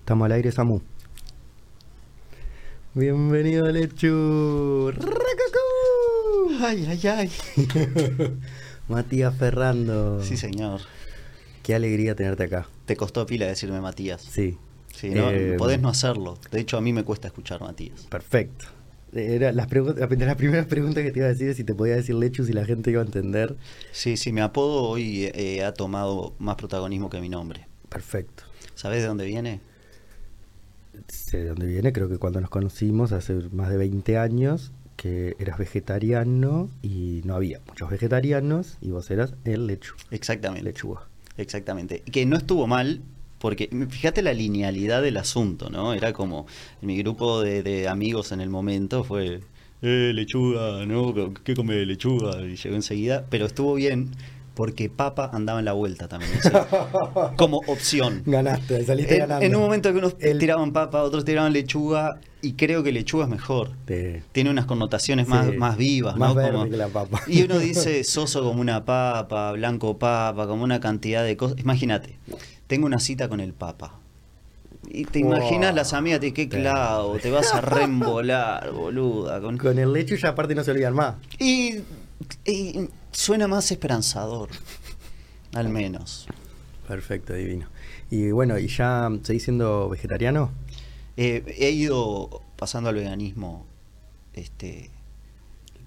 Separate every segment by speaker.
Speaker 1: Estamos al aire, Samu. Bienvenido, Lechu. ¡Racucú!
Speaker 2: Ay, ay, ay.
Speaker 1: Matías Ferrando.
Speaker 2: Sí, señor.
Speaker 1: Qué alegría tenerte acá.
Speaker 2: Te costó pila decirme Matías.
Speaker 1: Sí.
Speaker 2: Sí, no,
Speaker 1: Eh,
Speaker 2: podés no hacerlo. De hecho, a mí me cuesta escuchar Matías.
Speaker 1: Perfecto. Era las pregu- la- de las primeras preguntas que te iba a decir es si te podía decir Lechu si la gente iba a entender.
Speaker 2: Sí, sí, mi apodo hoy eh, ha tomado más protagonismo que mi nombre.
Speaker 1: Perfecto.
Speaker 2: ¿Sabés de dónde viene?
Speaker 1: Sé de dónde viene, creo que cuando nos conocimos hace más de 20 años, que eras vegetariano y no había muchos vegetarianos y vos eras el lechu,
Speaker 2: Exactamente.
Speaker 1: lechuga.
Speaker 2: Exactamente. Que no estuvo mal, porque fíjate la linealidad del asunto, ¿no? Era como mi grupo de, de amigos en el momento fue, eh, lechuga, ¿no? ¿Qué come lechuga? Y llegó enseguida, pero estuvo bien porque papa andaba en la vuelta también, o sea, como opción.
Speaker 1: Ganaste, saliste
Speaker 2: En,
Speaker 1: ganando.
Speaker 2: en un momento que unos
Speaker 1: El-
Speaker 2: tiraban papa, otros tiraban lechuga, y creo que lechuga es mejor.
Speaker 1: Te-
Speaker 2: Tiene unas connotaciones más,
Speaker 1: Sí,
Speaker 2: más vivas,
Speaker 1: más
Speaker 2: ¿no?
Speaker 1: verde que la papa.
Speaker 2: Y uno dice soso como una papa, blanco papa, como una cantidad de cosas. Imagínate, tengo una cita con el papa. Y te
Speaker 1: Wow.
Speaker 2: imaginas las amigas, te, qué clavo, te vas a reembolar, boluda. con-
Speaker 1: Con el lechu ya aparte no se olvidan más.
Speaker 2: Y, y suena más esperanzador, al menos.
Speaker 1: Perfecto, divino. Y bueno, ¿y ya seguís siendo vegetariano?
Speaker 2: Eh, he ido pasando al veganismo este,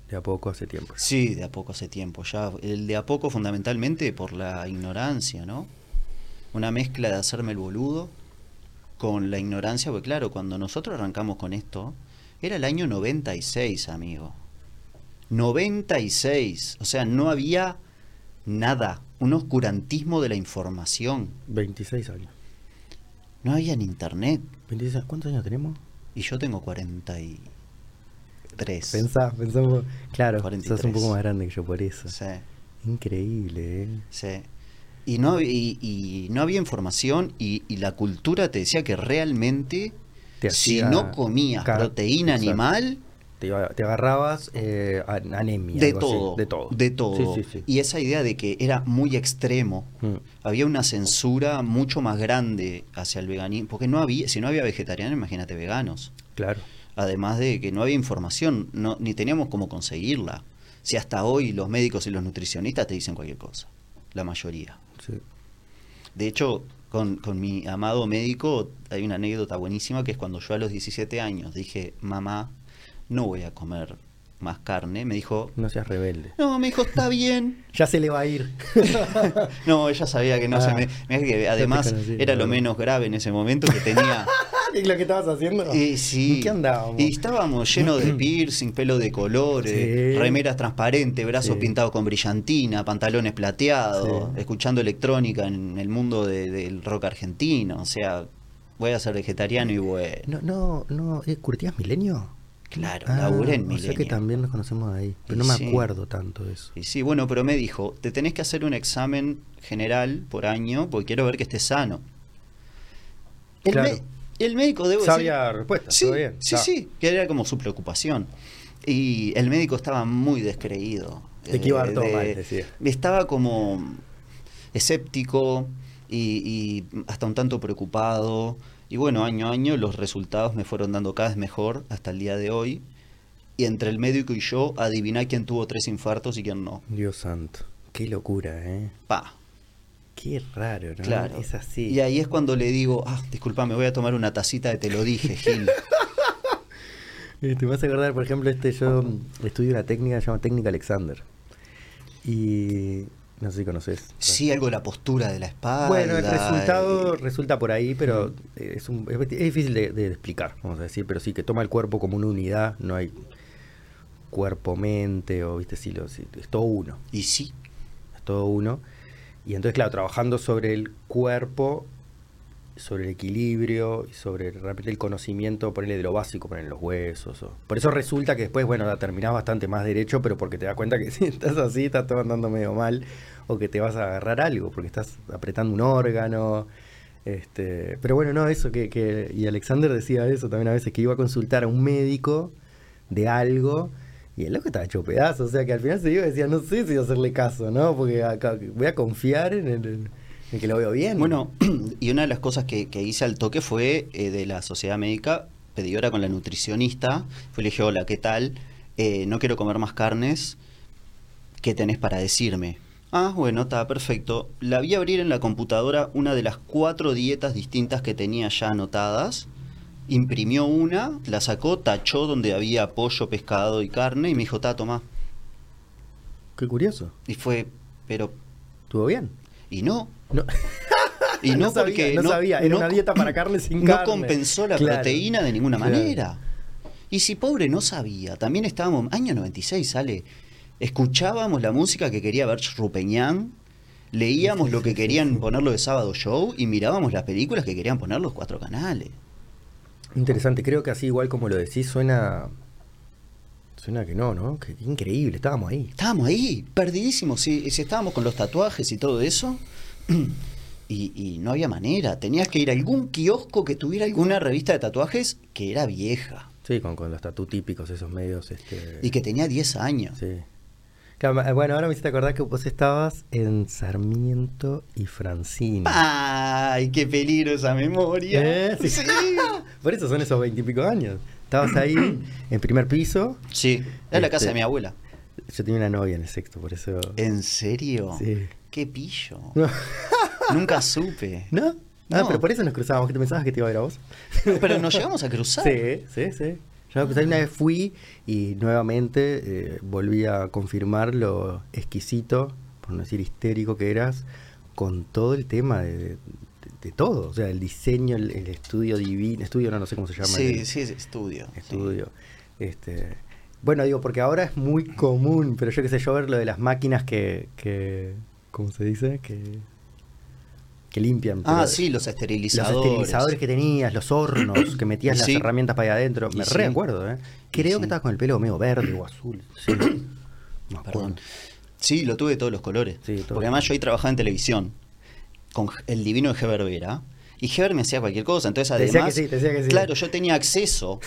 Speaker 1: De a poco hace tiempo. ya.
Speaker 2: Sí, de a poco hace tiempo ya. El de a poco fundamentalmente por la ignorancia, ¿no? Una mezcla de hacerme el boludo con la ignorancia, porque claro, cuando nosotros arrancamos con esto, era el año 96, amigo. 96, o sea, no había nada, un oscurantismo de la información,
Speaker 1: 26 años.
Speaker 2: no había ni internet,
Speaker 1: 26, años. ¿Cuántos años tenemos?
Speaker 2: y yo tengo 43.
Speaker 1: Pensá, pensá un poco. Claro, sos un
Speaker 2: 43.
Speaker 1: poco más grande que yo por eso.
Speaker 2: Sí.
Speaker 1: Increíble, ¿eh?
Speaker 2: Sí. Y no, hab- y, y no había información y, y la cultura te decía que realmente
Speaker 1: Te
Speaker 2: si
Speaker 1: hacía
Speaker 2: no comías
Speaker 1: car-
Speaker 2: proteína
Speaker 1: exacto.
Speaker 2: animal,
Speaker 1: Te, iba- te agarrabas eh, a- anemia.
Speaker 2: de
Speaker 1: algo así.
Speaker 2: todo,
Speaker 1: De todo.
Speaker 2: de todo.
Speaker 1: Sí, sí, sí.
Speaker 2: Y esa idea de que era muy extremo,
Speaker 1: Mm.
Speaker 2: había una censura mucho más grande hacia el veganismo, porque no había, si no había vegetarianos, imagínate veganos.
Speaker 1: Claro.
Speaker 2: Además de que no había información, no, ni teníamos cómo conseguirla. Si hasta hoy los médicos y los nutricionistas te dicen cualquier cosa, la mayoría.
Speaker 1: Sí.
Speaker 2: De hecho, con, con mi amado médico hay una anécdota buenísima que es cuando yo a los 17 años dije, mamá, no voy a comer más carne, me dijo,
Speaker 1: No seas rebelde.
Speaker 2: no, me dijo, está bien.
Speaker 1: Ya se le va a ir.
Speaker 2: No, ella sabía que no
Speaker 1: Ah,
Speaker 2: se me... mirá que
Speaker 1: te
Speaker 2: además,
Speaker 1: conocí,
Speaker 2: era lo
Speaker 1: claro.
Speaker 2: menos grave en ese momento que tenía...
Speaker 1: ¿Y lo que estabas haciendo?
Speaker 2: Y sí.
Speaker 1: ¿En qué andábamos?
Speaker 2: Y estábamos llenos de piercing, pelo de colores,
Speaker 1: Sí.
Speaker 2: remeras transparentes, brazos
Speaker 1: Sí.
Speaker 2: pintados con brillantina, pantalones plateados,
Speaker 1: Sí.
Speaker 2: escuchando electrónica en el mundo de- del rock argentino. O sea, voy a ser vegetariano y bueno.
Speaker 1: No, no, no. ¿eh, ¿Curtías Milenio?
Speaker 2: Claro,
Speaker 1: Ah,
Speaker 2: laburé en
Speaker 1: O sea que
Speaker 2: Milenio.
Speaker 1: también nos conocemos de ahí. Pero no
Speaker 2: Y
Speaker 1: me
Speaker 2: sí.
Speaker 1: acuerdo tanto de eso.
Speaker 2: Y sí, bueno, pero me dijo, te tenés que hacer un examen general por año porque quiero ver que estés sano. El,
Speaker 1: Claro.
Speaker 2: mé- el médico, debo
Speaker 1: Sabia
Speaker 2: decir-
Speaker 1: respuesta,
Speaker 2: sí,
Speaker 1: todo bien,
Speaker 2: Sí,
Speaker 1: está.
Speaker 2: sí, que era como su preocupación. Y el médico estaba muy descreído. eh,
Speaker 1: De que iba a dar todo mal, decía.
Speaker 2: Estaba como escéptico y, y hasta un tanto preocupado. Y bueno, año a año los resultados me fueron dando cada vez mejor hasta el día de hoy. Y entre el médico y yo, adiviná quién tuvo tres infartos y quién no.
Speaker 1: Dios santo. Qué locura, ¿eh?
Speaker 2: Pa,
Speaker 1: Qué raro, ¿no?
Speaker 2: claro.
Speaker 1: Ah, Es así.
Speaker 2: Y ahí es cuando le digo, ah, disculpa, me voy a tomar una tacita de te lo dije, Gil.
Speaker 1: Eh, Te vas a acordar, por ejemplo, este yo mm, estudio una técnica que se llama técnica Alexander. Y no sé si conoces.
Speaker 2: Sí, algo de la postura de la espalda.
Speaker 1: Bueno, el resultado
Speaker 2: eh,
Speaker 1: resulta por ahí, pero eh, es, un- es difícil de, de explicar, vamos a decir, pero sí que toma el cuerpo como una unidad, no hay cuerpo-mente o, viste, si lo, si- es todo uno,
Speaker 2: Y sí,
Speaker 1: es todo uno. Y entonces, claro, trabajando sobre el cuerpo, sobre el equilibrio, y sobre realmente el conocimiento, ponerle de lo básico, ponerle los huesos. o- Por eso resulta que después, bueno, la terminás bastante más derecho, pero porque te das cuenta que si estás así, estás todo andando medio mal, o que te vas a agarrar algo, porque estás apretando un órgano. Este, pero bueno, no, eso que, que- Y Alexander decía eso también a veces, que iba a consultar a un médico de algo. Y el loco estaba hecho pedazos, o sea que al final se iba y decía, no sé si hacerle caso, ¿no? Porque acá- voy a confiar en el, El que lo veo bien.
Speaker 2: Bueno, y una de las cosas que, que hice al toque fue eh, de la sociedad médica, pedí hora con la nutricionista, fue le dije, hola, ¿qué tal? Eh, no quiero comer más carnes, ¿qué tenés para decirme? Ah, bueno, está perfecto. La vi abrir en la computadora una de las cuatro dietas distintas que tenía ya anotadas. Imprimió una, la sacó, tachó donde había pollo, pescado y carne y me dijo, ta, toma.
Speaker 1: Qué curioso.
Speaker 2: Y fue, pero,
Speaker 1: ¿Estuvo bien?
Speaker 2: y no,
Speaker 1: No.
Speaker 2: Y no,
Speaker 1: sabía,
Speaker 2: porque
Speaker 1: no, sabía, era
Speaker 2: no
Speaker 1: una
Speaker 2: co-
Speaker 1: dieta para carne sin
Speaker 2: no
Speaker 1: carne.
Speaker 2: compensó la
Speaker 1: Claro.
Speaker 2: proteína de ninguna
Speaker 1: Claro.
Speaker 2: manera. Y si pobre no sabía, también estábamos, año 96 sale, escuchábamos la música que quería ver Rupeñán, leíamos lo que querían ponerlo de sábado show y mirábamos las películas que querían poner los cuatro canales.
Speaker 1: Interesante, creo que así igual como lo decís suena suena que no, ¿no? Que increíble, estábamos ahí.
Speaker 2: Estábamos ahí, perdidísimos, si, si estábamos con los tatuajes y todo eso. Y, y no había manera, tenías que ir a algún kiosco que tuviera alguna revista de tatuajes que era vieja
Speaker 1: Sí, con, con los tatu típicos esos medios este
Speaker 2: y que tenía 10 años.
Speaker 1: sí. Claro, eh, bueno, ahora me hiciste acordar que vos estabas en Sarmiento y Francini.
Speaker 2: Ah, ¡Ay, qué peligro esa memoria!
Speaker 1: ¿Eh? Sí.
Speaker 2: Sí.
Speaker 1: Por eso son esos veintipico años. Estabas ahí en primer piso.
Speaker 2: Sí, era la casa
Speaker 1: Este.
Speaker 2: de mi abuela.
Speaker 1: Yo tenía una novia en el sexto, por eso.
Speaker 2: ¿En serio?
Speaker 1: Sí.
Speaker 2: ¡Qué pillo!
Speaker 1: No.
Speaker 2: Nunca supe.
Speaker 1: ¿No? Ah,
Speaker 2: No.
Speaker 1: pero por eso nos cruzábamos, que te pensabas que te iba a ver a vos.
Speaker 2: Pero nos llegamos a cruzar.
Speaker 1: Sí, sí, sí. Yo pues, una vez fui y nuevamente eh, volví a confirmar lo exquisito, por no decir histérico que eras, con todo el tema de, de- de todo. O sea, el diseño, el, el estudio divino, estudio no, no sé cómo se llama.
Speaker 2: Sí,
Speaker 1: el
Speaker 2: sí, es estudio.
Speaker 1: Estudio. Este, bueno, digo, porque ahora es muy común, pero yo qué sé, yo ver lo de las máquinas que, que ¿cómo se dice? Que, que limpian.
Speaker 2: Ah,
Speaker 1: pero-
Speaker 2: sí, los esterilizadores.
Speaker 1: los esterilizadores que tenías, los hornos, que metías
Speaker 2: Sí.
Speaker 1: las herramientas para allá adentro.
Speaker 2: Y
Speaker 1: Me
Speaker 2: sí.
Speaker 1: recuerdo, ¿eh?
Speaker 2: Y
Speaker 1: Creo
Speaker 2: sí.
Speaker 1: que estabas con el pelo medio verde o azul. Sí. Me acuerdo.
Speaker 2: Perdón. Sí, lo tuve de todos los colores.
Speaker 1: Sí, de todos.
Speaker 2: Porque además yo ahí trabajaba en televisión con el divino de Heber Vera. Y Heber me hacía cualquier cosa. Entonces,
Speaker 1: Te decía
Speaker 2: además,
Speaker 1: que sí, te decía que sí.
Speaker 2: claro, yo tenía acceso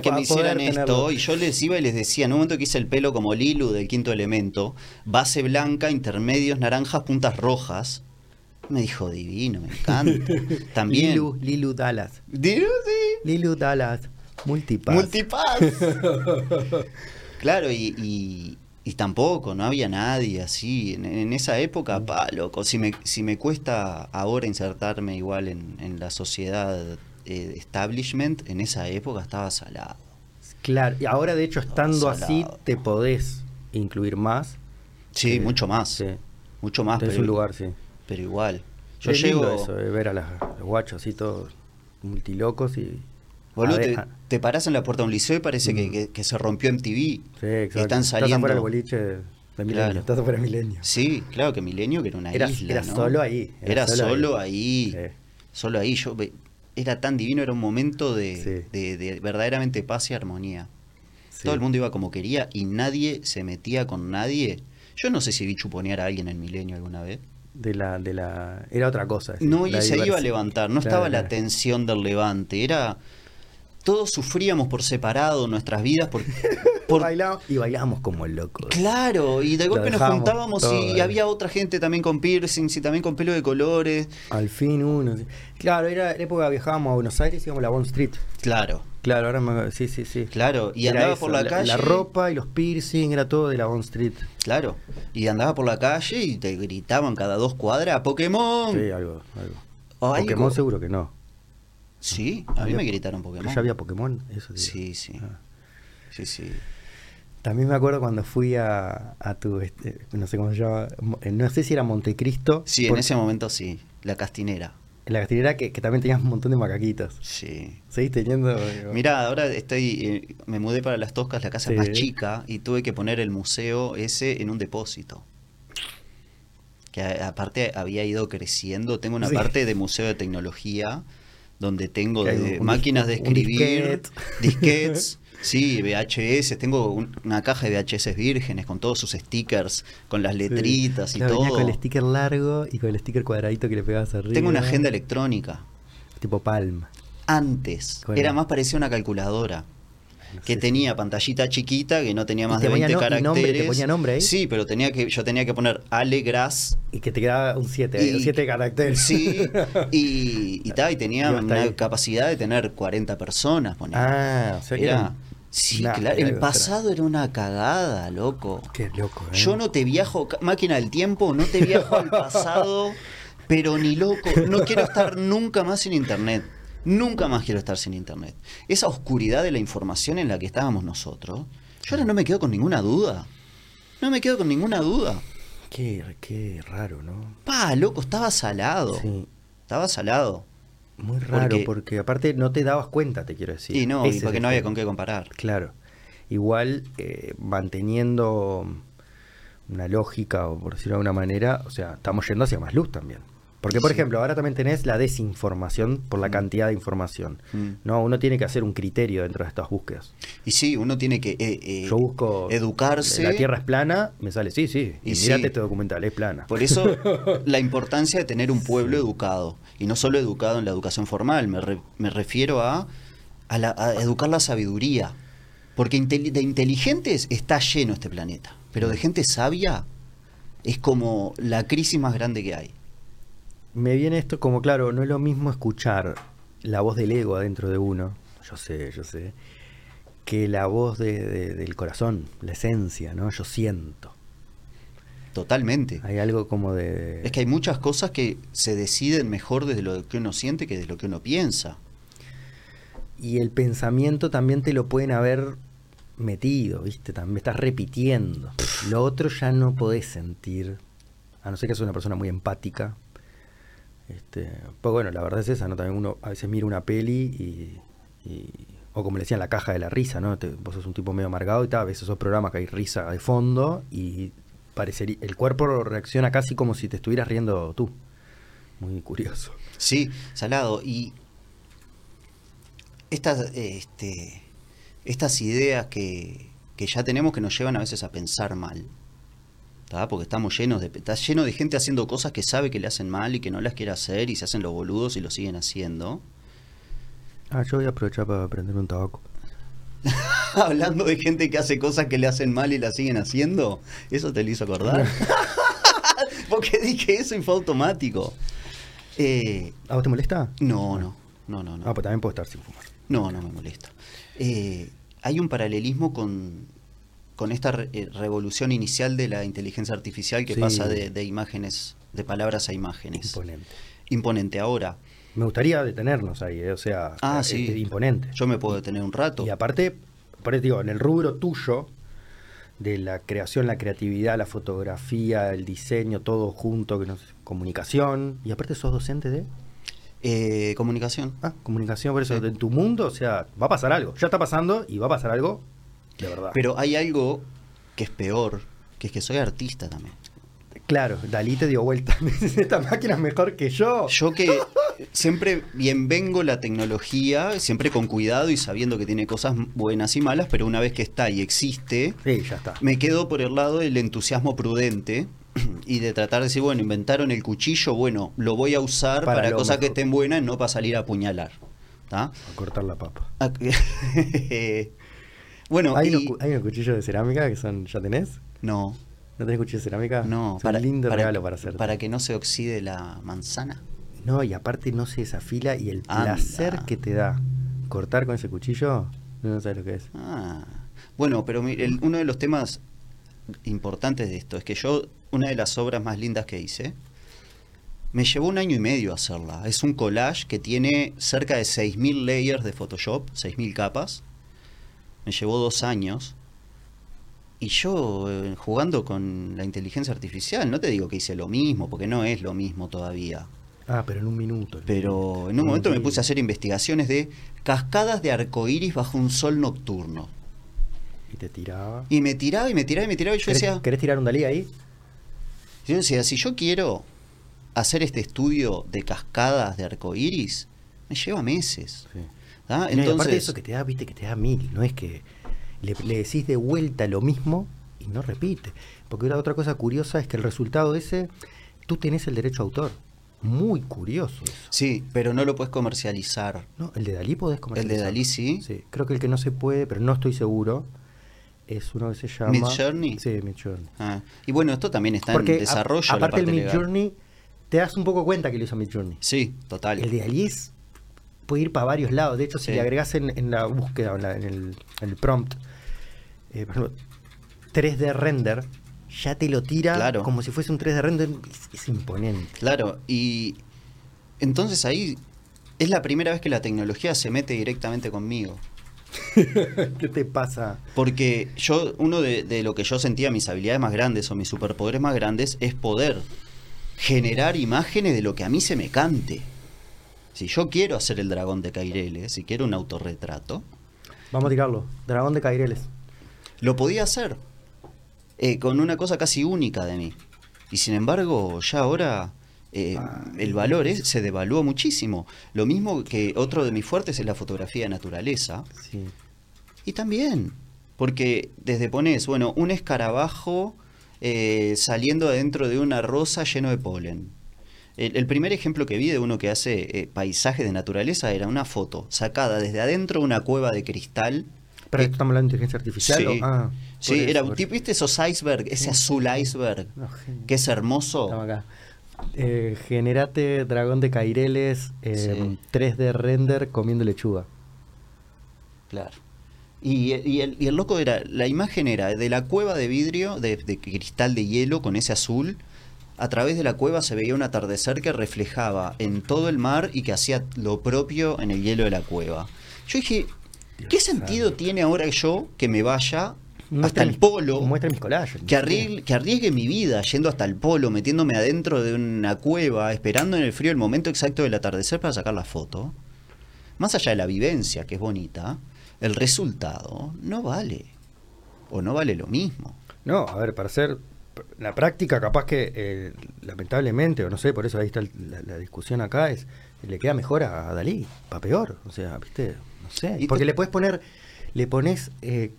Speaker 2: que
Speaker 1: Para
Speaker 2: me hicieran
Speaker 1: poder
Speaker 2: esto.
Speaker 1: tenerlo.
Speaker 2: Y yo les iba y les decía, en un momento que hice el pelo como Lilu del quinto elemento, base blanca, intermedios naranjas, puntas rojas. Me dijo, divino, me encanta. También.
Speaker 1: Lilu, Lilu Dallas.
Speaker 2: Digo, sí.
Speaker 1: Lilu Dallas. Multipass.
Speaker 2: Multipass. claro, y, y- y tampoco, no había nadie así. En, en esa
Speaker 1: Mm.
Speaker 2: época, pa, loco, si me, si me cuesta ahora insertarme igual en, en la sociedad eh, establishment, en esa época estaba salado.
Speaker 1: Claro. Y ahora, de hecho, estando así,
Speaker 2: Salado.
Speaker 1: te podés incluir más.
Speaker 2: Sí,
Speaker 1: Sí,
Speaker 2: mucho más.
Speaker 1: sí.
Speaker 2: Mucho más,
Speaker 1: Tenés
Speaker 2: pero,
Speaker 1: un lugar, sí.
Speaker 2: pero igual. Yo
Speaker 1: Es
Speaker 2: llego...
Speaker 1: lindo eso, eh, ver a las- los guachos así todos multilocos y...
Speaker 2: Boludo,
Speaker 1: a
Speaker 2: te,
Speaker 1: ver- a-
Speaker 2: te parás en la puerta de un liceo y parece que,
Speaker 1: Mm.
Speaker 2: que- que se rompió MTV.
Speaker 1: Sí, exacto.
Speaker 2: Están
Speaker 1: Estás
Speaker 2: saliendo.
Speaker 1: afuera del boliche de Milenio.
Speaker 2: Claro.
Speaker 1: Estás afuera de Milenio.
Speaker 2: Sí, claro que Milenio, que era una
Speaker 1: Era-
Speaker 2: isla.
Speaker 1: era
Speaker 2: ¿no?
Speaker 1: solo ahí,
Speaker 2: Era, solo, ahí.
Speaker 1: Sí.
Speaker 2: Solo ahí. Yo ve- era tan divino, era un momento de,
Speaker 1: Sí.
Speaker 2: de- de verdaderamente paz y armonía.
Speaker 1: Sí.
Speaker 2: Todo el mundo iba como quería y nadie se metía con nadie. Yo no sé si vi chuponear a alguien en Milenio alguna vez.
Speaker 1: De la, de la, era otra cosa. es decir,
Speaker 2: No, y
Speaker 1: la
Speaker 2: se iba a
Speaker 1: diversi-
Speaker 2: levantar, no
Speaker 1: Claro,
Speaker 2: estaba la
Speaker 1: claro.
Speaker 2: tensión del levante, era... Todos sufríamos por separado nuestras vidas, por, por
Speaker 1: Bailaba- y bailábamos como locos.
Speaker 2: Claro, y de
Speaker 1: Lo
Speaker 2: golpe nos
Speaker 1: dejamos
Speaker 2: juntábamos
Speaker 1: todo,
Speaker 2: y
Speaker 1: eh.
Speaker 2: había otra gente también con piercings y también con pelo de colores.
Speaker 1: Al fin uno. sí. Claro, era la época que viajábamos a Buenos Aires y íbamos a la Bond Street.
Speaker 2: Claro,
Speaker 1: Claro, ahora me- sí, sí, sí.
Speaker 2: claro. Y
Speaker 1: Era
Speaker 2: andaba
Speaker 1: eso,
Speaker 2: por la, calle.
Speaker 1: La ropa y los piercing, era todo de la Bond Street.
Speaker 2: Claro. Y andaba por la calle y te gritaban cada dos cuadras, Pokémon.
Speaker 1: Sí,
Speaker 2: Sí,
Speaker 1: algo, algo.
Speaker 2: Algo.
Speaker 1: Pokémon seguro que no.
Speaker 2: a mí
Speaker 1: Había-
Speaker 2: me gritaron Pokémon.
Speaker 1: Pero ya había Pokémon, eso digo.
Speaker 2: Sí, sí.
Speaker 1: Ah.
Speaker 2: Sí, sí.
Speaker 1: También me acuerdo cuando fui a, a tu, este, no sé cómo se llama, mo- eh, no sé si era Montecristo.
Speaker 2: Sí, en
Speaker 1: por-
Speaker 2: ese momento sí. La castinera.
Speaker 1: en la gastinera que, que también tenías un montón de macaquitos.
Speaker 2: Sí.
Speaker 1: ¿Seguís teniendo?
Speaker 2: Mira, ahora estoy, eh, me mudé para Las Toscas, la casa
Speaker 1: Sí.
Speaker 2: es más chica, y tuve que poner el museo ese en un depósito. Que a- aparte había ido creciendo. Tengo una
Speaker 1: Sí.
Speaker 2: parte de museo de tecnología donde tengo
Speaker 1: Que hay
Speaker 2: de
Speaker 1: un-
Speaker 2: máquinas de
Speaker 1: un
Speaker 2: escribir,
Speaker 1: disquete.
Speaker 2: disquets, sí, VHS. Tengo un- una caja de VHS vírgenes con todos sus stickers, con las letritas y
Speaker 1: Claro, venía
Speaker 2: todo.
Speaker 1: con el sticker largo y con el sticker cuadradito que le pegabas arriba.
Speaker 2: Tengo una agenda electrónica.
Speaker 1: Tipo Palm.
Speaker 2: Antes
Speaker 1: Con
Speaker 2: era
Speaker 1: el-
Speaker 2: más parecida a una calculadora. que tenía pantallita chiquita, que no tenía
Speaker 1: Y
Speaker 2: más
Speaker 1: te
Speaker 2: de
Speaker 1: ponía
Speaker 2: 20
Speaker 1: no- y
Speaker 2: caracteres.
Speaker 1: nombre, ¿te ponía nombre ahí?
Speaker 2: Sí, pero tenía que, yo tenía que poner Ale Gras.
Speaker 1: Y que te quedaba un 7,
Speaker 2: Y-
Speaker 1: 7 caracteres.
Speaker 2: Sí, y, y, ta, y tenía
Speaker 1: Iba hasta
Speaker 2: una
Speaker 1: ahí.
Speaker 2: capacidad de tener 40 personas, ponele.
Speaker 1: Ah, o sea que
Speaker 2: Era-
Speaker 1: era.
Speaker 2: sí,
Speaker 1: Nah,
Speaker 2: claro.
Speaker 1: era
Speaker 2: El
Speaker 1: otra.
Speaker 2: pasado era una cagada, loco.
Speaker 1: Qué loco, ¿eh?
Speaker 2: Yo no te viajo, ca- máquina del tiempo, no te viajo al pasado, pero ni loco. No quiero estar nunca más sin internet. Nunca más quiero estar sin internet. Esa oscuridad de la información en la que estábamos nosotros, yo ahora no me quedo con ninguna duda. No me quedo con ninguna duda.
Speaker 1: Qué, qué raro, ¿no?
Speaker 2: Pa, loco, estaba salado.
Speaker 1: Sí.
Speaker 2: Estaba salado.
Speaker 1: Muy raro, porque,
Speaker 2: Porque-
Speaker 1: aparte no te dabas cuenta, te quiero decir.
Speaker 2: y no,
Speaker 1: Ese
Speaker 2: y
Speaker 1: es
Speaker 2: porque
Speaker 1: el
Speaker 2: no había
Speaker 1: tema.
Speaker 2: con qué comparar.
Speaker 1: Claro. Igual eh, manteniendo una lógica, o por decirlo de alguna manera, o sea, estamos yendo hacia más luz también. Porque, por
Speaker 2: Sí.
Speaker 1: ejemplo, ahora también tenés la desinformación por la cantidad de información.
Speaker 2: Mm.
Speaker 1: No, uno tiene que hacer un criterio dentro de estas búsquedas.
Speaker 2: Y sí, uno tiene que eh, eh,
Speaker 1: Yo busco
Speaker 2: educarse.
Speaker 1: La Tierra es plana, me sale, sí, sí. Y,
Speaker 2: Y sí.
Speaker 1: mirate este documental, es plana.
Speaker 2: Por eso la importancia de tener un pueblo educado, y no solo educado en la educación formal, me, re- me refiero a, a la- a educar la sabiduría, porque intel- de inteligentes está lleno este planeta, pero de gente sabia es como la crisis más grande que hay.
Speaker 1: Me viene esto como, claro, no es lo mismo escuchar la voz del ego adentro de uno, yo sé, yo sé, que la voz de- de- del corazón, la esencia, ¿no? Yo siento.
Speaker 2: Totalmente.
Speaker 1: Hay algo como de...
Speaker 2: Es que hay muchas cosas que se deciden mejor desde lo que uno siente que desde lo que uno piensa.
Speaker 1: Y el pensamiento también te lo pueden haber metido, ¿viste? También estás repitiendo. Lo otro ya no podés sentir, a no ser que seas una persona muy empática. Este, pues bueno, la verdad es esa, ¿no? También uno a veces mira una peli y... y- o como le decían, la caja de la risa, ¿no? Te- vos sos un tipo medio amargado y tal, a veces esos programas que hay risa de fondo y parecería, el cuerpo reacciona casi como si te estuvieras riendo tú. Muy curioso.
Speaker 2: Sí, salado. Y estas, este, estas ideas que, que ya tenemos que nos llevan a veces a pensar mal. ¿tá? Porque estamos llenos de, está lleno de gente haciendo cosas que sabe que le hacen mal y que no las quiere hacer y se hacen los boludos y lo siguen haciendo.
Speaker 1: Ah, yo voy a aprovechar para prender un tabaco.
Speaker 2: Hablando de gente que hace cosas que le hacen mal y las siguen haciendo, eso te lo hizo acordar. Porque dije eso y fue automático. Eh,
Speaker 1: ¿A vos te molesta?
Speaker 2: no, no, no, no, no.
Speaker 1: Ah, pues también puedo estar sin fumar.
Speaker 2: No, no me molesta. Eh, hay un paralelismo con, con esta re- eh, revolución inicial de la inteligencia artificial que
Speaker 1: Sí.
Speaker 2: pasa de, de imágenes, de palabras a imágenes.
Speaker 1: Imponente.
Speaker 2: Imponente. Ahora,
Speaker 1: Me gustaría detenernos ahí, eh, o sea,
Speaker 2: Ah,
Speaker 1: es-
Speaker 2: sí.
Speaker 1: es imponente.
Speaker 2: yo me puedo detener un rato.
Speaker 1: Y aparte, por eso digo, en el rubro tuyo, de la creación, la creatividad, la fotografía, el diseño, todo junto, que no sé, comunicación, y aparte sos docente de
Speaker 2: Eh, comunicación.
Speaker 1: ah, comunicación, por eso,
Speaker 2: Sí.
Speaker 1: en tu mundo, o sea, va a pasar algo, ya está pasando y va a pasar algo de verdad.
Speaker 2: Pero hay algo que es peor, que es que soy artista también.
Speaker 1: claro, Dalí te dio vuelta, esta máquina es mejor que yo.
Speaker 2: Yo que siempre bienvengo la tecnología, siempre con cuidado y sabiendo que tiene cosas buenas y malas, pero una vez que está y existe,
Speaker 1: Sí, ya está.
Speaker 2: Me quedo por el lado del entusiasmo prudente y de tratar de decir, bueno, inventaron el cuchillo, bueno, lo voy a usar
Speaker 1: Para
Speaker 2: para,
Speaker 1: lo
Speaker 2: cosas que
Speaker 1: mejor.
Speaker 2: estén buenas, no para salir a apuñalar. ¿tá?
Speaker 1: A cortar la papa.
Speaker 2: Ah, que- bueno,
Speaker 1: ¿Hay,
Speaker 2: y-
Speaker 1: unos, cu- hay unos cuchillos de cerámica que son, ¿ya tenés?
Speaker 2: no,
Speaker 1: ¿No tenés cuchillo de cerámica?
Speaker 2: no,
Speaker 1: Ah, Es un lindo regalo para hacer.
Speaker 2: para que no se oxide la manzana.
Speaker 1: No, y aparte no se desafila y el
Speaker 2: Anda.
Speaker 1: placer que te da cortar con ese cuchillo, no, no sabes lo que es.
Speaker 2: Ah, bueno, pero mi- el- uno de los temas importantes de esto es que yo, una de las obras más lindas que hice, me llevó un año y medio hacerla. Es un collage que tiene cerca de 6.000 layers de Photoshop, 6.000 capas. Me llevó dos años. Y yo, eh, jugando con la inteligencia artificial, no te digo que hice lo mismo, porque no es lo mismo todavía.
Speaker 1: Ah, pero en un minuto.
Speaker 2: Pero en un momento me puse a hacer investigaciones de cascadas de arcoíris bajo un sol nocturno.
Speaker 1: Y te tiraba.
Speaker 2: Y me tiraba y me tiraba y me tiraba y yo
Speaker 1: ¿Querés,
Speaker 2: decía,
Speaker 1: querés tirar un Dalí ahí?
Speaker 2: yo decía, si yo quiero hacer este estudio de cascadas de arcoíris, me lleva meses.
Speaker 1: Sí.
Speaker 2: ¿tá?
Speaker 1: No, y aparte
Speaker 2: Ah, Entonces,
Speaker 1: eso que te da, viste, que te da mil, no es que le, le decís de vuelta lo mismo y no repite. Porque una otra cosa curiosa es que el resultado ese, tú tenés el derecho de autor. Muy curioso eso.
Speaker 2: Sí, pero no lo puedes comercializar.
Speaker 1: No, el de Dalí podés comercializar.
Speaker 2: El de Dalí sí.
Speaker 1: Sí, creo que el que no se puede, pero no estoy seguro, es uno que se llama...
Speaker 2: ¿Midjourney?
Speaker 1: Sí, Midjourney.
Speaker 2: Ah, Y bueno, esto también está en
Speaker 1: Porque a-
Speaker 2: desarrollo. la
Speaker 1: aparte el
Speaker 2: parte legal.
Speaker 1: Midjourney, te das un poco cuenta que lo hizo Midjourney.
Speaker 2: Sí, total.
Speaker 1: El de Dalí es- puede ir para varios lados. De hecho,
Speaker 2: Sí.
Speaker 1: si le agregás en, en la búsqueda, o en, la- en el, en el prompt, eh, por ejemplo, 3D render, ya te lo tira
Speaker 2: Claro.
Speaker 1: como si fuese un 3D render. Es, es imponente.
Speaker 2: Claro, y entonces ahí es la primera vez que la tecnología se mete directamente conmigo.
Speaker 1: ¿Qué te pasa?
Speaker 2: Porque yo, uno de, de lo que yo sentía mis habilidades más grandes o mis superpoderes más grandes es poder generar imágenes de lo que a mí se me cante. Si yo quiero hacer el dragón de Cairele, si quiero un autorretrato,
Speaker 1: Vamos a tirarlo. Dragón de Caireles.
Speaker 2: lo podía hacer. eh, con una cosa casi única de mí. Y sin embargo, ya ahora eh, el valor es- se devaluó muchísimo. Lo mismo que otro de mis fuertes es la fotografía de naturaleza.
Speaker 1: Sí.
Speaker 2: Y también, porque desde pones, bueno, un escarabajo eh, saliendo adentro de una rosa lleno de polen. El, el primer ejemplo que vi de uno que hace eh, paisajes de naturaleza era una foto sacada desde adentro de una cueva de cristal.
Speaker 1: Pero
Speaker 2: Eh,
Speaker 1: esto estamos hablando de inteligencia artificial.
Speaker 2: sí,
Speaker 1: ¿o? Ah,
Speaker 2: Sí,
Speaker 1: por eso,
Speaker 2: era un
Speaker 1: por-
Speaker 2: tipo, ¿viste esos iceberg? Ese azul iceberg,
Speaker 1: No, genio.
Speaker 2: que es
Speaker 1: Estamos
Speaker 2: hermoso.
Speaker 1: acá. Eh, generate dragón de Caireles eh,
Speaker 2: Sí.
Speaker 1: 3D render comiendo lechuga.
Speaker 2: Claro. Y, y el, y el loco era, la imagen era de la cueva de vidrio, de, de cristal de hielo con ese azul. A través de la cueva se veía un atardecer que reflejaba en todo el mar y que hacía lo propio en el hielo de la cueva. Yo dije, ¿qué sentido tiene ahora yo que me vaya hasta
Speaker 1: Muestra
Speaker 2: el
Speaker 1: mis-
Speaker 2: polo?
Speaker 1: Muestra mis collages.
Speaker 2: Que arriesgue, que arriesgue mi vida yendo hasta el polo, metiéndome adentro de una cueva, esperando en el frío el momento exacto del atardecer para sacar la foto. Más allá de la vivencia, que es bonita, el resultado no vale. O no vale lo mismo.
Speaker 1: No, a ver, para hacer la práctica, capaz que eh, lamentablemente, o no sé, por eso ahí está el- la, la discusión acá, es le queda mejor a, a Dalí, para peor, o sea, viste, no sé.
Speaker 2: Y
Speaker 1: Porque
Speaker 2: to-
Speaker 1: le puedes poner, le pones eh,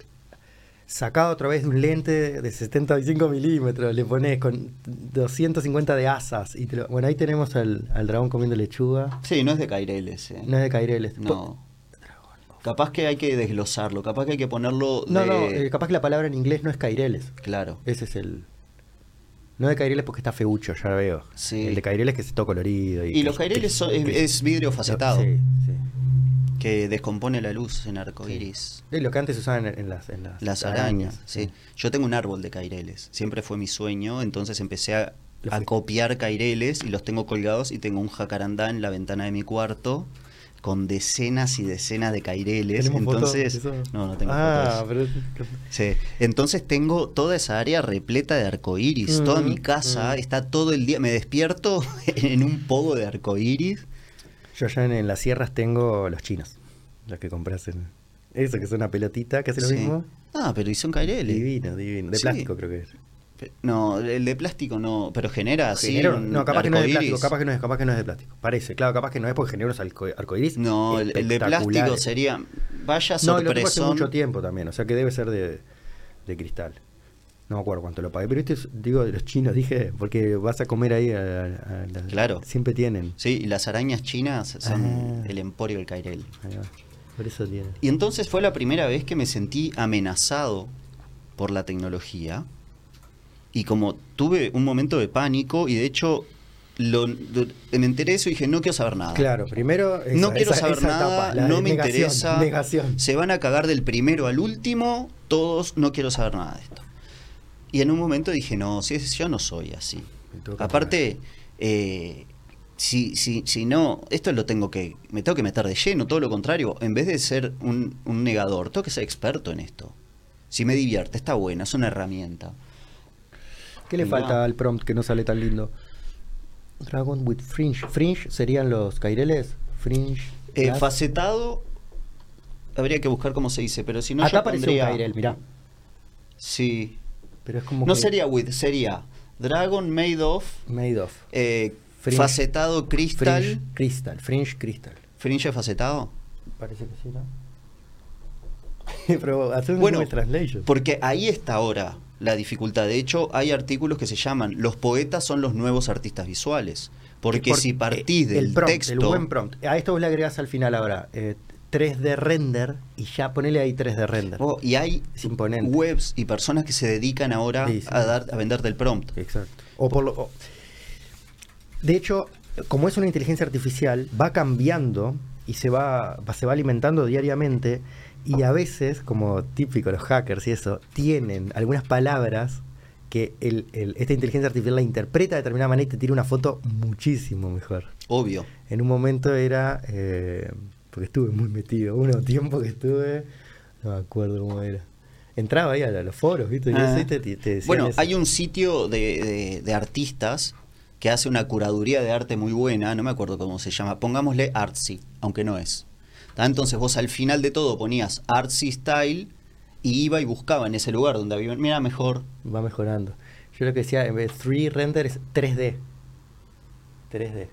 Speaker 1: sacado a través de un lente de 75 milímetros, le pones con 250 de asas, y te lo- bueno, ahí tenemos al, al dragón comiendo lechuga,
Speaker 2: Sí, no es de Caireles. eh.
Speaker 1: no es de Caireles. Po-
Speaker 2: No. Capaz que hay que desglosarlo, capaz que hay que ponerlo.
Speaker 1: No,
Speaker 2: de-
Speaker 1: no, eh, capaz que la palabra en inglés no es Caireles.
Speaker 2: Claro.
Speaker 1: Ese es el. No de Caireles porque está feucho, ya veo.
Speaker 2: Sí.
Speaker 1: El de Caireles que es todo colorido. Y,
Speaker 2: Y los Caireles son- es,
Speaker 1: que-
Speaker 2: es vidrio facetado,
Speaker 1: Sí, sí.
Speaker 2: que descompone la luz en arcoiris.
Speaker 1: Y lo que antes se usaban en, en las, en las,
Speaker 2: Las arañas, sí. Yo tengo un árbol de caireles, siempre fue mi sueño, entonces empecé a,
Speaker 1: Lo
Speaker 2: a
Speaker 1: fuiste.
Speaker 2: copiar caireles y los tengo colgados y tengo un jacarandá en la ventana de mi cuarto con decenas y decenas de caireles.
Speaker 1: ¿Tenemos foto
Speaker 2: Entonces,
Speaker 1: de eso?
Speaker 2: no, no tengo
Speaker 1: Ah,
Speaker 2: fotos.
Speaker 1: pero.
Speaker 2: Sí. Entonces tengo toda esa área repleta de arcoíris, toda mi
Speaker 1: Mm,
Speaker 2: casa
Speaker 1: mm.
Speaker 2: está todo el día, me despierto en un pogo de arcoíris.
Speaker 1: Yo allá en, en las sierras tengo los chinos. Los que compras en. Eso, que es una pelotita que hace
Speaker 2: Sí.
Speaker 1: lo mismo.
Speaker 2: Ah, pero hice un cairele.
Speaker 1: Divino, divino. De
Speaker 2: Sí.
Speaker 1: plástico creo que es.
Speaker 2: Pe- No, el de plástico no, pero genera así.
Speaker 1: Genera-
Speaker 2: Ah, un
Speaker 1: no, capaz que no es de
Speaker 2: arcoíris.
Speaker 1: plástico, capaz que no es, capaz que no es de plástico. Parece, claro, capaz que no es porque genera unos arco- arcoiris.
Speaker 2: No, el, el de plástico
Speaker 1: espectaculares.
Speaker 2: sería. Vaya
Speaker 1: No, y lo tuve hace
Speaker 2: sorpresón.
Speaker 1: mucho tiempo también, o sea que debe ser de, de cristal. No me acuerdo cuánto lo pagué, pero este es, digo, de los chinos, dije, porque vas a comer ahí a, a- a las-
Speaker 2: Claro.
Speaker 1: Siempre tienen.
Speaker 2: sí, y las arañas chinas son
Speaker 1: Ah.
Speaker 2: el emporio del Cairel.
Speaker 1: Ahí va. Por eso tienen.
Speaker 2: Y entonces fue la primera vez que me sentí amenazado por la tecnología. Y como tuve un momento de pánico, y de hecho lo- lo- me enteré de eso y dije, no quiero saber nada.
Speaker 1: Claro, primero esa-
Speaker 2: no quiero
Speaker 1: esa-
Speaker 2: saber
Speaker 1: esa
Speaker 2: nada,
Speaker 1: etapa, la
Speaker 2: no me
Speaker 1: negación,
Speaker 2: interesa.
Speaker 1: Negación.
Speaker 2: Se van a cagar del primero al último, todos no quiero saber nada de esto. Y en un momento dije, no, si es- yo no soy así.
Speaker 1: Me toca
Speaker 2: Aparte, eh, si, si, si no, esto lo tengo que, me tengo que meter de lleno, todo lo contrario, en vez de ser un, un negador, tengo que ser experto en esto. Si me divierte, está buena, es una herramienta.
Speaker 1: ¿Qué le
Speaker 2: Mirá.
Speaker 1: falta al prompt que no sale tan lindo? Dragon with fringe. Fringe serían los caireles. Fringe.
Speaker 2: Eh,
Speaker 1: las-
Speaker 2: facetado, habría que buscar cómo se dice, pero si no,
Speaker 1: Acá
Speaker 2: yo
Speaker 1: apareció
Speaker 2: pondría-
Speaker 1: Ah, un cairel, mirá.
Speaker 2: Sí,
Speaker 1: Pero es como
Speaker 2: No
Speaker 1: que-
Speaker 2: sería with, sería Dragon Made of,
Speaker 1: Made of.
Speaker 2: eh,
Speaker 1: Fringe.
Speaker 2: facetado crystal.
Speaker 1: Fringe crystal. Fringe crystal.
Speaker 2: Fringe facetado.
Speaker 1: Parece que sí, ¿no? Pero hacer un
Speaker 2: Bueno,
Speaker 1: Google translation.
Speaker 2: porque ahí está ahora la dificultad. De hecho, hay artículos que se llaman Los poetas son los nuevos artistas visuales. Porque
Speaker 1: Por-
Speaker 2: si partís
Speaker 1: eh,
Speaker 2: del
Speaker 1: el prompt,
Speaker 2: texto.
Speaker 1: El buen prompt. A esto vos le agregás al final ahora eh, 3D render y ya ponele ahí 3D render.
Speaker 2: Oh, y hay
Speaker 1: Es imponente.
Speaker 2: webs y personas que se dedican ahora
Speaker 1: Sí, sí.
Speaker 2: a, dar, a venderte el prompt.
Speaker 1: Exacto. O por lo, o- De hecho, como es una inteligencia artificial, va cambiando y se va, va- se va alimentando diariamente y a veces, como típico los hackers y eso, tienen algunas palabras que el- el- esta inteligencia artificial la interpreta de determinada manera y te tira una foto muchísimo mejor.
Speaker 2: Obvio.
Speaker 1: En un momento era, eh, porque estuve muy metido, uno tiempo que estuve, no me acuerdo cómo era. Entraba ahí a los foros, ¿viste? Y
Speaker 2: Ah.
Speaker 1: eso, y te- te- te decían
Speaker 2: bueno,
Speaker 1: eso.
Speaker 2: hay un sitio de, de- de artistas que hace una curaduría de arte muy buena, no me acuerdo cómo se llama, pongámosle Artsy, aunque no es. ¿Tá? Entonces vos al final de todo ponías Artsy Style y iba y buscaba en ese lugar donde había, mira mejor,
Speaker 1: Va mejorando. Yo lo que decía, en vez de 3 render es 3D. 3D.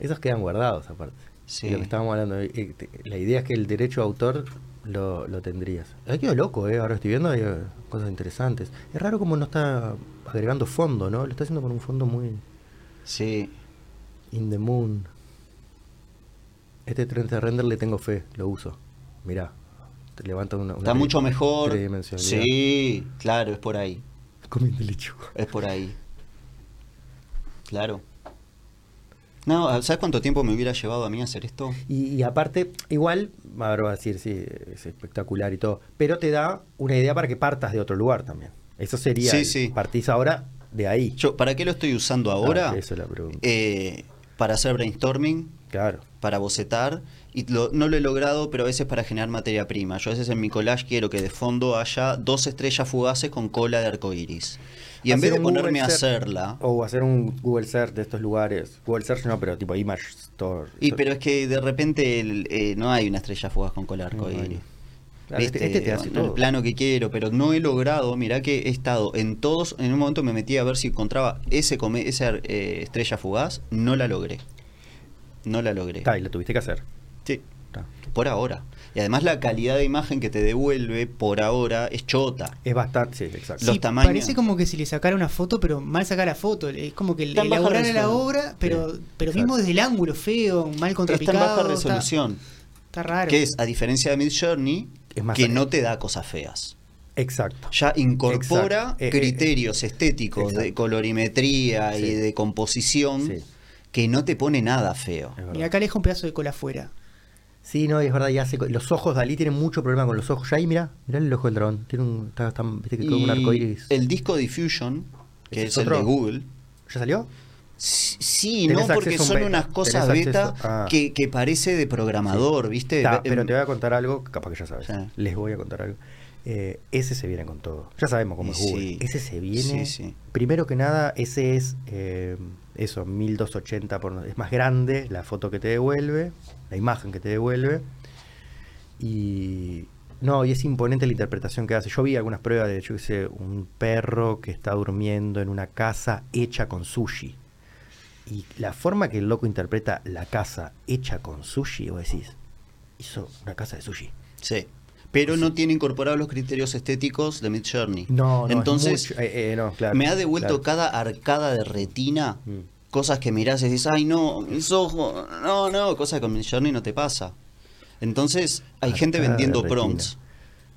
Speaker 1: Esos quedan guardados aparte.
Speaker 2: Sí.
Speaker 1: De Lo que estábamos hablando. eh, eh, te- La idea es que el derecho a autor lo, lo tendrías. Ay, quedó loco, eh. Ahora estoy viendo hay, eh, cosas interesantes. Es raro como no está agregando fondo, ¿no? Lo está haciendo con un fondo muy
Speaker 2: sí,
Speaker 1: in the moon. Este 3D render le tengo fe, lo uso. Mirá, te levanta una... una
Speaker 2: está mucho mejor.
Speaker 1: tridimensionalidad.
Speaker 2: Sí, claro, es por ahí,
Speaker 1: Comiendo lechuga.
Speaker 2: es por ahí. Claro. No, ¿sabes cuánto tiempo me hubiera llevado a mí hacer esto?
Speaker 1: Y, y aparte, igual, ahora va a decir, sí, es espectacular y todo, pero te da una idea para que partas de otro lugar también. Eso sería,
Speaker 2: Sí,
Speaker 1: el-
Speaker 2: sí.
Speaker 1: partís ahora de ahí.
Speaker 2: Yo, ¿para qué lo estoy usando ahora?
Speaker 1: Ah, eso es la pregunta.
Speaker 2: Eh, para hacer brainstorming,
Speaker 1: claro.
Speaker 2: para bocetar, y lo- no lo he logrado, pero a veces para generar materia prima. Yo a veces en mi collage quiero que de fondo haya dos estrellas fugaces con cola de arcoiris. Y en
Speaker 1: Hacer
Speaker 2: vez de
Speaker 1: un Oh, Google
Speaker 2: ponerme a
Speaker 1: search-
Speaker 2: hacerla.
Speaker 1: O hacer un Google Search de estos lugares. Google Search no, pero tipo Image Store.
Speaker 2: Y
Speaker 1: Eso-
Speaker 2: pero es que de repente el- eh, no hay una estrella fugaz con cola de arcoiris.
Speaker 1: No hay. Claro, este-
Speaker 2: Viste,
Speaker 1: este te hace
Speaker 2: en el
Speaker 1: todo.
Speaker 2: plano que quiero, pero no he logrado. Mirá que he estado en todos. En un momento me metí a ver si encontraba ese come- esa eh, estrella fugaz. No la logré. No la logré.
Speaker 1: Está, y lo tuviste que hacer.
Speaker 2: Sí.
Speaker 1: Está.
Speaker 2: Por ahora. Y además la calidad de imagen que te devuelve por ahora es chota.
Speaker 1: Es bastante, sí, exacto.
Speaker 2: Los
Speaker 1: Sí,
Speaker 2: tamaños.
Speaker 3: Parece como que si le sacara una foto, pero mal sacar la foto. Es como que
Speaker 2: Está en baja
Speaker 3: elaborar la
Speaker 2: resolución.
Speaker 3: obra, pero, pero
Speaker 1: Sí.
Speaker 3: mismo desde el ángulo feo, mal
Speaker 2: Está en
Speaker 3: contrapicado.
Speaker 2: baja resolución.
Speaker 3: Está, está raro.
Speaker 2: Que es, a diferencia de Mid Journey,
Speaker 1: Es más
Speaker 2: que
Speaker 1: ágil.
Speaker 2: no te da cosas feas.
Speaker 1: exacto.
Speaker 2: Ya incorpora
Speaker 1: Exacto. Eh, eh,
Speaker 2: criterios estéticos de
Speaker 1: exacto.
Speaker 2: colorimetría y
Speaker 1: Sí.
Speaker 2: de composición
Speaker 1: Sí.
Speaker 2: que no te pone nada feo.
Speaker 1: Es
Speaker 3: Mira,
Speaker 1: verdad.
Speaker 3: acá le deja un pedazo de cola afuera.
Speaker 1: Sí, no, es verdad, ya hace. co- Los ojos, Dalí tienen mucho problema con los ojos. Ya ahí, mirá, mirá el ojo del dragón. Tiene un. Está, está- viste que como un
Speaker 2: Y
Speaker 1: arcoíris.
Speaker 2: El disco Diffusion, que
Speaker 1: ¿Ese
Speaker 2: es,
Speaker 1: es
Speaker 2: el de
Speaker 1: otro?
Speaker 2: Google,
Speaker 1: ¿Ya salió?
Speaker 2: Sí, sí,
Speaker 1: Tenés
Speaker 2: no, porque
Speaker 1: acceso a un
Speaker 2: son
Speaker 1: beta.
Speaker 2: unas cosas
Speaker 1: Tenés
Speaker 2: beta
Speaker 1: acceso- ah.
Speaker 2: que, que parece de programador, ¿viste? Em,
Speaker 1: Ta,
Speaker 2: Ve-
Speaker 1: pero te voy a contar algo, capaz que ya sabes.
Speaker 2: Sí.
Speaker 1: Les voy a contar algo. Eh, ese se viene con todo. Ya sabemos cómo es
Speaker 2: Y
Speaker 1: Google.
Speaker 2: sí.
Speaker 1: Ese se viene.
Speaker 2: Sí, sí.
Speaker 1: Primero que nada, ese es eh, eso, 1280 por no- es más grande la foto que te devuelve, la imagen que te devuelve. Y no, y es imponente la interpretación que hace. Yo vi algunas pruebas de yo qué sé, un perro que está durmiendo en una casa hecha con sushi. Y la forma que el loco interpreta la casa hecha con sushi, vos decís, hizo una casa de sushi.
Speaker 2: Sí. Pero no tiene incorporados los criterios estéticos de Mid Journey.
Speaker 1: No, no, es
Speaker 2: Entonces,
Speaker 1: mucho- eh, eh, no, claro,
Speaker 2: me ha devuelto
Speaker 1: claro.
Speaker 2: cada arcada de retina.
Speaker 1: Mm.
Speaker 2: Cosas que mirás y dices, ay no, mis ojos, no, no, cosas que con Mid Journey no te pasa. Entonces, hay gente
Speaker 1: Arcada de
Speaker 2: vendiendo
Speaker 1: retina.
Speaker 2: prompts.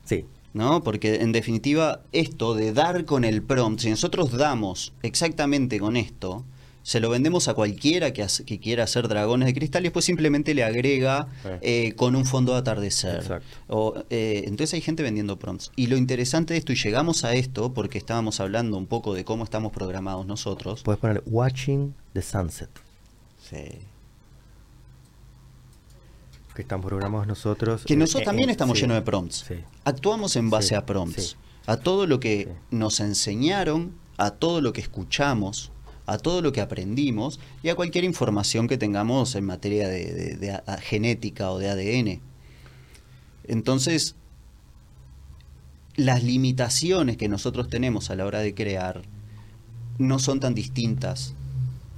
Speaker 1: Sí,
Speaker 2: ¿no? Porque en definitiva, esto de dar con el prompt, si nosotros damos exactamente con esto, se lo vendemos a cualquiera que, hace- que quiera hacer dragones de cristal y después simplemente le agrega eh, con un fondo de atardecer.
Speaker 1: Exacto.
Speaker 2: O, eh, entonces hay gente vendiendo prompts. Y lo interesante de esto, y llegamos a esto porque estábamos hablando un poco de cómo estamos programados nosotros.
Speaker 1: puedes poner Watching the Sunset.
Speaker 2: Sí.
Speaker 1: que estamos programados nosotros.
Speaker 2: Que
Speaker 1: eh,
Speaker 2: nosotros
Speaker 1: eh,
Speaker 2: también
Speaker 1: eh,
Speaker 2: estamos
Speaker 1: sí,
Speaker 2: llenos de prompts.
Speaker 1: sí.
Speaker 2: Actuamos en base
Speaker 1: Sí,
Speaker 2: a prompts.
Speaker 1: sí.
Speaker 2: A todo lo que
Speaker 1: Sí.
Speaker 2: nos enseñaron, a todo lo que escuchamos, a todo lo que aprendimos y a cualquier información que tengamos en materia de, de- de a- a- genética o de ADN. Entonces, las limitaciones que nosotros tenemos a la hora de crear no son tan distintas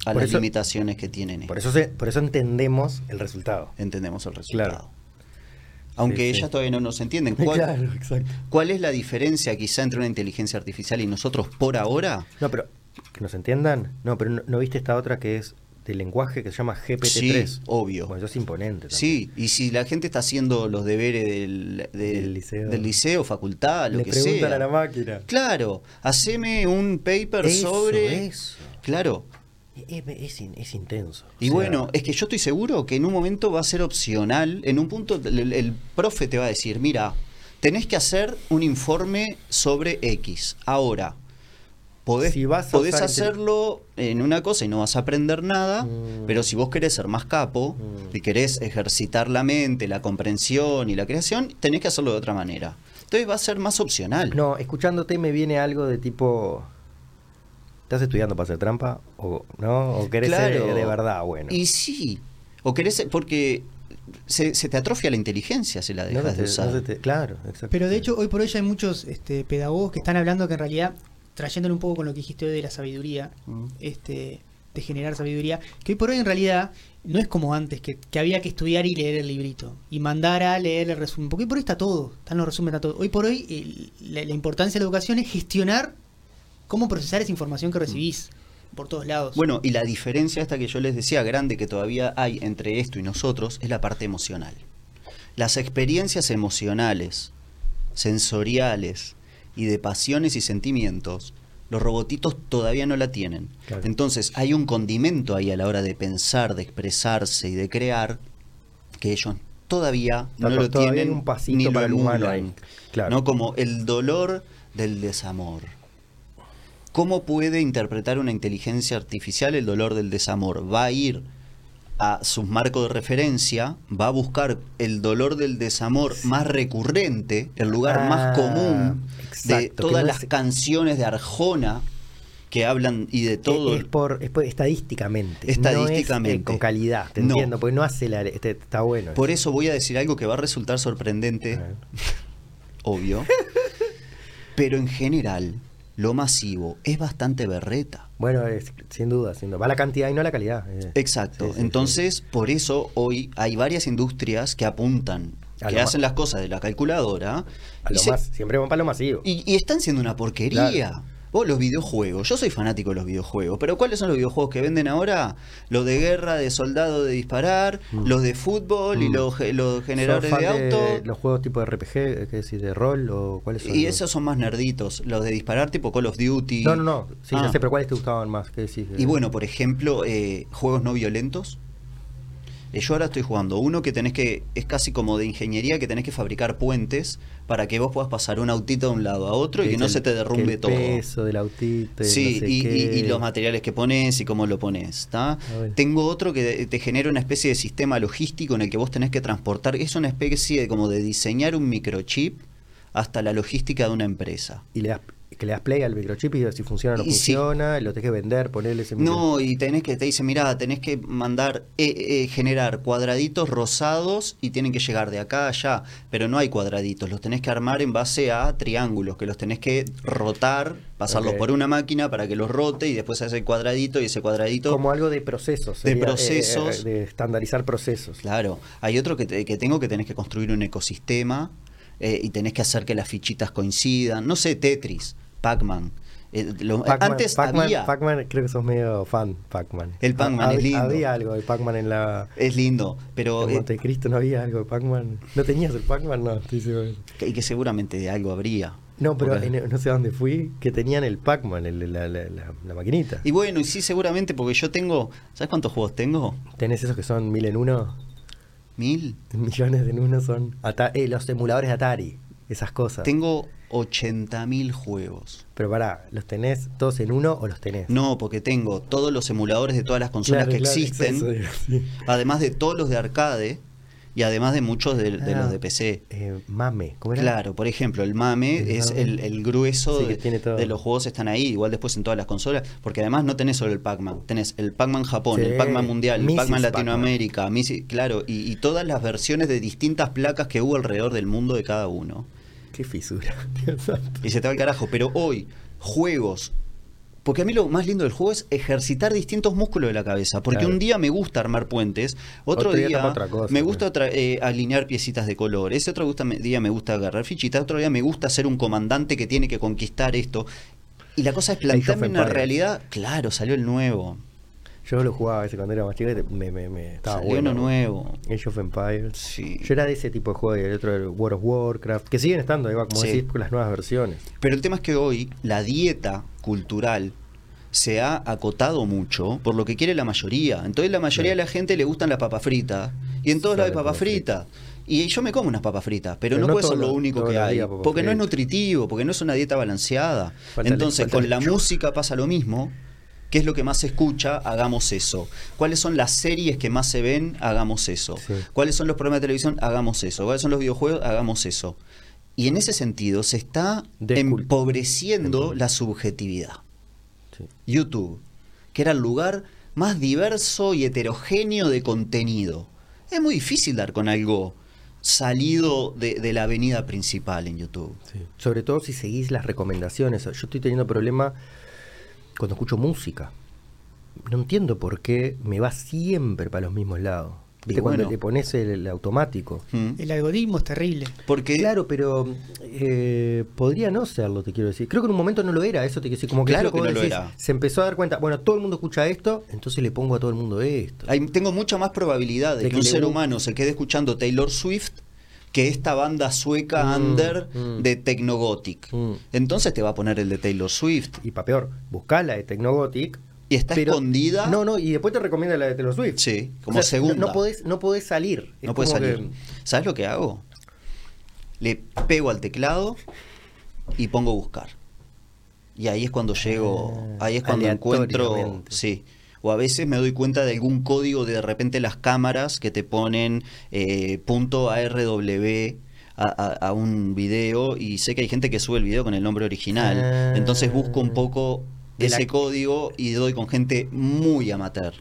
Speaker 2: a
Speaker 1: Por
Speaker 2: las
Speaker 1: eso-
Speaker 2: limitaciones que tienen.
Speaker 1: Por
Speaker 2: estos.
Speaker 1: eso, se- por eso entendemos el resultado.
Speaker 2: Entendemos el resultado.
Speaker 1: Claro.
Speaker 2: Aunque
Speaker 1: Sí, sí.
Speaker 2: ellas todavía no nos entienden. ¿Cuál-
Speaker 1: exacto.
Speaker 2: ¿Cuál es la diferencia quizá entre una inteligencia artificial y nosotros por ahora?
Speaker 1: No, pero que nos entiendan. No, pero no, ¿no viste esta otra que es del lenguaje que se llama GPT-3.
Speaker 2: Sí, obvio.
Speaker 1: Bueno, eso es imponente. también.
Speaker 2: Sí, y si la gente está haciendo los deberes del, del-
Speaker 1: Del liceo.
Speaker 2: del liceo, facultad, lo
Speaker 1: Le
Speaker 2: que
Speaker 1: preguntan
Speaker 2: sea.
Speaker 1: a la máquina.
Speaker 2: Claro, haceme un paper
Speaker 1: Eso,
Speaker 2: sobre.
Speaker 1: eso.
Speaker 2: Claro.
Speaker 1: Es, es in- es intenso.
Speaker 2: Y
Speaker 1: O sea,
Speaker 2: bueno, es que yo estoy seguro que en un momento va a ser opcional. En un punto el, el profe te va a decir, mira, tenés que hacer un informe sobre X. Ahora, podés,
Speaker 1: Si vas a
Speaker 2: podés
Speaker 1: usar intel-
Speaker 2: hacerlo en una cosa y no vas a aprender nada,
Speaker 1: Mm.
Speaker 2: pero si vos querés ser más capo
Speaker 1: Mm.
Speaker 2: y querés ejercitar la mente, la comprensión y la creación, tenés que hacerlo de otra manera. Entonces va a ser más opcional.
Speaker 1: No, escuchándote me viene algo de tipo. ¿Estás estudiando para hacer trampa? ¿O, ¿No? ¿O querés ser de verdad bueno?
Speaker 2: Y sí. O querés, ser- porque se, se te atrofia la inteligencia si la
Speaker 1: No se
Speaker 2: dejas de
Speaker 1: te-
Speaker 2: usar.
Speaker 1: no se te- claro, exacto.
Speaker 3: Pero de hecho, hoy por hoy ya hay muchos este, pedagogos que están hablando que en realidad, trayéndole un poco con lo que dijiste hoy de la sabiduría,
Speaker 2: Mm.
Speaker 3: este, de generar sabiduría, que hoy por hoy en realidad no es como antes, que, que había que estudiar y leer el librito, y mandar a leer el resumen, porque hoy por hoy está todo, están los resúmenes, está todo. Hoy por hoy el- la, la importancia de la educación es gestionar cómo procesar esa información
Speaker 1: Mm.
Speaker 3: que recibís por todos lados.
Speaker 2: Bueno, y la diferencia esta que yo les decía grande que todavía hay entre esto y nosotros es la parte emocional. Las experiencias emocionales, sensoriales y de pasiones y sentimientos, los robotitos todavía no la tienen.
Speaker 1: Claro.
Speaker 2: Entonces hay un condimento ahí a la hora de pensar, de expresarse y de crear que ellos todavía
Speaker 1: Está
Speaker 2: no lo
Speaker 1: todavía
Speaker 2: tienen
Speaker 1: un pasito
Speaker 2: ni lo
Speaker 1: para el humano ahí.
Speaker 2: emulan.
Speaker 1: Claro.
Speaker 2: No como el dolor del desamor. ¿Cómo puede interpretar una inteligencia artificial el dolor del desamor? Va a ir a sus marcos de referencia, va a buscar el dolor del desamor más recurrente, el lugar
Speaker 1: Ah,
Speaker 2: más común de
Speaker 1: exacto, que
Speaker 2: todas
Speaker 1: no
Speaker 2: las
Speaker 1: es-
Speaker 2: canciones de Arjona que hablan y de
Speaker 1: Que
Speaker 2: todo.
Speaker 1: Es por, es por- estadísticamente. no es, eh,
Speaker 2: Estadísticamente.
Speaker 1: con calidad, te
Speaker 2: No.
Speaker 1: entiendo. Porque no hace la. este- está bueno.
Speaker 2: Por este. eso voy a decir algo que va a resultar sorprendente,
Speaker 1: Ah.
Speaker 2: obvio, pero en general lo masivo es bastante berreta.
Speaker 1: Bueno, es- sin duda, sin duda. Va la cantidad y no la calidad. eh.
Speaker 2: Exacto.
Speaker 1: Sí, sí, sí.
Speaker 2: Entonces, por eso hoy hay varias industrias que apuntan,
Speaker 1: A
Speaker 2: que
Speaker 1: lo
Speaker 2: hacen
Speaker 1: ma-
Speaker 2: las cosas de la calculadora
Speaker 1: A
Speaker 2: y,
Speaker 1: lo
Speaker 2: se-
Speaker 1: más- siempre van para lo masivo.
Speaker 2: y- y están siendo una porquería.
Speaker 1: Claro.
Speaker 2: Vos, los videojuegos, yo soy fanático de los videojuegos, pero ¿cuáles son los videojuegos que venden ahora? Los de guerra, de soldado, de disparar,
Speaker 1: Mm.
Speaker 2: los de fútbol y
Speaker 1: Mm.
Speaker 2: los, ge- los
Speaker 1: ¿Sos
Speaker 2: generadores
Speaker 1: fan
Speaker 2: de auto.
Speaker 1: los juegos tipo RPG, eh, qué decir, de rol o cuáles son?
Speaker 2: Y
Speaker 1: los-
Speaker 2: esos son más nerditos, los de disparar tipo Call of Duty.
Speaker 1: No, no, no. Sí,
Speaker 2: Ah.
Speaker 1: ya sé, pero ¿cuáles te gustaban más? ¿Qué decís?
Speaker 2: Y bueno, por ejemplo, eh, juegos no violentos. Eh, yo ahora estoy jugando uno que tenés que, es casi como de ingeniería, que tenés que fabricar puentes para que vos puedas pasar un autito de un lado a otro y que
Speaker 1: es
Speaker 2: no
Speaker 1: el-
Speaker 2: se te derrumbe
Speaker 1: que el
Speaker 2: todo.
Speaker 1: peso del autito. y
Speaker 2: Sí,
Speaker 1: no sé
Speaker 2: y,
Speaker 1: qué.
Speaker 2: y- y los materiales que pones y cómo lo pones. ¿tá?
Speaker 1: A ver.
Speaker 2: Tengo otro que te genera una especie de sistema logístico en el que vos tenés que transportar. Es una especie de, como de diseñar un microchip hasta la logística de una empresa.
Speaker 1: Y le das, que le das play al microchip y ves si funciona o no
Speaker 2: Y sí.
Speaker 1: funciona. Lo tenés que vender, ponerle ese
Speaker 2: No, y tenés que, te dice, mirá, tenés que mandar, eh, eh, generar cuadraditos rosados y tienen que llegar de acá a allá, pero no hay cuadraditos, los tenés que armar en base a triángulos, que los tenés que rotar, pasarlos
Speaker 1: Ok.
Speaker 2: por una máquina para que los rote y después hace el cuadradito y ese cuadradito...
Speaker 1: Como algo de procesos.
Speaker 2: De
Speaker 1: sería, eh,
Speaker 2: procesos.
Speaker 1: eh, de estandarizar procesos.
Speaker 2: Claro, hay otro que, te- que tengo que tenés que construir un ecosistema eh, y tenés que hacer que las fichitas coincidan, no sé, Tetris, Pac-Man. eh, lo-
Speaker 1: Pac-Man-
Speaker 2: antes
Speaker 1: Pac-Man-
Speaker 2: había...
Speaker 1: Pac-Man, creo que sos medio fan Pac-Man.
Speaker 2: El Pac-Man
Speaker 1: Ha-
Speaker 2: es
Speaker 1: hab-
Speaker 2: lindo.
Speaker 1: Había algo de Pac-Man en la.
Speaker 2: es lindo, pero...
Speaker 1: En
Speaker 2: eh,
Speaker 1: Montecristo no había algo de Pac-Man. ¿No tenías el Pac-Man? No, estoy seguro.
Speaker 2: que- y que seguramente de algo habría.
Speaker 1: No, pero
Speaker 2: Ok.
Speaker 1: en- no sé a dónde fui, que tenían el Pac-Man, el- la, la- la- la maquinita.
Speaker 2: Y bueno, y sí, seguramente, porque yo tengo. ¿Sabes cuántos juegos tengo?
Speaker 1: ¿Tenés esos que son mil en uno?
Speaker 2: ¿Mil?
Speaker 1: Millones en uno son. Ata- eh, los emuladores de Atari, esas cosas.
Speaker 2: Tengo 80.000 juegos.
Speaker 1: Pero pará, ¿los tenés todos en uno o los tenés?
Speaker 2: No, porque tengo todos los emuladores de todas las consolas
Speaker 1: Claro,
Speaker 2: que
Speaker 1: claro,
Speaker 2: existen,
Speaker 1: eso digo, sí.
Speaker 2: además de todos los de arcade y además de muchos de, de
Speaker 1: Ah.
Speaker 2: los de PC.
Speaker 1: Eh, mame, ¿cómo era?
Speaker 2: Claro, por ejemplo, el MAME
Speaker 1: El
Speaker 2: es
Speaker 1: Mame.
Speaker 2: el, el grueso
Speaker 1: Sí, que
Speaker 2: de,
Speaker 1: tiene todo.
Speaker 2: de los juegos están ahí, igual después en todas las consolas, porque además no tenés solo el Pac-Man, tenés el Pac-Man Japón,
Speaker 1: Sí,
Speaker 2: el Pac-Man Mundial, el
Speaker 1: Mrs.
Speaker 2: Pac-Man
Speaker 1: Pac-Man.
Speaker 2: Latinoamérica, Mrs. claro, y, y todas las versiones de distintas placas que hubo alrededor del mundo de cada uno.
Speaker 1: Qué fisura, Dios santo.
Speaker 2: Y se te va el carajo, pero hoy, juegos. Porque a mí lo más lindo del juego es ejercitar distintos músculos de la cabeza. Porque
Speaker 1: Claro.
Speaker 2: un día me gusta armar puentes, otro,
Speaker 1: Otro día
Speaker 2: día,
Speaker 1: tapa otra cosa,
Speaker 2: me
Speaker 1: ¿no?
Speaker 2: gusta tra- eh, alinear piecitas de color, ese otro gusta- día me gusta agarrar fichitas, otro día me gusta ser un comandante que tiene que conquistar esto. Y la cosa es
Speaker 1: Age of
Speaker 2: plantearme una
Speaker 1: Empires.
Speaker 2: realidad. Claro, salió el nuevo.
Speaker 1: Yo lo jugaba ese cuando era más chico y te- me, me, me estaba
Speaker 2: salió
Speaker 1: bueno.
Speaker 2: uno nuevo.
Speaker 1: Age of Empires.
Speaker 2: Sí.
Speaker 1: Yo era de ese tipo de juego y el otro era World of Warcraft, que siguen estando, ahí va, como
Speaker 2: Sí.
Speaker 1: decís, con las nuevas versiones.
Speaker 2: Pero el tema es que hoy la dieta cultural se ha acotado mucho por lo que quiere la mayoría. Entonces la mayoría de la gente le gustan las papas fritas. Y en todos lados hay
Speaker 1: Claro,
Speaker 2: papas
Speaker 1: papas
Speaker 2: fritas. Y yo me como unas papas fritas, pero,
Speaker 1: Pero
Speaker 2: no,
Speaker 1: no
Speaker 2: puede ser
Speaker 1: todos
Speaker 2: lo
Speaker 1: los-
Speaker 2: único
Speaker 1: todos
Speaker 2: que
Speaker 1: los
Speaker 2: hay.
Speaker 1: días papas
Speaker 2: porque no es
Speaker 1: fritas.
Speaker 2: nutritivo, porque no es una dieta balanceada.
Speaker 1: Falta el-
Speaker 2: Entonces,
Speaker 1: falta
Speaker 2: con
Speaker 1: el
Speaker 2: la
Speaker 1: chuc.
Speaker 2: música pasa lo mismo. ¿Qué es lo que más se escucha? Hagamos eso. ¿Cuáles son las series que más se ven? Hagamos eso.
Speaker 1: Sí.
Speaker 2: ¿Cuáles son los programas de televisión? Hagamos eso. ¿Cuáles son los videojuegos? Hagamos eso. Y en ese sentido se está
Speaker 1: Descul-
Speaker 2: empobreciendo la subjetividad.
Speaker 1: Sí.
Speaker 2: YouTube, que era el lugar más diverso y heterogéneo de contenido. Es muy difícil dar con algo salido de, de la avenida principal en YouTube.
Speaker 1: Sobre todo si seguís las recomendaciones. Yo estoy teniendo problema cuando escucho música. No entiendo por qué me va siempre para los mismos lados.
Speaker 2: Y
Speaker 1: Viste, cuando
Speaker 2: bueno.
Speaker 1: le pones el, el automático.
Speaker 2: ¿Mm?
Speaker 3: El algoritmo es terrible.
Speaker 2: Porque
Speaker 1: Eh, Claro, pero eh, podría no serlo, te quiero decir. Creo que en un momento no lo era, eso te quiero decir. Como que,
Speaker 2: Claro
Speaker 1: creo
Speaker 2: que
Speaker 1: vos
Speaker 2: no lo
Speaker 1: decís,
Speaker 2: era.
Speaker 1: se empezó a dar cuenta, bueno, todo el mundo escucha esto, entonces le pongo a todo el mundo esto.
Speaker 2: hay- tengo mucha más probabilidad
Speaker 1: De
Speaker 2: de, que
Speaker 1: que
Speaker 2: un
Speaker 1: le
Speaker 2: ser
Speaker 1: guste.
Speaker 2: humano se quede escuchando Taylor Swift que esta banda sueca
Speaker 1: Mm,
Speaker 2: under
Speaker 1: mm.
Speaker 2: de Tecnogothic.
Speaker 1: Mm.
Speaker 2: Entonces te va a poner el de Taylor Swift.
Speaker 1: Y para peor, buscá la de Tecnogothic.
Speaker 2: Y está escondida.
Speaker 1: No, no, y después te recomienda la de Taylor Swift.
Speaker 2: Sí,
Speaker 1: O
Speaker 2: como
Speaker 1: sea,
Speaker 2: segunda.
Speaker 1: No, no podés, no podés salir. Es
Speaker 2: No puede
Speaker 1: como
Speaker 2: salir.
Speaker 1: que-
Speaker 2: ¿Sabes lo que hago? Le pego al teclado y pongo buscar. Y ahí es cuando llego,
Speaker 1: Ah,
Speaker 2: ahí es cuando encuentro,
Speaker 1: aleatoriamente.
Speaker 2: sí. O a veces me doy cuenta de algún código de, de repente las cámaras que te ponen eh, punto ARW a, a- a un video y sé que hay gente que sube el video con el nombre original.
Speaker 1: Ah.
Speaker 2: Entonces busco un poco
Speaker 1: De la-
Speaker 2: ese código y doy con gente muy amateur.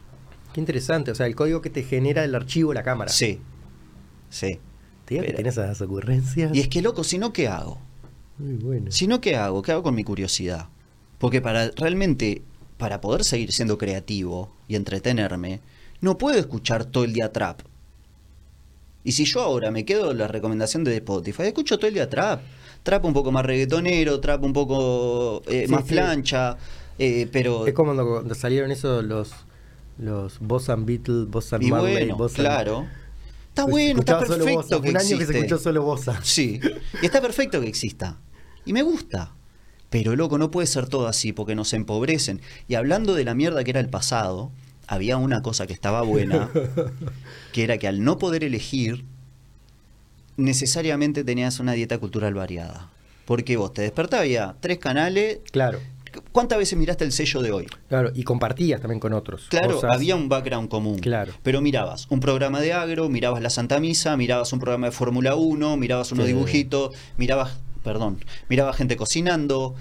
Speaker 1: Qué interesante, o sea, el código que te genera el archivo de la cámara.
Speaker 2: Sí, sí.
Speaker 1: Te digo que
Speaker 2: Pero-
Speaker 1: tenés esas ocurrencias.
Speaker 2: Y es que loco, si no, ¿qué hago?
Speaker 1: Muy bueno.
Speaker 2: Si no, ¿qué hago? ¿Qué hago con mi curiosidad? Porque para realmente, para poder seguir siendo creativo y entretenerme, no puedo escuchar todo el día trap. Y si yo ahora me quedo la recomendación de Spotify, escucho todo el día trap. Trap un poco más reggaetonero, trap un poco eh,
Speaker 1: Sí,
Speaker 2: más
Speaker 1: sí.
Speaker 2: plancha, eh, pero...
Speaker 1: Es como cuando, cuando salieron esos los los Boss and Beatles, Boss and
Speaker 2: y
Speaker 1: Marley,
Speaker 2: bueno,
Speaker 1: Boss and-
Speaker 2: claro. Está
Speaker 1: Pues,
Speaker 2: bueno, está
Speaker 1: escuchaba solo Bossa,
Speaker 2: perfecto
Speaker 1: fue
Speaker 2: que
Speaker 1: un año que se
Speaker 2: existe.
Speaker 1: escuchó solo Bossa.
Speaker 2: Sí, y está perfecto que exista. Y me gusta. Pero loco, no puede ser todo así porque nos empobrecen. Y hablando de la mierda que era el pasado, había una cosa que estaba buena, que era que al no poder elegir, necesariamente tenías una dieta cultural variada. Porque vos te despertabas, había tres canales.
Speaker 1: Claro,
Speaker 2: ¿Cuántas veces miraste el sello de hoy?
Speaker 1: claro, y compartías también con otros.
Speaker 2: Claro,
Speaker 1: cosas.
Speaker 2: había un background común.
Speaker 1: Claro.
Speaker 2: Pero mirabas un programa de agro, mirabas la Santa Misa, mirabas un programa de Fórmula 1, mirabas unos
Speaker 1: Sí.
Speaker 2: dibujitos, mirabas, perdón, mirabas gente cocinando.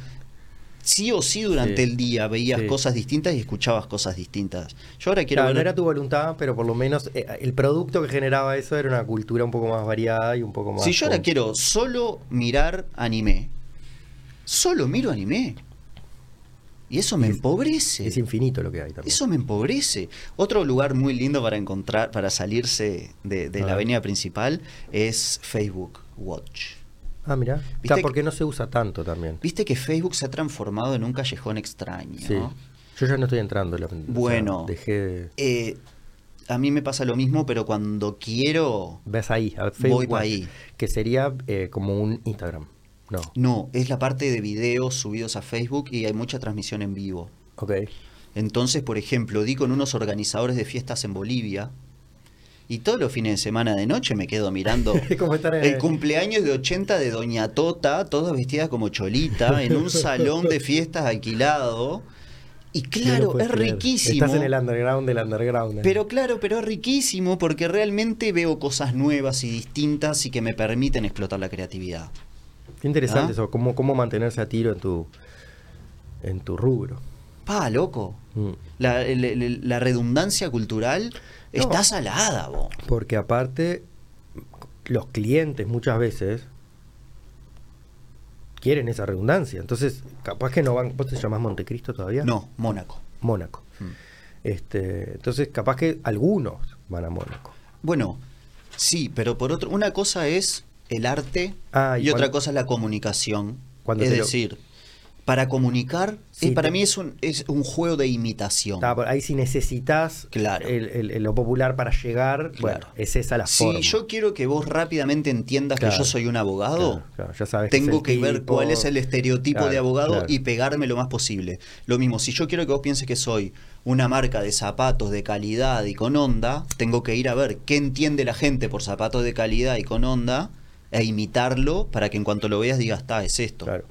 Speaker 2: Sí o sí durante
Speaker 1: Sí.
Speaker 2: el día veías
Speaker 1: Sí.
Speaker 2: cosas distintas y escuchabas cosas distintas. Yo ahora quiero
Speaker 1: Claro, no
Speaker 2: volver-
Speaker 1: era tu voluntad, pero por lo menos eh, el producto que generaba eso era una cultura un poco más variada y un poco más.
Speaker 2: Si yo ahora
Speaker 1: con-
Speaker 2: quiero solo mirar anime, solo miro anime. Y eso me empobrece.
Speaker 1: Es infinito lo que hay también.
Speaker 2: Eso me empobrece. Otro lugar muy lindo para encontrar, para salirse de, de
Speaker 1: A
Speaker 2: la
Speaker 1: ver.
Speaker 2: avenida principal es Facebook Watch.
Speaker 1: Ah, mira.
Speaker 2: Viste que-
Speaker 1: porque no se usa tanto también.
Speaker 2: Viste que Facebook se ha transformado en un callejón extraño.
Speaker 1: Sí.
Speaker 2: ¿no?
Speaker 1: Yo ya no estoy entrando. la- o sea,
Speaker 2: Bueno.
Speaker 1: dejé de.
Speaker 2: Eh, a mí me pasa lo mismo, pero cuando quiero.
Speaker 1: Ves ahí, a
Speaker 2: Voy
Speaker 1: Facebook.
Speaker 2: pa'
Speaker 1: Watch,
Speaker 2: ahí.
Speaker 1: Que sería eh, como un Instagram. No.
Speaker 2: No, es la parte de videos subidos a Facebook y hay mucha transmisión en vivo.
Speaker 1: Ok.
Speaker 2: Entonces, por ejemplo, di con unos organizadores de fiestas en Bolivia. Y todos los fines de semana de noche me quedo mirando
Speaker 1: Es como estar en-
Speaker 2: el cumpleaños de 80 de Doña Tota, todas vestidas como cholita, en un salón de fiestas alquilado. Y
Speaker 1: No
Speaker 2: claro,
Speaker 1: lo puedes
Speaker 2: es
Speaker 1: creer.
Speaker 2: riquísimo.
Speaker 1: Estás en el underground del underground. eh.
Speaker 2: Pero claro, pero es riquísimo porque realmente veo cosas nuevas y distintas y que me permiten explotar la creatividad.
Speaker 1: Qué interesante
Speaker 2: ¿Ah?
Speaker 1: eso. Cómo, cómo mantenerse a tiro en tu, en tu rubro.
Speaker 2: Pa, loco.
Speaker 1: Mm.
Speaker 2: La, el- el- la redundancia cultural está
Speaker 1: No.
Speaker 2: salada, vos.
Speaker 1: Porque aparte, los clientes muchas veces quieren esa redundancia. Entonces, capaz que no van. ¿Vos te llamás Montecristo todavía?
Speaker 2: No, Mónaco.
Speaker 1: Mónaco.
Speaker 2: Mm.
Speaker 1: Este, entonces, capaz que algunos van a Mónaco.
Speaker 2: Bueno, sí, pero por otro, una cosa es el arte
Speaker 1: Ah,
Speaker 2: y,
Speaker 1: y
Speaker 2: otra
Speaker 1: cuan-
Speaker 2: cosa es la comunicación.
Speaker 1: cuando
Speaker 2: es
Speaker 1: te lo-
Speaker 2: decir, para comunicar,
Speaker 1: Sí,
Speaker 2: eh, para
Speaker 1: te-
Speaker 2: mí es un, es un juego de imitación.
Speaker 1: Está, por ahí si necesitas
Speaker 2: Claro.
Speaker 1: el- el- el- lo popular para llegar, bueno,
Speaker 2: Claro.
Speaker 1: es esa la
Speaker 2: Si
Speaker 1: forma.
Speaker 2: yo quiero que vos rápidamente entiendas
Speaker 1: Claro.
Speaker 2: que yo soy un abogado,
Speaker 1: Claro, claro, ya sabes
Speaker 2: tengo
Speaker 1: que
Speaker 2: que
Speaker 1: es el
Speaker 2: ver
Speaker 1: tipo.
Speaker 2: cuál es el estereotipo
Speaker 1: Claro,
Speaker 2: de abogado
Speaker 1: claro.
Speaker 2: y pegarme lo más posible. Lo mismo, si yo quiero que vos pienses que soy una marca de zapatos de calidad y con onda, tengo que ir a ver qué entiende la gente por zapatos de calidad y con onda e imitarlo para que en cuanto lo veas digas, está, es esto.
Speaker 1: Claro.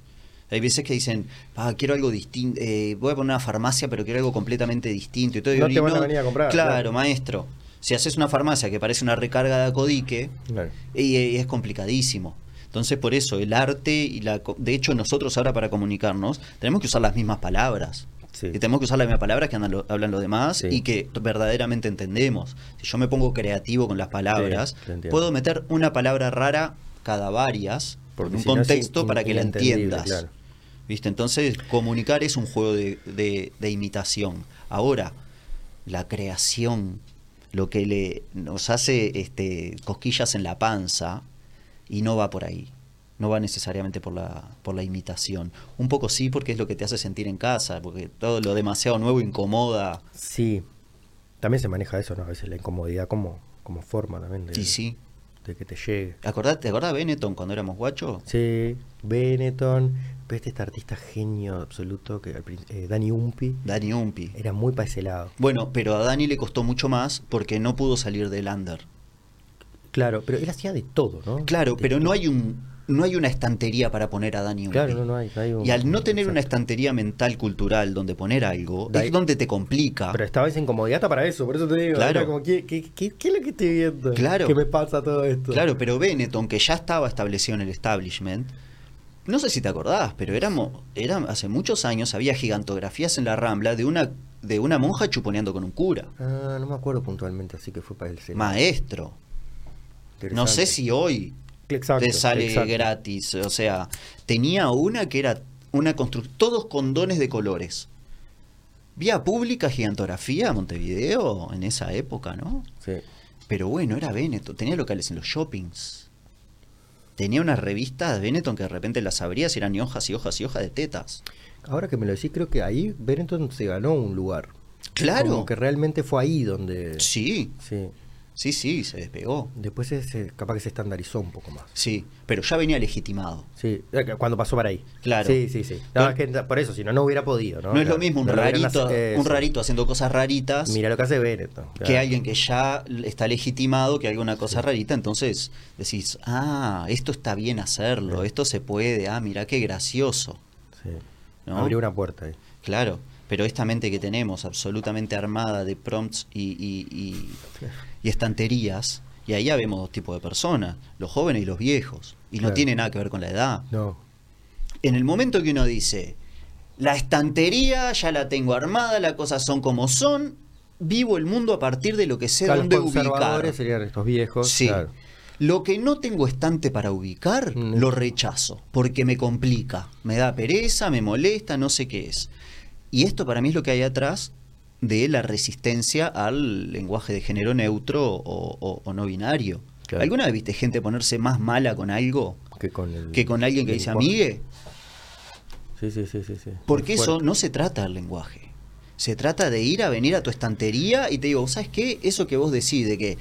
Speaker 2: Hay veces que dicen, ah, quiero algo distinto, voy a poner una farmacia, pero quiero algo completamente distinto. Y todo, y
Speaker 1: No
Speaker 2: yo
Speaker 1: te
Speaker 2: digo,
Speaker 1: van a venir a comprar,
Speaker 2: Claro,
Speaker 1: claro.
Speaker 2: maestro. Si haces una farmacia que parece una recarga de acodique,
Speaker 1: Claro.
Speaker 2: y, eh, es complicadísimo. Entonces, por eso, el arte y la... co- De hecho, nosotros ahora para comunicarnos tenemos que usar las mismas palabras.
Speaker 1: Sí.
Speaker 2: Y tenemos que usar las mismas palabras que andan lo- hablan los demás
Speaker 1: Sí.
Speaker 2: y que verdaderamente entendemos. Si yo me pongo creativo con las palabras,
Speaker 1: te entiendo.
Speaker 2: puedo meter una palabra rara cada varias,
Speaker 1: Porque
Speaker 2: en un
Speaker 1: si no es
Speaker 2: contexto
Speaker 1: in-
Speaker 2: para que la
Speaker 1: inentendible,
Speaker 2: entiendas.
Speaker 1: claro.
Speaker 2: ¿Viste? Entonces, comunicar es un juego de, de- de imitación. Ahora, la creación, lo que le, nos hace este, cosquillas en la panza, y no va por ahí. No va necesariamente por la, por la imitación. Un poco sí, porque es lo que te hace sentir en casa, porque todo lo demasiado nuevo incomoda.
Speaker 1: Sí, también se maneja eso, ¿no? A veces la incomodidad como, como forma también de,
Speaker 2: Y sí.
Speaker 1: de que te llegue.
Speaker 2: ¿Acordás, ¿Te acordás Benetton cuando éramos guachos?
Speaker 1: Sí, Benetton, pero este, este artista genio absoluto, que al prin- eh, Dani Umpi,
Speaker 2: Dani Umpi.
Speaker 1: era muy para ese lado.
Speaker 2: Bueno, pero a Dani le costó mucho más porque no pudo salir del under.
Speaker 1: Claro, pero él hacía de todo, ¿no?
Speaker 2: Claro,
Speaker 1: De
Speaker 2: pero
Speaker 1: todo.
Speaker 2: no hay un no hay una estantería para poner a Dani Umpi.
Speaker 1: Claro, no, no hay. no hay un-
Speaker 2: Y al no tener una
Speaker 1: Exacto.
Speaker 2: estantería mental cultural donde poner algo,
Speaker 1: Da-
Speaker 2: es donde te complica.
Speaker 1: Pero estaba esa incomodidad hasta para eso, por eso te digo.
Speaker 2: Claro.
Speaker 1: era como, ¿qué, qué, qué, qué es lo que estoy viendo?
Speaker 2: Claro.
Speaker 1: ¿Qué me pasa todo esto?
Speaker 2: Claro, pero Benetton, que ya estaba establecido en el establishment, no sé si te acordás, pero éramos, era, hace muchos años había gigantografías en la Rambla de una, de una monja chuponeando con un cura.
Speaker 1: Ah, no me acuerdo puntualmente, así que fue para el cine.
Speaker 2: Maestro. No sé si hoy
Speaker 1: Exacto,
Speaker 2: te sale
Speaker 1: exacto.
Speaker 2: gratis. O sea, tenía una que era una construcción, todos condones de colores. Vía pública, gigantografía, Montevideo, en esa época, ¿no?
Speaker 1: Sí.
Speaker 2: Pero bueno, era Benetton. Tenía locales en los shoppings. Tenía unas revistas de Benetton que de repente las abrías y eran y hojas y hojas y hojas de tetas.
Speaker 1: Ahora que me lo decís, creo que ahí Benetton se ganó un lugar.
Speaker 2: Claro.
Speaker 1: Como que realmente fue ahí donde.
Speaker 2: Sí,
Speaker 1: Sí.
Speaker 2: sí, sí, se despegó.
Speaker 1: Después se- capaz que se estandarizó un poco más.
Speaker 2: Sí, pero ya venía legitimado.
Speaker 1: Sí, eh, que cuando pasó para ahí.
Speaker 2: Claro.
Speaker 1: Sí, sí, sí. No, es que por eso, si no, no hubiera podido, ¿no?
Speaker 2: No, es lo eh, mismo un, rarito, un rarito haciendo cosas raritas
Speaker 1: Mira lo que hace Benetton.
Speaker 2: que
Speaker 1: claro.
Speaker 2: alguien que ya está legitimado, que haga una cosa rarita. Entonces decís, ah, esto está bien hacerlo, esto se puede, ah, mira qué gracioso.
Speaker 1: Sí.
Speaker 2: ¿no?
Speaker 1: Abrió una puerta ahí.
Speaker 2: Claro, pero esta mente que tenemos, absolutamente armada de prompts y, y- y- y estanterías, y ahí ya vemos dos tipos de personas, los jóvenes y los viejos, y
Speaker 1: Claro.
Speaker 2: no tiene nada que ver con la edad.
Speaker 1: No.
Speaker 2: En el momento que uno dice, la estantería ya la tengo armada, las cosas son como son, vivo el mundo a partir de lo que sé
Speaker 1: Claro,
Speaker 2: dónde
Speaker 1: los conservadores
Speaker 2: ubicar.
Speaker 1: serían estos viejos.
Speaker 2: Sí.
Speaker 1: claro.
Speaker 2: Lo que no tengo estante para ubicar,
Speaker 1: Mm.
Speaker 2: lo rechazo, porque me complica, me da pereza, me molesta, no sé qué es. Y esto para mí es lo que hay atrás de la resistencia al lenguaje de género neutro o, o- o no binario.
Speaker 1: Claro.
Speaker 2: ¿Alguna vez viste gente ponerse más mala con algo
Speaker 1: Que con, el-
Speaker 2: que con alguien que
Speaker 1: el
Speaker 2: dice
Speaker 1: lenguaje.
Speaker 2: amigue?
Speaker 1: Sí, sí, sí, sí. sí.
Speaker 2: Porque
Speaker 1: Muy
Speaker 2: eso
Speaker 1: fuerte.
Speaker 2: no se trata del lenguaje. Se trata de ir a venir a tu estantería y te digo, ¿sabes qué? Eso que vos decís de que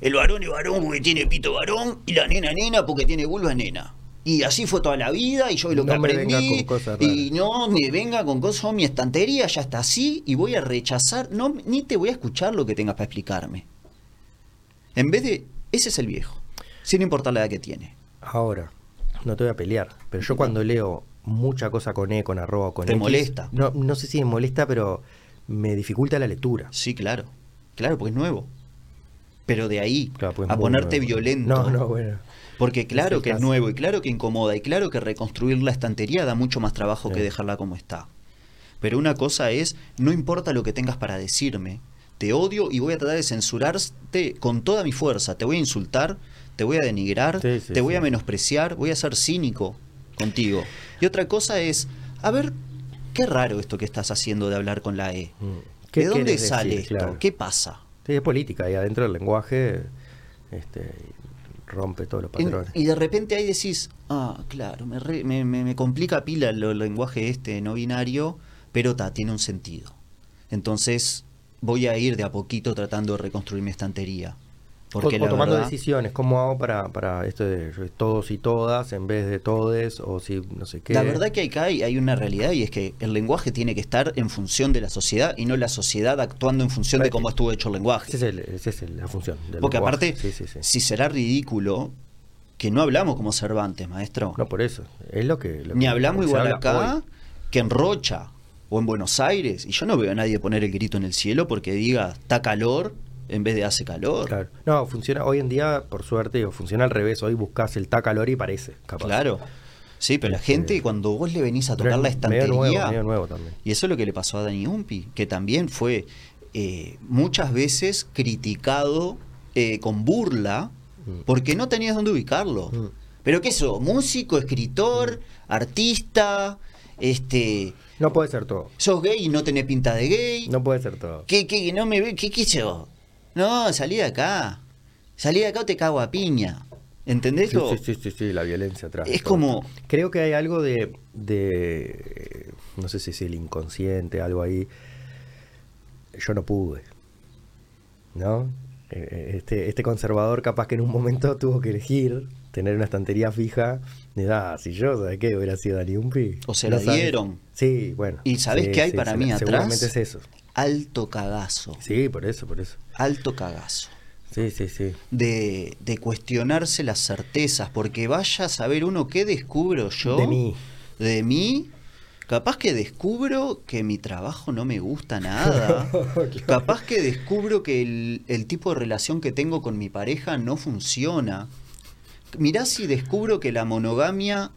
Speaker 2: el varón es varón porque tiene pito varón y la nena nena porque tiene vulva nena. Y así fue toda la vida y yo lo
Speaker 1: No
Speaker 2: que
Speaker 1: me
Speaker 2: aprendí.
Speaker 1: venga con cosas
Speaker 2: y no me venga con cosas, oh, mi estantería ya está así y voy a rechazar, no, ni te voy a escuchar lo que tengas para explicarme. En vez de, ese es el viejo, sin importar la edad que tiene.
Speaker 1: Ahora, no te voy a pelear, pero yo cuando leo mucha cosa con E, con arroba, o con
Speaker 2: Te
Speaker 1: X,
Speaker 2: molesta.
Speaker 1: No, no sé si me molesta, pero me dificulta la lectura.
Speaker 2: Sí, claro. Claro, porque es nuevo. Pero de ahí
Speaker 1: Claro, porque es
Speaker 2: a
Speaker 1: muy
Speaker 2: ponerte
Speaker 1: nuevo.
Speaker 2: violento.
Speaker 1: No, no, bueno.
Speaker 2: Porque
Speaker 1: Es
Speaker 2: claro
Speaker 1: el
Speaker 2: que es
Speaker 1: caso.
Speaker 2: nuevo y claro que incomoda y claro que reconstruir la estantería da mucho más trabajo
Speaker 1: Sí.
Speaker 2: que dejarla como está. Pero una cosa es, no importa lo que tengas para decirme, te odio y voy a tratar de censurarte con toda mi fuerza. Te voy a insultar, te voy a denigrar,
Speaker 1: Sí, sí,
Speaker 2: te voy
Speaker 1: sí.
Speaker 2: a menospreciar, voy a ser cínico contigo. Y otra cosa es, a ver, qué raro esto que estás haciendo de hablar con la E.
Speaker 1: Mm.
Speaker 2: ¿De dónde
Speaker 1: quieres
Speaker 2: sale
Speaker 1: decir?
Speaker 2: esto?
Speaker 1: Claro.
Speaker 2: ¿Qué pasa?
Speaker 1: Sí, es política, y adentro del lenguaje este, rompe todos los
Speaker 2: En-
Speaker 1: patrones.
Speaker 2: y de repente ahí decís, ah, claro, me, re- me, me- me complica pila el, el lenguaje este no binario, pero ta, tiene un sentido. Entonces voy a ir de a poquito tratando de reconstruir mi estantería. Porque
Speaker 1: o, o
Speaker 2: la
Speaker 1: tomando
Speaker 2: verdad-
Speaker 1: decisiones, ¿cómo hago para, para esto de yo- todos y todas en vez de todes? O si no sé qué.
Speaker 2: La verdad que acá hay, hay una realidad y es que el lenguaje tiene que estar en función de la sociedad y no la sociedad actuando en función de cómo estuvo hecho el lenguaje.
Speaker 1: Esa es, el- esa es el- la función. del
Speaker 2: Porque
Speaker 1: lenguaje.
Speaker 2: aparte,
Speaker 1: Sí, sí, sí.
Speaker 2: si será ridículo, que no hablamos como Cervantes, maestro.
Speaker 1: No, por eso. Es lo que. lo
Speaker 2: Ni
Speaker 1: que- lo
Speaker 2: hablamos
Speaker 1: que se
Speaker 2: igual
Speaker 1: habla
Speaker 2: acá
Speaker 1: hoy.
Speaker 2: que en Rocha o en Buenos Aires. Y yo no veo a nadie poner el grito en el cielo porque diga, está calor en vez de hace calor.
Speaker 1: Claro. No, funciona hoy en día, por suerte, o funciona al revés. Hoy buscas el tacalor y parece, capaz.
Speaker 2: Claro. Sí, pero la
Speaker 1: Este,
Speaker 2: gente cuando vos le venís a
Speaker 1: Pero
Speaker 2: tocar la
Speaker 1: es medio
Speaker 2: estantería...
Speaker 1: nuevo, medio nuevo también.
Speaker 2: Y eso es lo que le pasó a Dani Umpi, que también fue eh, muchas veces criticado eh, con burla
Speaker 1: Mm.
Speaker 2: porque no tenías dónde ubicarlo.
Speaker 1: Mm.
Speaker 2: Pero qué es eso, músico, escritor, artista, este,
Speaker 1: No puede ser todo.
Speaker 2: sos gay y no tenés pinta de gay.
Speaker 1: No puede ser todo.
Speaker 2: ¿Qué, qué, no me ve? ¿Qué quiso? No, salí de acá. Salí de acá o te cago a piña. ¿Entendés?
Speaker 1: Sí,
Speaker 2: lo-
Speaker 1: sí, sí, sí, sí, la violencia atrás.
Speaker 2: Es como-
Speaker 1: Creo que hay algo de, de. No sé si es el inconsciente, algo ahí. Yo no pude. ¿No? Eh, eh, Este, este conservador, capaz que en un momento tuvo que elegir tener una estantería fija. De ah, si yo, ¿sabes qué? Hubiera sido Dani Umpi.
Speaker 2: O se
Speaker 1: No
Speaker 2: la
Speaker 1: sabes.
Speaker 2: dieron.
Speaker 1: Sí, bueno.
Speaker 2: ¿Y sabés
Speaker 1: Sí,
Speaker 2: qué hay
Speaker 1: sí,
Speaker 2: para
Speaker 1: se-
Speaker 2: mí
Speaker 1: Seguramente es
Speaker 2: atrás?
Speaker 1: eso.
Speaker 2: Alto cagazo.
Speaker 1: Sí, por eso, por eso.
Speaker 2: Alto cagazo.
Speaker 1: Sí, sí, sí.
Speaker 2: de, de cuestionarse las certezas, porque vaya a saber uno qué descubro yo
Speaker 1: De mí.
Speaker 2: de mí, Capaz que descubro que mi trabajo no me gusta nada. Capaz que descubro que el, el tipo de relación que tengo con mi pareja no funciona. Mirá si descubro que la monogamia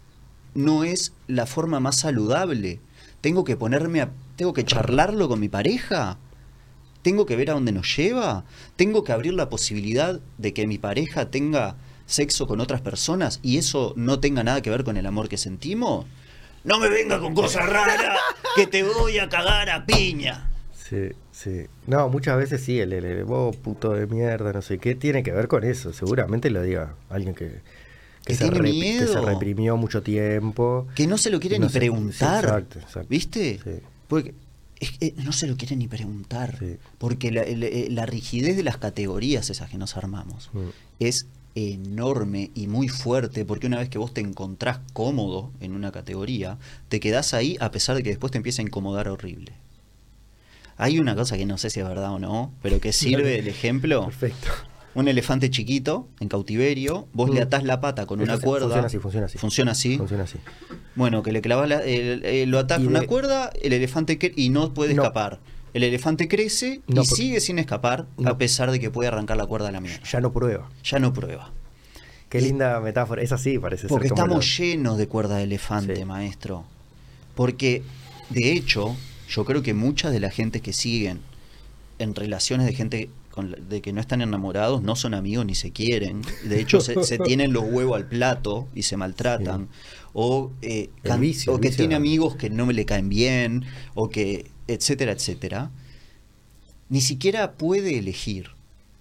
Speaker 2: no es la forma más saludable. Tengo que ponerme a. Tengo que charlarlo con mi pareja. Tengo que ver a dónde nos lleva. Tengo que abrir la posibilidad de que mi pareja tenga sexo con otras personas y eso no tenga nada que ver con el amor que sentimos. No me venga con cosas raras que te voy a cagar a piña.
Speaker 1: Sí, sí. No, muchas veces sí, el, el, el, vos puto de mierda, no sé qué, tiene que ver con eso. Seguramente lo diga alguien que,
Speaker 2: Que
Speaker 1: se,
Speaker 2: tiene
Speaker 1: repi- que se
Speaker 2: miedo.
Speaker 1: reprimió mucho tiempo.
Speaker 2: Que no se lo quiere
Speaker 1: No
Speaker 2: ni
Speaker 1: sé, sí,
Speaker 2: preguntar.
Speaker 1: exacto, exacto.
Speaker 2: ¿Viste?
Speaker 1: Sí.
Speaker 2: Porque es que eh, no se lo quiere ni preguntar.
Speaker 1: Sí.
Speaker 2: Porque la, el- eh, la rigidez de las categorías esas que nos armamos
Speaker 1: Mm.
Speaker 2: es enorme y muy fuerte porque una vez que vos te encontrás cómodo en una categoría, te quedás ahí a pesar de que después te empieza a incomodar horrible. Hay una cosa que no sé si es verdad o no, pero que sirve el ejemplo.
Speaker 1: Perfecto.
Speaker 2: Un elefante chiquito en cautiverio, vos
Speaker 1: Mm.
Speaker 2: le atás la pata con
Speaker 1: Eso
Speaker 2: una
Speaker 1: sí,
Speaker 2: cuerda.
Speaker 1: funciona así, funciona así.
Speaker 2: Funciona así.
Speaker 1: Funciona así.
Speaker 2: Bueno, que le clavas la- el- el- lo atás
Speaker 1: Y
Speaker 2: con una
Speaker 1: de-
Speaker 2: cuerda, el elefante cre- y no puede
Speaker 1: No.
Speaker 2: escapar. El elefante crece
Speaker 1: No,
Speaker 2: y
Speaker 1: por-
Speaker 2: sigue sin escapar
Speaker 1: No.
Speaker 2: a pesar de que puede arrancar la cuerda a la mierda.
Speaker 1: Ya no prueba.
Speaker 2: Ya no prueba.
Speaker 1: Qué
Speaker 2: Y-
Speaker 1: linda metáfora. Es así, parece
Speaker 2: Porque
Speaker 1: ser. como
Speaker 2: estamos
Speaker 1: la-
Speaker 2: llenos de cuerda de elefante,
Speaker 1: Sí.
Speaker 2: maestro. Porque, de hecho, yo creo que muchas de la gente que siguen en relaciones de gente con la- de que no están enamorados, no son amigos ni se quieren. De hecho, se, se tienen los huevos al plato y se maltratan. O, eh,
Speaker 1: El
Speaker 2: can-
Speaker 1: vicio,
Speaker 2: o
Speaker 1: el
Speaker 2: que
Speaker 1: vicio
Speaker 2: tiene
Speaker 1: de-
Speaker 2: amigos que no me le caen bien, o que, etcétera, etcétera. Ni siquiera puede elegir.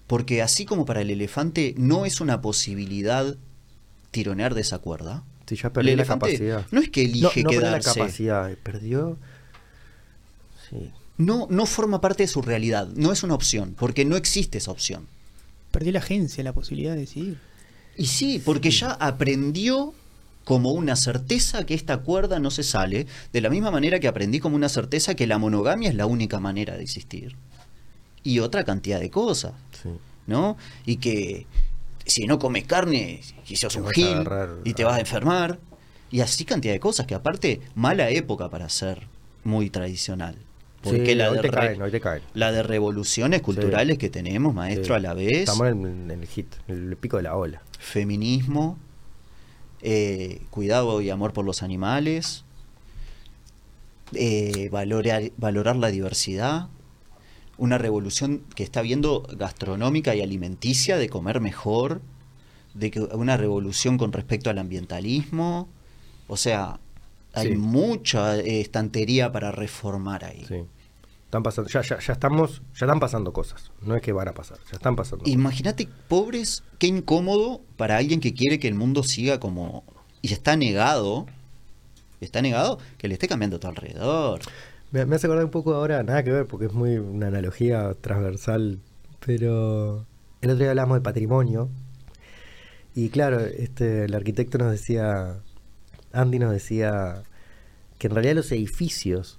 Speaker 2: Porque así como para el elefante no es una posibilidad tironear de esa cuerda.
Speaker 1: Sí, ya perdió
Speaker 2: el
Speaker 1: la
Speaker 2: elefante
Speaker 1: capacidad.
Speaker 2: no es que elige
Speaker 1: no, no perdió la
Speaker 2: quedarse.
Speaker 1: capacidad, eh, perdió. Sí.
Speaker 2: No, no forma parte de su realidad. No es una opción, porque no existe esa opción.
Speaker 3: Perdió la agencia, la posibilidad de decidir.
Speaker 2: Y sí, porque ya aprendió como una certeza que esta cuerda no se sale, de la misma manera que aprendí como una certeza que la monogamia es la única manera de existir. Y otra cantidad de cosas,
Speaker 1: sí.
Speaker 2: ¿no? Y que si no comes carne, y sos
Speaker 1: Te
Speaker 2: un
Speaker 1: vas a
Speaker 2: gil,
Speaker 1: agarrar- ah.
Speaker 2: y te vas a enfermar, y así cantidad de cosas, que aparte, mala época para ser muy tradicional. Porque
Speaker 1: Sí,
Speaker 2: la,
Speaker 1: hoy
Speaker 2: de
Speaker 1: te
Speaker 2: re-
Speaker 1: caen, hoy te caen.
Speaker 2: la de revoluciones culturales que tenemos, maestro,
Speaker 1: Sí.
Speaker 2: a la vez
Speaker 1: Estamos en, el- en el hit, en el pico de la ola.
Speaker 2: feminismo, eh, cuidado y amor por los animales, eh, valorar, valorar la diversidad, una revolución que está viendo gastronómica y alimenticia de comer mejor, de que una revolución con respecto al ambientalismo, o sea, hay
Speaker 1: Sí.
Speaker 2: mucha eh, estantería para reformar ahí.
Speaker 1: Sí. Están pasando, ya, ya, ya estamos, ya están pasando cosas. No es que van a pasar, ya están pasando. cosas.
Speaker 2: Imagínate, pobres, qué incómodo para alguien que quiere que el mundo siga como. Y está negado. Está negado que le esté cambiando a tu alrededor.
Speaker 1: Me, me hace acordar un poco ahora, nada que ver, porque es muy una analogía transversal, pero el otro día hablamos de patrimonio. Y claro, este, el arquitecto nos decía, Andy nos decía, que en realidad los edificios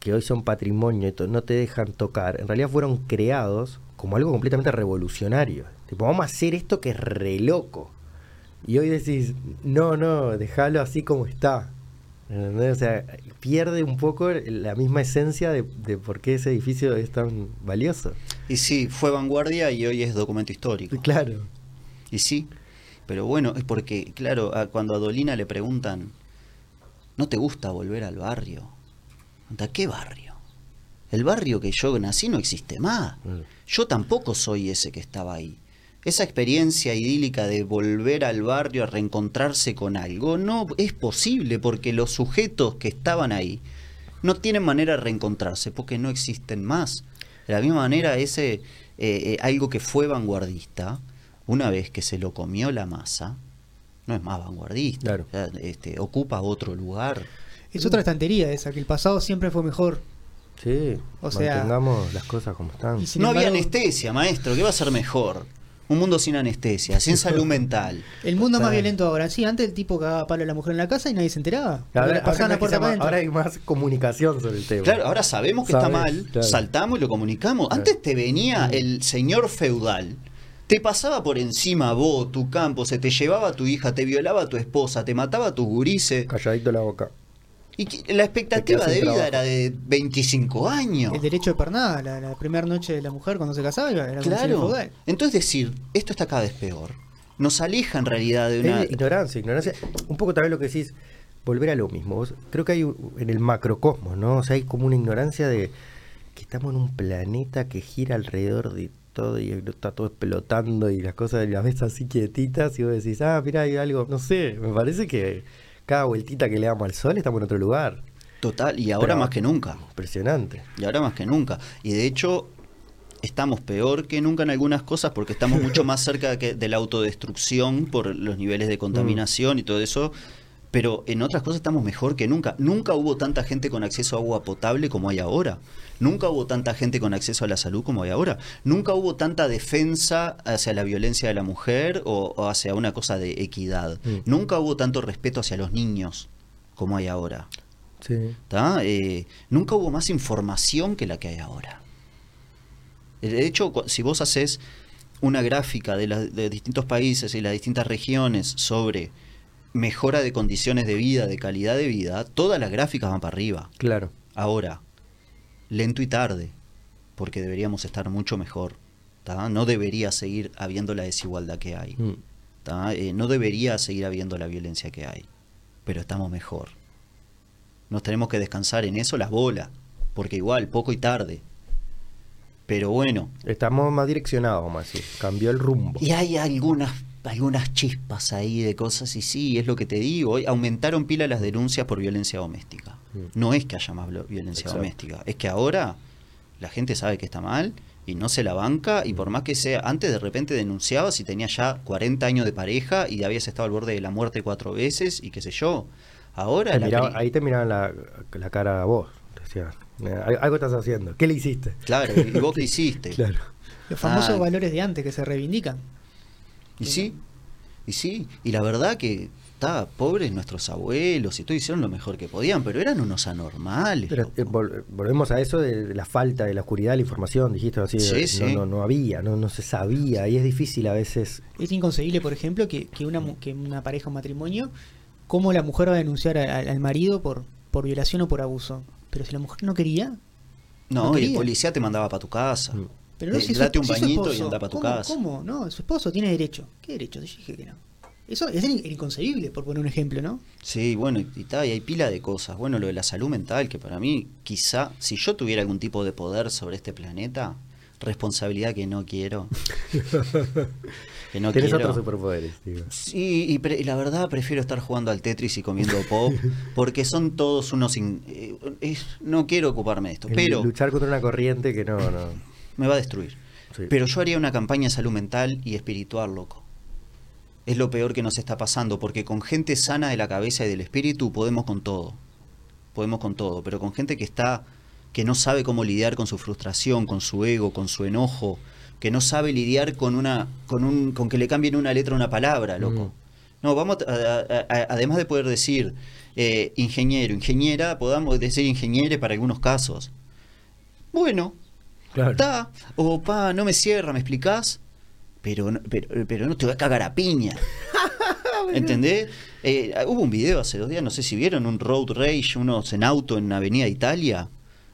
Speaker 1: que hoy son patrimonio y to- no te dejan tocar, en realidad fueron creados como algo completamente revolucionario. Tipo, vamos a hacer esto que es re loco. Y hoy decís, no, no, déjalo así como está. ¿Entendés? O sea, pierde un poco la misma esencia de, de por qué ese edificio es tan valioso.
Speaker 2: Y sí, fue vanguardia y hoy es documento histórico.
Speaker 1: Claro.
Speaker 2: Y sí, pero bueno, es porque, claro, a- cuando a Dolina le preguntan, ¿no te gusta volver al barrio? ¿A qué barrio? El barrio que yo nací no existe más.
Speaker 1: Mm.
Speaker 2: Yo tampoco soy ese que estaba ahí. Esa experiencia idílica de volver al barrio a reencontrarse con algo no es posible porque los sujetos que estaban ahí no tienen manera de reencontrarse porque no existen más. De la misma manera, ese eh, eh, algo que fue vanguardista, una vez que se lo comió la masa, no es más vanguardista.
Speaker 1: Claro.
Speaker 2: O sea, este, ocupa otro lugar.
Speaker 3: Es
Speaker 1: Mm.
Speaker 3: otra estantería esa, que el pasado siempre fue mejor.
Speaker 1: Sí,
Speaker 3: O sea-
Speaker 1: mantengamos las cosas como están.
Speaker 3: Y si- Sin
Speaker 2: no había
Speaker 3: embargo-
Speaker 2: anestesia, maestro. ¿Qué va a ser mejor? Un mundo sin anestesia, sin salud mental.
Speaker 3: El mundo es más
Speaker 1: Claro.
Speaker 3: violento ahora. Sí, antes el tipo cagaba a palo a la mujer en la casa y nadie se enteraba.
Speaker 1: Ahora,
Speaker 3: Ahora, pasaban
Speaker 1: ahora
Speaker 3: la puerta
Speaker 1: quizá
Speaker 3: para
Speaker 1: más-
Speaker 3: adentro.
Speaker 1: ahora hay más comunicación sobre el tema.
Speaker 2: Claro, ahora sabemos que está
Speaker 1: Sabes,
Speaker 2: mal,
Speaker 1: claro.
Speaker 2: saltamos y lo comunicamos.
Speaker 1: Claro.
Speaker 2: Antes te venía el señor feudal, te pasaba por encima vos, tu campo, se te llevaba tu hija, te violaba tu esposa, te mataba a tus gurises.
Speaker 1: Calladito la boca.
Speaker 2: Y que- la expectativa
Speaker 1: Te quedás sin
Speaker 2: de vida
Speaker 1: trabajo.
Speaker 2: era de 25 años.
Speaker 3: El derecho de pernada, la, la primera noche de la mujer cuando se casaba era era condición
Speaker 2: Claro.
Speaker 3: feudal.
Speaker 2: Entonces decir, esto está cada vez peor. Nos aleja en realidad de
Speaker 1: Es
Speaker 2: una...
Speaker 1: de ignorancia, ignorancia. Un poco también lo que decís, volver a lo mismo. Vos- creo que hay un- en el macrocosmos, ¿no? O sea, hay como una ignorancia de que estamos en un planeta que gira alrededor de todo y está todo explotando y las cosas las ves así quietitas y vos decís, ah, mira, hay algo, no sé, me parece que cada vueltita que le damos al sol estamos en otro lugar.
Speaker 2: Total, y ahora
Speaker 1: Pero-
Speaker 2: más que nunca.
Speaker 1: Impresionante.
Speaker 2: Y ahora más que nunca. Y de hecho, estamos peor que nunca en algunas cosas porque estamos mucho más cerca que- de la autodestrucción por los niveles de contaminación y todo eso. Pero en otras cosas estamos mejor que nunca. Nunca hubo tanta gente con acceso a agua potable como hay ahora. Nunca hubo tanta gente con acceso a la salud como hay ahora. Nunca hubo tanta defensa hacia la violencia de la mujer o, o hacia una cosa de equidad.
Speaker 1: Mm.
Speaker 2: Nunca hubo tanto respeto hacia los niños como hay ahora.
Speaker 1: Sí.
Speaker 2: ¿tá? Eh, nunca hubo más información que la que hay ahora. Eh, De hecho, cu- si vos haces una gráfica de, las- de distintos países y las distintas regiones sobre mejora de condiciones de vida, de calidad de vida, todas las gráficas van para arriba.
Speaker 1: Claro.
Speaker 2: Ahora, lento y tarde, porque deberíamos estar mucho mejor. ¿tá? No debería seguir habiendo la desigualdad que hay.
Speaker 1: Mm.
Speaker 2: ¿tá? Eh, no debería seguir habiendo la violencia que hay, pero estamos mejor. Nos tenemos que descansar en eso las bolas, porque igual, poco y tarde. Pero bueno,
Speaker 1: Estamos más direccionados, vamos a decir. Cambió el rumbo.
Speaker 2: y hay algunas, algunas chispas ahí de cosas, y sí, es lo que te digo, hoy aumentaron pila las denuncias por violencia doméstica.
Speaker 1: Mm.
Speaker 2: No es que haya más blo- violencia
Speaker 1: Exacto.
Speaker 2: doméstica, es que ahora la gente sabe que está mal y no se la banca, y
Speaker 1: Mm.
Speaker 2: por más que sea, antes de repente denunciabas y tenías ya 40 años de pareja y habías estado al borde de la muerte cuatro veces y qué sé yo. Ahora
Speaker 1: Te
Speaker 2: la
Speaker 1: miraba-
Speaker 2: cri-
Speaker 1: Eh, ahí te miraban la, la cara a vos. Te decían, "Eh, al- algo estás haciendo. ¿Qué le hiciste?
Speaker 2: Claro, y vos qué hiciste.
Speaker 1: Claro.
Speaker 3: Los famosos
Speaker 2: Ah.
Speaker 3: valores de antes que se reivindican.
Speaker 2: Y sí, y sí, y la verdad que está pobres nuestros abuelos y todo hicieron lo mejor que podían, pero eran unos anormales.
Speaker 1: Pero,
Speaker 2: loco.
Speaker 1: eh, vol- volvemos a eso de, de la falta de la oscuridad de la información, dijiste así,
Speaker 2: Sí,
Speaker 1: eh, no,
Speaker 2: sí.
Speaker 1: no, no había, no, no se sabía, y es difícil a veces.
Speaker 3: Es inconcebible, por ejemplo, que, que una, mu- que una pareja, un matrimonio, cómo la mujer va a denunciar a- al- al marido por, por violación o por abuso. Pero si la mujer no quería,
Speaker 2: no,
Speaker 3: no
Speaker 2: y el
Speaker 3: quería.
Speaker 2: policía te mandaba para tu casa.
Speaker 1: Mm.
Speaker 3: pero no
Speaker 2: Eh,
Speaker 3: si es su-
Speaker 2: date un
Speaker 3: si es su
Speaker 2: bañito y
Speaker 3: esposo.
Speaker 2: anda para tu
Speaker 3: ¿Cómo?
Speaker 2: casa.
Speaker 3: ¿Cómo? No, su esposo tiene derecho. ¿Qué derecho? Yo dije que no. Eso es in- inconcebible, por poner un ejemplo, ¿no?
Speaker 2: Sí, bueno, y, y ta, y hay pila de cosas. Bueno, lo de la salud mental, que para mí, quizá, si yo tuviera algún tipo de poder sobre este planeta, responsabilidad que no quiero. que no
Speaker 1: Tenés
Speaker 2: quiero.
Speaker 1: otros superpoderes, digo.
Speaker 2: Sí, y, pre- y la verdad prefiero estar jugando al Tetris y comiendo pop, porque son todos unos... in- eh, es- no quiero ocuparme de esto,
Speaker 1: El
Speaker 2: pero
Speaker 1: Luchar contra una corriente que no, no.
Speaker 2: me va a destruir.
Speaker 1: Sí.
Speaker 2: Pero yo haría una campaña de salud mental y espiritual, loco. Es lo peor que nos está pasando, porque con gente sana de la cabeza y del espíritu podemos con todo. Podemos con todo, pero con gente que está que no sabe cómo lidiar con su frustración, con su ego, con su enojo, que no sabe lidiar con una con un con que le cambien una letra a una palabra, loco.
Speaker 1: Mm.
Speaker 2: No, vamos a- a- a- además de poder decir eh, ingeniero, ingeniera, podamos decir ingeniere para algunos casos. Bueno,
Speaker 1: Claro.
Speaker 2: Está. O pa, no me cierra, ¿me explicás? Pero, no- pero, pero no te voy a cagar a piña. ¿Entendés? Eh, hubo un video hace dos días, no sé si vieron, un road rage, unos en auto en Avenida Italia,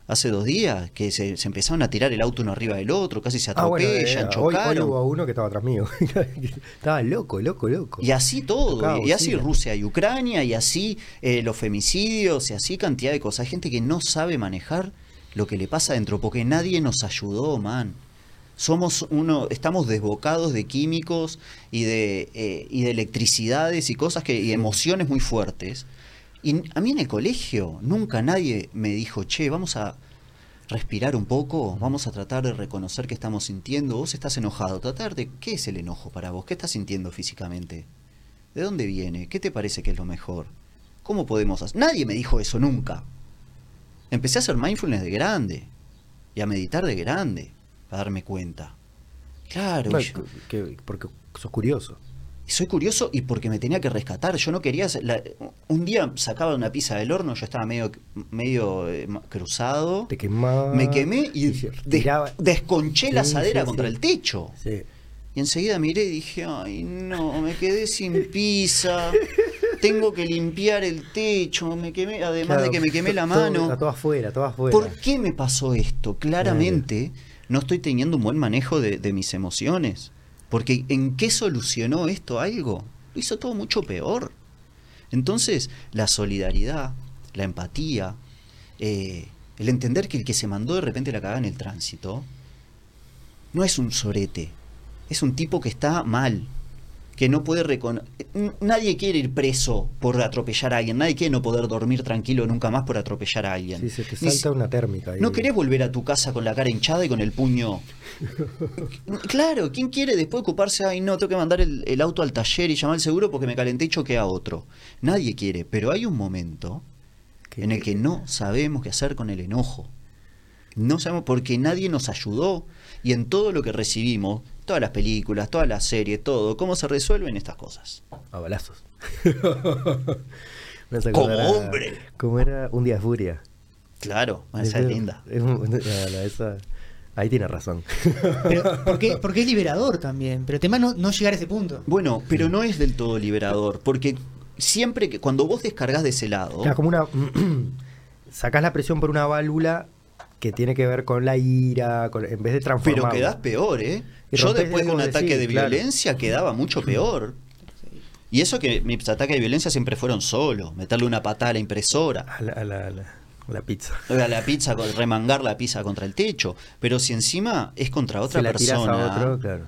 Speaker 2: hace dos días, que se, se empezaron a tirar el auto uno arriba del otro, casi se
Speaker 1: Ah, bueno, eh,
Speaker 2: atropellan,
Speaker 1: hoy, hoy
Speaker 2: chocaron.
Speaker 1: hubo uno que estaba atrás mío. estaba loco, loco, loco.
Speaker 2: Y así todo,
Speaker 1: Tocaba
Speaker 2: y, y así
Speaker 1: bocina.
Speaker 2: Rusia y Ucrania, y así eh, los femicidios, y así cantidad de cosas. Hay gente que no sabe manejar lo que le pasa adentro, porque nadie nos ayudó, man. Somos uno, estamos desbocados de químicos y de, eh, y de electricidades y cosas que, y emociones muy fuertes. Y a mí en el colegio nunca nadie me dijo, che, vamos a respirar un poco, vamos a tratar de reconocer qué estamos sintiendo. Vos estás enojado, tratar de qué es el enojo para vos, qué estás sintiendo físicamente, de dónde viene, qué te parece que es lo mejor, cómo podemos hacer. Nadie me dijo eso nunca. Empecé a hacer mindfulness de grande y a meditar de grande, a darme cuenta. Claro,
Speaker 1: No,
Speaker 2: y yo-
Speaker 1: que- porque sos curioso.
Speaker 2: y soy curioso y porque me tenía que rescatar. Yo no quería. hacer- la- un día sacaba una pizza del horno, yo estaba medio, medio eh, ma- cruzado.
Speaker 1: Te quemaba.
Speaker 2: Me quemé y
Speaker 1: se
Speaker 2: des-
Speaker 1: tiraba.
Speaker 2: desconché la
Speaker 1: Sí,
Speaker 2: asadera
Speaker 1: sí,
Speaker 2: contra
Speaker 1: sí.
Speaker 2: el techo.
Speaker 1: Sí.
Speaker 2: Y enseguida miré y dije, ay no, me quedé sin pizza, tengo que limpiar el techo, me quemé, además
Speaker 1: Claro,
Speaker 2: de que me quemé la
Speaker 1: todo-
Speaker 2: mano.
Speaker 1: Está todo afuera, todo afuera.
Speaker 2: ¿Por qué me pasó esto? Claramente no estoy teniendo un buen manejo de, de mis emociones. Porque ¿en qué solucionó esto algo? Lo hizo todo mucho peor. Entonces, la solidaridad, la empatía, eh, el entender que el que se mandó de repente la cagada en el tránsito, no es un sorete, es un tipo que está mal, que no puede reconocer... Nadie quiere ir preso por atropellar a alguien, nadie quiere no poder dormir tranquilo nunca más por atropellar a alguien.
Speaker 1: Sí, se te
Speaker 2: Ni si-
Speaker 1: salta una térmica. ahí.
Speaker 2: no querés volver a tu casa con la cara hinchada y con el puño. claro, ¿quién quiere después ocuparse? Ay, no, tengo que mandar el, el auto al taller y llamar al seguro porque me calenté y choqué a otro. Nadie quiere, pero hay un momento
Speaker 1: Que-
Speaker 2: en el que no sabemos qué hacer con el enojo. No sabemos porque nadie nos ayudó y en todo lo que recibimos, todas las películas, todas las series, todo, ¿cómo se resuelven estas cosas?
Speaker 1: A balazos. Me hace
Speaker 2: Como
Speaker 1: acordar a-
Speaker 2: hombre.
Speaker 1: Como era un día de furia.
Speaker 2: Claro, esa es
Speaker 1: Ese-
Speaker 2: linda.
Speaker 1: es un- no, no, esa- ahí tiene razón.
Speaker 3: Pero, ¿por qué? porque es liberador también. Pero el tema es no, no llegar a ese punto.
Speaker 2: Bueno, pero no es del todo liberador, porque siempre que cuando vos descargas de ese lado,
Speaker 1: Claro, como una. sacás la presión por una válvula que tiene que ver con la ira, con- en vez de transformar.
Speaker 2: pero quedás peor, ¿eh?
Speaker 1: Y
Speaker 2: Yo
Speaker 1: rompés
Speaker 2: después de un
Speaker 1: como
Speaker 2: ataque
Speaker 1: decís,
Speaker 2: de
Speaker 1: claro.
Speaker 2: violencia quedaba mucho peor. Y eso que mis ataques de violencia siempre fueron solos, meterle una patada a la impresora,
Speaker 1: A la, a la- a la- a la pizza.
Speaker 2: a la pizza, con- remangar la pizza contra el techo, pero si encima es contra otra
Speaker 1: Se la tirás
Speaker 2: persona,
Speaker 1: a otro, claro.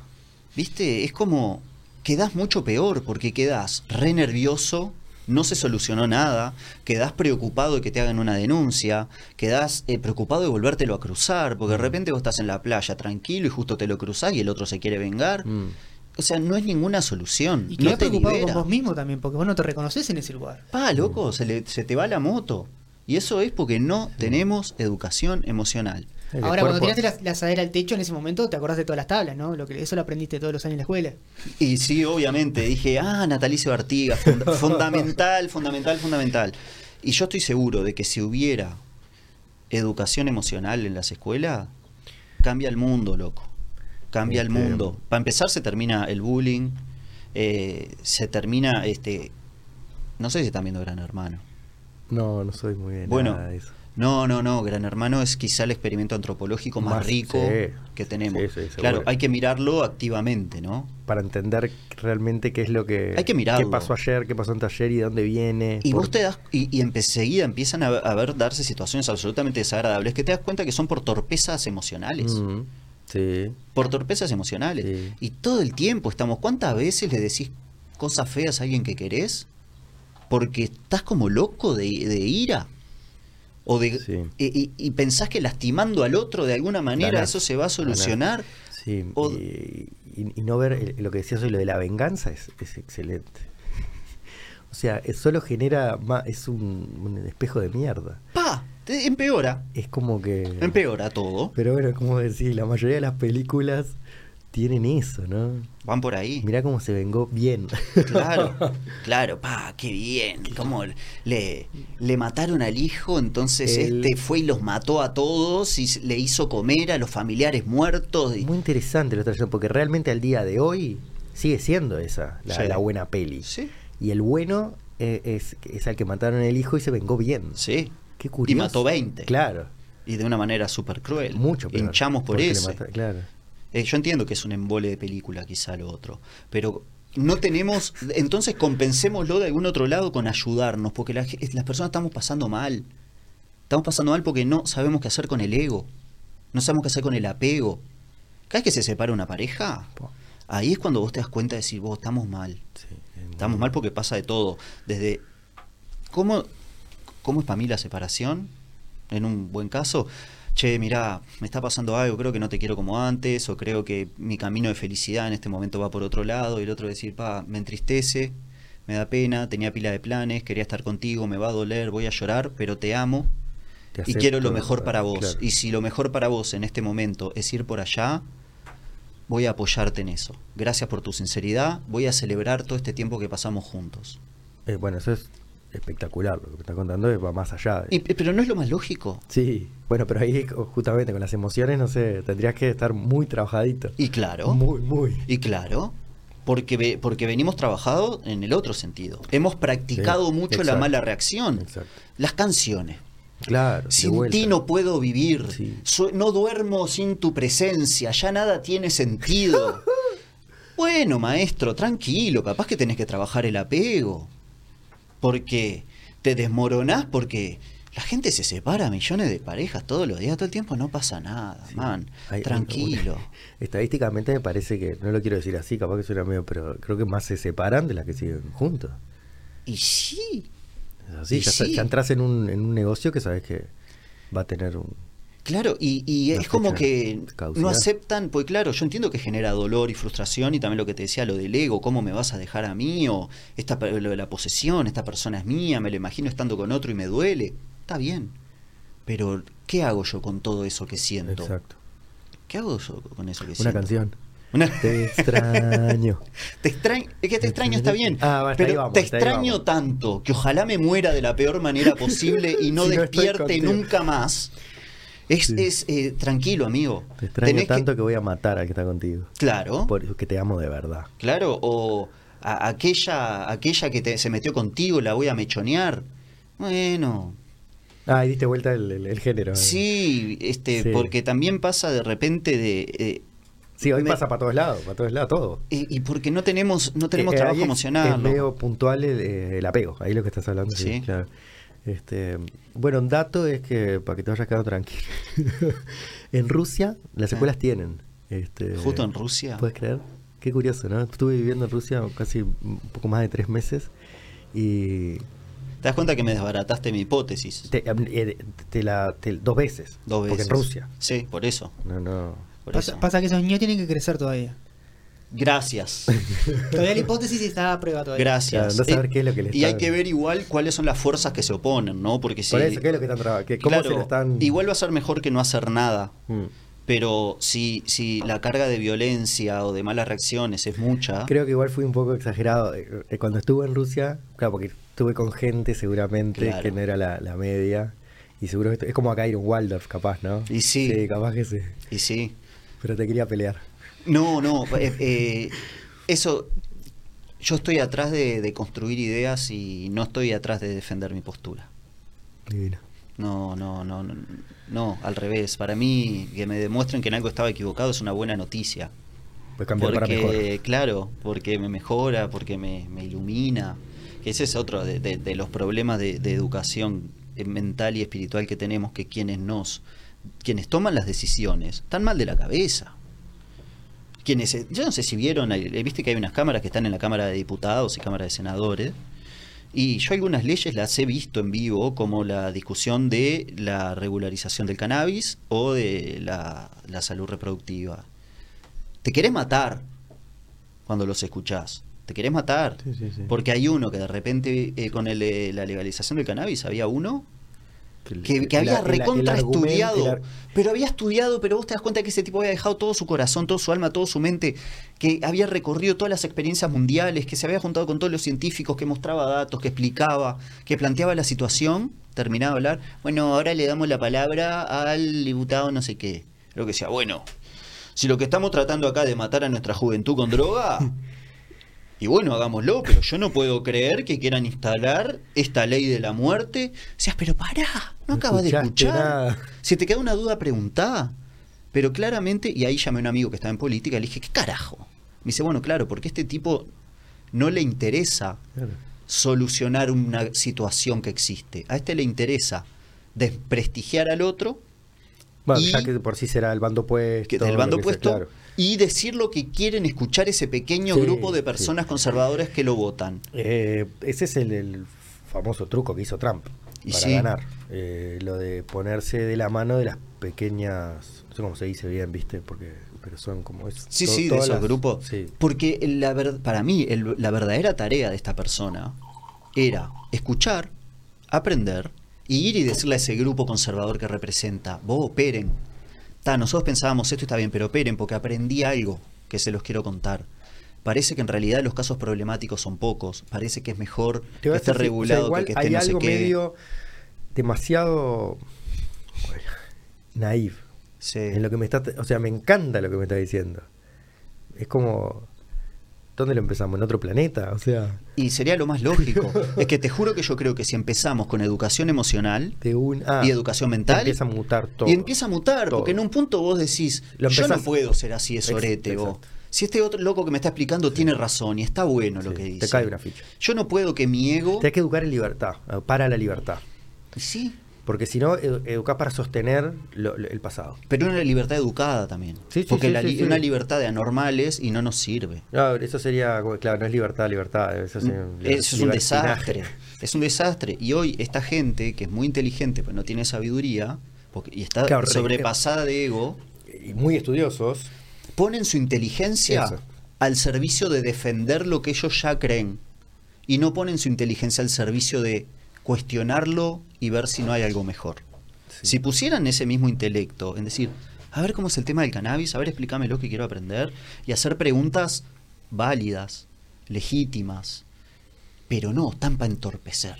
Speaker 2: ¿Viste? Es como. Quedás mucho peor porque quedás re nervioso, no se solucionó nada, quedás preocupado de que te hagan una denuncia, quedás eh, preocupado de volvértelo a cruzar, porque de
Speaker 3: Mm.
Speaker 2: repente vos estás en la playa tranquilo y justo te lo cruzás y el otro se quiere vengar.
Speaker 1: Mm.
Speaker 2: O sea, no es ninguna solución.
Speaker 3: Y quedás
Speaker 2: no te
Speaker 3: preocupado
Speaker 2: libera.
Speaker 3: con vos mismo también, porque vos no te reconoces en ese lugar.
Speaker 2: Pa, loco, se, le- se te va la moto. Y eso es porque no tenemos educación emocional.
Speaker 1: El
Speaker 3: Ahora, cuando
Speaker 1: cuerpo-
Speaker 3: tiraste la, la asadera al techo en ese momento, te acordás de todas las tablas, ¿no? Lo que, eso lo aprendiste todos los años en la escuela.
Speaker 2: Y sí, obviamente, dije, ah, Natalicio Artigas, funda- fundamental, fundamental, fundamental. Y yo estoy seguro de que si hubiera educación emocional en las escuelas, cambia el mundo, loco. Cambia el
Speaker 1: Este-
Speaker 2: mundo. Para empezar, se termina el bullying, eh, se termina, este, no sé si están viendo Gran Hermano.
Speaker 1: No, no soy muy bien.
Speaker 2: Bueno,
Speaker 1: nada de eso.
Speaker 2: no, no, no, Gran Hermano es quizá el experimento antropológico más,
Speaker 1: Más-
Speaker 2: rico
Speaker 1: sí,
Speaker 2: que tenemos.
Speaker 1: sí, sí, seguro.
Speaker 2: claro, hay que mirarlo activamente, ¿no?
Speaker 1: Para entender realmente qué es lo que.
Speaker 2: Hay que mirarlo.
Speaker 1: Qué pasó ayer, qué pasó en taller y de dónde viene.
Speaker 2: Y
Speaker 1: por-
Speaker 2: vos te das, y, y en- enseguida empiezan a, a ver darse situaciones absolutamente desagradables que te das cuenta que son por torpezas emocionales.
Speaker 1: Mm. Sí.
Speaker 2: por torpezas emocionales.
Speaker 1: Sí.
Speaker 2: Y todo el tiempo estamos. ¿Cuántas veces le decís cosas feas a alguien que querés? Porque estás como loco de, de ira. O de,
Speaker 1: Sí.
Speaker 2: y, y- y pensás que lastimando al otro de alguna manera
Speaker 1: Ganar.
Speaker 2: eso se va a solucionar.
Speaker 1: Sí,
Speaker 2: O-
Speaker 1: y, y- y no ver el- lo que decías hoy, lo de la venganza es, es excelente. O sea, es- solo genera más, es un, un espejo de mierda.
Speaker 2: ¡Pa! Te empeora.
Speaker 1: Es como que.
Speaker 2: Empeora todo.
Speaker 1: Pero bueno, como decir, la mayoría de las películas tienen eso, ¿no?
Speaker 2: Van por ahí.
Speaker 1: Mirá cómo se vengó bien.
Speaker 2: Claro, claro, pa, qué bien. Como le, le mataron al hijo, entonces
Speaker 1: El-
Speaker 2: este fue y los mató a todos y s- le hizo comer a los familiares muertos. y-
Speaker 1: Muy interesante lo trajeron, porque realmente al día de hoy sigue siendo esa, la,
Speaker 2: Sí.
Speaker 1: la buena peli.
Speaker 2: Sí,
Speaker 1: Y el bueno eh, es, es al que mataron el hijo y se vengó bien.
Speaker 2: sí.
Speaker 1: Qué curioso.
Speaker 2: Y mató 20.
Speaker 1: Claro.
Speaker 2: Y de una manera súper cruel.
Speaker 1: Mucho peor,
Speaker 2: Hinchamos por
Speaker 1: porque le
Speaker 2: eso.
Speaker 1: mata- claro.
Speaker 2: Eh, yo entiendo que es un embole de película, quizá lo otro. Pero no tenemos. Entonces compensémoslo de algún otro lado con ayudarnos, porque la ge- las personas estamos pasando mal. Estamos pasando mal porque no sabemos qué hacer con el ego. No sabemos qué hacer con el apego. Cada vez que se separa una pareja,
Speaker 1: Po.
Speaker 2: ahí es cuando vos te das cuenta de decir, vos estamos mal.
Speaker 1: Sí, es muy-
Speaker 2: Estamos mal porque pasa de todo. Desde cómo, cómo es para mí la separación, en un buen caso. Che, mirá, me está pasando algo, creo que no te quiero como antes, o creo que mi camino de felicidad en este momento va por otro lado, y el otro decir, pa, me entristece, me da pena, tenía pila de planes, quería estar contigo, me va a doler, voy a llorar, pero te amo
Speaker 1: te
Speaker 2: y
Speaker 1: acepto,
Speaker 2: quiero lo mejor para vos.
Speaker 1: claro.
Speaker 2: Y si lo mejor para vos en este momento es ir por allá, voy a apoyarte en eso. Gracias por tu sinceridad, voy a celebrar todo este tiempo que pasamos juntos.
Speaker 1: Eh, bueno, eso es espectacular. Lo que me estás contando es- va más allá. de-
Speaker 2: Y- pero no es lo más lógico.
Speaker 1: Sí, bueno, pero ahí co- justamente con las emociones, no sé, tendrías que estar muy trabajadito.
Speaker 2: Y claro,
Speaker 1: Muy, muy.
Speaker 2: y claro, porque, ve- porque venimos trabajados en el otro sentido. Hemos practicado
Speaker 1: Sí,
Speaker 2: mucho la
Speaker 1: exacto,
Speaker 2: mala reacción.
Speaker 1: exacto.
Speaker 2: Las canciones.
Speaker 1: Claro, de
Speaker 2: Sin
Speaker 1: vuelta.
Speaker 2: ti no puedo vivir.
Speaker 1: Sí.
Speaker 2: Su- no duermo sin tu presencia. Ya nada tiene sentido. bueno, maestro, tranquilo. Capaz que tenés que trabajar el apego. Porque te desmoronás porque la gente se separa, millones de parejas todos los días, todo el tiempo no pasa nada,
Speaker 1: Sí.
Speaker 2: man.
Speaker 1: Hay un-
Speaker 2: tranquilo.
Speaker 1: un- estadísticamente me parece que, no lo quiero decir así, capaz que suena medio, pero creo que más se separan de las que siguen juntos.
Speaker 2: Y sí,
Speaker 1: Es así,
Speaker 2: Y
Speaker 1: ya, sa-
Speaker 2: sí.
Speaker 1: ya entras en un, en un negocio que sabes que va a tener un...
Speaker 2: Claro, y, y
Speaker 1: Una
Speaker 2: es como
Speaker 1: fecha
Speaker 2: que no
Speaker 1: caducidad.
Speaker 2: aceptan, pues claro, yo entiendo que genera dolor y frustración y también lo que te decía, lo del ego, cómo me vas a dejar a mí, o esta, pe- lo de la posesión, esta persona es mía, me lo imagino estando con otro y me duele. Está bien, pero ¿qué hago yo con todo eso que siento?
Speaker 1: Exacto.
Speaker 2: ¿Qué hago yo con eso que
Speaker 1: Una
Speaker 2: siento?
Speaker 1: canción.
Speaker 2: Una-
Speaker 1: Te extraño.
Speaker 2: Te extraño, es que te extraño está bien,
Speaker 1: Ah, bueno, hasta
Speaker 2: pero
Speaker 1: ahí vamos,
Speaker 2: te
Speaker 1: hasta ahí
Speaker 2: extraño
Speaker 1: vamos.
Speaker 2: tanto que ojalá me muera de la peor manera posible y no
Speaker 1: Si no estoy
Speaker 2: despierte
Speaker 1: contigo.
Speaker 2: nunca más. Es,
Speaker 1: Sí.
Speaker 2: es, eh, tranquilo, amigo.
Speaker 1: Te extraño
Speaker 2: Tenés que-
Speaker 1: tanto que... voy a matar al que está contigo.
Speaker 2: Claro,
Speaker 1: Por eso que te amo de verdad.
Speaker 2: claro, o a- aquella, aquella que te- se metió contigo la voy a mechonear. Bueno,
Speaker 1: Ah, y diste vuelta el, el- el género. eh.
Speaker 2: sí, este,
Speaker 1: Sí.
Speaker 2: porque también pasa de repente de eh,
Speaker 1: Sí, hoy
Speaker 2: me-
Speaker 1: pasa para todos lados, para todos lados, todo.
Speaker 2: y, y porque no tenemos no tenemos
Speaker 1: Eh,
Speaker 2: trabajo
Speaker 1: ahí es-
Speaker 2: emocional.
Speaker 1: Es
Speaker 2: ¿no?
Speaker 1: medio puntual el, eh, el apego, ahí lo que estás hablando. Sí,
Speaker 2: Sí.
Speaker 1: claro. Este, bueno, un dato es que, para que te vayas quedando tranquilo, en Rusia las
Speaker 2: Ah.
Speaker 1: escuelas tienen. Este,
Speaker 2: Justo en Rusia.
Speaker 1: ¿Puedes creer? Qué curioso, ¿no? Estuve viviendo en Rusia casi un poco más de tres meses y
Speaker 2: Te das cuenta que me desbarataste mi hipótesis.
Speaker 1: te, eh, te la, te- dos veces.
Speaker 2: Dos veces.
Speaker 1: Porque en Rusia.
Speaker 2: Sí, por eso.
Speaker 1: No, no.
Speaker 2: por
Speaker 3: Pasa,
Speaker 2: eso.
Speaker 3: pasa que esos niños tienen que crecer todavía.
Speaker 2: Gracias.
Speaker 3: Todavía la hipótesis está a prueba todavía.
Speaker 2: Gracias.
Speaker 1: Claro, andá a saber
Speaker 2: Eh,
Speaker 1: qué es lo que le
Speaker 2: y hay
Speaker 1: están-
Speaker 2: que ver igual cuáles son las fuerzas que se oponen, ¿no? Porque si.
Speaker 1: Por eso, ¿qué es lo que están trabajando? ¿Cómo
Speaker 2: Claro,
Speaker 1: se lo están...?
Speaker 2: Igual va a ser mejor que no hacer nada.
Speaker 1: Mm.
Speaker 2: Pero si, si la carga de violencia o de malas reacciones es mucha,
Speaker 1: Creo que igual fui un poco exagerado. Eh, eh, Cuando estuve en Rusia, claro, porque estuve con gente seguramente
Speaker 2: Claro.
Speaker 1: que no era la, la media. Y seguro que esto- es como acá ir a un Waldorf, capaz, ¿no?
Speaker 2: Y sí.
Speaker 1: Sí, capaz que sí.
Speaker 2: y sí.
Speaker 1: Pero te quería pelear.
Speaker 2: No, no, eh, eh, eso, yo estoy atrás de, de construir ideas y no estoy atrás de defender mi postura.
Speaker 1: Divino.
Speaker 2: No, no, no, no, no, al revés. Para mí, que me demuestren que en algo estaba equivocado es una buena noticia.
Speaker 1: Pues cambiar para mejor.
Speaker 2: Porque, claro, porque me mejora, porque me, me ilumina. Que ese es otro de, de- de los problemas de, de educación eh, mental y espiritual que tenemos, que quienes nos, quienes toman las decisiones, están mal de la cabeza. quienes, eh, yo no sé si vieron, eh, viste que hay unas cámaras que están en la Cámara de Diputados y Cámara de Senadores, y yo algunas leyes las he visto en vivo, como la discusión de la regularización del cannabis o de la, la salud reproductiva. Te querés matar cuando los escuchás. Te querés matar.
Speaker 4: Sí, sí, sí.
Speaker 2: Porque hay uno que de repente eh, con el, eh, la legalización del cannabis había uno que, que había recontra estudiado, pero había estudiado, pero vos te das cuenta que ese tipo había dejado todo su corazón, toda su alma, toda su mente, que había recorrido todas las experiencias mundiales, que se había juntado con todos los científicos, que mostraba datos, que explicaba, que planteaba la situación, terminaba de hablar, bueno, ahora le damos la palabra al diputado no sé qué. Lo que decía, bueno, si lo que estamos tratando acá de matar a nuestra juventud con droga, y bueno, hagámoslo, pero yo no puedo creer que quieran instalar esta ley de la muerte. O sea, pero pará,
Speaker 1: No
Speaker 2: no acabas de
Speaker 1: escuchaste
Speaker 2: escuchar.
Speaker 1: nada.
Speaker 2: Si te queda una duda, preguntá. Pero claramente, y ahí llamé a un amigo que estaba en política y le dije, ¿qué carajo? Me dice, bueno, claro, porque este tipo no le interesa solucionar una situación que existe. A este le interesa desprestigiar al otro
Speaker 1: Bueno,
Speaker 2: Y-
Speaker 1: ya que de por sí será el bando puesto.
Speaker 2: que del bando
Speaker 1: lo que sea,
Speaker 2: opuesto
Speaker 1: claro.
Speaker 2: y decir lo que quieren escuchar ese pequeño
Speaker 1: Sí,
Speaker 2: grupo de
Speaker 1: sí.
Speaker 2: personas conservadoras que lo votan.
Speaker 1: Eh, ese es el, el famoso truco que hizo Trump
Speaker 2: Y
Speaker 1: para
Speaker 2: sí.
Speaker 1: ganar. Eh, lo de ponerse de la mano de las pequeñas. No sé cómo se dice bien, ¿viste? Porque, pero son como. Es,
Speaker 2: Sí,
Speaker 1: to-
Speaker 2: sí, de
Speaker 1: todas
Speaker 2: esos
Speaker 1: las-
Speaker 2: grupos.
Speaker 1: Sí.
Speaker 2: Porque la ver- para mí el- la verdadera tarea de esta persona era escuchar, aprender y ir y decirle a ese grupo conservador que representa, vos operen. Ta, nosotros pensábamos esto está bien, pero operen porque aprendí algo que se los quiero contar. Parece que en realidad los casos problemáticos son pocos. Parece que es mejor
Speaker 1: Te
Speaker 2: que
Speaker 1: voy a
Speaker 2: esté
Speaker 1: decir,
Speaker 2: regulado
Speaker 1: o sea, igual
Speaker 2: que, que esté
Speaker 1: hay
Speaker 2: no sé
Speaker 1: algo
Speaker 2: qué.
Speaker 1: medio demasiado bueno, naif
Speaker 2: Sí.
Speaker 1: en lo que me está o sea me encanta lo que me está diciendo es como dónde lo empezamos en otro planeta o sea
Speaker 2: Y sería lo más lógico. es que te juro que yo creo que si empezamos con educación emocional,
Speaker 1: de un ah,
Speaker 2: y educación mental.
Speaker 1: empieza a mutar todo
Speaker 2: Y empieza a mutar,
Speaker 1: Todo.
Speaker 2: porque en un punto vos decís,
Speaker 1: Lo
Speaker 2: yo no
Speaker 1: empezás-
Speaker 2: puedo ser así de sorete,
Speaker 1: Exacto.
Speaker 2: vos. Si este otro loco que me está explicando tiene razón y está bueno lo
Speaker 1: Sí,
Speaker 2: que
Speaker 1: te
Speaker 2: dice.
Speaker 1: cae una ficha.
Speaker 2: Yo no puedo que mi ego...
Speaker 1: te hay que educar en libertad eh, para la libertad
Speaker 2: Y Sí,
Speaker 1: porque si no edu- educás para sostener lo- lo- el pasado
Speaker 2: pero una libertad educada también.
Speaker 1: Sí, sí,
Speaker 2: porque
Speaker 1: sí,
Speaker 2: la
Speaker 1: sí,
Speaker 2: li-
Speaker 1: sí.
Speaker 2: una libertad de anormales y no nos sirve.
Speaker 1: no, eso sería como- claro no es libertad libertad eh, eso, sería
Speaker 2: Mm, Eso es un
Speaker 1: libertinaje.
Speaker 2: desastre. Es un desastre. Y hoy esta gente que es muy inteligente, pero no tiene sabiduría, porque, y está
Speaker 1: Claro, re-
Speaker 2: sobrepasada de ego,
Speaker 1: y muy estudiosos
Speaker 2: ponen su inteligencia
Speaker 1: Eso.
Speaker 2: al servicio de defender lo que ellos ya creen y no ponen su inteligencia al servicio de cuestionarlo y ver si no hay algo mejor.
Speaker 1: Sí.
Speaker 2: Si pusieran ese mismo intelecto en decir, a ver cómo es el tema del cannabis, a ver explícame lo que quiero aprender y hacer preguntas válidas, legítimas, pero no, tan para entorpecer.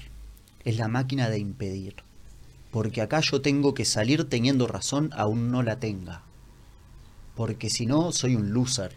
Speaker 2: Es la máquina de impedir. Porque acá yo tengo que salir teniendo razón aún no la tenga porque si no soy un loser.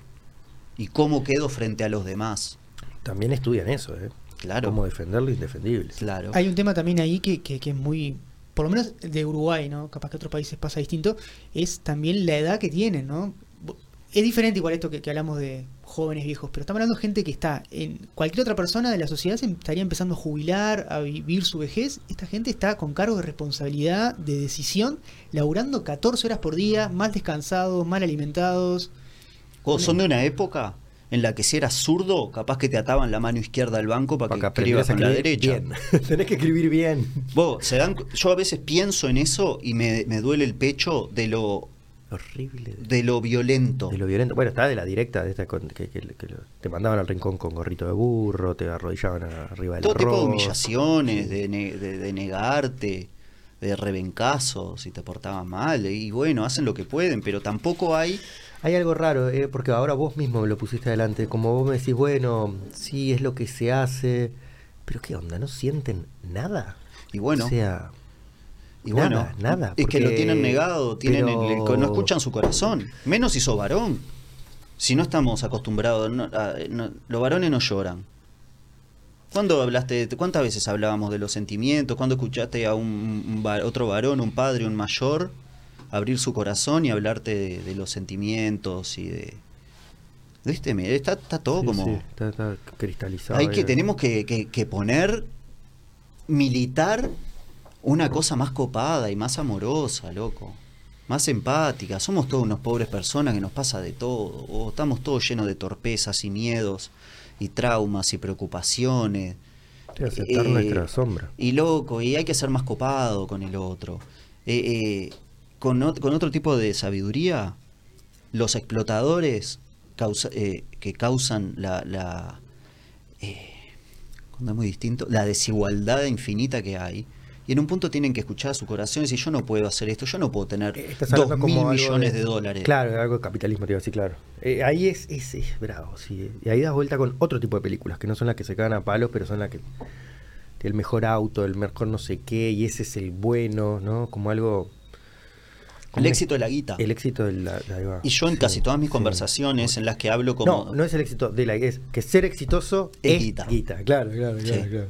Speaker 2: ¿Y cómo quedo frente a los demás?
Speaker 1: también estudian eso eh
Speaker 2: Claro.
Speaker 1: cómo defender lo indefendible
Speaker 2: Claro.
Speaker 3: Hay un tema también ahí que, que- que es muy, por lo menos de Uruguay, ¿no? Capaz que otros países pasa distinto, es también la edad que tienen, ¿no? Bo- Es diferente igual esto que, que hablamos de jóvenes viejos, pero estamos hablando de gente que está en cualquier otra persona de la sociedad se estaría empezando a jubilar, a vivir su vejez, esta gente está con cargo de responsabilidad, de decisión, laburando 14 horas por día, mal descansados, mal alimentados.
Speaker 2: O son de una época en la que si eras zurdo, capaz que te ataban la mano izquierda al banco para, que
Speaker 1: aprendieras
Speaker 2: escribas con la derecha.
Speaker 1: bien. Tenés que escribir bien.
Speaker 2: Vos, se dan, cu- yo a veces pienso en eso y me, me duele el pecho de lo,
Speaker 1: Horrible. De,
Speaker 2: de lo violento.
Speaker 1: de lo violento. Bueno, está de la directa de esta con- que, que- que lo- te mandaban al rincón con gorrito de burro, te arrodillaban a- arriba del
Speaker 2: Todo tipo de
Speaker 1: arroz.
Speaker 2: humillaciones, de, ne- de- de negarte, de rebencazo si te portabas mal. Y bueno, hacen lo que pueden, pero tampoco hay...
Speaker 1: Hay algo raro, eh, porque ahora vos mismo me lo pusiste adelante. Como vos me decís, bueno, sí, es lo que se hace. Pero qué onda, ¿no sienten nada?
Speaker 2: Y bueno,
Speaker 1: O sea,
Speaker 2: Y
Speaker 1: nada,
Speaker 2: bueno,
Speaker 1: nada.
Speaker 2: Es que lo
Speaker 1: porque-
Speaker 2: tienen negado, tienen el- el-
Speaker 1: pero-
Speaker 2: no escuchan su corazón. Menos si sos varón. Si no estamos acostumbrados, no- a- no- los varones no lloran. ¿Cuándo hablaste, de- cuántas veces hablábamos de los sentimientos? ¿Cuándo escuchaste a un, un va- otro varón, un padre, un mayor, abrir su corazón y hablarte de, de los sentimientos y de... ¿Viste? Mira, Está, está todo
Speaker 1: sí,
Speaker 2: Oh, como...
Speaker 1: sí, está, está cristalizado.
Speaker 2: Hay que,
Speaker 1: eh.
Speaker 2: tenemos que, que- que poner militar una cosa más copada y más amorosa, loco. más empática. Somos todos unos pobres personas que nos pasa de todo. o estamos todos llenos de torpezas y miedos y traumas y preocupaciones.
Speaker 1: Sí, aceptar
Speaker 2: Eh,
Speaker 1: nuestra sombra.
Speaker 2: Y loco, y hay que ser más copado con el otro. Eh, eh, con, ot- con otro tipo de sabiduría, los explotadores causa- eh, que causan la... la eh, cuando es muy distinto, la desigualdad infinita que hay. Y en un punto tienen que escuchar a su corazón y decir, yo no puedo hacer esto, yo no puedo tener
Speaker 1: Eh, estás
Speaker 2: dos
Speaker 1: hablando como
Speaker 2: mil
Speaker 1: algo
Speaker 2: millones de, dólares.
Speaker 1: Claro, algo de capitalismo, te iba a decir, claro. Eh, ahí es, es, es bravo, sí. Y ahí das vuelta con otro tipo de películas, que no son las que se cagan a palos, pero son las que. El mejor auto, el mejor no sé qué, y ese es el bueno, ¿no? Como algo.
Speaker 2: El éxito de la guita.
Speaker 1: El éxito de la. ahí va.
Speaker 2: Y yo en
Speaker 1: Sí,
Speaker 2: casi todas mis
Speaker 1: sí.
Speaker 2: conversaciones en las que hablo como...
Speaker 1: No, no es el éxito de la es que ser exitoso
Speaker 2: Es
Speaker 1: es
Speaker 2: guita.
Speaker 1: guita. Claro, claro, claro,
Speaker 2: Sí.
Speaker 1: claro.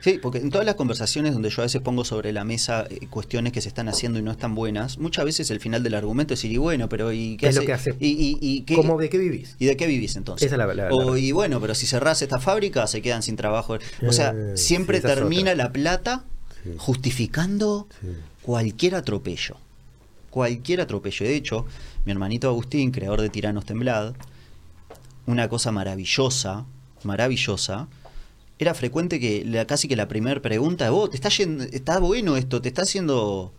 Speaker 2: Sí, porque en todas las conversaciones donde yo a veces pongo sobre la mesa eh, cuestiones que se están haciendo y no están buenas, muchas veces el final del argumento es decir, y bueno, pero ¿y qué,
Speaker 1: ¿Qué es lo
Speaker 2: hace-
Speaker 1: que hace?
Speaker 2: ¿Y, y- y qué,
Speaker 1: ¿Cómo de qué vivís?
Speaker 2: ¿Y de qué vivís entonces?
Speaker 1: Esa es la- la- la-
Speaker 2: o, y bueno, pero si cerrás esta fábrica, se quedan sin trabajo. O sea,
Speaker 1: Eh,
Speaker 2: siempre
Speaker 1: sí, esa es
Speaker 2: termina
Speaker 1: otra.
Speaker 2: la plata
Speaker 1: Sí.
Speaker 2: justificando
Speaker 1: Sí.
Speaker 2: cualquier atropello. Cualquier atropello. De hecho, mi hermanito Agustín, creador de Tiranos Temblad, una cosa maravillosa, maravillosa, era frecuente que la, casi que la primera pregunta, vos, te está, yendo, está bueno esto, te está haciendo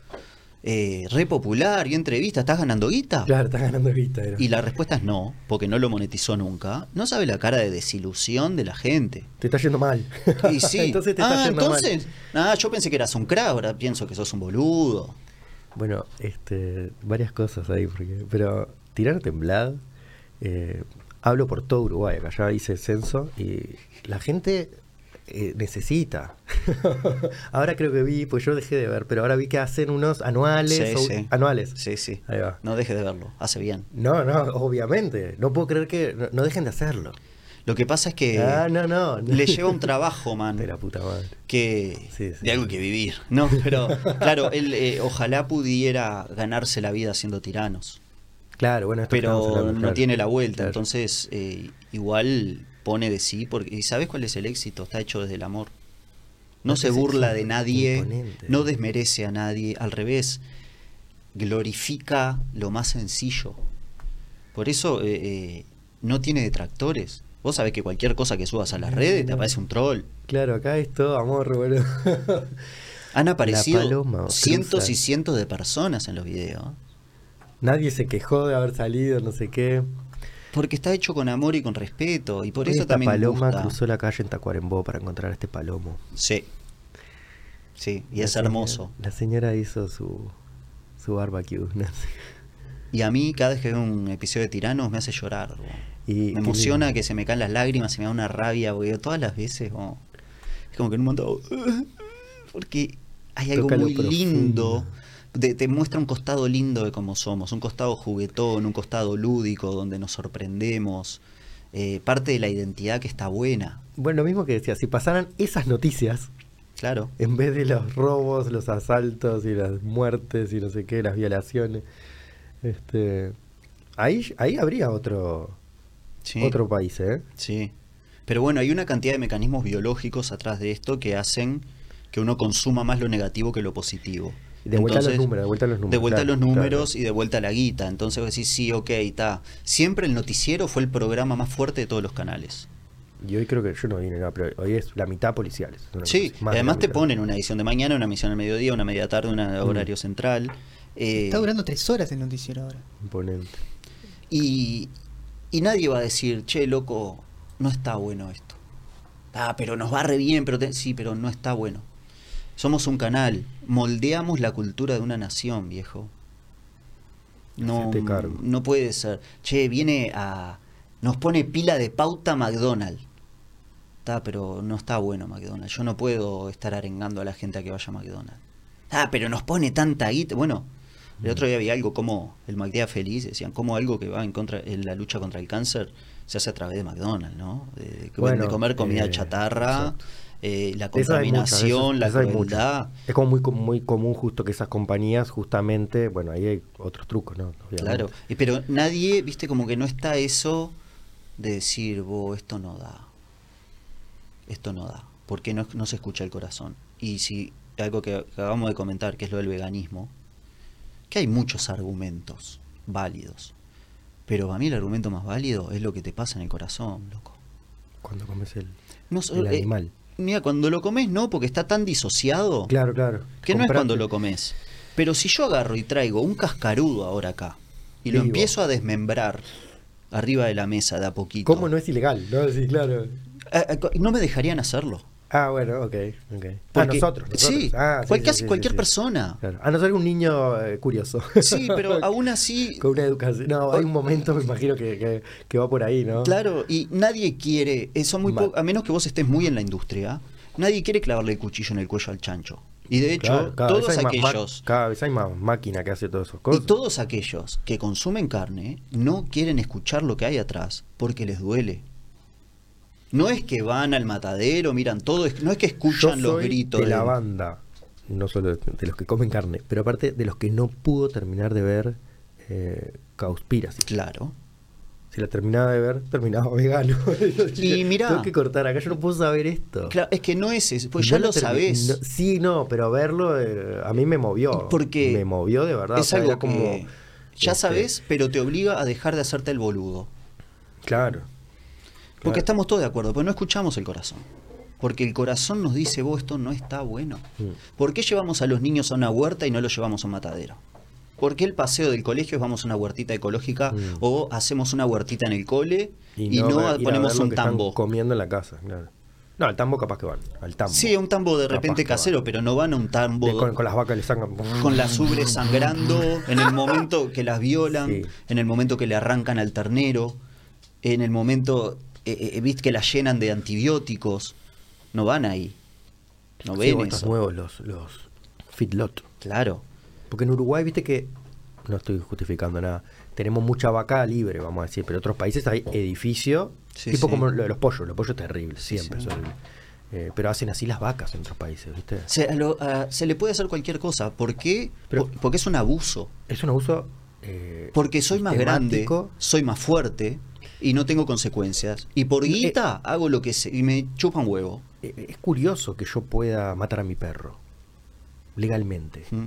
Speaker 2: eh, re popular y entrevista, estás ganando guita.
Speaker 1: Claro, estás ganando guita. era.
Speaker 2: Y la respuesta es no, porque no lo monetizó nunca. No sabe la cara de desilusión de la gente.
Speaker 1: Te está yendo mal.
Speaker 2: Y sí,
Speaker 1: entonces te está
Speaker 2: ah,
Speaker 1: yendo mal.
Speaker 2: entonces, ah, yo pensé que eras un crack, ahora pienso que sos un boludo.
Speaker 1: Bueno, este, varias cosas ahí, porque, pero tirar temblad, eh, hablo por todo Uruguay, acá ya hice censo y la gente eh, necesita. ahora creo que vi, pues yo dejé de ver, pero ahora vi que hacen unos anuales,
Speaker 2: Sí,
Speaker 1: o-
Speaker 2: sí.
Speaker 1: anuales.
Speaker 2: Sí, sí.
Speaker 1: Ahí va.
Speaker 2: No dejes de verlo, hace bien.
Speaker 1: No, no, obviamente, no puedo creer que no, no dejen de hacerlo.
Speaker 2: Lo que pasa es que
Speaker 1: ah, no, no.
Speaker 2: Eh, le lleva un trabajo, man.
Speaker 1: De la puta madre.
Speaker 2: que
Speaker 1: Sí, sí.
Speaker 2: de algo que vivir, ¿no? Pero claro, él eh, ojalá pudiera ganarse la vida siendo tiranos,
Speaker 1: Claro, bueno, esto que
Speaker 2: pero
Speaker 1: estamos hablando,
Speaker 2: no
Speaker 1: claro.
Speaker 2: tiene la vuelta,
Speaker 1: Claro.
Speaker 2: entonces eh, igual pone de sí, porque ¿y sabes cuál es el éxito? Está hecho desde el amor. No
Speaker 1: No
Speaker 2: se
Speaker 1: sé si
Speaker 2: burla
Speaker 1: es
Speaker 2: de nadie,
Speaker 1: imponente.
Speaker 2: no desmerece a nadie, al revés, glorifica lo más sencillo. Por eso eh, eh, no tiene detractores. Vos sabés que cualquier cosa que subas a las redes te aparece un troll.
Speaker 1: Claro, acá es todo amor, boludo.
Speaker 2: Han aparecido
Speaker 1: paloma, o
Speaker 2: cientos
Speaker 1: cruza.
Speaker 2: y cientos de personas en los videos.
Speaker 1: Nadie se quejó de haber salido, no sé qué.
Speaker 2: Porque está hecho con amor y con respeto. Y por eso
Speaker 1: Esta
Speaker 2: también
Speaker 1: paloma
Speaker 2: gusta.
Speaker 1: cruzó la calle en Tacuarembó para encontrar a este palomo.
Speaker 2: Sí. Sí, y
Speaker 1: La
Speaker 2: es
Speaker 1: señora-
Speaker 2: hermoso.
Speaker 1: La señora hizo su, su barbecue. ¿no?
Speaker 2: Y a mí, cada vez que veo un episodio de Tiranos, me hace llorar. bo.
Speaker 1: Y-
Speaker 2: me
Speaker 1: qué
Speaker 2: emociona
Speaker 1: lindo.
Speaker 2: que se me caen las lágrimas, se me da una rabia, porque todas las veces. bo, es como que en un momento. Porque hay algo
Speaker 1: Toca lo
Speaker 2: muy
Speaker 1: profundo.
Speaker 2: lindo. Te, te muestra un costado lindo de cómo somos, un costado juguetón, un costado lúdico, donde nos sorprendemos. eh, parte de la identidad que está buena.
Speaker 1: Bueno, lo mismo que decía, si pasaran esas noticias,
Speaker 2: Claro.
Speaker 1: en vez de los robos, los asaltos y las muertes y no sé qué, las violaciones, este, ahí, ahí habría otro,
Speaker 2: Sí.
Speaker 1: otro país, ¿eh?
Speaker 2: Sí. Pero bueno, hay una cantidad de mecanismos biológicos atrás de esto que hacen que uno consuma más lo negativo que lo positivo.
Speaker 1: Y de vuelta a los
Speaker 2: Entonces,
Speaker 1: números, de vuelta a los números.
Speaker 2: de vuelta a
Speaker 1: claro,
Speaker 2: los números
Speaker 1: claro.
Speaker 2: y de vuelta a la guita. Entonces vos decís, sí, ok, está. Siempre el noticiero fue el programa más fuerte de todos los canales.
Speaker 1: Y hoy creo que yo no vine nada, pero hoy es la mitad policiales. es una
Speaker 2: Sí,
Speaker 1: cosa, pues,
Speaker 2: y
Speaker 1: más de la
Speaker 2: además te
Speaker 1: mitad.
Speaker 2: ponen una edición de mañana, una emisión al mediodía, una media tarde, una
Speaker 1: Mm.
Speaker 2: horario central. eh,
Speaker 3: Está durando tres horas el noticiero ahora.
Speaker 1: Imponente.
Speaker 2: Y, y nadie va a decir, che, loco, no está bueno esto. Ah, pero nos va re bien, pero te- sí, pero no está bueno. Somos un canal, moldeamos la cultura de una nación, viejo. No,
Speaker 1: Hacete cargo.
Speaker 2: no puede ser. Che, viene a. Nos pone pila de pauta McDonald's. Está, pero no está bueno McDonald's. Yo no puedo estar arengando a la gente a que vaya a McDonald's. Ah, pero nos pone tanta guita. Bueno,
Speaker 1: Mm.
Speaker 2: el otro día había algo como el McDea Feliz, decían, como algo que va en contra en la lucha contra el cáncer se hace a través de McDonald's, ¿no? De, de- de
Speaker 1: Bueno,
Speaker 2: comer comida
Speaker 1: eh,
Speaker 2: chatarra,
Speaker 1: exacto.
Speaker 2: eh, la
Speaker 1: Eso hay mucho, eso-
Speaker 2: contaminación,
Speaker 1: eso hay mucho.
Speaker 2: la crueldad.
Speaker 1: Es como muy, com- muy común justo que esas compañías justamente, bueno, ahí hay otros trucos, ¿no? Obviamente.
Speaker 2: Claro, y pero nadie, viste, como que no está eso de decir, vos, esto no da. Esto no da. Porque no, no se escucha el corazón. Y si algo que acabamos de comentar, que es lo del veganismo, que hay muchos argumentos válidos. Pero para mí el argumento más válido es lo que te pasa en el corazón, loco.
Speaker 1: Cuando comes el,
Speaker 2: No
Speaker 1: el
Speaker 2: solo- eh,
Speaker 1: animal.
Speaker 2: mira, cuando lo comes no, porque está tan disociado
Speaker 1: Claro, claro.
Speaker 2: Oh. que no es
Speaker 1: Compraste-
Speaker 2: cuando lo comes. Pero si yo agarro y traigo un cascarudo ahora acá y lo
Speaker 1: Vivo.
Speaker 2: empiezo a desmembrar arriba de la mesa de a poquito,
Speaker 1: ¿Cómo no es ilegal? No, sí, claro.
Speaker 2: eh, eh, co- no me dejarían hacerlo.
Speaker 1: Ah, bueno, ok. okay. a
Speaker 2: Porque-
Speaker 1: Ah, nosotros, nosotros.
Speaker 2: Sí,
Speaker 1: Ah, sí,
Speaker 2: cual-
Speaker 1: sí,
Speaker 2: casi
Speaker 1: sí,
Speaker 2: cualquier
Speaker 1: sí.
Speaker 2: persona.
Speaker 1: Claro. A no ser un niño eh, curioso.
Speaker 2: Sí, pero aún así,
Speaker 1: Con una educación. No, hay un momento, me imagino, que, que, que va por ahí, ¿no?
Speaker 2: claro, y nadie quiere, eh, son muy
Speaker 1: Mal.
Speaker 2: po- a menos que vos estés muy en la industria, nadie quiere clavarle el cuchillo en el cuello al chancho. Y de hecho,
Speaker 1: Claro, cada vez
Speaker 2: todos
Speaker 1: hay más ma-
Speaker 2: aquellos
Speaker 1: cada vez hay más máquina que hace todas esas
Speaker 2: y
Speaker 1: cosas.
Speaker 2: todos aquellos que consumen carne no quieren escuchar lo que hay atrás porque les duele. No es que van al matadero, miran todo, es- no es que
Speaker 1: Yo
Speaker 2: escuchan los
Speaker 1: soy
Speaker 2: gritos.
Speaker 1: de la
Speaker 2: de-
Speaker 1: banda, no solo de, de los que comen carne, pero aparte de los que no pudo terminar de ver eh, Cowspiracy.
Speaker 2: Claro.
Speaker 1: Si la terminaba de ver, terminaba vegano.
Speaker 2: Y mirá.
Speaker 1: Tengo que cortar acá, yo no puedo saber esto.
Speaker 2: Claro, es que no es eso, pues
Speaker 1: No
Speaker 2: ya lo
Speaker 1: termi-
Speaker 2: sabés.
Speaker 1: no- sí, no, pero verlo eh, a mí me movió.
Speaker 2: Porque
Speaker 1: me movió de verdad. o
Speaker 2: es
Speaker 1: sea,
Speaker 2: algo
Speaker 1: era como.
Speaker 2: que ya
Speaker 1: este,
Speaker 2: sabes, pero te obliga a dejar de hacerte el boludo.
Speaker 1: Claro.
Speaker 2: Porque
Speaker 1: Claro.
Speaker 2: estamos todos de acuerdo, pero no escuchamos el corazón. Porque el corazón nos dice, vos, esto no está bueno.
Speaker 1: Mm.
Speaker 2: ¿Por qué llevamos a los niños a una huerta y no los llevamos a un matadero? ¿Por qué el paseo del colegio es vamos a una huertita ecológica
Speaker 1: Mm.
Speaker 2: o hacemos una huertita en el cole y, no,
Speaker 1: ver- ir a ver
Speaker 2: ponemos
Speaker 1: lo
Speaker 2: un
Speaker 1: que están
Speaker 2: tambo?
Speaker 1: Comiendo en la casa, claro. No, al tambo capaz que van. Al tambo.
Speaker 2: Sí, un tambo de
Speaker 1: Capaz
Speaker 2: repente
Speaker 1: que van.
Speaker 2: casero, pero no van a un tambo
Speaker 1: De- con, con las vacas le sacan.
Speaker 2: con las ubres sangrando, en el momento que las violan,
Speaker 1: Mm. Sí.
Speaker 2: en el momento que le arrancan al ternero, en el momento eh, eh, viste que la llenan de antibióticos, no van ahí, no
Speaker 1: Sí,
Speaker 2: ven
Speaker 1: vos estás
Speaker 2: eso,
Speaker 1: nuevos los, los feedlot.
Speaker 2: claro,
Speaker 1: Porque en Uruguay, viste que. No estoy justificando nada. Tenemos mucha vaca libre, vamos a decir. Pero en otros países hay edificio.
Speaker 2: Sí,
Speaker 1: tipo
Speaker 2: sí.
Speaker 1: como lo de los pollos. Los pollos es terrible,
Speaker 2: Sí,
Speaker 1: siempre
Speaker 2: sí.
Speaker 1: es horrible. Eh, pero hacen así las vacas en otros países, ¿viste?
Speaker 2: se, a lo- a- se le puede hacer cualquier cosa, ¿por qué?
Speaker 1: Pero-
Speaker 2: Por- porque es un abuso,
Speaker 1: Es un abuso. eh,
Speaker 2: porque soy más grande,
Speaker 1: sistemático.
Speaker 2: soy más fuerte y no tengo consecuencias, y por guita hago lo que se, y me chupan huevo.
Speaker 1: Eh, Es curioso que yo pueda matar a mi perro. Legalmente.
Speaker 2: ¿Mm?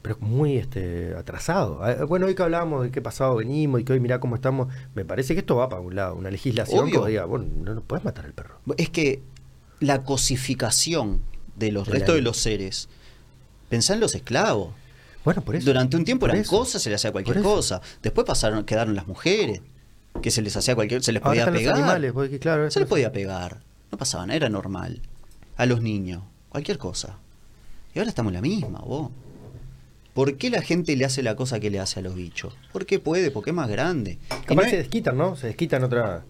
Speaker 1: pero es muy este, atrasado. Ah, Bueno, hoy que hablábamos de qué pasado venimos y que hoy mirá cómo estamos, me parece que esto va para un lado, una legislación
Speaker 2: Obvio.
Speaker 1: que diga, bueno, no, no puedes matar al perro.
Speaker 2: Es que la cosificación de los
Speaker 1: Del
Speaker 2: restos de
Speaker 1: alien.
Speaker 2: los seres. Pensá en los esclavos.
Speaker 1: Bueno, por eso.
Speaker 2: Durante un tiempo
Speaker 1: Por
Speaker 2: eran
Speaker 1: eso.
Speaker 2: cosas, se les hacía cualquier
Speaker 1: Por eso.
Speaker 2: cosa. Después pasaron, quedaron las mujeres, que se les hacía cualquier, se les
Speaker 1: Ahora
Speaker 2: podía
Speaker 1: están
Speaker 2: pegar.
Speaker 1: los animales, porque, claro,
Speaker 2: se les
Speaker 1: eso-
Speaker 2: podía pegar. No pasaba nada, era normal. A los niños, cualquier cosa. Y ahora estamos en la misma, vos. ¿Por qué la gente le hace la cosa que le hace a los bichos? Porque puede, porque es más grande. Y
Speaker 1: Capaz
Speaker 2: no
Speaker 1: se
Speaker 2: es-
Speaker 1: desquitan, ¿no? Se desquitan otra.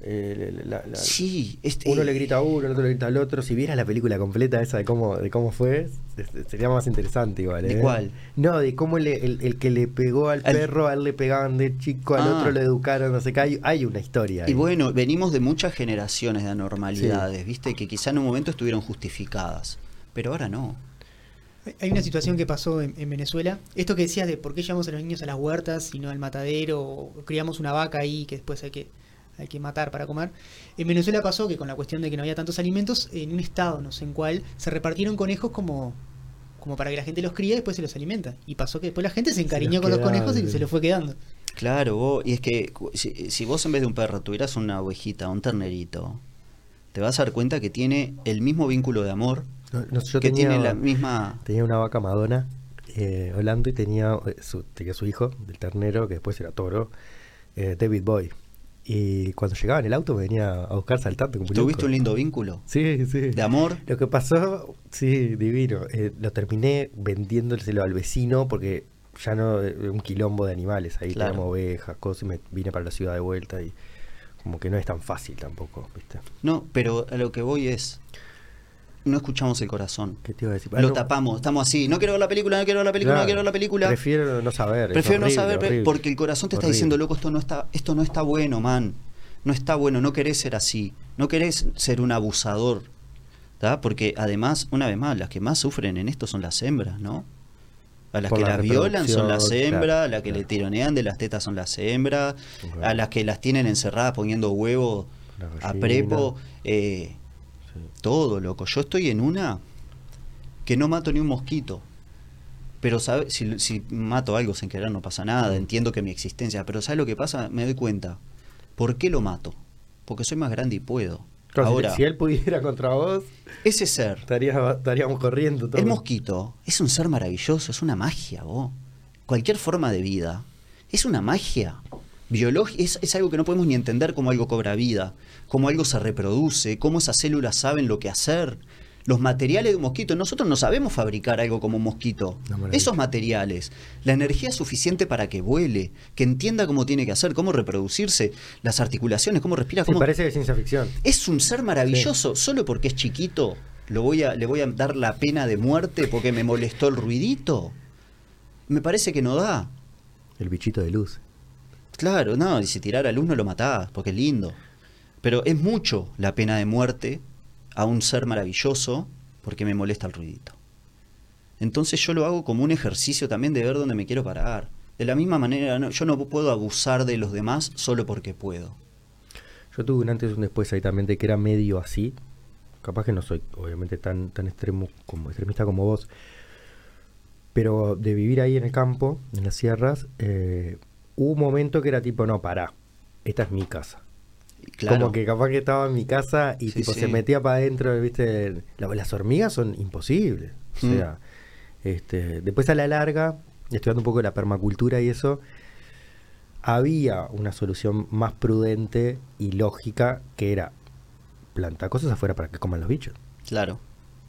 Speaker 1: eh, la- la- la-
Speaker 2: Sí, este-
Speaker 1: Uno le grita a uno, el otro le grita al otro. Si vieras la película completa esa de cómo, de cómo fue, se- sería más interesante igual.
Speaker 2: ¿De
Speaker 1: ¿eh?
Speaker 2: cuál?
Speaker 1: No, de cómo le- el, el que le pegó al
Speaker 2: Al-
Speaker 1: perro, a él le pegaban de chico, al
Speaker 2: Ah.
Speaker 1: otro lo educaron, no sé qué. Hay, hay una historia.
Speaker 2: Y
Speaker 1: ahí.
Speaker 2: bueno, venimos de muchas generaciones de anormalidades, ¿viste? Que quizá en un momento estuvieron justificadas, pero ahora no.
Speaker 3: Hay una situación que pasó en, en Venezuela. Esto que decías de por qué llevamos a los niños a las huertas y no al matadero, o criamos una vaca ahí que después hay que, hay que matar para comer. En Venezuela pasó que con la cuestión de que no había tantos alimentos, en un estado, no sé en cuál, se repartieron conejos como, como para que la gente los cría y después se los alimenta. Y pasó que después la gente se encariñó
Speaker 1: los
Speaker 3: con los
Speaker 1: quedaron.
Speaker 3: conejos y se los fue quedando.
Speaker 2: Claro, vos, y es que cu- si, si vos en vez de un perro tuvieras una ovejita, un ternerito, te vas a dar cuenta que tiene el mismo vínculo de amor,
Speaker 1: No, no sé, yo
Speaker 2: que
Speaker 1: tenía,
Speaker 2: tiene la misma...
Speaker 1: tenía una vaca Madonna eh, Holando y tenía eh, su, tenía su hijo, del ternero, que después era toro, eh, David Boy. Y cuando llegaba en el auto me venía a buscar saltando como
Speaker 2: Tuviste
Speaker 1: loco.
Speaker 2: un lindo vínculo
Speaker 1: Sí, sí.
Speaker 2: de amor.
Speaker 1: Lo que pasó, sí, divino. Eh, lo terminé vendiéndoselo al vecino porque ya no eh, un quilombo de animales. Ahí
Speaker 2: Claro.
Speaker 1: teníamos ovejas, cosas, y me vine para la ciudad de vuelta y como que no es tan fácil tampoco, ¿viste?
Speaker 2: No, pero a lo que voy es... No escuchamos el corazón.
Speaker 1: ¿Qué te iba a decir? Ah,
Speaker 2: Lo
Speaker 1: no,
Speaker 2: tapamos, estamos así. No quiero ver la película, no quiero ver la película,
Speaker 1: claro,
Speaker 2: no quiero ver la película.
Speaker 1: Prefiero no saber. es
Speaker 2: Prefiero
Speaker 1: horrible,
Speaker 2: no saber, pe-
Speaker 1: horrible.
Speaker 2: porque el corazón te está
Speaker 1: Horrible.
Speaker 2: diciendo, loco, esto no está, esto no está bueno, man. No está bueno, no querés ser así. No querés ser un abusador. ¿tá? Porque además, una vez más, las que más sufren en esto son las hembras, ¿no? A las
Speaker 1: Por
Speaker 2: que
Speaker 1: la
Speaker 2: las violan son las
Speaker 1: reproducción,
Speaker 2: hembras,
Speaker 1: claro,
Speaker 2: a las que
Speaker 1: claro.
Speaker 2: le tironean de las tetas son las hembras,
Speaker 1: Ujú.
Speaker 2: a las que las tienen encerradas poniendo huevos
Speaker 1: La
Speaker 2: a
Speaker 1: gallina.
Speaker 2: prepo. eh,
Speaker 1: Sí.
Speaker 2: todo, loco. Yo estoy en una que no mato ni un mosquito. pero sabe, si, si mato algo sin querer no pasa nada, entiendo que mi existencia, pero ¿sabes lo que pasa? Me doy cuenta. ¿Por qué lo mato? Porque soy más grande y puedo.
Speaker 1: Claro, si-
Speaker 2: Ahora,
Speaker 1: si él pudiera contra vos,
Speaker 2: ese ser,
Speaker 1: estaría- estaríamos corriendo. todos.
Speaker 2: el mosquito, es un ser maravilloso, es una magia, vos. Cualquier forma de vida es una magia. Biológica es, es algo que no podemos ni entender cómo algo cobra vida, cómo algo se reproduce, cómo esas células saben lo que hacer. Los materiales de un mosquito, nosotros no sabemos fabricar algo como un mosquito.
Speaker 1: Una maravilla.
Speaker 2: Esos materiales, la energía suficiente para que vuele, que entienda cómo tiene que hacer, cómo reproducirse, las articulaciones, cómo respira,
Speaker 1: Sí,
Speaker 2: cómo
Speaker 1: parece de ciencia ficción.
Speaker 2: es un ser maravilloso, solo porque es chiquito. Lo voy a, le voy a dar la pena de muerte porque me molestó el ruidito. Me parece que no da.
Speaker 1: El bichito de luz.
Speaker 2: Claro, no, y si tirara luz no lo matás, porque es lindo. Pero es mucho la pena de muerte a un ser maravilloso porque me molesta el ruidito. Entonces yo lo hago como un ejercicio también de ver dónde me quiero parar. De la misma manera, no- yo no puedo abusar de los demás solo porque puedo.
Speaker 1: Yo tuve un antes y un después ahí también de que era medio así. Capaz que no soy, obviamente, tan, tan extremo como extremista como vos. Pero de vivir ahí en el campo, en las sierras, eh, hubo un momento que era tipo, no, pará, esta es mi casa.
Speaker 2: Y Claro,
Speaker 1: Como que capaz que estaba en mi casa y
Speaker 2: Sí,
Speaker 1: tipo
Speaker 2: sí.
Speaker 1: se metía para adentro, viste, La- las hormigas son imposibles. O
Speaker 2: Mm.
Speaker 1: sea, este, después a la larga, estudiando un poco la permacultura y eso, había una solución más prudente y lógica que era plantar cosas afuera para que coman los bichos.
Speaker 2: claro.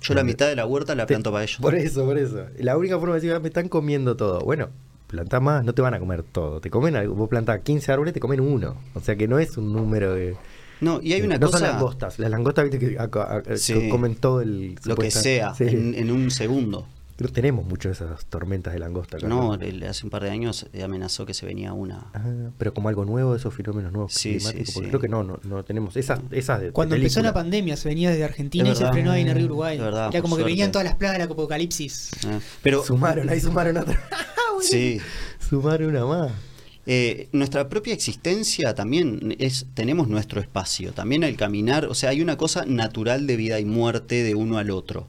Speaker 2: Yo la mitad de la huerta la
Speaker 1: Te-
Speaker 2: planto para ellos.
Speaker 1: Por eso, por eso. La única forma de decir, "Ah, me están comiendo todo. Bueno, planta más, no te van a comer todo. Te comen algo. Vos plantás 15 árboles, te comen uno. O sea que no es un número de...
Speaker 2: No, y hay una
Speaker 1: Eh, no
Speaker 2: cosa.
Speaker 1: son langostas. Las langostas, viste, que acá- acá-
Speaker 2: Sí.
Speaker 1: co- comen todo el.
Speaker 2: lo que
Speaker 1: supuesta-
Speaker 2: sea,
Speaker 1: Sí.
Speaker 2: en, en un segundo.
Speaker 1: No tenemos mucho de esas tormentas de langosta acá.
Speaker 2: No, el- hace un par de años eh, amenazó que se venía una.
Speaker 1: Ah, pero como algo nuevo, esos fenómenos nuevos
Speaker 2: Sí,
Speaker 1: climáticos.
Speaker 2: sí,
Speaker 1: porque
Speaker 2: sí.
Speaker 1: creo que no, no, no tenemos. Esas, esas de.
Speaker 3: Cuando
Speaker 1: de
Speaker 3: empezó la
Speaker 1: película.
Speaker 3: pandemia, se venía desde Argentina
Speaker 2: Es
Speaker 3: y
Speaker 2: verdad.
Speaker 3: se frenó ahí en el río Uruguay.
Speaker 2: Es verdad,
Speaker 3: Era
Speaker 2: por
Speaker 3: como que
Speaker 2: suerte.
Speaker 3: venían todas las plagas del apocalipsis.
Speaker 2: Ah, Pero
Speaker 1: Sumaron, ahí Ah, sumaron otra.
Speaker 2: sí,
Speaker 1: sumaron una más.
Speaker 2: eh, nuestra propia existencia también es tenemos nuestro espacio, también el caminar, o sea, hay una cosa natural de vida y muerte de uno al otro.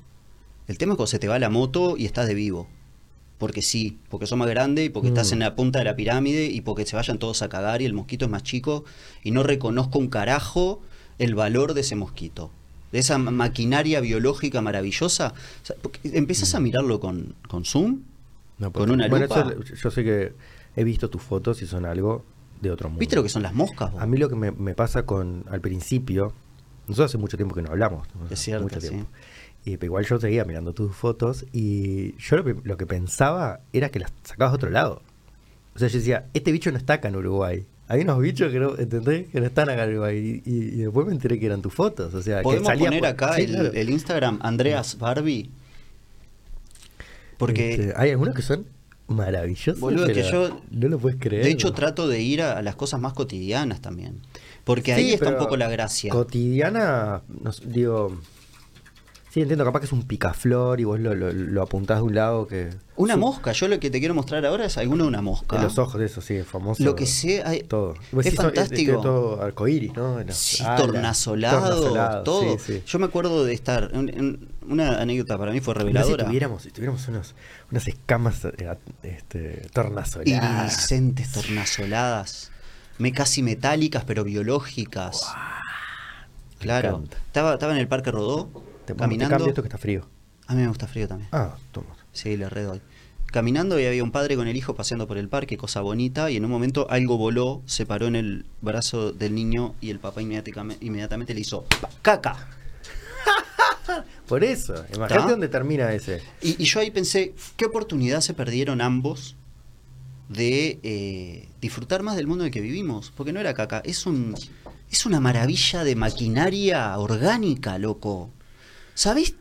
Speaker 2: El tema es cuando se te va la moto y estás de vivo. Porque sí, porque sos más grande y porque estás
Speaker 1: Mm.
Speaker 2: en la punta de la pirámide y porque se vayan todos a cagar y el mosquito es más chico y no reconozco un carajo el valor de ese mosquito. De esa ma- maquinaria biológica maravillosa. O sea, porque
Speaker 1: Mm.
Speaker 2: empezás a mirarlo con, con Zoom.
Speaker 1: No,
Speaker 2: Con una
Speaker 1: bueno,
Speaker 2: lupa.
Speaker 1: eso- yo sé que he visto tus fotos y son algo de otro mundo.
Speaker 2: ¿Viste lo que son las moscas? vos?
Speaker 1: A mí lo que me, me pasa con al principio, nosotros hace mucho tiempo que no hablamos, ¿no?
Speaker 2: Es cierto,
Speaker 1: mucho
Speaker 2: sí.
Speaker 1: tiempo. Y pero igual yo seguía mirando tus fotos y yo lo que, lo que pensaba era que las sacabas a otro lado. O sea, yo decía, este bicho no está acá en Uruguay. Hay unos bichos que no, ¿entendés? Que no están acá en Uruguay. Y, y- y después me enteré que eran tus fotos. O sea, que
Speaker 2: Podemos
Speaker 1: salía
Speaker 2: poner
Speaker 1: por-
Speaker 2: acá
Speaker 1: Sí,
Speaker 2: el,
Speaker 1: claro.
Speaker 2: el Instagram Andreas Barbie. Porque,
Speaker 1: Este, hay algunos que son maravillosos.
Speaker 2: Boludo, es que
Speaker 1: pero
Speaker 2: yo-
Speaker 1: No lo puedes creer.
Speaker 2: de hecho, trato de ir a, a las cosas más cotidianas también. Porque ahí
Speaker 1: Sí,
Speaker 2: está un
Speaker 1: pero
Speaker 2: poco la gracia.
Speaker 1: Cotidiana, no sé, digo. Sí, entiendo, capaz que es un picaflor y vos lo, lo, lo apuntás de un lado que.
Speaker 2: Una mosca, yo lo que te quiero mostrar ahora es alguno de una mosca.
Speaker 1: de los ojos de eso, sí, es famoso.
Speaker 2: Ah. Lo que sea, hay-
Speaker 1: Todo.
Speaker 2: es
Speaker 1: sí, son-
Speaker 2: fantástico.
Speaker 1: tiene todo arcoíris, ¿no? Las
Speaker 2: Sí,
Speaker 1: alas,
Speaker 2: tornasolado,
Speaker 1: tornasolado,
Speaker 2: todo.
Speaker 1: sí, sí.
Speaker 2: Yo me acuerdo de estar. un- un- una anécdota para mí fue
Speaker 1: Mirá si
Speaker 2: reveladora.
Speaker 1: tuviéramos, si tuviéramos unos, unas escamas eh, este, tornasoladas.
Speaker 2: Iridiscentes, tornasoladas, me casi metálicas, pero biológicas. claro.
Speaker 1: encanta.
Speaker 2: Estaba, estaba en el Parque Rodó,
Speaker 1: Te, pongo- te
Speaker 2: caminando.
Speaker 1: cambio esto que está frío.
Speaker 2: A mí me gusta frío también.
Speaker 1: Ah, toma.
Speaker 2: Sí, le redoy. Caminando y había un padre con el hijo paseando por el parque, cosa bonita, y en un momento algo voló, se paró en el brazo del niño y el papá inmediatamente, inmediatamente le hizo ¡pa! caca. ¿Ah?
Speaker 1: Por eso,
Speaker 2: ¿Está?
Speaker 1: imagínate dónde termina ese.
Speaker 2: Y, y yo ahí pensé, ¿qué oportunidad se perdieron ambos de eh, disfrutar más del mundo en el que vivimos? Porque no era caca, es, un, es una maravilla de maquinaria orgánica, loco. ¿Sabés?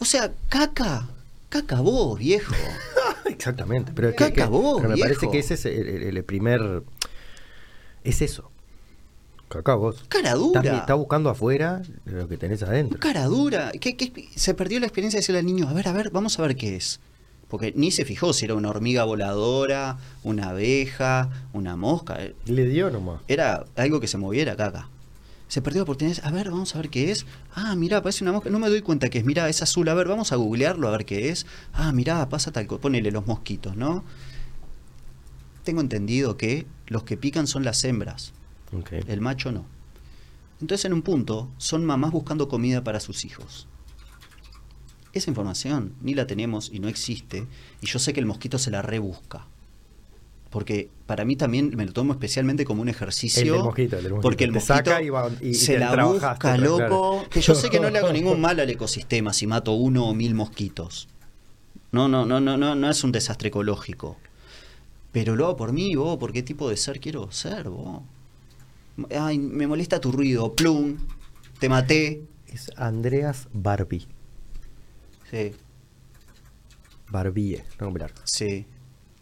Speaker 2: O sea, caca, caca vos, viejo.
Speaker 1: Exactamente, pero, es
Speaker 2: ¿Qué
Speaker 1: que- que-
Speaker 2: acabó,
Speaker 1: pero me
Speaker 2: viejo?
Speaker 1: parece que ese es el, el- el primer... Es eso. Cacá vos.
Speaker 2: Cara
Speaker 1: Estás,
Speaker 2: dura.
Speaker 1: estás buscando afuera lo que tenés adentro.
Speaker 2: Cara dura. ¿Qué, qué- se perdió la experiencia de decirle al niño, a ver, a ver, vamos a ver qué es. Porque ni se fijó si era una hormiga voladora, una abeja, una mosca. eh,
Speaker 1: Le dio nomás.
Speaker 2: Era algo que se moviera caca. se perdió la oportunidad. A ver, vamos a ver qué es. Ah, mira, parece una mosca. No me doy cuenta que es. Mira, es azul. A ver, vamos a googlearlo a ver qué es. Ah, mira, pasa tal cosa. Ponele los mosquitos, ¿no? Tengo entendido que los que pican son las hembras.
Speaker 1: Ok.
Speaker 2: El macho no. Entonces, en un punto, son mamás buscando comida para sus hijos. Esa información ni la tenemos y no existe. Y yo sé que el mosquito se la rebusca. Porque para mí también me lo tomo especialmente como un ejercicio.
Speaker 1: El del mosquito, el del mosquito.
Speaker 2: Porque el
Speaker 1: Te
Speaker 2: mosquito
Speaker 1: saca y va- y- y
Speaker 2: se
Speaker 1: te
Speaker 2: la
Speaker 1: trabajaste,
Speaker 2: busca,
Speaker 1: claro.
Speaker 2: loco. Que yo sé que no le hago ningún mal al ecosistema si mato uno o mil mosquitos. No, no, no, no, no, no es un desastre ecológico. Pero lo hago por mí, vos, por qué tipo de ser quiero ser, vos. Ay, me molesta tu ruido, plum, te maté.
Speaker 1: Es Andreas Barbie.
Speaker 2: Sí,
Speaker 1: Barbie, no mirar.
Speaker 2: sí,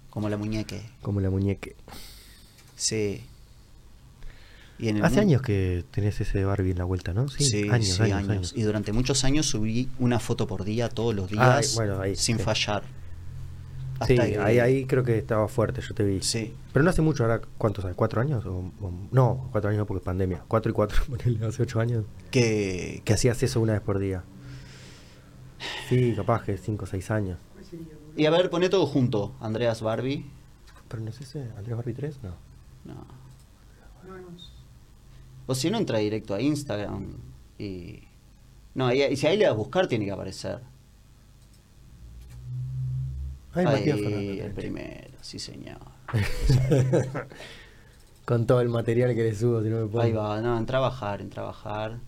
Speaker 2: como la muñeca,
Speaker 1: Como la muñeca.
Speaker 2: sí. Y en el
Speaker 1: Hace
Speaker 2: mundo-
Speaker 1: años que tenés ese Barbie en la vuelta, ¿no?
Speaker 2: Sí, sí,
Speaker 1: años,
Speaker 2: años,
Speaker 1: años, años.
Speaker 2: Y durante muchos años subí una foto por día, todos los
Speaker 1: Ah,
Speaker 2: días,
Speaker 1: bueno, ahí,
Speaker 2: sin
Speaker 1: sí.
Speaker 2: fallar. Hasta
Speaker 1: Sí,
Speaker 2: que-
Speaker 1: ahí, ahí creo que estaba fuerte, yo te vi.
Speaker 2: Sí.
Speaker 1: Pero no hace mucho, ahora, ¿cuántos años? ¿Cuatro años? O- o- no, cuatro años no porque es pandemia. Cuatro y cuatro, ponele, hace ocho años.
Speaker 2: Que,
Speaker 1: Que hacías eso una vez por día. Sí, capaz que cinco o seis años.
Speaker 2: Y a ver, poné todo junto. Andreas Barbie.
Speaker 1: Pero no sé si Andrés Barbie 3, no.
Speaker 2: No. O si no, entra directo a Instagram. Y. No, ahí- y si ahí le das buscar, tiene que aparecer.
Speaker 1: Ay,
Speaker 2: Ahí,
Speaker 1: Matías
Speaker 2: el
Speaker 1: Fernández.
Speaker 2: primero, sí, señor.
Speaker 1: Con todo el material que le subo, si no me puedo.
Speaker 2: Ahí va, no, entra a bajar, entra a bajar.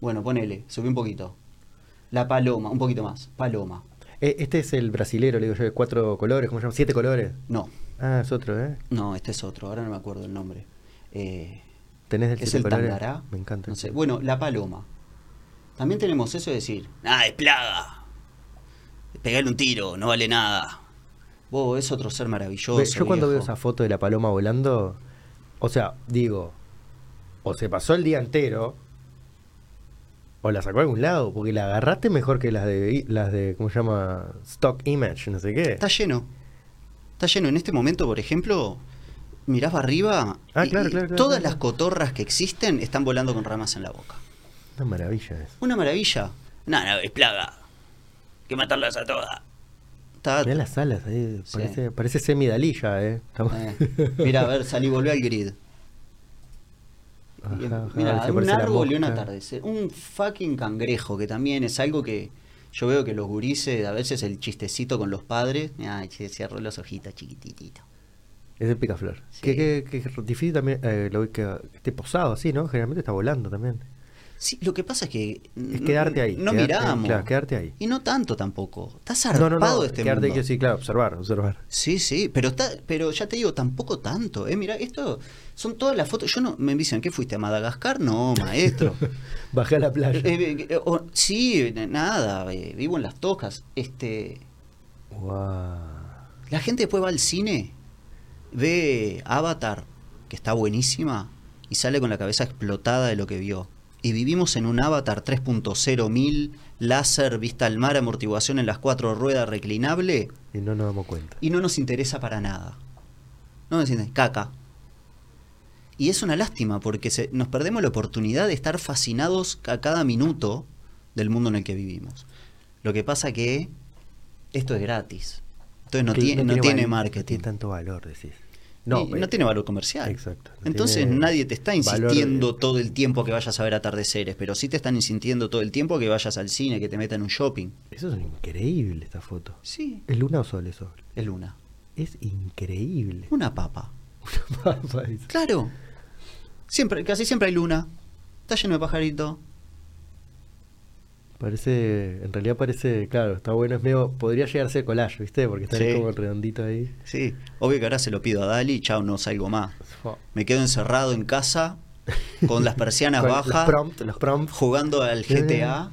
Speaker 2: Bueno, ponele, subí un poquito. La paloma, un poquito más. Paloma.
Speaker 1: Eh, Este es el brasilero, le digo yo, de cuatro colores, ¿cómo se llama? Siete colores.
Speaker 2: No,
Speaker 1: Ah, es otro, ¿eh?
Speaker 2: no, este es otro, ahora no me acuerdo el nombre. Eh,
Speaker 1: ¿Tenés del
Speaker 2: es
Speaker 1: siete
Speaker 2: el
Speaker 1: colores?
Speaker 2: tangará.
Speaker 1: Me encanta.
Speaker 2: No sé, Bueno, la paloma. También tenemos eso de decir, ah, es plaga. Pegarle un tiro, no vale nada. Vos, es otro ser maravilloso.
Speaker 1: Ve, yo cuando veo
Speaker 2: viejo.
Speaker 1: esa foto de la paloma volando, o sea, digo, o se pasó el día entero, o la sacó a algún lado, porque la agarraste mejor que las de, las de ¿cómo se llama? Stock Image, no sé qué.
Speaker 2: Está lleno. Está lleno. En este momento, por ejemplo, mirás para arriba
Speaker 1: Ah,
Speaker 2: y-
Speaker 1: claro,
Speaker 2: y
Speaker 1: claro, claro,
Speaker 2: todas
Speaker 1: claro.
Speaker 2: las cotorras que existen están volando con ramas en la boca.
Speaker 1: Una maravilla eso.
Speaker 2: Una maravilla. Nada, es plaga. Hay que matarlas a todas. Está-
Speaker 1: Mirá las alas, ahí,
Speaker 2: Ah, Sí.
Speaker 1: parece, parece semidalilla, ¿eh? Estamos-
Speaker 2: Eh, mira, a ver, salí, volví al grid.
Speaker 1: Ajá, ajá, ahí
Speaker 2: Mira,
Speaker 1: se
Speaker 2: un
Speaker 1: aparece la
Speaker 2: árbol y un
Speaker 1: mosca.
Speaker 2: atardecer. Un fucking cangrejo, que también es algo que yo veo que los gurises, a veces el chistecito con los padres. Ay, che, cierro los ojitos chiquititito.
Speaker 1: Es el picaflor.
Speaker 2: Sí.
Speaker 1: Que, que- que difícil también, eh, lo vi que esté posado así, ¿no? Generalmente está volando también.
Speaker 2: Sí, lo que pasa es que.
Speaker 1: Es quedarte ahí,
Speaker 2: No
Speaker 1: quedarte-
Speaker 2: miramos.
Speaker 1: claro, quedarte ahí.
Speaker 2: Y no tanto tampoco. Está zarpado este
Speaker 1: quedarte
Speaker 2: mundo.
Speaker 1: que sí, claro, observar, observar.
Speaker 2: Sí, sí, pero está, pero ya te digo, tampoco tanto. Eh, mira, esto son todas las fotos. Yo no me dicen, ¿qué fuiste a Madagascar? No, maestro.
Speaker 1: Bajé a la playa.
Speaker 2: Eh, eh, eh, o- sí, eh, nada, eh, vivo en las tocas. Este,
Speaker 1: Guau.
Speaker 2: la gente después va al cine, ve Avatar, que está buenísima, y sale con la cabeza explotada de lo que vio. Y vivimos en un Avatar 3.0 mil, láser, vista al mar, amortiguación en las cuatro ruedas, reclinable,
Speaker 1: Y no nos damos cuenta.
Speaker 2: y no nos interesa para nada. No nos interesa, caca. Y es una lástima porque se- nos perdemos la oportunidad de estar fascinados a cada minuto del mundo en el que vivimos. Lo que pasa que esto es gratis. Entonces no,
Speaker 1: Que
Speaker 2: tiene, no tiene
Speaker 1: val- No
Speaker 2: marketing.
Speaker 1: tiene tanto valor, decís.
Speaker 2: No, no
Speaker 1: eh,
Speaker 2: tiene valor comercial.
Speaker 1: Exacto, no
Speaker 2: Entonces
Speaker 1: tiene
Speaker 2: nadie te está
Speaker 1: valor-
Speaker 2: insistiendo todo el tiempo a que vayas a ver atardeceres, pero sí te están insistiendo todo el tiempo a que vayas al cine, que te metan en un shopping.
Speaker 1: Eso es increíble, esta foto.
Speaker 2: Sí,
Speaker 1: ¿Es luna o sol eso?
Speaker 2: es luna.
Speaker 1: Es increíble.
Speaker 2: Una papa.
Speaker 1: Una papa dice.
Speaker 2: Claro. Siempre, casi siempre hay luna. Está lleno de pajarito.
Speaker 1: Parece, en realidad parece, claro, está bueno, es medio, podría llegar a ser collage, ¿viste? Porque está
Speaker 2: Sí.
Speaker 1: como redondito ahí.
Speaker 2: Sí. Obvio que ahora se lo pido a Dali, chao, no salgo más.
Speaker 1: Fua.
Speaker 2: Me quedo encerrado en casa con las persianas
Speaker 1: Con
Speaker 2: bajas,
Speaker 1: Los prompt, los prompt.
Speaker 2: jugando al GTA.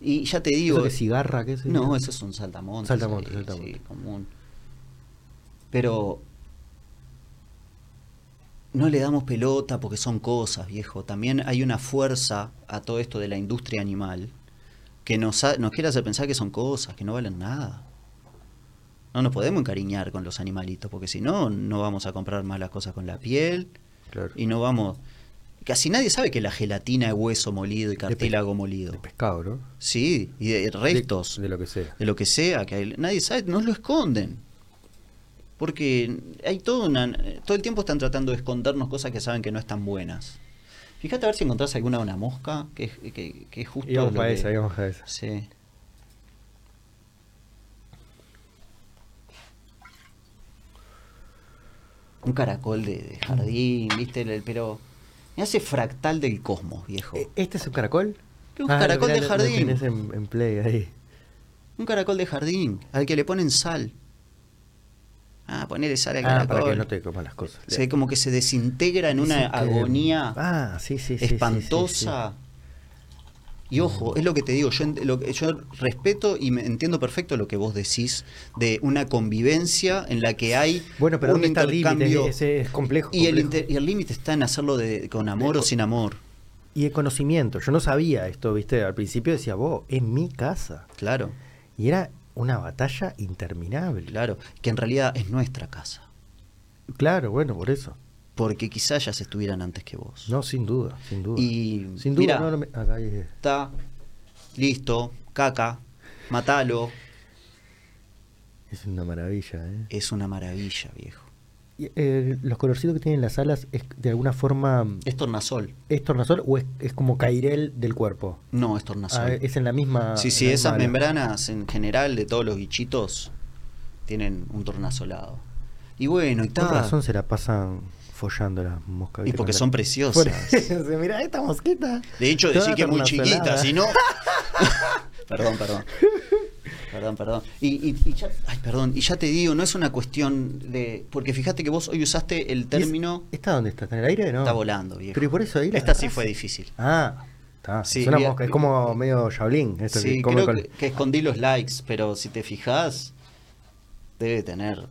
Speaker 2: Y ya te digo,
Speaker 1: Eso que cigarra, ¿qué es?
Speaker 2: no, esos son saltamontes.
Speaker 1: Saltamontes,
Speaker 2: sí,
Speaker 1: saltamontes.
Speaker 2: sí, común. Pero no le damos pelota porque son cosas, viejo. También hay una fuerza a todo esto de la industria animal que nos, ha- nos quiere hacer pensar que son cosas, que no valen nada. No nos podemos encariñar con los animalitos, porque si no, no vamos a comprar más las cosas con la piel
Speaker 1: Claro.
Speaker 2: y no vamos. Casi nadie sabe que la gelatina es hueso molido y cartílago molido.
Speaker 1: De pescado, ¿no?
Speaker 2: Sí, y de restos,
Speaker 1: De, de
Speaker 2: de,
Speaker 1: lo que sea.
Speaker 2: lo que sea, que hay- nadie sabe, no lo esconden. Porque hay todo una. Todo el tiempo están tratando de escondernos cosas que saben que no están buenas. Fíjate a ver si encontrás alguna una mosca, que, es- que, que es justo.
Speaker 1: Íbamos
Speaker 2: lo
Speaker 1: para
Speaker 2: que-
Speaker 1: esa, íbamos para esa.
Speaker 2: Sí. Un caracol de, de jardín, viste, el, el- pero me hace fractal del cosmos, viejo.
Speaker 1: ¿E- ¿Este es un caracol?
Speaker 2: Un
Speaker 1: lo
Speaker 2: caracol
Speaker 1: mirá,
Speaker 2: de
Speaker 1: lo- lo
Speaker 2: jardín.
Speaker 1: tenés en, en play ahí.
Speaker 2: Un caracol de jardín, al que le ponen sal. Ah, ponerle sal al
Speaker 1: Ah,
Speaker 2: caracol.
Speaker 1: para que no te coman las cosas.
Speaker 2: Se ve como que se desintegra en una
Speaker 1: Dicen que-
Speaker 2: agonía
Speaker 1: Ah, sí, sí, sí, sí, sí, sí.
Speaker 2: espantosa. Y ojo, es lo que te digo, yo, ent- lo que- yo respeto y me entiendo perfecto lo que vos decís de una convivencia en la que hay
Speaker 1: Bueno, pero
Speaker 2: un
Speaker 1: ¿dónde está el límite?
Speaker 2: intercambio.
Speaker 1: Ese es complejo.
Speaker 2: y
Speaker 1: complejo.
Speaker 2: el inter- y el límite está en hacerlo de, con amor o sin amor,
Speaker 1: Y el conocimiento. Yo no sabía esto, viste. Al principio decía, vos, es mi casa.
Speaker 2: claro,
Speaker 1: Y era una batalla interminable.
Speaker 2: claro, que en realidad es nuestra casa,
Speaker 1: Claro, bueno, por eso.
Speaker 2: porque quizás ya se estuvieran antes que vos.
Speaker 1: No, sin duda, sin duda.
Speaker 2: Y
Speaker 1: sin duda,
Speaker 2: mirá.
Speaker 1: no, no me- acá hay-
Speaker 2: Está, listo, caca, matalo,
Speaker 1: es una maravilla. ¿eh?
Speaker 2: es una maravilla, viejo.
Speaker 1: Y, eh, ¿Los colorcitos que tienen las alas es de alguna forma
Speaker 2: Es tornasol,
Speaker 1: es tornasol o es, es como cairel del cuerpo?
Speaker 2: no es tornasol.
Speaker 1: Ah, es en la misma.
Speaker 2: Sí, sí,
Speaker 1: en la misma
Speaker 2: esas
Speaker 1: ala.
Speaker 2: membranas en general de todos los bichitos tienen un tornasolado. Y bueno, y
Speaker 1: Con
Speaker 2: tal.
Speaker 1: razón se la pasan follando las moscas.
Speaker 2: Y porque son preciosas.
Speaker 1: preciosas. Mira esta mosquita.
Speaker 2: De hecho,
Speaker 1: Toda
Speaker 2: decir que es muy chiquita,
Speaker 1: tornasolada.
Speaker 2: si no. perdón, perdón. Perdón, perdón. Y, y- y ya, ay, perdón. Y ya te digo, no es una cuestión de. Porque fíjate que vos hoy usaste el
Speaker 1: ¿Y es-
Speaker 2: término.
Speaker 1: ¿Está dónde está? ¿Está en el aire? No.
Speaker 2: Está volando, viejo.
Speaker 1: Pero y por eso ahí la
Speaker 2: Esta sí
Speaker 1: agarrás.
Speaker 2: fue difícil.
Speaker 1: Ah, está.
Speaker 2: Sí,
Speaker 1: es una
Speaker 2: bien.
Speaker 1: mosca. Es como medio Shaolin. Esto
Speaker 2: Sí,
Speaker 1: que come
Speaker 2: creo
Speaker 1: con-
Speaker 2: que, que escondí los likes, pero si te fijas, debe tener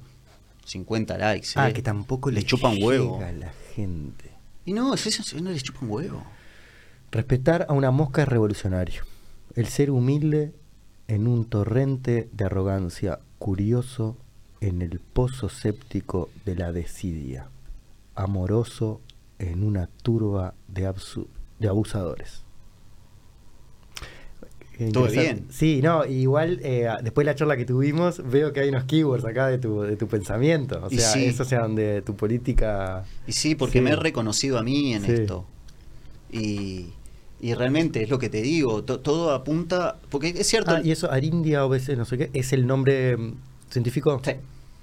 Speaker 2: 50 likes.
Speaker 1: Ah,
Speaker 2: ¿eh?
Speaker 1: que tampoco
Speaker 2: le
Speaker 1: le,
Speaker 2: chupan huevo.
Speaker 1: llega a la gente.
Speaker 2: Y no, eso, eso no le chupan huevo.
Speaker 1: Respetar a una mosca es revolucionario. El ser humilde en un torrente de arrogancia, curioso en el pozo séptico de la desidia, amoroso en una turba de, absu- de abusadores. Qué
Speaker 2: Todo
Speaker 1: interesante.
Speaker 2: bien.
Speaker 1: Sí, no, igual eh, después de la charla que tuvimos, veo que hay unos keywords acá de tu, de tu pensamiento. O
Speaker 2: Y
Speaker 1: sea,
Speaker 2: sí.
Speaker 1: eso sea donde tu política.
Speaker 2: Y sí, porque
Speaker 1: Sí.
Speaker 2: me he reconocido a mí en
Speaker 1: Sí.
Speaker 2: esto. Y, y realmente es lo que te digo, to- todo apunta, porque es cierto,
Speaker 1: Ah, y eso, Arindia OBC, no sé qué, es el nombre mm, científico.
Speaker 2: Sí.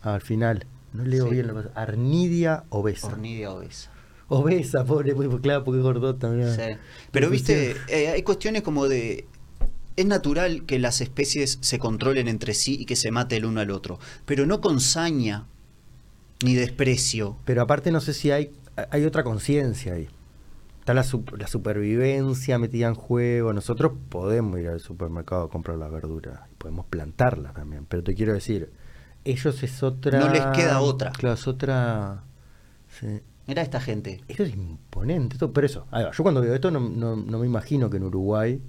Speaker 1: Al final. No leo
Speaker 2: Sí.
Speaker 1: bien la cosa. Arnidia obesa.
Speaker 2: Ornidia obesa.
Speaker 1: obesa, pobre, pues, pues, claro, porque es gordota. mirá.
Speaker 2: Sí. Pero viste,
Speaker 1: Deficiente.
Speaker 2: eh, hay cuestiones como de... Es natural que las especies se controlen entre sí y que se mate el uno al otro, pero no con saña ni desprecio.
Speaker 1: Pero aparte, no sé si hay, hay otra conciencia ahí. Está la, sup- la supervivencia metida en juego. Nosotros podemos ir al supermercado a comprar las verduras. Y podemos plantarlas también. Pero te quiero decir, ellos es otra.
Speaker 2: No les queda otra.
Speaker 1: Claro, es otra. Sí.
Speaker 2: Mira esta gente.
Speaker 1: Esto es imponente, esto, pero eso, ahí va, yo cuando veo esto no, no- no me imagino que en Uruguay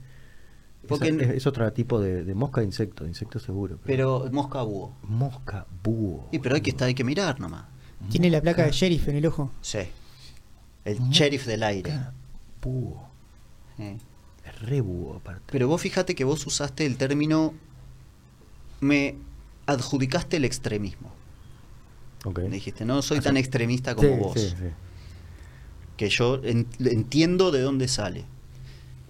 Speaker 2: Porque
Speaker 1: es,
Speaker 2: en-
Speaker 1: es otro tipo de, de mosca de insecto, de insecto seguro.
Speaker 2: Pero mosca búho.
Speaker 1: mosca, búho.
Speaker 2: Y pero hay que estar, hay que mirar nomás.
Speaker 3: Tiene la placa de sheriff en el ojo.
Speaker 2: Sí. El
Speaker 1: Mm.
Speaker 2: sheriff del aire.
Speaker 1: Mosca, búho.
Speaker 2: Eh.
Speaker 1: Es re búho aparte.
Speaker 2: Pero vos fíjate que vos usaste el término. Me adjudicaste el extremismo.
Speaker 1: Ok.
Speaker 2: Me dijiste, no soy tan extremista como
Speaker 1: Sí,
Speaker 2: vos.
Speaker 1: sí, sí.
Speaker 2: Que yo en- entiendo de dónde sale.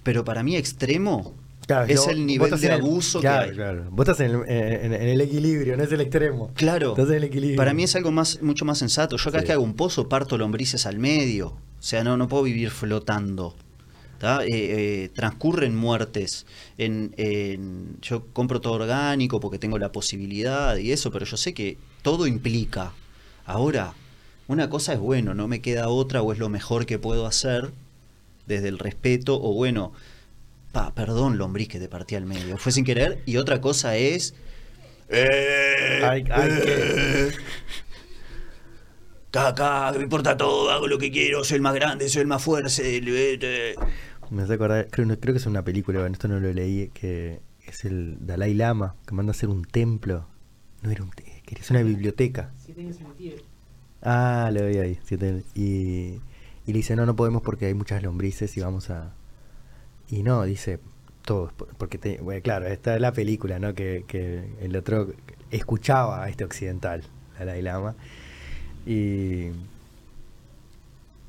Speaker 2: Pero para mí, extremo
Speaker 1: Claro,
Speaker 2: es
Speaker 1: yo-
Speaker 2: el
Speaker 1: vos
Speaker 2: nivel
Speaker 1: estás
Speaker 2: de
Speaker 1: en el-
Speaker 2: abuso
Speaker 1: claro,
Speaker 2: que hay.
Speaker 1: Claro, Vos estás en el, en- en el equilibrio, no es el extremo.
Speaker 2: Claro.
Speaker 1: Estás en el equilibrio.
Speaker 2: Para mí es algo más, mucho más sensato. Yo cada vez
Speaker 1: Sí.
Speaker 2: que hago un pozo parto lombrices al medio. O sea, no, no puedo vivir flotando. ¿tá? Eh, eh, transcurren muertes. En, en- yo compro todo orgánico porque tengo la posibilidad y eso, pero yo sé que todo implica. Ahora, una cosa es bueno, no me queda otra o es lo mejor que puedo hacer desde el respeto o bueno, pa, perdón lombriz que te partí al medio, fue sin querer y otra cosa es... eh,
Speaker 1: Ay, ay, qué-
Speaker 2: Caca, me importa todo, hago lo que quiero, soy el más grande, soy el más fuerte. el- eh, eh.
Speaker 1: Me hace acordar, creo, no- creo que es una película, bueno, esto no lo leí, que es el Dalai Lama, que manda a hacer un templo. No era un templo, es una biblioteca. Ah, lo vi ahí. siete- Y, Y le dice, no, no podemos porque hay muchas lombrices y vamos a... Y no, dice, todos, por- porque, te- bueno, claro, esta es la película, ¿no? Que, que el otro escuchaba a este occidental, Dalai Lama. Y,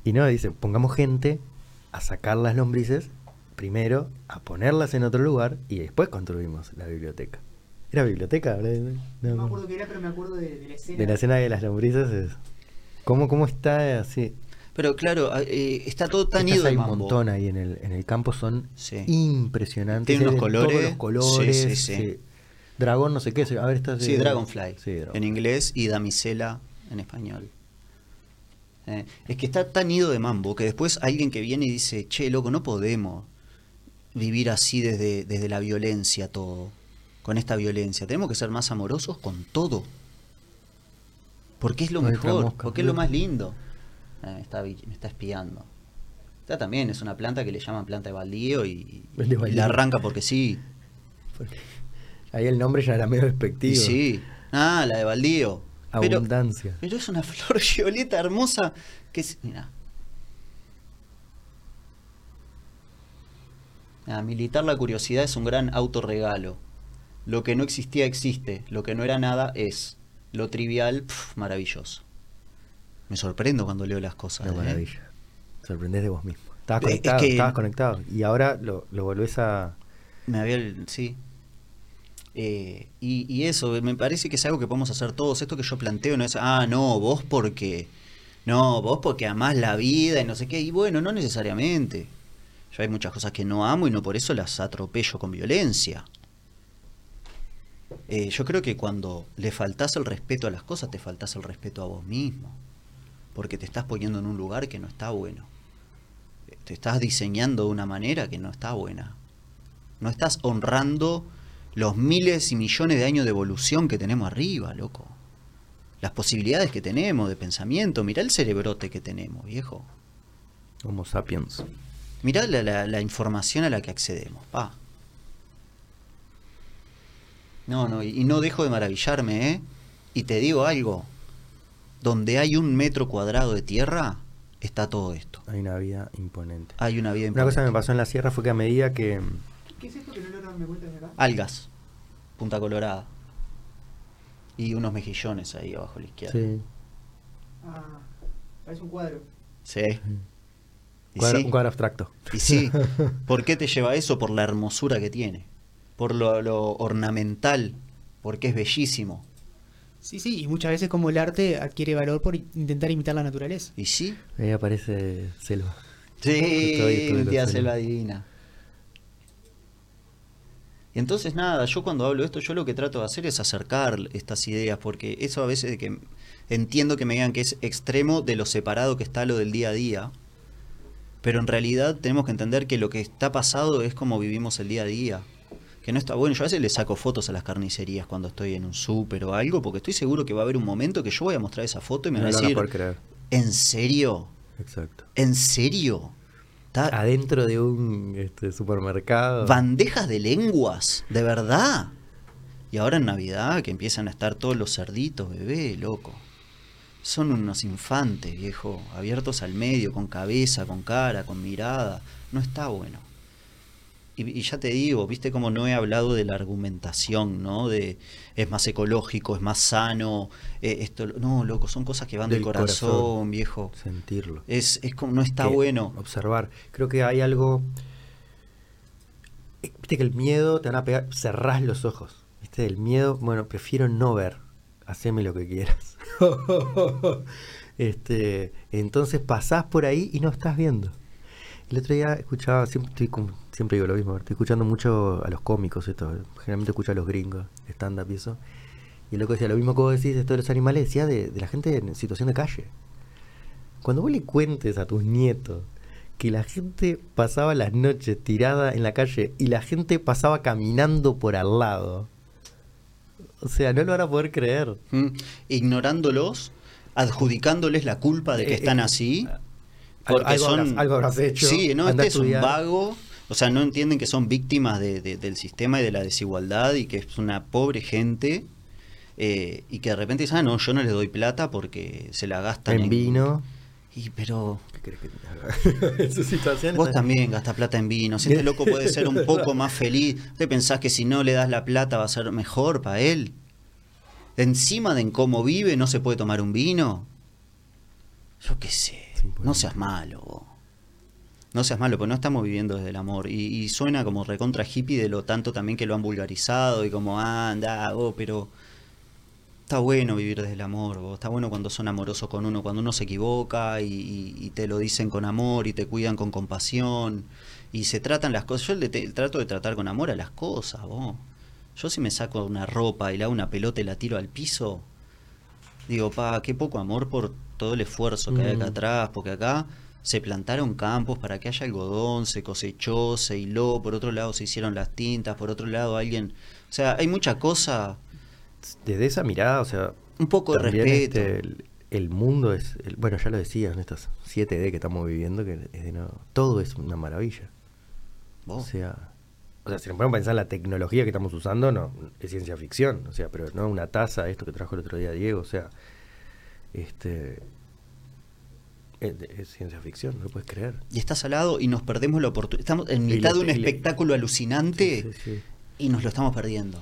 Speaker 1: y no, dice, pongamos gente a sacar las lombrices, primero a ponerlas en otro lugar y después construimos la biblioteca. ¿Era biblioteca? ¿verdad?
Speaker 3: No me
Speaker 1: No.
Speaker 3: acuerdo qué era, pero me acuerdo de, de la escena.
Speaker 1: De la escena de las lombrices es... ¿Cómo, cómo está así?
Speaker 2: Pero claro, eh, está todo tan
Speaker 1: Estas
Speaker 2: ido de
Speaker 1: hay un
Speaker 2: mambo.
Speaker 1: montón ahí en el, en el campo, son
Speaker 2: Sí.
Speaker 1: impresionantes.
Speaker 2: Tiene
Speaker 1: se
Speaker 2: unos
Speaker 1: ven todos
Speaker 2: colores.
Speaker 1: los colores,
Speaker 2: Sí, sí, sí.
Speaker 1: sí. Dragón, no sé qué. se- A ver, esta es
Speaker 2: Sí,
Speaker 1: de-
Speaker 2: Dragonfly
Speaker 1: Sí, Dragon-
Speaker 2: en inglés y Damisela en español. Eh, es que está tan ido de mambo que después alguien que viene y dice, che, loco, no podemos vivir así desde, desde la violencia todo, con esta violencia. Tenemos que ser más amorosos con todo. Porque es lo
Speaker 1: No entra
Speaker 2: mejor,
Speaker 1: mosca.
Speaker 2: porque es lo más lindo. Ah, me, está, vi- me está espiando. Esta también es una planta que le llaman planta de baldío y,
Speaker 1: El de
Speaker 2: y
Speaker 1: baldío.
Speaker 2: la arranca porque sí.
Speaker 1: Ahí el nombre ya era medio despectivo.
Speaker 2: Y sí. Ah, la de baldío. Pero-
Speaker 1: Abundancia.
Speaker 2: Pero es una flor violeta hermosa que es. Mira. A Ah, militar la curiosidad es un gran autorregalo. Lo que no existía existe, lo que no era nada es. Lo trivial, pf, maravilloso. Me sorprendo cuando leo las cosas.
Speaker 1: Una
Speaker 2: ¿eh?
Speaker 1: maravilla. Sorprendés de vos mismo. Estabas
Speaker 2: Es- es
Speaker 1: conectado,
Speaker 2: que-
Speaker 1: estabas conectado. Y ahora lo, lo volvés a.
Speaker 2: Me había. el- Sí. Eh, y, y eso, me parece que es algo que podemos hacer todos. Esto que yo planteo no es, ah, no, vos porque. No, vos porque amás la vida y no sé qué. Y bueno, no necesariamente. Yo hay muchas cosas que no amo y no por eso las atropello con violencia. Eh, yo creo que cuando le faltás el respeto a las cosas, te faltás el respeto a vos mismo. Porque te estás poniendo en un lugar que no está bueno. Eh, Te estás diseñando de una manera que no está buena. No estás honrando los miles y millones de años de evolución que tenemos arriba, loco. Las posibilidades que tenemos de pensamiento. Mirá el cerebrote que tenemos, viejo.
Speaker 1: Homo sapiens.
Speaker 2: Mirá la, la- la información a la que accedemos, pa. No, no, y, y no dejo de maravillarme, ¿eh? Y te digo algo. Donde hay un metro cuadrado de tierra, está todo esto.
Speaker 1: Hay una vida imponente.
Speaker 2: Hay una vida
Speaker 1: Una cosa que me
Speaker 2: imponente.
Speaker 1: pasó en la sierra fue que a medida que.
Speaker 3: ¿Qué es esto que no logro darme cuenta de acá?
Speaker 2: Algas, Punta Colorada. Y unos mejillones ahí abajo a la izquierda.
Speaker 1: Sí.
Speaker 3: Ah, parece un cuadro.
Speaker 2: Sí. Y
Speaker 1: Cuadro-
Speaker 2: sí.
Speaker 1: Un cuadro abstracto.
Speaker 2: Y sí. ¿Por qué te lleva eso? Por la hermosura que tiene. Por lo, lo ornamental. Porque es bellísimo.
Speaker 3: Sí, sí, y muchas veces como el arte adquiere valor por intentar imitar la naturaleza.
Speaker 2: ¿Y sí?
Speaker 1: Ahí aparece selva.
Speaker 2: Sí,
Speaker 1: Estoy- estoy
Speaker 2: un día
Speaker 1: loco,
Speaker 2: se
Speaker 1: ¿no?
Speaker 2: lo adivina. Y entonces nada, yo cuando hablo de esto, yo lo que trato de hacer es acercar estas ideas, porque eso a veces de que entiendo que me digan que es extremo de lo separado que está lo del día a día, pero en realidad tenemos que entender que lo que está pasado es como vivimos el día a día. Que no está bueno, yo a veces le saco fotos a las carnicerías cuando estoy en un súper o algo, porque estoy seguro que va a haber un momento que yo voy a mostrar esa foto y me
Speaker 1: No
Speaker 2: van
Speaker 1: lo
Speaker 2: a
Speaker 1: van a
Speaker 2: decir,
Speaker 1: poder creer.
Speaker 2: ¿en serio?
Speaker 1: Exacto.
Speaker 2: ¿En serio? Ta-
Speaker 1: Adentro de un este, supermercado.
Speaker 2: Bandejas de lenguas, de verdad. Y ahora en Navidad que empiezan a estar todos los cerditos, bebé, loco. Son unos infantes, viejo, abiertos al medio, con cabeza, con cara, con mirada. No está bueno. Y, y ya te digo, viste como no he hablado de la argumentación, ¿no? De es más ecológico, es más sano, eh, esto, no, loco, son cosas que van del,
Speaker 1: Del
Speaker 2: corazón,
Speaker 1: corazón.
Speaker 2: viejo.
Speaker 1: Sentirlo.
Speaker 2: Es, es como, no está
Speaker 1: que
Speaker 2: bueno.
Speaker 1: Observar. Creo que hay algo. eh, Viste que el miedo te van a pegar. Cerrás los ojos. Viste, el miedo. Bueno, prefiero no ver. Haceme lo que quieras. este, entonces pasás por ahí y no estás viendo. El otro día escuchaba, siempre, estoy con- siempre digo lo mismo, estoy escuchando mucho a los cómicos, esto, generalmente escucho a los gringos, stand-up y eso. Y el loco decía, lo mismo que vos decís, esto de los animales, decía de, de la gente en situación de calle. Cuando vos le cuentes a tus nietos que la gente pasaba las noches tirada en la calle y la gente pasaba caminando por al lado, o sea, no lo van a poder creer.
Speaker 2: Mm, ignorándolos, adjudicándoles la culpa de que
Speaker 1: Eh,
Speaker 2: están
Speaker 1: eh,
Speaker 2: así.
Speaker 1: ah,
Speaker 2: Porque
Speaker 1: algo
Speaker 2: son,
Speaker 1: habrás- algo habrás hecho,
Speaker 2: Sí, no,
Speaker 1: anda
Speaker 2: este
Speaker 1: a
Speaker 2: es un
Speaker 1: estudiar.
Speaker 2: vago. O sea, no entienden que son víctimas de- de- del sistema y de la desigualdad y que es una pobre gente. eh, y que de repente dicen, ah, no, yo no les doy plata porque se la gastan
Speaker 1: En vino,
Speaker 2: Y pero
Speaker 1: ¿Qué crees que te haga? en su situación?
Speaker 2: vos también gastás plata en vino, si este loco puede ser un poco más feliz, ¿te pensás que si no le das la plata va a ser mejor para él? Encima de en cómo vive no se puede tomar un vino. Yo qué sé,
Speaker 1: Sí, por
Speaker 2: no
Speaker 1: ahí.
Speaker 2: seas malo. vos. No seas malo, porque no estamos viviendo desde el amor. Y, y suena como recontra hippie de lo tanto también que lo han vulgarizado y como, ah, anda, oh, pero... Está bueno vivir desde el amor, vos. está bueno cuando son amorosos con uno, cuando uno se equivoca y, y- y te lo dicen con amor y te cuidan con compasión y se tratan las cosas. Yo le te- trato de tratar con amor a las cosas, vos. Yo si me saco una ropa y le hago una pelota y la tiro al piso, digo, pa, qué poco amor por todo el esfuerzo que hay acá
Speaker 1: Mm.
Speaker 2: atrás, porque acá se plantaron campos para que haya algodón, se cosechó, se hiló, por otro lado se hicieron las tintas, por otro lado alguien... O sea, hay mucha cosa,
Speaker 1: Desde esa mirada, o sea.
Speaker 2: un poco de
Speaker 1: también,
Speaker 2: respeto.
Speaker 1: este, el, el mundo es. el- bueno, ya lo decías en estas 7D que estamos viviendo, que es de no- todo es una maravilla.
Speaker 2: Vos.
Speaker 1: O sea. O sea, si nos podemos pensar en la tecnología que estamos usando, no, es ciencia ficción. O sea, pero no una taza, esto que trajo el otro día Diego, o sea. Este. Es, es ciencia ficción, no lo puedes creer.
Speaker 2: Y está salado y nos perdemos la oportunidad. Estamos en
Speaker 1: Y
Speaker 2: mitad
Speaker 1: la-
Speaker 2: de un
Speaker 1: y la-
Speaker 2: espectáculo alucinante
Speaker 1: Sí, sí, sí.
Speaker 2: y nos lo estamos perdiendo.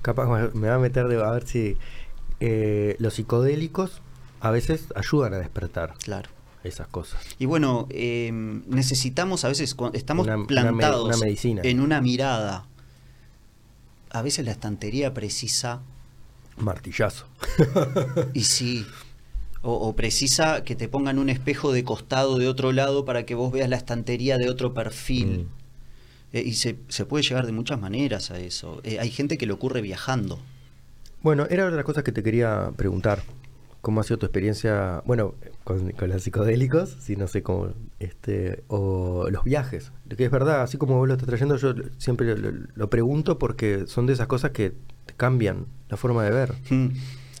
Speaker 1: Capaz me- me va a meter de, a ver si eh, los psicodélicos a veces ayudan a despertar
Speaker 2: Claro.
Speaker 1: esas cosas.
Speaker 2: Y bueno, eh, necesitamos a veces, cuando estamos
Speaker 1: Una- una me-
Speaker 2: plantados
Speaker 1: una medicina.
Speaker 2: en una mirada. A veces la estantería precisa,
Speaker 1: Martillazo.
Speaker 2: y sí, o, o precisa que te pongan un espejo de costado de otro lado para que vos veas la estantería de otro perfil.
Speaker 1: Mm.
Speaker 2: Eh, y se, se puede llegar de muchas maneras a eso. Eh, hay gente que lo ocurre viajando.
Speaker 1: Bueno, era otra de las cosas que te quería preguntar. ¿Cómo ha sido tu experiencia, bueno, con, con los psicodélicos, si no sé cómo, este, o los viajes? Que es verdad, así como vos lo estás trayendo, yo siempre lo, lo pregunto porque son de esas cosas que te cambian la forma de ver.
Speaker 2: Mm,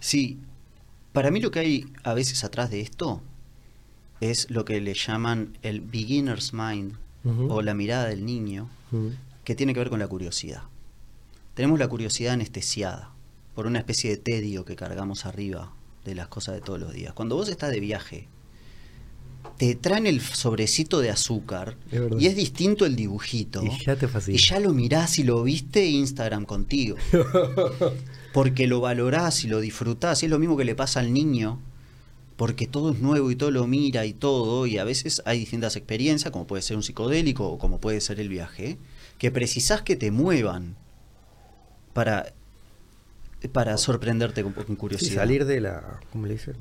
Speaker 2: Sí, para mí lo que hay a veces atrás de esto es lo que le llaman el beginner's mind
Speaker 1: Ujú.
Speaker 2: o la mirada del niño,
Speaker 1: Mm.
Speaker 2: que tiene que ver con la curiosidad. Tenemos la curiosidad anestesiada por una especie de tedio que cargamos arriba de las cosas de todos los días. Cuando vos estás de viaje, te traen el sobrecito de azúcar
Speaker 1: Es verdad.
Speaker 2: y es distinto el dibujito.
Speaker 1: Y ya te fascina.
Speaker 2: Y ya lo mirás y lo viste Instagram contigo. Porque lo valorás y lo disfrutás. Y es lo mismo que le pasa al niño. Porque todo es nuevo y todo lo mira y todo. Y a veces hay distintas experiencias, como puede ser un psicodélico o como puede ser el viaje, que precisás que te muevan para, para sorprenderte con, con
Speaker 1: Sí,
Speaker 2: curiosidad.
Speaker 1: salir de la, ¿cómo le dicen?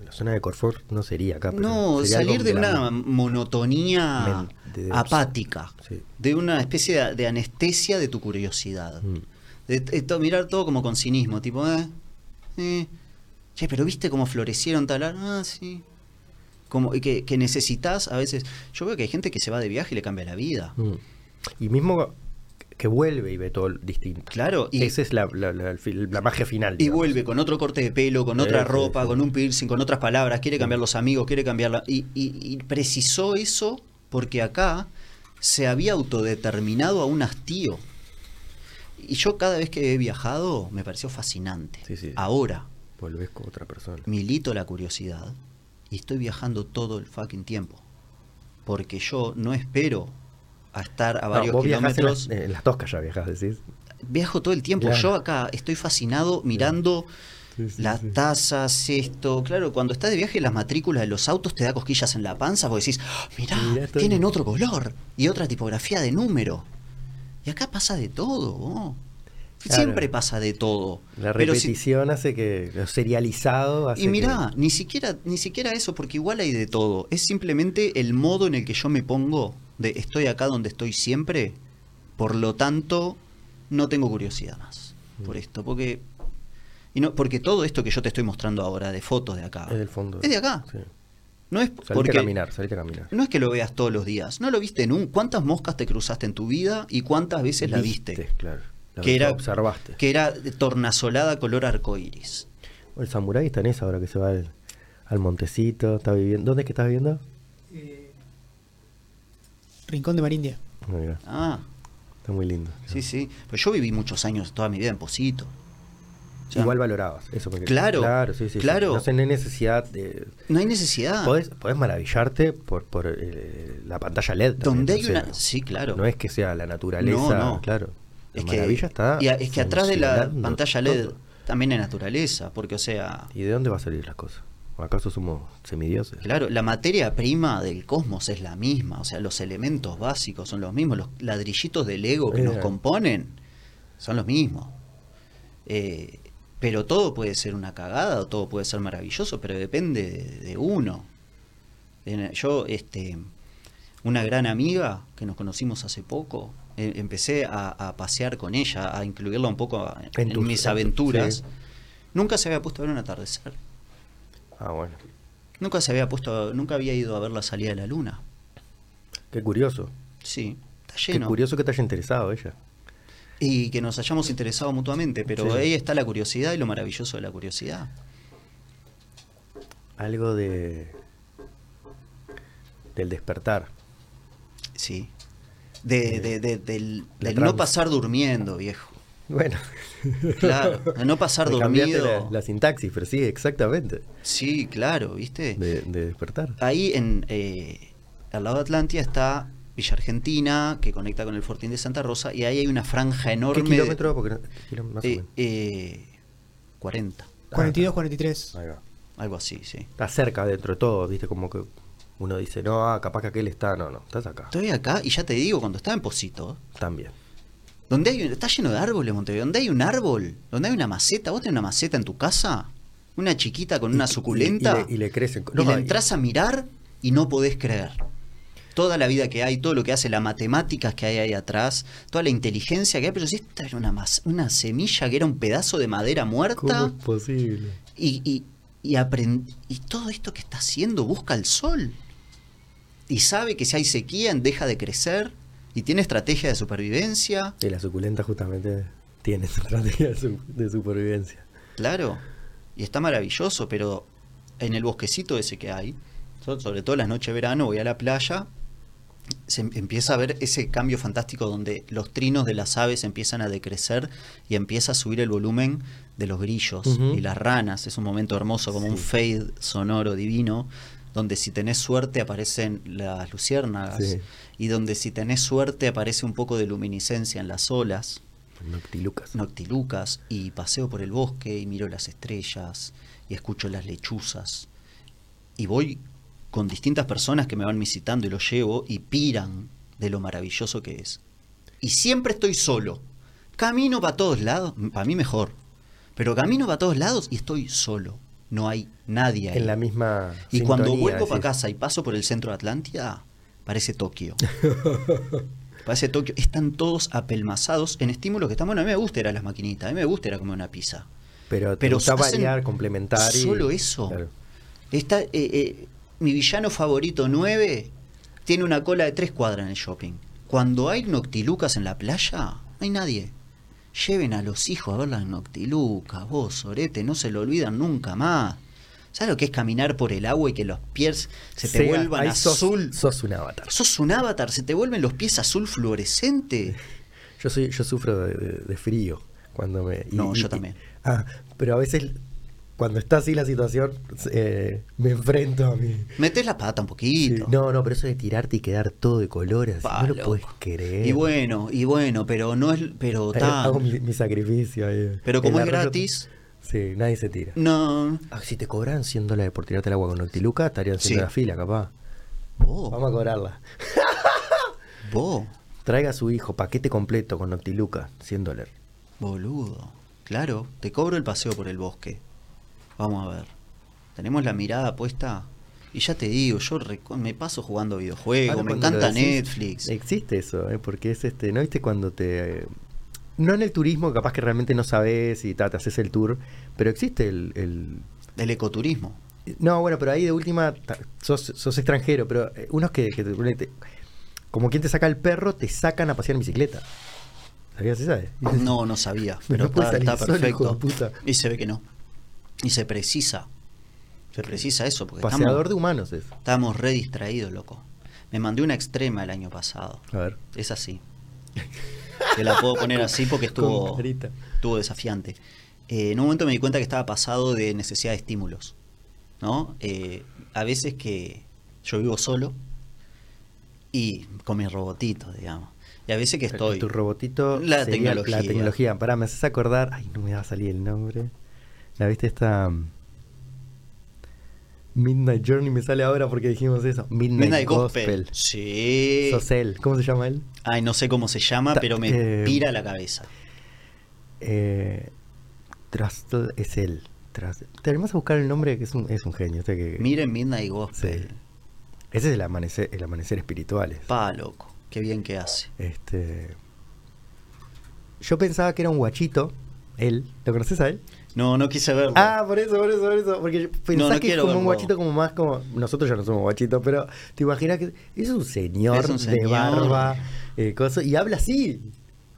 Speaker 1: De La zona de confort no sería acá. pero
Speaker 2: No,
Speaker 1: sería algo
Speaker 2: salir de
Speaker 1: la-
Speaker 2: una monotonía
Speaker 1: Men- de- de-
Speaker 2: apática,
Speaker 1: sí.
Speaker 2: de una especie de, de anestesia de tu curiosidad.
Speaker 1: Mm.
Speaker 2: De, de to- mirar todo como con cinismo, tipo, eh, eh, che, pero viste cómo florecieron tal ar- ah, sí. Como y que, que necesitas a veces. Yo veo que hay gente que se va de viaje y le cambia la vida.
Speaker 1: Mm. Y mismo que vuelve y ve todo distinto.
Speaker 2: Claro, y-
Speaker 1: Esa es la, la, la- el fi- la magia final.
Speaker 2: Y
Speaker 1: digamos.
Speaker 2: vuelve con otro corte de pelo, con
Speaker 1: Sí,
Speaker 2: otra
Speaker 1: sí,
Speaker 2: ropa,
Speaker 1: sí.
Speaker 2: con un piercing, con otras palabras, quiere cambiar los amigos, quiere cambiarla. Y, y- y precisó eso porque acá se había autodeterminado a un hastío. Y yo cada vez que he viajado me pareció fascinante.
Speaker 1: Sí, sí.
Speaker 2: Ahora
Speaker 1: Volvés con otra persona.
Speaker 2: milito la curiosidad y estoy viajando todo el fucking tiempo. Porque yo no espero a estar a
Speaker 1: No,
Speaker 2: varios
Speaker 1: vos viajás en
Speaker 2: kilómetros
Speaker 1: las, en las toscas ya viajás, decís.
Speaker 2: viajo todo el tiempo.
Speaker 1: Claro.
Speaker 2: Yo acá estoy fascinado mirando
Speaker 1: Sí, sí,
Speaker 2: las
Speaker 1: sí.
Speaker 2: tazas, esto. Claro, cuando estás de viaje, las matrículas de los autos te da cosquillas en la panza porque decís, "Ah, mirá,
Speaker 1: Mirá todo".
Speaker 2: tienen otro color y otra tipografía de número. Y acá pasa de todo, vos.
Speaker 1: Claro.
Speaker 2: Siempre pasa de todo.
Speaker 1: La
Speaker 2: Pero si-
Speaker 1: repetición hace que lo serializado hace
Speaker 2: y mirá, ni siquiera, ni siquiera eso, porque igual hay de todo. Es simplemente el modo en el que yo me pongo de estoy acá donde estoy siempre, por lo tanto, no tengo curiosidad más
Speaker 1: Mm.
Speaker 2: por esto, porque. Y no, porque todo esto que yo te estoy mostrando ahora de fotos de acá.
Speaker 1: que es del fondo.
Speaker 2: Es de acá.
Speaker 1: Sí.
Speaker 2: No es
Speaker 1: Salite
Speaker 2: porque.
Speaker 1: a caminar, salite a caminar.
Speaker 2: No es que lo veas todos los días. No lo viste nunca. ¿Cuántas moscas te cruzaste en tu vida y cuántas veces la viste?
Speaker 1: Claro. La
Speaker 2: que era,
Speaker 1: observaste.
Speaker 2: que era de tornasolada color arcoíris.
Speaker 1: El samurái está en esa ahora que se va al, al montecito, está viviendo. ¿Dónde es que estás viviendo?
Speaker 3: Rincón de Marindia.
Speaker 1: No, mirá,
Speaker 2: Ah,
Speaker 1: está muy lindo.
Speaker 2: Sí, sí. Pues yo viví muchos años toda mi vida en Posito. Ya.
Speaker 1: Igual valorabas. Eso porque-
Speaker 2: Claro,
Speaker 1: Claro, sí, sí, sí.
Speaker 2: claro.
Speaker 1: No sé, no hay necesidad de.
Speaker 2: No hay necesidad.
Speaker 1: Podés, podés maravillarte por, por eh, la pantalla LED. también,
Speaker 2: Donde
Speaker 1: o
Speaker 2: hay
Speaker 1: sea,
Speaker 2: una. Sí, claro.
Speaker 1: No es que sea la naturaleza.
Speaker 2: No, no.
Speaker 1: Claro. La
Speaker 2: Es que,
Speaker 1: maravilla está.
Speaker 2: y a- es que atrás de la
Speaker 1: funcionando
Speaker 2: pantalla LED
Speaker 1: todo.
Speaker 2: también hay naturaleza, porque, o sea,
Speaker 1: ¿Y de dónde va a salir las cosas? ¿O acaso somos semidioses?
Speaker 2: claro, la materia prima del cosmos es la misma, o sea, los elementos básicos son los mismos, los ladrillitos de Lego que
Speaker 1: Eh.
Speaker 2: nos componen son los mismos. Eh, pero todo puede ser una cagada, o todo puede ser maravilloso, pero depende de, de uno. En- yo, este, una gran amiga que nos conocimos hace poco, eh, empecé a, a pasear con ella, a incluirla un poco a- en,
Speaker 1: En tus-
Speaker 2: mis
Speaker 1: en tus-
Speaker 2: aventuras.
Speaker 1: sí.
Speaker 2: Nunca se había puesto a ver un atardecer.
Speaker 1: Ah, bueno.
Speaker 2: Nunca se había puesto, a- nunca había ido a ver la salida de la luna.
Speaker 1: Qué curioso.
Speaker 2: Sí, está
Speaker 1: Qué
Speaker 2: lleno.
Speaker 1: curioso que te haya interesado ella.
Speaker 2: Y que nos hayamos interesado mutuamente, pero
Speaker 1: Sí.
Speaker 2: ahí está la curiosidad y lo maravilloso de la curiosidad.
Speaker 1: Algo de. del despertar.
Speaker 2: Sí. De, de- de- del
Speaker 1: La
Speaker 2: del
Speaker 1: trans.
Speaker 2: no pasar durmiendo, viejo.
Speaker 1: Bueno.
Speaker 2: Claro, de no pasar
Speaker 1: Me cambiaste
Speaker 2: dormido.
Speaker 1: La, la sintaxis, pero sí, exactamente.
Speaker 2: Sí, claro, ¿viste?
Speaker 1: De, de despertar.
Speaker 2: Ahí en eh, al lado de Atlantia está Villa Argentina, que conecta con el Fortín de Santa Rosa, y ahí hay una franja enorme.
Speaker 1: ¿Qué
Speaker 2: de-
Speaker 1: kilómetro? Porque no- kiló- más o
Speaker 2: eh,
Speaker 1: menos.
Speaker 2: eh, 40,
Speaker 3: 42, 43.
Speaker 1: Ahí va.
Speaker 2: algo así, sí.
Speaker 1: Está cerca dentro de todo, viste, como que uno dice, no, ah, capaz que aquel está, no, no, estás acá.
Speaker 2: Estoy acá y ya te digo, cuando estaba en Posito,
Speaker 1: También.
Speaker 2: donde hay un- está lleno de árboles Montevideo, donde hay un árbol, donde hay una maceta, vos tenés una maceta en tu casa, una chiquita con una
Speaker 1: Y- y-
Speaker 2: suculenta,
Speaker 1: Y, le, y le crecen.
Speaker 2: y la
Speaker 1: y-
Speaker 2: entras a mirar y no podés creer. Toda la vida que hay, todo lo que hace, las matemáticas que hay ahí atrás, toda la inteligencia que hay, pero si esta era una, mas- una semilla que era un pedazo de madera
Speaker 1: ¿Cómo
Speaker 2: muerta
Speaker 1: es posible?
Speaker 2: y, y, y aprend- y todo esto que está haciendo busca el sol. Y sabe que si hay sequía deja de crecer y tiene estrategia de supervivencia.
Speaker 1: Y la suculenta justamente tiene su estrategia de su- de supervivencia.
Speaker 2: Claro, y está maravilloso, pero en el bosquecito ese que hay, so- sobre todo las noches de verano, voy a la playa, se em- empieza a ver ese cambio fantástico donde los trinos de las aves empiezan a decrecer y empieza a subir el volumen de los grillos
Speaker 1: Ujú.
Speaker 2: y las ranas. Es un momento hermoso, como un
Speaker 1: Sí.
Speaker 2: fade sonoro divino, donde si tenés suerte aparecen las luciérnagas
Speaker 1: Sí.
Speaker 2: y donde si tenés suerte aparece un poco de luminiscencia en las olas.
Speaker 1: Noctilucas.
Speaker 2: Noctilucas y paseo por el bosque y miro las estrellas y escucho las lechuzas. Y voy con distintas personas que me van visitando y los llevo y piran de lo maravilloso que es. Y siempre estoy solo. Camino para todos lados, para mí mejor. Pero camino para todos lados y estoy solo. No hay nadie ahí.
Speaker 1: En la misma.
Speaker 2: y cuando
Speaker 1: sintonía,
Speaker 2: vuelvo para
Speaker 1: decís.
Speaker 2: casa y paso por el centro de Atlántida, parece Tokio. Parece Tokio. Están todos apelmazados en estímulos que están. Bueno, a mí me gusta era las maquinitas, a mí me gusta era comer una pizza.
Speaker 1: Pero, te
Speaker 2: Pero
Speaker 1: gusta
Speaker 2: hacen
Speaker 1: variar, complementar. y-
Speaker 2: solo eso.
Speaker 1: Claro.
Speaker 2: Está, eh, eh, mi villano favorito 9 tiene una cola de tres cuadras en el shopping. Cuando hay noctilucas en la playa, no hay nadie. Lleven a los hijos a ver las noctilucas, vos, Sorete, no se lo olvidan nunca más. ¿Sabes lo que es caminar por el agua y que los pies se te
Speaker 1: Sea-
Speaker 2: vuelvan
Speaker 1: ahí sos-
Speaker 2: azul?
Speaker 1: Sos, un avatar.
Speaker 2: Sos un avatar, se te vuelven los pies azul fluorescente.
Speaker 1: Yo, soy, yo sufro de, de- de frío cuando me.
Speaker 2: No, yo también.
Speaker 1: ah, pero a veces cuando está así la situación, eh, me enfrento a mí.
Speaker 2: Metes la pata un
Speaker 1: Sí,
Speaker 2: poquito.
Speaker 1: No, no, pero eso de tirarte y quedar todo de color, así,
Speaker 2: Pa,
Speaker 1: no lo
Speaker 2: loco.
Speaker 1: puedes creer.
Speaker 2: Y bueno, y bueno, pero no es. Pero
Speaker 1: Eh,
Speaker 2: ta,
Speaker 1: Hago mi, mi sacrificio ahí.
Speaker 2: Pero como
Speaker 1: El
Speaker 2: es
Speaker 1: arroyo-
Speaker 2: gratis- Mm.
Speaker 1: Sí, nadie se tira.
Speaker 2: No.
Speaker 1: Ah, si te cobran 100 dólares por tirarte el agua con Noctiluca, estarían haciendo
Speaker 2: Sí. Oh.
Speaker 1: la fila, capaz.
Speaker 2: Vos,
Speaker 1: Vamos a cobrarla.
Speaker 2: vos,
Speaker 1: Traiga a su hijo, paquete completo con Noctiluca, 100 dólares.
Speaker 2: boludo. Claro, te cobro el paseo por el bosque. Vamos a ver. Tenemos la mirada puesta. Y ya te digo, yo reco- me paso jugando videojuegos,
Speaker 1: Ahora
Speaker 2: me
Speaker 1: cuando lo
Speaker 2: encanta
Speaker 1: decís,
Speaker 2: Netflix.
Speaker 1: Existe eso, ¿eh? porque es este, ¿no viste cuando te... eh, No en el turismo, capaz que realmente no sabes y ta, te haces el tour, pero existe el... el-
Speaker 2: Del ecoturismo.
Speaker 1: No, bueno, pero ahí de última ta, sos, sos extranjero, pero eh, unos que, que te- te- Como quien te saca el perro, te sacan a pasear en bicicleta. ¿Sabías esa? eh?
Speaker 2: No, no sabía. Pero
Speaker 1: No puede
Speaker 2: está,
Speaker 1: salir
Speaker 2: está
Speaker 1: solo, hijo de
Speaker 2: perfecto.
Speaker 1: puta.
Speaker 2: Y se ve que no. Y se precisa. Se precisa eso. Porque
Speaker 1: Paseador
Speaker 2: estamos-
Speaker 1: de humanos es.
Speaker 2: Estábamos re distraídos, loco. Me mandé una extrema el año pasado.
Speaker 1: A ver.
Speaker 2: Es así. Te la puedo poner así porque
Speaker 1: Con
Speaker 2: estuvo,
Speaker 1: carita.
Speaker 2: estuvo desafiante. eh, en un momento me di cuenta que estaba pasado de necesidad de estímulos. ¿no? Eh, a veces que yo vivo solo y con mis robotitos, digamos. Y a veces que estoy.
Speaker 1: Tu robotito.
Speaker 2: La
Speaker 1: sería
Speaker 2: tecnología.
Speaker 1: La tecnología. Pará, me haces acordar. Ay, no me va a salir el nombre. ¿La viste esta? mm, Midnight Journey me sale ahora porque dijimos eso. Midnight,
Speaker 2: Midnight
Speaker 1: Gospel.
Speaker 2: Gospel. Eh. Sí.
Speaker 1: Sos él. ¿Cómo se llama él?
Speaker 2: Ay, no sé cómo se llama,
Speaker 1: Ta-
Speaker 2: pero me
Speaker 1: eh,
Speaker 2: tira la cabeza.
Speaker 1: Eh, Trustle es él. Trustle. Te animás a buscar el nombre que es un, es un genio. o sea que-
Speaker 2: Miren Midnight
Speaker 1: Sí.
Speaker 2: Gospel.
Speaker 1: Ese es el amanecer, el amanecer espiritual. es.
Speaker 2: Pa, loco. Qué bien que hace.
Speaker 1: Este. Yo pensaba que era un guachito. Él. ¿Lo conoces a él?
Speaker 2: No, no quise verlo.
Speaker 1: Ah, por eso, por eso, por eso. Porque yo- pensás
Speaker 2: No, no
Speaker 1: que es
Speaker 2: quiero
Speaker 1: como un
Speaker 2: verlo.
Speaker 1: guachito como más como. Nosotros ya no somos guachitos, pero te imaginas que es un señor,
Speaker 2: Es un
Speaker 1: de
Speaker 2: señor.
Speaker 1: barba, eh, cosa- y habla así.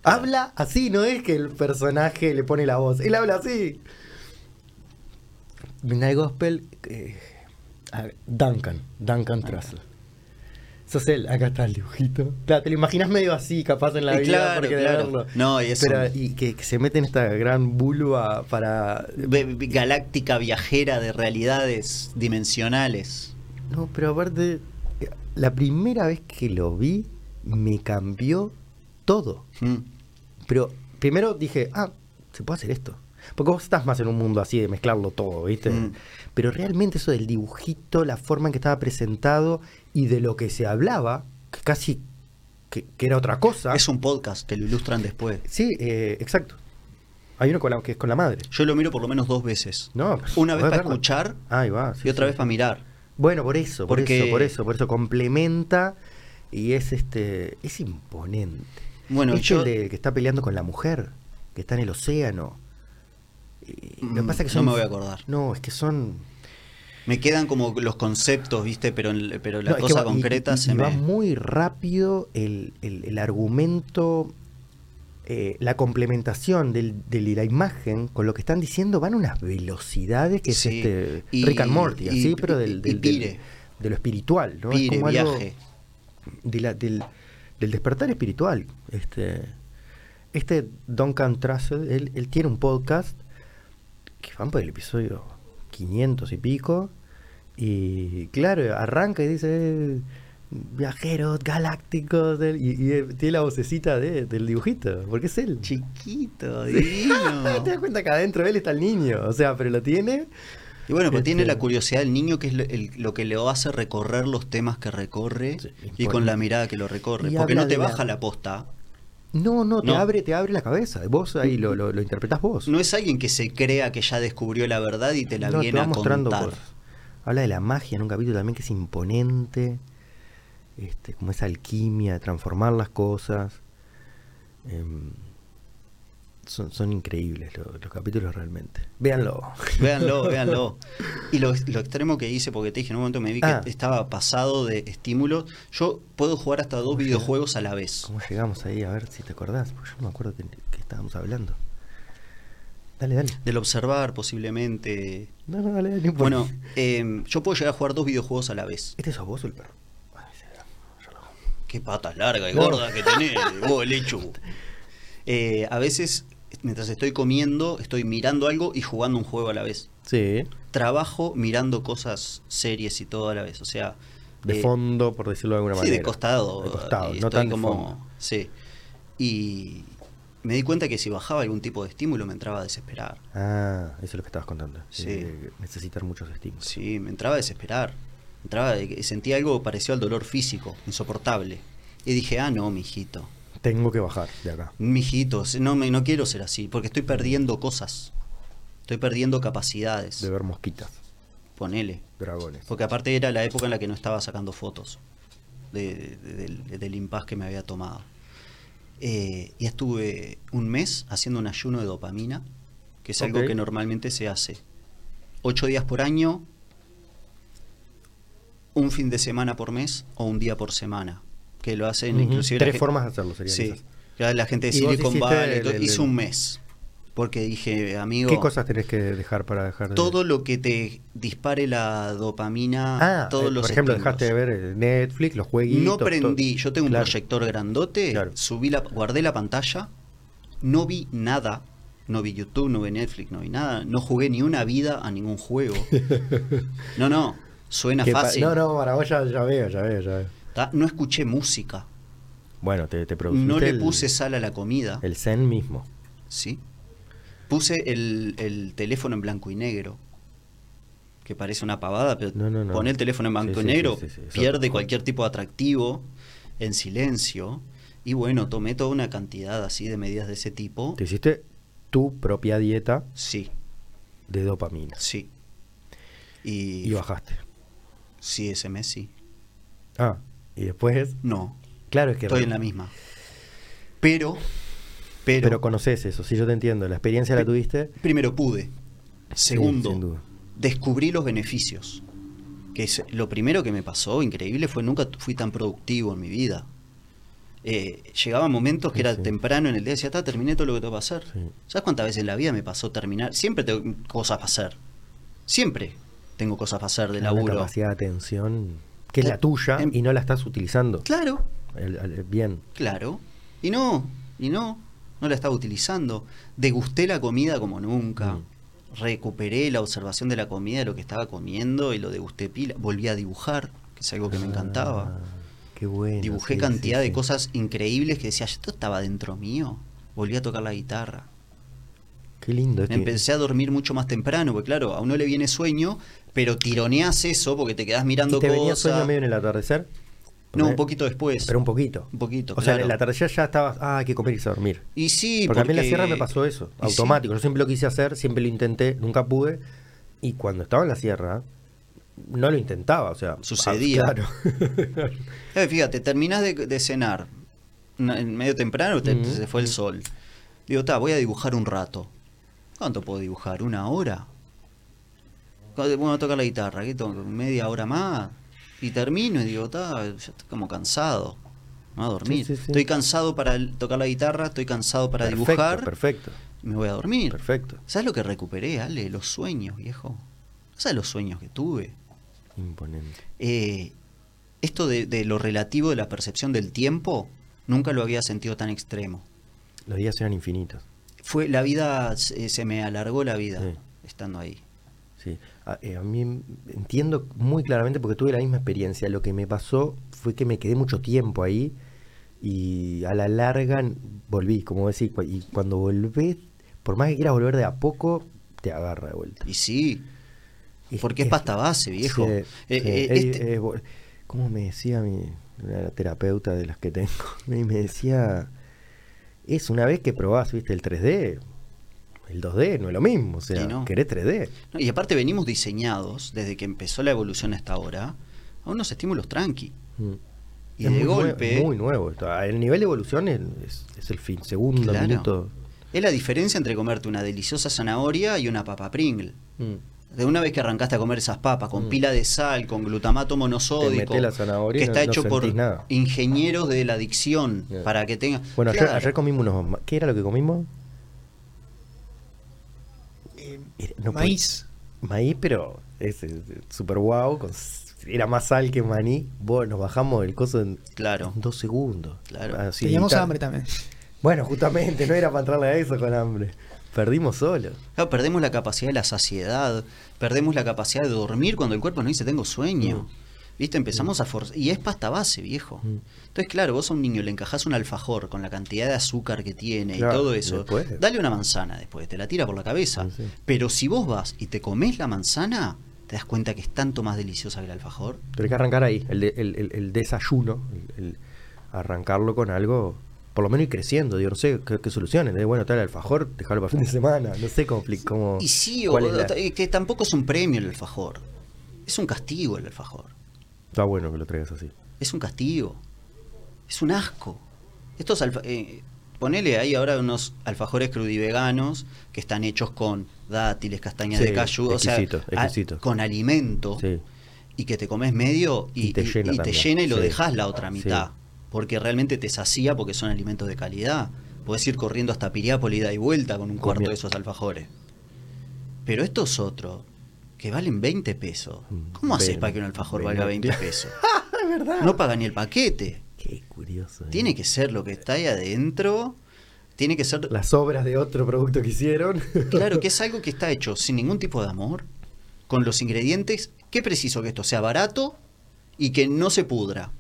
Speaker 1: Habla así, no es que el personaje le pone la voz, él habla así. Midnight Gospel, eh, a ver, Duncan, Duncan Trussell. Sos él, acá está el dibujito. Claro, te lo imaginas medio así, capaz en la
Speaker 2: Eh,
Speaker 1: vida,
Speaker 2: claro,
Speaker 1: porque de
Speaker 2: claro.
Speaker 1: verlo.
Speaker 2: No, y es
Speaker 1: Pero,
Speaker 2: un-
Speaker 1: y que, que se mete en esta gran vulva para
Speaker 2: Ve- ve- Galáctica viajera de realidades dimensionales.
Speaker 1: No, pero aparte, la primera vez que lo vi, me cambió todo.
Speaker 2: Mm.
Speaker 1: Pero primero dije, ah, se puede hacer esto. Porque vos estás más en un mundo así de mezclarlo todo, ¿viste?
Speaker 2: Mm.
Speaker 1: Pero realmente eso del dibujito, la forma en que estaba presentado y de lo que se hablaba, que casi que, que era otra cosa.
Speaker 2: Es un podcast que lo ilustran después.
Speaker 1: Sí, eh, exacto. Hay uno con la, que es con la madre.
Speaker 2: Yo lo miro por lo menos dos veces.
Speaker 1: No,
Speaker 2: Una
Speaker 1: podés
Speaker 2: vez para
Speaker 1: verlo.
Speaker 2: escuchar
Speaker 1: Ahí va. sí,
Speaker 2: y otra
Speaker 1: sí.
Speaker 2: vez para mirar.
Speaker 1: Bueno, por eso, por
Speaker 2: Porque-
Speaker 1: eso, por eso, por eso complementa y es este es imponente.
Speaker 2: Bueno,
Speaker 1: ¿Viste
Speaker 2: yo-
Speaker 1: el de- que está peleando con la mujer, que está en el océano. Y lo que
Speaker 2: Mm,
Speaker 1: pasa es que
Speaker 2: no
Speaker 1: son
Speaker 2: me voy a acordar.
Speaker 1: No, es que son
Speaker 2: Me quedan como los conceptos, ¿viste? Pero, en- pero la
Speaker 1: no, es que
Speaker 2: cosa
Speaker 1: va- y-
Speaker 2: concreta
Speaker 1: y-
Speaker 2: se
Speaker 1: y
Speaker 2: me.
Speaker 1: va muy rápido el, el- el argumento eh, la complementación del- de la imagen con lo que están diciendo van a unas velocidades que
Speaker 2: Sí,
Speaker 1: es este
Speaker 2: y-
Speaker 1: Rick and Morty,
Speaker 2: y-
Speaker 1: así, pero del,
Speaker 2: y
Speaker 1: del- del-
Speaker 2: pire.
Speaker 1: de lo espiritual, ¿no? Es
Speaker 2: Pire,
Speaker 1: como algo-
Speaker 2: viaje.
Speaker 1: de la- del, del despertar espiritual. Este, este Duncan Trussell, él, él tiene un podcast que van por el episodio 500 y pico. Y claro, arranca y dice: eh, Viajeros galácticos. del-", y, y, eh, tiene la vocecita de- del dibujito, porque es él.
Speaker 2: Chiquito,
Speaker 1: Te das
Speaker 2: divino.
Speaker 1: cuenta que adentro de él está el niño, o sea, pero lo tiene.
Speaker 2: y bueno, pero tiene
Speaker 1: Este-
Speaker 2: la curiosidad del niño, que es lo, el- lo que le hace recorrer los temas que recorre
Speaker 1: Sí,
Speaker 2: y
Speaker 1: impone-
Speaker 2: con la mirada que lo recorre.
Speaker 1: Y
Speaker 2: Porque
Speaker 1: habla
Speaker 2: no te
Speaker 1: de la-
Speaker 2: baja la posta.
Speaker 1: No, no, te,
Speaker 2: No.
Speaker 1: Abre, te abre la cabeza. Vos ahí lo, lo, lo interpretás vos.
Speaker 2: No es alguien que se crea que ya descubrió la verdad y te la
Speaker 1: No,
Speaker 2: viene
Speaker 1: va
Speaker 2: a contar.
Speaker 1: cosas. Habla de la magia en un capítulo también que es imponente. Este, como esa alquimia de transformar las cosas. Em, son, son increíbles lo- los capítulos realmente. Véanlo.
Speaker 2: Véanlo, véanlo. Y lo, lo extremo que hice, porque te dije en un momento me vi que
Speaker 1: Ah.
Speaker 2: estaba pasado de estímulos. Yo puedo jugar hasta dos videojuegos a la vez.
Speaker 1: ¿Cómo llegamos ahí? A ver si te acordás. Porque yo no me acuerdo que, que estábamos hablando. Dale, dale.
Speaker 2: Del observar, posiblemente.
Speaker 1: No, no, dale, dale, no importa.
Speaker 2: Bueno, eh, yo puedo llegar a jugar dos videojuegos a la vez.
Speaker 1: ¿Este sos vos o el perro? Ay, será.
Speaker 2: Qué patas largas y
Speaker 1: No.
Speaker 2: gordas que tenés, vos, lechu. Eh, a veces, mientras estoy comiendo, estoy mirando algo y jugando un juego a la vez.
Speaker 1: Sí.
Speaker 2: Trabajo mirando cosas, series y todo a la vez. O sea.
Speaker 1: De
Speaker 2: eh,
Speaker 1: fondo, por decirlo de alguna
Speaker 2: Sí,
Speaker 1: manera.
Speaker 2: de costado. eh,
Speaker 1: De costado,
Speaker 2: y
Speaker 1: no
Speaker 2: estoy
Speaker 1: tan de
Speaker 2: como-
Speaker 1: fondo.
Speaker 2: Sí. Y me di cuenta que si bajaba algún tipo de estímulo me entraba a desesperar.
Speaker 1: Ah, eso es lo que estabas contando.
Speaker 2: Sí.
Speaker 1: Eh, necesitar muchos estímulos.
Speaker 2: Sí, me entraba a desesperar. Me Entraba, de- sentía algo parecido al dolor físico, insoportable. Y dije, ah, no, mijito.
Speaker 1: Tengo que bajar de acá.
Speaker 2: Mijito, no, me, no quiero ser así, porque estoy perdiendo cosas. Estoy perdiendo capacidades.
Speaker 1: De ver mosquitas,
Speaker 2: Ponele.
Speaker 1: dragones.
Speaker 2: Porque aparte era la época en la que no estaba sacando fotos de- de- de- del, del impas que me había tomado. Eh, y estuve un mes haciendo un ayuno de dopamina, que es algo
Speaker 1: Ok.
Speaker 2: que normalmente se hace. Ocho días por año, un fin de semana por mes o un día por semana. Que lo hacen
Speaker 1: Ujú.
Speaker 2: inclusive... la
Speaker 1: Tres
Speaker 2: gen-
Speaker 1: formas de hacerlo serían
Speaker 2: Sí.
Speaker 1: esas.
Speaker 2: Ya La gente de
Speaker 1: Y vos
Speaker 2: Silicon
Speaker 1: hiciste
Speaker 2: Valley,
Speaker 1: el-
Speaker 2: todo-
Speaker 1: el-
Speaker 2: hice
Speaker 1: el-
Speaker 2: un mes. Porque dije, amigo...
Speaker 1: ¿Qué cosas tenés que dejar para dejar de
Speaker 2: Todo lo que te dispare la dopamina,
Speaker 1: Ah,
Speaker 2: todos
Speaker 1: eh,
Speaker 2: los
Speaker 1: por ejemplo,
Speaker 2: estímulos.
Speaker 1: dejaste de ver eh, Netflix, los jueguitos.
Speaker 2: No
Speaker 1: todo.
Speaker 2: prendí, yo tengo un
Speaker 1: Claro.
Speaker 2: proyector grandote,
Speaker 1: Claro.
Speaker 2: subí la, guardé la pantalla, no vi nada, No vi YouTube, no vi Netflix, no vi nada. No jugué ni una vida a ningún juego. No, no. Suena
Speaker 1: Que pa-
Speaker 2: fácil.
Speaker 1: No, no, para vos ya, ya veo, ya veo, ya veo.
Speaker 2: Ta- No escuché música.
Speaker 1: Bueno, te, te produciste
Speaker 2: No le
Speaker 1: el-
Speaker 2: puse sal a la comida.
Speaker 1: el zen mismo.
Speaker 2: Sí. Puse el, el teléfono en blanco y negro. Que parece una pavada, pero
Speaker 1: No, no, no.
Speaker 2: poner el teléfono en blanco
Speaker 1: Sí,
Speaker 2: y
Speaker 1: sí,
Speaker 2: negro
Speaker 1: sí, sí, sí, eso-
Speaker 2: pierde cualquier tipo de atractivo en silencio. Y bueno, tomé toda una cantidad así de medidas de ese tipo.
Speaker 1: Te hiciste tu propia dieta
Speaker 2: Sí,
Speaker 1: de dopamina.
Speaker 2: sí. Y,
Speaker 1: Y bajaste.
Speaker 2: sí, ese mes sí.
Speaker 1: Ah, y después.
Speaker 2: No,
Speaker 1: Claro, es que.
Speaker 2: estoy en la misma. Pero, pero,
Speaker 1: Pero, conoces eso, sí, yo te entiendo. La experiencia la
Speaker 2: Sí.
Speaker 1: tuviste.
Speaker 2: Primero pude. Segundo,
Speaker 1: sin duda.
Speaker 2: descubrí los beneficios. Que es lo primero que me pasó, increíble, fue nunca t- fui tan productivo en mi vida. Eh, llegaba momentos que
Speaker 1: Sí,
Speaker 2: era
Speaker 1: sí.
Speaker 2: temprano en el día, decía, "Ta, terminé todo lo que tengo que hacer.
Speaker 1: Sí.
Speaker 2: ¿Sabes cuántas veces en la vida me pasó terminar? Siempre tengo cosas para hacer. Siempre tengo cosas para hacer de
Speaker 1: Una
Speaker 2: laburo.
Speaker 1: capacidad de atención que es
Speaker 2: Cla-
Speaker 1: la tuya
Speaker 2: em-
Speaker 1: y no la estás utilizando.
Speaker 2: Claro,
Speaker 1: El- el- bien.
Speaker 2: Claro. Y no, y no, no la estaba utilizando. Degusté la comida como nunca.
Speaker 1: Mm.
Speaker 2: Recuperé la observación de la comida, de lo que estaba comiendo y lo degusté pila. Volví a dibujar, que es algo que me
Speaker 1: Ah,
Speaker 2: encantaba.
Speaker 1: qué bueno.
Speaker 2: Dibujé
Speaker 1: sí,
Speaker 2: cantidad
Speaker 1: sí,
Speaker 2: de
Speaker 1: sí.
Speaker 2: cosas increíbles que decía, esto estaba dentro mío. Volví a tocar la guitarra.
Speaker 1: Qué lindo.
Speaker 2: Me
Speaker 1: este-
Speaker 2: empecé a dormir mucho más temprano, porque claro, a uno le viene sueño, pero tironeas eso porque te quedás mirando
Speaker 1: ¿Y te venía sueño
Speaker 2: cosas.
Speaker 1: medio en el atardecer?
Speaker 2: No, un
Speaker 1: Porque-
Speaker 2: poquito después.
Speaker 1: Pero un poquito.
Speaker 2: Un poquito,
Speaker 1: O sea,
Speaker 2: claro.
Speaker 1: en el atardecer ya estabas. Ah, hay que comer y irse a dormir.
Speaker 2: Y sí,
Speaker 1: porque, a mí en la
Speaker 2: porque-
Speaker 1: sierra me pasó eso,
Speaker 2: Y sí.
Speaker 1: automático. Yo siempre lo quise hacer, siempre lo intenté, nunca pude. Y cuando estaba en la sierra, no lo intentaba, o sea.
Speaker 2: Sucedía.
Speaker 1: ah, claro.
Speaker 2: Eh, fíjate, terminás de, de cenar na- en medio temprano, te-
Speaker 1: Ujú.
Speaker 2: se fue el sol. Digo, ta, voy a dibujar un rato. ¿Cuánto puedo dibujar? ¿Una hora? Cuando- Bueno, tocar la guitarra, ¿qué tengo? ¿Media hora más? Y termino y digo, ta, ya estoy como cansado. Me voy a dormir.
Speaker 1: Sí, sí, sí.
Speaker 2: Estoy cansado para el- tocar la guitarra, estoy cansado para
Speaker 1: Perfecto,
Speaker 2: dibujar.
Speaker 1: Perfecto,
Speaker 2: Me voy a dormir.
Speaker 1: perfecto.
Speaker 2: ¿Sabes lo que recuperé, Ale? Los sueños, viejo. ¿Sabes los sueños que tuve?
Speaker 1: Imponente.
Speaker 2: Eh, esto de, de lo relativo de la percepción del tiempo, nunca lo había sentido tan extremo.
Speaker 1: Los días eran infinitos.
Speaker 2: Fue la vida, se, eh, se me alargó la vida
Speaker 1: Sí.
Speaker 2: estando ahí.
Speaker 1: Sí. A, eh, a mí m- entiendo muy claramente porque tuve la misma experiencia. Lo que me pasó fue que me quedé mucho tiempo ahí y a la larga n- volví, como decís. cu- Y cuando volvés, por más que quieras volver de a poco, te agarra de vuelta.
Speaker 2: Y sí,
Speaker 1: Y
Speaker 2: porque es pasta base, viejo.
Speaker 1: sí,
Speaker 2: Eh,
Speaker 1: sí,
Speaker 2: eh,
Speaker 1: es-
Speaker 2: este-
Speaker 1: es bo- ¿Cómo me decía mi la terapeuta de las que tengo? Y me decía, es una vez que probás, viste, el 3D, el 2D no es lo mismo, o sea,
Speaker 2: Y no.
Speaker 1: querés 3D.
Speaker 2: No, y aparte venimos diseñados, desde que empezó la evolución hasta ahora, a unos estímulos tranqui.
Speaker 1: Mm.
Speaker 2: Y
Speaker 1: Es
Speaker 2: de
Speaker 1: muy nue-
Speaker 2: golpe... eh.
Speaker 1: muy nuevo. esto. Ah, El nivel de evolución es, es- es el fin, segundo
Speaker 2: Claro.
Speaker 1: minuto.
Speaker 2: Es la diferencia entre comerte una deliciosa zanahoria y una papa pringle.
Speaker 1: Mm.
Speaker 2: De una vez que arrancaste a comer esas papas con
Speaker 1: Mm.
Speaker 2: pila de sal, con glutamato
Speaker 1: Te
Speaker 2: monosódico,
Speaker 1: metés la zanahoria
Speaker 2: que
Speaker 1: y no-
Speaker 2: está
Speaker 1: no
Speaker 2: hecho por
Speaker 1: sentís nada.
Speaker 2: ingenieros de la adicción,
Speaker 1: Yeah.
Speaker 2: para que tenga.
Speaker 1: Bueno, ayer-
Speaker 2: Claro,
Speaker 1: ayer, comimos unos... ma- ¿Qué era lo que comimos?
Speaker 3: Eh,
Speaker 1: Era- no puede-
Speaker 3: maíz.
Speaker 1: Maíz, pero es, es, es super guau. con s- era más sal que maní. Bueno, nos bajamos el coso en,
Speaker 2: claro,
Speaker 1: en dos segundos.
Speaker 2: Claro.
Speaker 1: Así,
Speaker 3: Teníamos
Speaker 1: tal.
Speaker 3: hambre también.
Speaker 1: Bueno, justamente, no era para entrarle a eso con hambre. Perdimos solo.
Speaker 2: Claro, perdemos la capacidad de la saciedad, perdemos la capacidad de dormir cuando el cuerpo nos dice tengo sueño. ¿Viste? Empezamos a forzar. Y es pasta base, viejo.
Speaker 1: Mm.
Speaker 2: Entonces, claro, vos a un niño le encajás un alfajor con la cantidad de azúcar que tiene
Speaker 1: Claro,
Speaker 2: y todo eso.
Speaker 1: después.
Speaker 2: Dale una manzana después, te la tira por la cabeza.
Speaker 1: Sí, sí.
Speaker 2: Pero si vos vas y te comes la manzana, te das cuenta que es tanto más deliciosa que el alfajor.
Speaker 1: Tenés que arrancar ahí, el, de- el- el- el desayuno, el, el arrancarlo con algo, por lo menos ir creciendo, digo, no sé qué, qué soluciones, de, bueno, tal alfajor, dejarlo para fin de semana, no sé cómo... apli- cómo-
Speaker 2: Y sí, o,
Speaker 1: Oh, cuál es la-
Speaker 2: o- eh, que tampoco es un premio el alfajor. Es un castigo el alfajor.
Speaker 1: Está bueno que lo traigas así.
Speaker 2: Es un castigo. Es un asco. Estos alfa- eh, ponele ahí ahora unos alfajores crudiveganos que están hechos con dátiles, castañas
Speaker 1: Sí,
Speaker 2: de cayú, o sea,
Speaker 1: exquisito,
Speaker 2: a-
Speaker 1: exquisito.
Speaker 2: con alimento
Speaker 1: Sí.
Speaker 2: y que te comes medio y,
Speaker 1: Y te
Speaker 2: y-
Speaker 1: llena
Speaker 2: y te
Speaker 1: también,
Speaker 2: llena y lo
Speaker 1: sí.
Speaker 2: dejas la otra mitad.
Speaker 1: Sí.
Speaker 2: Porque realmente te sacía porque son alimentos de calidad. Podés ir corriendo hasta Piriápolis ida y vuelta con un
Speaker 1: Comió-
Speaker 2: cuarto de esos alfajores. Pero estos otros, que valen 20 pesos,
Speaker 1: Mm,
Speaker 2: ¿cómo haces
Speaker 1: ven-
Speaker 2: para que un alfajor
Speaker 1: ven-
Speaker 2: valga 20 pesos?
Speaker 1: Es verdad.
Speaker 2: No paga ni el paquete.
Speaker 1: Qué curioso. ¿eh?
Speaker 2: Tiene que ser lo que está ahí adentro. tiene que ser
Speaker 1: Las obras de otro producto que hicieron.
Speaker 2: Claro, que es algo que está hecho sin ningún tipo de amor, con los ingredientes. Qué preciso que esto sea barato y que no se pudra.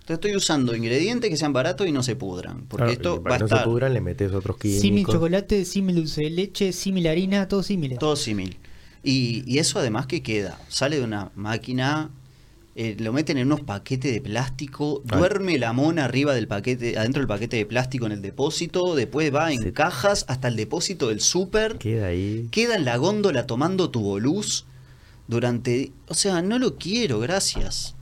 Speaker 2: Entonces estoy usando ingredientes que sean baratos y no se pudran. Porque
Speaker 1: Claro,
Speaker 2: esto
Speaker 1: Ah, para
Speaker 2: va a
Speaker 1: que no
Speaker 2: estar
Speaker 1: se pudran, le metes otros químicos.
Speaker 3: Símil chocolate, símil dulce de leche, símil harina, todo símil.
Speaker 2: todo símil. Y, y eso además que queda. Sale de una máquina, eh, lo meten en unos paquetes de plástico,
Speaker 1: Ay.
Speaker 2: duerme la mona arriba del paquete, adentro del paquete de plástico en el depósito, después va en
Speaker 1: Se-
Speaker 2: cajas hasta el depósito del súper.
Speaker 1: Queda ahí.
Speaker 2: queda en la góndola tomando tu luz durante. O sea, no lo quiero, gracias.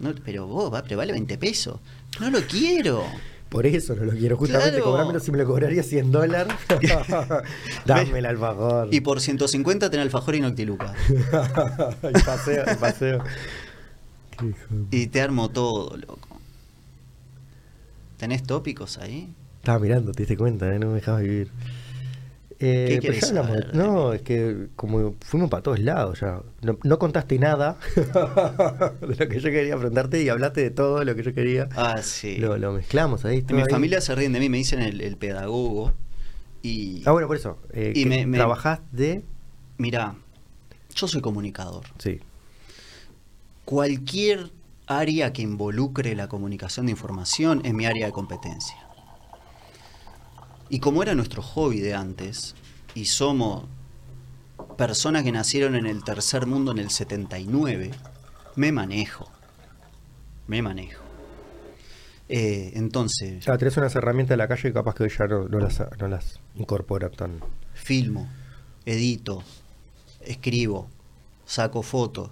Speaker 2: No, pero vos, va, pero vale 20 pesos. No lo quiero.
Speaker 1: Por eso no lo quiero. Justamente
Speaker 2: Claro.
Speaker 1: cobrármelo si me lo cobraría 100 dólares. Dame el alfajor.
Speaker 2: Y por 150 tenés alfajor y noctiluca.
Speaker 1: el paseo, el paseo. Qué hijo de-
Speaker 2: Y te armo todo, loco. ¿Tenés tópicos ahí?
Speaker 1: Estaba mirando, te diste cuenta, ¿eh? no me dejabas vivir. Eh,
Speaker 2: ¿Qué
Speaker 1: pero
Speaker 2: querés
Speaker 1: ya hablamos de-
Speaker 2: saber?
Speaker 1: no, es que como fuimos para todos lados ya. No, no contaste nada de lo que yo quería preguntarte y hablaste de todo lo que yo quería.
Speaker 2: Ah, sí.
Speaker 1: Lo, lo mezclamos ahí.
Speaker 2: en
Speaker 1: todo
Speaker 2: mi
Speaker 1: ahí.
Speaker 2: familia se ríen de mí, me dicen el, el pedagogo. Y.
Speaker 1: Ah, bueno, por eso. eh,
Speaker 2: Y
Speaker 1: que
Speaker 2: me- me-
Speaker 1: Trabajás de.
Speaker 2: Mirá, yo soy comunicador.
Speaker 1: Sí.
Speaker 2: cualquier área que involucre la comunicación de información es mi área de competencia. Y como era nuestro hobby de antes, y somos personas que nacieron en el tercer mundo en el 79, me manejo. Me manejo. Eh, entonces,
Speaker 1: Claro, tenés unas herramientas de la calle que capaz que hoy ya no, no las, no las incorpora tan.
Speaker 2: filmo, edito, escribo, saco fotos,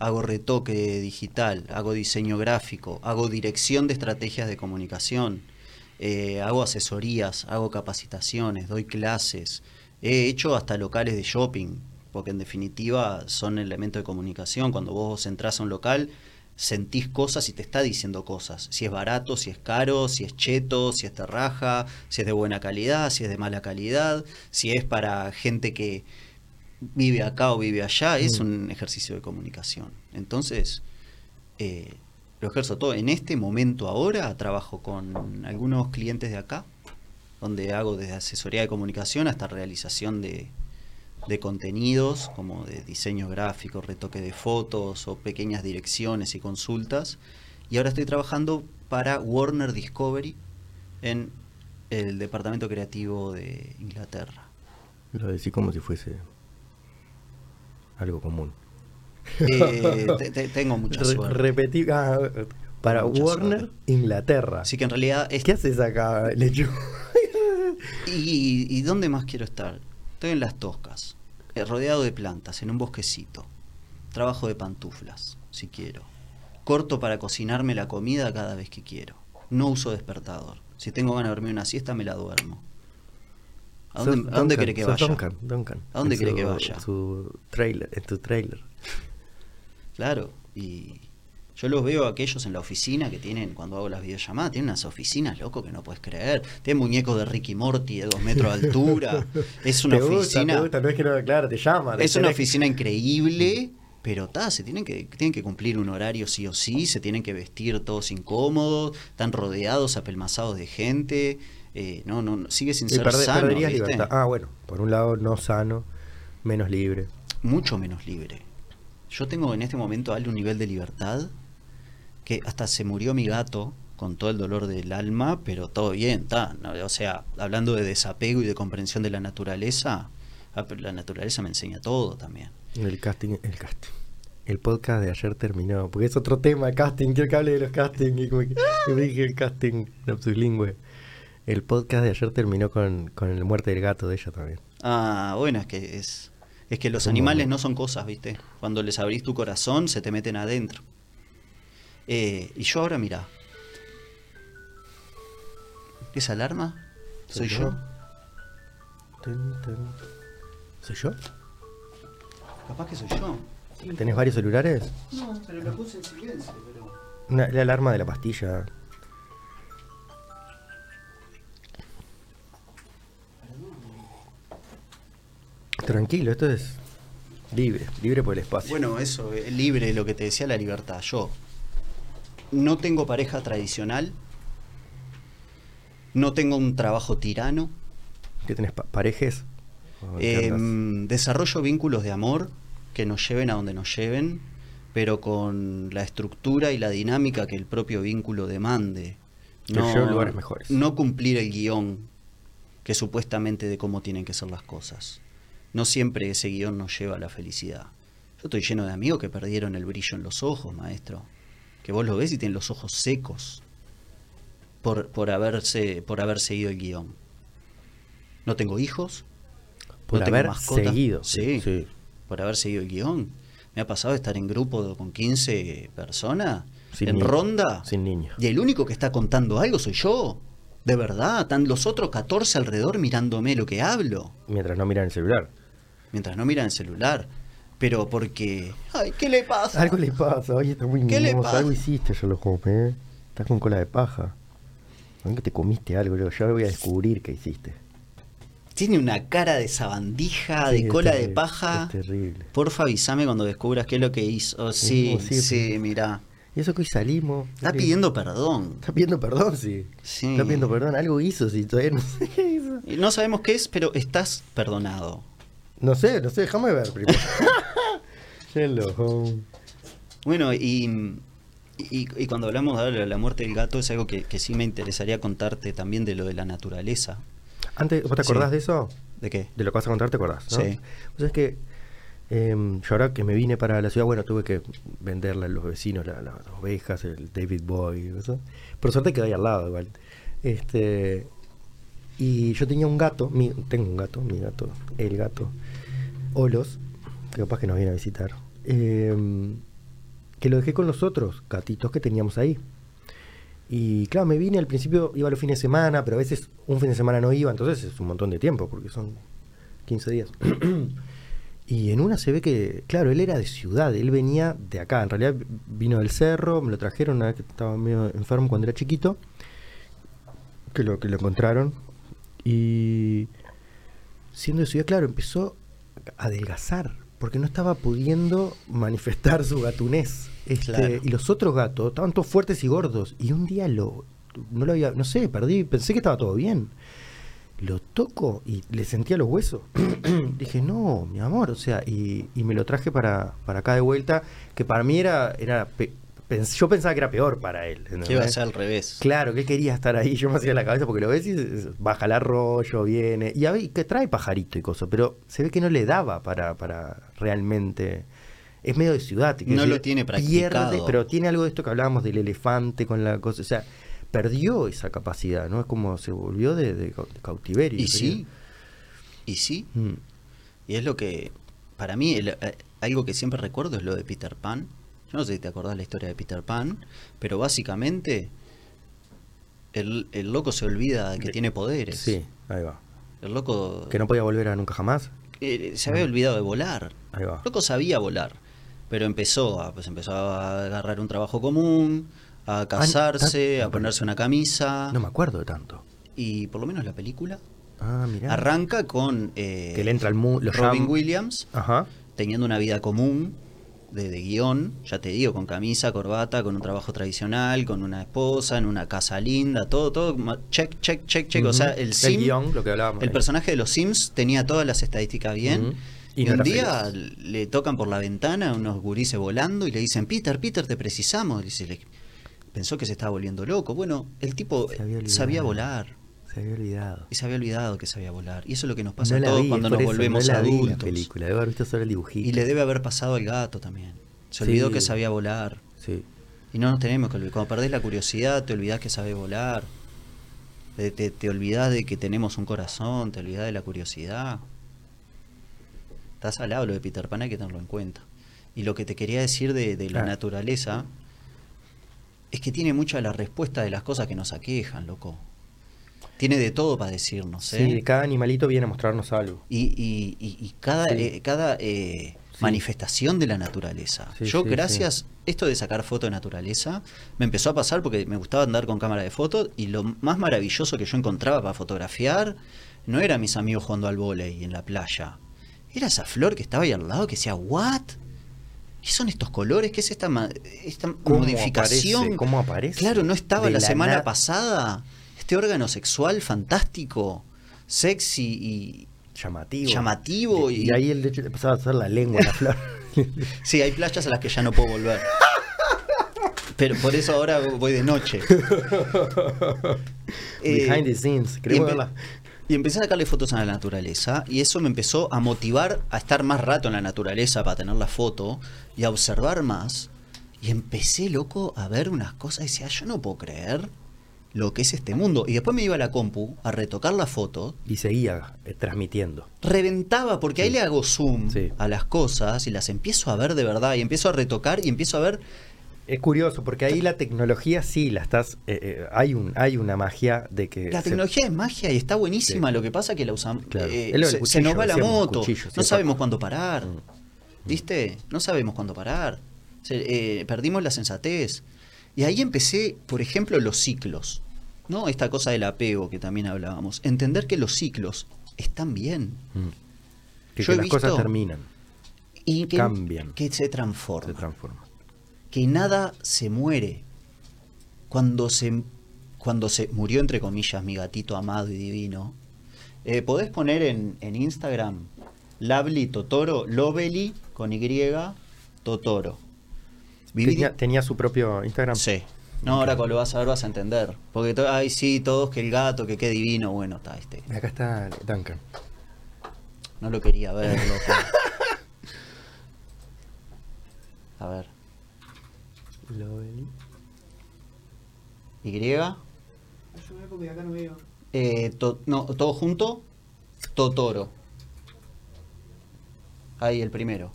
Speaker 2: hago retoque digital, hago diseño gráfico, hago dirección de estrategias de comunicación, eh, hago asesorías, hago capacitaciones, doy clases, he hecho hasta locales de shopping, porque en definitiva son elementos de comunicación. Cuando vos entrás a un local, sentís cosas y te está diciendo cosas. Si es barato, si es caro, si es cheto, si es terraja, si es de buena calidad, si es de mala calidad, si es para gente que vive acá o vive allá, es
Speaker 1: Mm.
Speaker 2: un ejercicio de comunicación. Entonces, eh, lo ejerzo todo. En este momento ahora trabajo con algunos clientes de acá, donde hago desde asesoría de comunicación hasta realización de, de contenidos, como de diseño gráfico, retoque de fotos o pequeñas direcciones y consultas. Y ahora estoy trabajando para Warner Discovery en el departamento creativo de Inglaterra.
Speaker 1: Lo decís como si fuese algo común.
Speaker 2: Eh, te- te- tengo mucha
Speaker 1: Re-
Speaker 2: suerte.
Speaker 1: repetí- ah, para
Speaker 2: Mucha
Speaker 1: Warner,
Speaker 2: suerte.
Speaker 1: Inglaterra.
Speaker 2: Así que en realidad es
Speaker 1: ¿Qué haces acá, Lechu?
Speaker 2: ¿Y, y dónde más quiero estar? Estoy en las toscas, eh, rodeado de plantas, en un bosquecito. Trabajo de pantuflas, si quiero. Corto para cocinarme la comida cada vez que quiero. No uso despertador. Si tengo ganas de dormir una siesta, me la duermo. ¿A dónde, a dónde cree que vaya?
Speaker 1: Duncan, Duncan.
Speaker 2: ¿A dónde
Speaker 1: En
Speaker 2: cree que
Speaker 1: su-
Speaker 2: vaya?
Speaker 1: Su trailer, en tu trailer.
Speaker 2: Claro, y yo los veo a aquellos en la oficina que tienen, cuando hago las videollamadas, tienen unas oficinas, loco, que no puedes creer. Tienen muñecos de Ricky Morty de dos metros de altura. Es una
Speaker 1: Te gusta,
Speaker 2: oficina.
Speaker 1: te gusta, no es que no, claro, te llama. te
Speaker 2: Es una
Speaker 1: tenés-
Speaker 2: oficina increíble, pero ta, se tienen que, tienen que cumplir un horario sí o sí, se tienen que vestir todos incómodos, están rodeados, apelmazados de gente. eh, no, no, no, sigue sin
Speaker 1: y
Speaker 2: ser
Speaker 1: perde-
Speaker 2: sano,
Speaker 1: perderías
Speaker 2: ¿viste?
Speaker 1: libertad. Ah, bueno, por un lado no sano, menos libre.
Speaker 2: mucho menos libre. Yo tengo en este momento algo un nivel de libertad que hasta se murió mi gato con todo el dolor del alma, pero todo bien, está. No, O sea, hablando de desapego y de comprensión de la naturaleza, ah, pero la naturaleza me enseña todo también.
Speaker 1: El casting, el casting. El podcast de ayer terminó, porque es otro tema, casting, quiero que hable de los castings. Y como que- yo dije el casting lapsilingüe. El podcast de ayer terminó con, con el muerte del gato de ella también.
Speaker 2: Ah, bueno, es que es, es que los
Speaker 1: Como-
Speaker 2: animales no son cosas, ¿viste? Cuando les abrís tu corazón, se te meten adentro. Eh, y yo ahora, mira. ¿Es alarma? ¿Soy yo?
Speaker 1: Tun, tun. ¿Soy yo?
Speaker 2: Capaz que soy yo.
Speaker 1: ¿Tenés varios celulares?
Speaker 2: No, pero lo puse en silencio, pero.
Speaker 1: Una- la alarma de la pastilla. Tranquilo, esto es libre, libre por el espacio.
Speaker 2: Bueno, eso, eh, libre, lo que te decía la libertad. Yo no tengo pareja tradicional, no tengo un trabajo tirano,
Speaker 1: ¿Qué tenés? Pa- ¿Parejes? ¿O en qué
Speaker 2: Em,
Speaker 1: andas?
Speaker 2: desarrollo vínculos de amor que nos lleven a donde nos lleven, pero con la estructura y la dinámica que el propio vínculo demande.
Speaker 1: Que lleven lugares mejores.
Speaker 2: No cumplir el guión que supuestamente de cómo tienen que ser las cosas. No siempre ese guión nos lleva a la felicidad. Yo estoy lleno de amigos que perdieron el brillo en los ojos, maestro. Que vos lo ves y tienen los ojos secos por, por, haberse, por haber seguido el guión. No tengo hijos,
Speaker 1: Por
Speaker 2: no tengo
Speaker 1: haber
Speaker 2: mascota.
Speaker 1: seguido.
Speaker 2: Sí.
Speaker 1: sí.
Speaker 2: por haber seguido el guión. Me ha pasado de estar en grupo de- con 15 personas,
Speaker 1: Sin
Speaker 2: en
Speaker 1: niños.
Speaker 2: ronda,
Speaker 1: Sin niños.
Speaker 2: y el único que está contando algo soy yo. De verdad, están los otros 14 alrededor mirándome lo que hablo,
Speaker 1: Mientras no miran el celular.
Speaker 2: mientras no miran el celular. Pero porque... ¡Ay, qué le pasa!
Speaker 1: Algo le pasa, oye, está muy
Speaker 2: ¿Qué le
Speaker 1: mimoso,
Speaker 2: pasa?
Speaker 1: Algo hiciste, yo lo comé. Estás con cola de paja. Aunque te comiste algo, yo ya voy a descubrir qué hiciste.
Speaker 2: Tiene una cara de sabandija,
Speaker 1: Sí,
Speaker 2: Ah, de
Speaker 1: es
Speaker 2: cola de
Speaker 1: terrible,
Speaker 2: paja.
Speaker 1: es terrible.
Speaker 2: Porfa, avísame cuando descubras qué es lo que hizo. Oh, sí,
Speaker 1: como
Speaker 2: sí,
Speaker 1: siempre.
Speaker 2: mirá.
Speaker 1: Y eso que hoy salimos.
Speaker 2: Está
Speaker 1: mire,
Speaker 2: pidiendo perdón.
Speaker 1: Está pidiendo perdón, sí.
Speaker 2: Sí.
Speaker 1: Está pidiendo perdón. Algo hizo, sí, todavía no sé qué hizo.
Speaker 2: Y No sabemos qué es, pero estás perdonado.
Speaker 1: No sé, no sé, déjame ver primero. Hello. home.
Speaker 2: Bueno, y, y, y cuando hablamos de la muerte del gato, es algo que, que sí me interesaría contarte también de lo de la naturaleza.
Speaker 1: Antes, ¿vos te acordás
Speaker 2: Sí.
Speaker 1: de eso?
Speaker 2: ¿De qué?
Speaker 1: De lo que vas a contar, ¿te acordás? ¿no?
Speaker 2: Sí.
Speaker 1: O sea, es que em, yo ahora que me vine para la ciudad, bueno, tuve que venderle a los vecinos la- la- las ovejas, el David Boy, eso. Por suerte quedé ahí al lado igual. Este, y yo tenía un gato, mi- tengo un gato, mi gato, el gato, Olos, que capaz que nos viene a visitar, em, que lo dejé con los otros gatitos que teníamos ahí. Y claro, me vine al principio, iba los fines de semana, pero a veces un fin de semana no iba, entonces es un montón de tiempo, porque son 15 días. y en una se ve que, claro, él era de ciudad, él venía de acá, en realidad vino del cerro, me lo trajeron, una vez que estaba medio enfermo cuando era chiquito, que lo, que lo encontraron. Y siendo de ciudad, claro, empezó a adelgazar, porque no estaba pudiendo manifestar su gatunés. Este,
Speaker 2: Claro.
Speaker 1: Y los otros gatos estaban todos fuertes y gordos. Y un día lo, no lo había, no sé, perdí, pensé que estaba todo bien. Lo toco y le sentía los huesos. Dije, no, mi amor, o sea, y, y me lo traje para, para acá de vuelta, que para mí era, era pe- pens- yo pensaba que era peor para él. ¿entendés?
Speaker 2: ¿Qué va a ser al revés?
Speaker 1: Claro, que él quería estar ahí. Yo me hacía la cabeza porque lo ves y es- es- baja el arroyo, viene. Y a ver, que trae pajarito y cosas, pero se ve que no le daba para, para realmente. Es medio de ciudad. quiero
Speaker 2: No lo tiene
Speaker 1: Pierde,
Speaker 2: practicado.
Speaker 1: pero tiene algo de esto que hablábamos del elefante con la cosa. O sea, perdió esa capacidad, ¿no? Es como se volvió de, de cau- de cautiverio.
Speaker 2: Y sí, y sí,
Speaker 1: Mm.
Speaker 2: y es lo que, para mí, el- eh, algo que siempre recuerdo es lo de Peter Pan. Yo no sé si te acordás la historia de Peter Pan, pero básicamente el, el loco se olvida de que tiene poderes.
Speaker 1: Sí, ahí va.
Speaker 2: El loco
Speaker 1: Que no podía volver a nunca jamás.
Speaker 2: eh, se había olvidado de volar.
Speaker 1: Ahí va.
Speaker 2: Loco sabía volar, pero empezó a, pues empezó a agarrar un trabajo común, a casarse,
Speaker 1: ah,
Speaker 2: a ponerse una camisa.
Speaker 1: No me acuerdo de tanto.
Speaker 2: Y por lo menos la película
Speaker 1: Ah, mirá.
Speaker 2: arranca con eh,
Speaker 1: que le entra el mu los
Speaker 2: Robin
Speaker 1: jam-
Speaker 2: Williams
Speaker 1: Ajá.
Speaker 2: teniendo una vida común de, de guión, ya te digo, con camisa, corbata, con un trabajo tradicional, con una esposa, en una casa linda, todo, todo, ma- check, check, check, check. O sea,
Speaker 1: Ujú.
Speaker 2: el Sim,
Speaker 1: el guión, lo que hablábamos.
Speaker 2: el
Speaker 1: ahí.
Speaker 2: personaje de los Sims tenía todas las estadísticas bien.
Speaker 1: Ujú. Y
Speaker 2: Y,
Speaker 1: no
Speaker 2: un
Speaker 1: era
Speaker 2: día le tocan por la ventana unos gurises volando y le dicen, Peter, Peter, te precisamos. Y dice, le- pensó que se estaba volviendo loco. Bueno, el tipo
Speaker 1: Se había olvidado.
Speaker 2: sabía volar.
Speaker 1: Se había olvidado.
Speaker 2: Y se había olvidado que sabía volar. Y eso es lo que nos pasa
Speaker 1: No la
Speaker 2: a todos
Speaker 1: vi,
Speaker 2: cuando
Speaker 1: por
Speaker 2: nos
Speaker 1: eso,
Speaker 2: volvemos
Speaker 1: no la vi la
Speaker 2: adultos.
Speaker 1: película, debo haber visto solo el dibujito.
Speaker 2: y le debe haber pasado al gato también. Se
Speaker 1: Sí.
Speaker 2: olvidó que sabía volar.
Speaker 1: Sí.
Speaker 2: Y no nos tenemos que olvidar. Cuando perdés la curiosidad, te olvidás que sabés volar. Te, te, te olvidás de que tenemos un corazón, te olvidás de la curiosidad. Estás al lado lo de Peter Pan, hay que tenerlo en cuenta. Y lo que te quería decir de, de la
Speaker 1: Ah.
Speaker 2: naturaleza es que tiene mucha la respuesta de las cosas que nos aquejan, loco. Tiene de todo para decirnos, ¿eh?
Speaker 1: Sí, cada animalito viene a mostrarnos algo.
Speaker 2: Y, y- y- y cada,
Speaker 1: Sí.
Speaker 2: eh, cada eh,
Speaker 1: Sí.
Speaker 2: manifestación de la naturaleza.
Speaker 1: Sí,
Speaker 2: Yo,
Speaker 1: sí,
Speaker 2: gracias, esto de sacar foto de naturaleza, me empezó a pasar porque me gustaba andar con cámara de fotos y lo más maravilloso que yo encontraba para fotografiar no era mis amigos jugando al vóley en la playa. Era esa flor que estaba ahí al lado que decía, ¿what? ¿Qué son estos colores? ¿Qué es esta, ma- esta
Speaker 1: ¿Cómo
Speaker 2: modificación?
Speaker 1: aparece? ¿Cómo aparece?
Speaker 2: Claro, no estaba
Speaker 1: De
Speaker 2: la,
Speaker 1: la
Speaker 2: semana
Speaker 1: na-
Speaker 2: pasada. Este órgano sexual fantástico. sexy y
Speaker 1: Llamativo.
Speaker 2: Llamativo
Speaker 1: y,
Speaker 2: y- Eh,
Speaker 1: y ahí el de hecho le pasaba a hacer la lengua, la flor.
Speaker 2: sí, hay playas a las que ya no puedo volver. Pero por eso ahora voy de noche. Eh,
Speaker 1: Behind the scenes.
Speaker 2: y,
Speaker 1: ¿Querés
Speaker 2: empe-
Speaker 1: verla?
Speaker 2: y empecé a sacarle fotos a la naturaleza y eso me empezó a motivar a estar más rato en la naturaleza para tener la foto y a observar más. Y empecé, loco, a ver unas cosas y decía, "Ah, yo no puedo creer lo que es este mundo. Y después me iba a la compu a retocar la foto
Speaker 1: Y seguía eh, transmitiendo.
Speaker 2: reventaba porque ahí le hago zoom
Speaker 1: Sí.
Speaker 2: a las cosas y las empiezo a ver de verdad y empiezo a retocar y empiezo a ver
Speaker 1: Es curioso, porque ahí la tecnología sí la estás. eh, eh, hay, un, hay una magia de que.
Speaker 2: la
Speaker 1: se-
Speaker 2: tecnología es magia y está buenísima
Speaker 1: Sí.
Speaker 2: lo que pasa que la usamos
Speaker 1: Claro.
Speaker 2: eh,
Speaker 1: Es lo del
Speaker 2: se, se
Speaker 1: cuchillo,
Speaker 2: nos va la
Speaker 1: decíamos,
Speaker 2: moto
Speaker 1: cuchillo, sí,
Speaker 2: no
Speaker 1: Paco.
Speaker 2: sabemos cuándo parar
Speaker 1: Mm.
Speaker 2: viste no sabemos cuándo parar Se- eh, perdimos la sensatez y ahí empecé por ejemplo los ciclos no esta cosa del apego que también hablábamos entender que los ciclos están bien
Speaker 1: Mm. Que,
Speaker 2: Yo
Speaker 1: que
Speaker 2: he
Speaker 1: las cosas
Speaker 2: visto-
Speaker 1: terminan,
Speaker 2: y que,
Speaker 1: Cambian.
Speaker 2: que se transforman
Speaker 1: se transforman.
Speaker 2: que nada se muere. Cuando se, cuando se murió, entre comillas, mi gatito amado y divino, eh, podés poner en, en Instagram Labli Totoro, Lobeli con Y, Totoro. Viví-
Speaker 1: Tenía, tenía su propio Instagram.
Speaker 2: Sí. No, ahora cuando lo vas a ver vas a entender. Porque, to- ay, sí, todos que el gato, que qué divino. Bueno, está este.
Speaker 1: Acá está Duncan.
Speaker 2: No lo quería ver, loco. A ver. Y.
Speaker 3: Ayúdame porque acá no veo.
Speaker 2: Eh, to- no, todo junto. Totoro. Ahí el primero.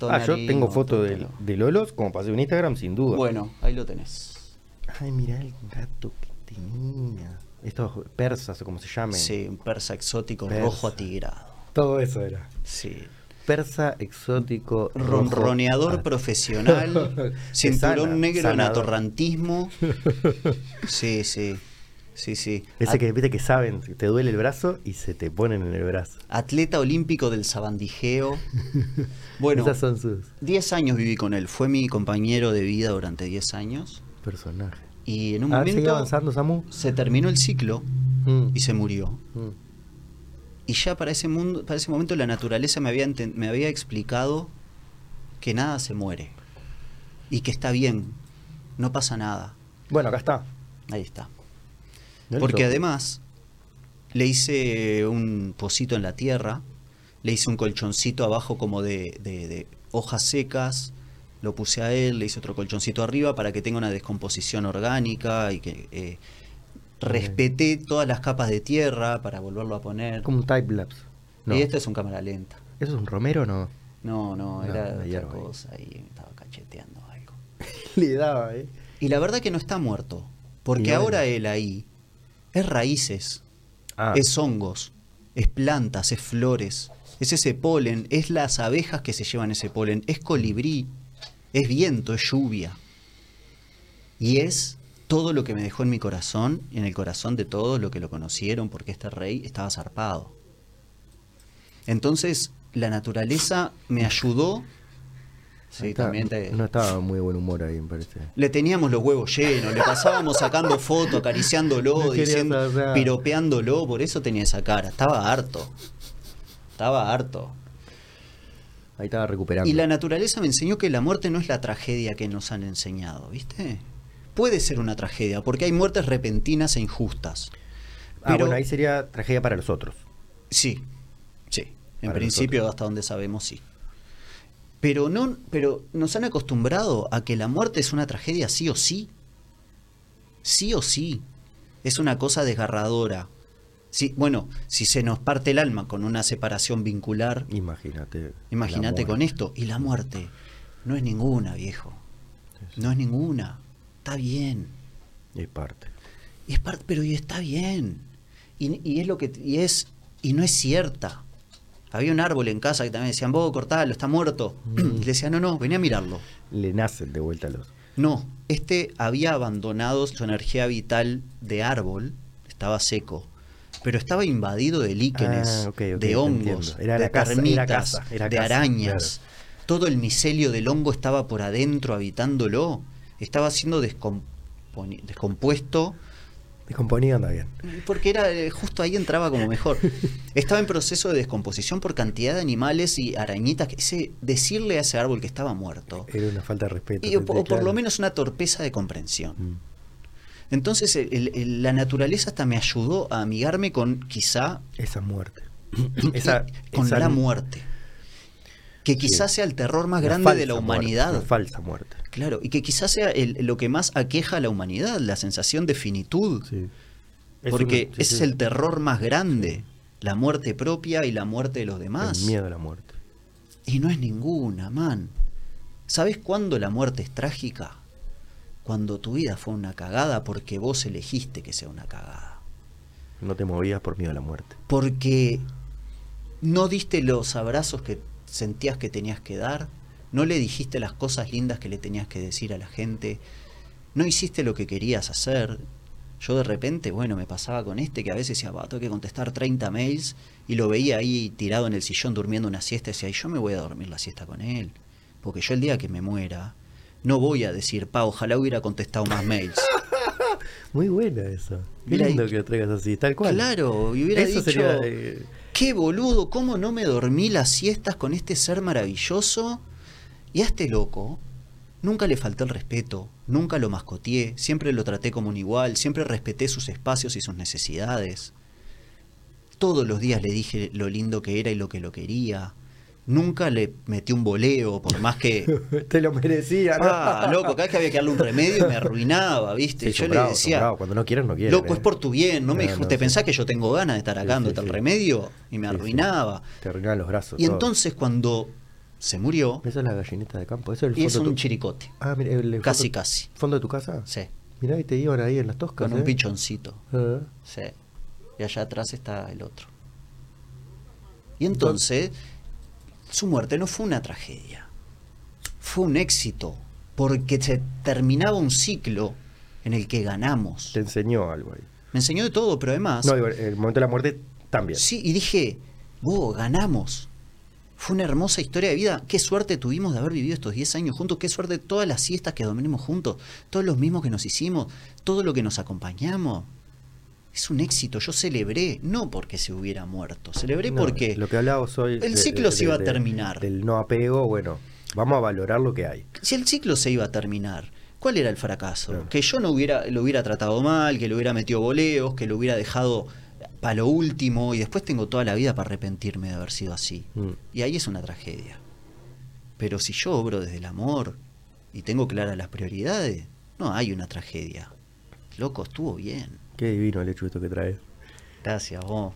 Speaker 1: Ah, yo
Speaker 2: Tonarino,
Speaker 1: tengo foto de,
Speaker 2: Totoro.
Speaker 1: de Lolos como pasé un Instagram, sin duda.
Speaker 2: Bueno, ahí lo tenés.
Speaker 1: Ay, mirá el gato que tenía. Estos persas o como se llamen.
Speaker 2: Sí, un persa exótico
Speaker 1: Persa.
Speaker 2: rojo atigrado.
Speaker 1: Todo eso era.
Speaker 2: Sí.
Speaker 1: Persa exótico. rojo.
Speaker 2: Ronroneador
Speaker 1: Ah,
Speaker 2: profesional. cinturón
Speaker 1: Sana,
Speaker 2: negro en
Speaker 1: sanador.
Speaker 2: atorrantismo. Sí, sí. Sí, sí.
Speaker 1: Ese
Speaker 2: At-
Speaker 1: que viste que saben, te duele el brazo y se te ponen en el brazo.
Speaker 2: Atleta olímpico del sabandijeo. Bueno,
Speaker 1: Esas son sus
Speaker 2: 10 años viví con él. Fue mi compañero de vida durante 10 años.
Speaker 1: personajes.
Speaker 2: Y en un
Speaker 1: A ver, sigue
Speaker 2: momento
Speaker 1: avanzando, Samu.
Speaker 2: se terminó el ciclo
Speaker 1: Mm,
Speaker 2: y se murió.
Speaker 1: mm.
Speaker 2: Y ya para ese, mundo, para ese momento la naturaleza me había, enten- me había explicado que nada se muere. Y que está bien. No pasa nada.
Speaker 1: Bueno, acá está.
Speaker 2: Ahí está.
Speaker 1: Dale,
Speaker 2: Porque
Speaker 1: Samu.
Speaker 2: además le hice un pocito en la tierra, le hice un colchoncito abajo como de, de- de hojas secas, lo puse a él, le hice otro colchoncito arriba para que tenga una descomposición orgánica y que eh, respeté todas las capas de tierra para volverlo a poner.
Speaker 1: Como un type lapse. No.
Speaker 2: Y esto es un cámara lenta.
Speaker 1: ¿Eso es un romero o no?
Speaker 2: No, no,
Speaker 1: No,
Speaker 2: era
Speaker 1: la
Speaker 2: otra
Speaker 1: hierba ahí.
Speaker 2: cosa y estaba cacheteando algo.
Speaker 1: Le daba, ¿eh?
Speaker 2: Y la verdad que no está muerto,
Speaker 1: Y
Speaker 2: porque
Speaker 1: bueno.
Speaker 2: ahora él ahí es raíces.
Speaker 1: Ah,
Speaker 2: Es hongos, es plantas, es flores, es ese polen, es las abejas que se llevan ese polen, es colibrí, es viento, es lluvia. Y es todo lo que me dejó en mi corazón y en el corazón de todos los que lo conocieron, porque este rey estaba zarpado. Entonces, la naturaleza me ayudó. Sí,
Speaker 1: Está-
Speaker 2: también te-
Speaker 1: No estaba de muy buen humor ahí, me parece.
Speaker 2: le teníamos los huevos llenos, le pasábamos sacando fotos, acariciándolo,
Speaker 1: No querías
Speaker 2: diciendo,
Speaker 1: hablar.
Speaker 2: piropeándolo, por eso tenía esa cara, estaba harto. Estaba harto.
Speaker 1: Ahí estaba recuperando.
Speaker 2: Y la naturaleza me enseñó que la muerte no es la tragedia que nos han enseñado, ¿viste? Puede ser una tragedia, porque hay muertes repentinas e injustas.
Speaker 1: Ah,
Speaker 2: pero-
Speaker 1: bueno, ahí sería tragedia para los otros.
Speaker 2: Sí, sí. En
Speaker 1: Para
Speaker 2: principio,
Speaker 1: nosotros.
Speaker 2: hasta donde sabemos, sí. Pero, no, pero nos han acostumbrado a que la muerte es una tragedia sí o sí. Sí o sí. Es una cosa desgarradora. Sí, bueno, si se nos parte el alma con una separación vincular,
Speaker 1: Imagínate.
Speaker 2: imagínate con esto. Y la muerte no es ninguna, viejo. No es ninguna. Está bien.
Speaker 1: Es parte.
Speaker 2: Y es parte, pero y está bien. Y, y es lo que y es y no es cierta. Había un árbol en casa que también decían, vos cortalo, está muerto.
Speaker 1: Mm.
Speaker 2: Le decían, no, no, vení a mirarlo.
Speaker 1: Le nacen de vuelta a los.
Speaker 2: No, este había abandonado su energía vital de árbol, estaba seco, pero estaba invadido de líquenes,
Speaker 1: Ah, ok, ok, te
Speaker 2: de hongos,
Speaker 1: entiendo. Era
Speaker 2: de
Speaker 1: la casa, era
Speaker 2: termitas,
Speaker 1: casa, era
Speaker 2: de
Speaker 1: casa,
Speaker 2: arañas. Todo el micelio del hongo estaba por adentro habitándolo, estaba siendo descomponi- descompuesto
Speaker 1: Descomponida anda bien.
Speaker 2: Porque era eh, justo ahí entraba como mejor. Estaba en proceso de descomposición por cantidad de animales y arañitas. Que ese, decirle a ese árbol que estaba muerto.
Speaker 1: Era una falta de respeto.
Speaker 2: Y, o, po- o por
Speaker 1: Eh, claro.
Speaker 2: lo menos una torpeza de comprensión.
Speaker 1: Mm.
Speaker 2: Entonces el- el- el- la naturaleza hasta me ayudó a amigarme con quizá eh,
Speaker 1: Esa muerte.
Speaker 2: con
Speaker 1: esa-
Speaker 2: la muerte. Que quizás
Speaker 1: Sí.
Speaker 2: sea el terror más
Speaker 1: una
Speaker 2: grande de
Speaker 1: falsa
Speaker 2: la
Speaker 1: muerte,
Speaker 2: humanidad.
Speaker 1: una falsa muerte.
Speaker 2: Claro, y que quizás sea el- lo que más aqueja a la humanidad, la sensación de finitud.
Speaker 1: Es
Speaker 2: porque
Speaker 1: un- sí,
Speaker 2: ese es
Speaker 1: sí.
Speaker 2: el terror más grande, la muerte propia y la muerte de los demás.
Speaker 1: El miedo a la muerte.
Speaker 2: Y no es ninguna, man. ¿Sabes cuándo la muerte es trágica? Cuando tu vida fue una cagada porque vos elegiste que sea una cagada.
Speaker 1: No te movías por miedo a la muerte.
Speaker 2: Porque no diste los abrazos que sentías que tenías que dar, no le dijiste las cosas lindas que le tenías que decir a la gente, no hiciste lo que querías hacer. Yo de repente, bueno, me pasaba con este que a veces decía, "Bah, tengo que contestar 30 mails y lo veía ahí tirado en el sillón durmiendo una siesta y decía, "Y yo me voy a dormir la siesta con él, porque yo el día que me muera no voy a decir, pa, ojalá hubiera contestado más mails.
Speaker 1: Muy buena eso. Qué
Speaker 2: Mira,
Speaker 1: lindo
Speaker 2: y-
Speaker 1: que lo traigas así, tal cual.
Speaker 2: Claro, y hubiera
Speaker 1: Eso
Speaker 2: dicho,
Speaker 1: sería, eh,
Speaker 2: qué boludo, cómo no me dormí las siestas con este ser maravilloso. Y a este loco, nunca le falté el respeto, nunca lo mascoteé, siempre lo traté como un igual, siempre respeté sus espacios y sus necesidades. Todos los días le dije lo lindo que era y lo que lo quería. Nunca le metí un boleo, por más que...
Speaker 1: Te lo merecía, ¿no?
Speaker 2: Ah, loco, cada vez que había que darle un remedio me arruinaba, ¿viste?
Speaker 1: Sí,
Speaker 2: Yo
Speaker 1: son
Speaker 2: le
Speaker 1: bravos, son
Speaker 2: decía...
Speaker 1: bravos. Cuando no quieres, no quieres.
Speaker 2: Loco,
Speaker 1: ¿eh?
Speaker 2: es por tu bien, no me
Speaker 1: No,
Speaker 2: dijo,
Speaker 1: no,
Speaker 2: te
Speaker 1: sí.
Speaker 2: pensás que yo tengo ganas de estar
Speaker 1: Sí,
Speaker 2: acá
Speaker 1: sí,
Speaker 2: dándote el
Speaker 1: sí.
Speaker 2: remedio y me
Speaker 1: Sí, sí.
Speaker 2: arruinaba.
Speaker 1: Te arruinaban los brazos.
Speaker 2: Y
Speaker 1: todo.
Speaker 2: entonces cuando se murió,
Speaker 1: Esa es la gallineta de campo. Eso es el
Speaker 2: y
Speaker 1: fondo
Speaker 2: es
Speaker 1: de
Speaker 2: un
Speaker 1: tu-
Speaker 2: chiricote,
Speaker 1: Ah, mira, el el
Speaker 2: casi
Speaker 1: fondo...
Speaker 2: casi,
Speaker 1: ¿Fondo de tu casa?
Speaker 2: sí,
Speaker 1: Mirá, y te iban ahí en las toscas.
Speaker 2: con un
Speaker 1: ¿eh?
Speaker 2: pichoncito,
Speaker 1: Ah.
Speaker 2: sí. Y allá atrás está el otro. Y entonces, su muerte no fue una tragedia, fue un éxito, porque se terminaba un ciclo en el que ganamos.
Speaker 1: Te enseñó algo ahí.
Speaker 2: Me enseñó de todo, pero además...
Speaker 1: No, igual, el momento de la muerte también.
Speaker 2: Ah, Sí, y dije, wow, ganamos. Fue una hermosa historia de vida. Qué suerte tuvimos de haber vivido estos 10 años juntos. Qué suerte de todas las siestas que dormimos juntos. Todos los mismos que nos hicimos. Todo lo que nos acompañamos. Es un éxito. Yo celebré. No porque se hubiera muerto. Celebré
Speaker 1: No,
Speaker 2: porque...
Speaker 1: Lo que hablábamos hoy.
Speaker 2: el ciclo se iba a terminar.
Speaker 1: Del no apego, bueno, vamos a valorar lo que hay.
Speaker 2: si el ciclo se iba a terminar, ¿cuál era el fracaso?
Speaker 1: Claro.
Speaker 2: Que yo no hubiera, lo hubiera tratado mal, que lo hubiera metido boleos, que lo hubiera dejado para lo último y después tengo toda la vida para arrepentirme de haber sido así.
Speaker 1: Mm.
Speaker 2: Y ahí es una tragedia. Pero si yo obro desde el amor y tengo claras las prioridades, no hay una tragedia. Loco, estuvo bien.
Speaker 1: Qué divino el hecho esto que traes.
Speaker 2: Gracias, vos.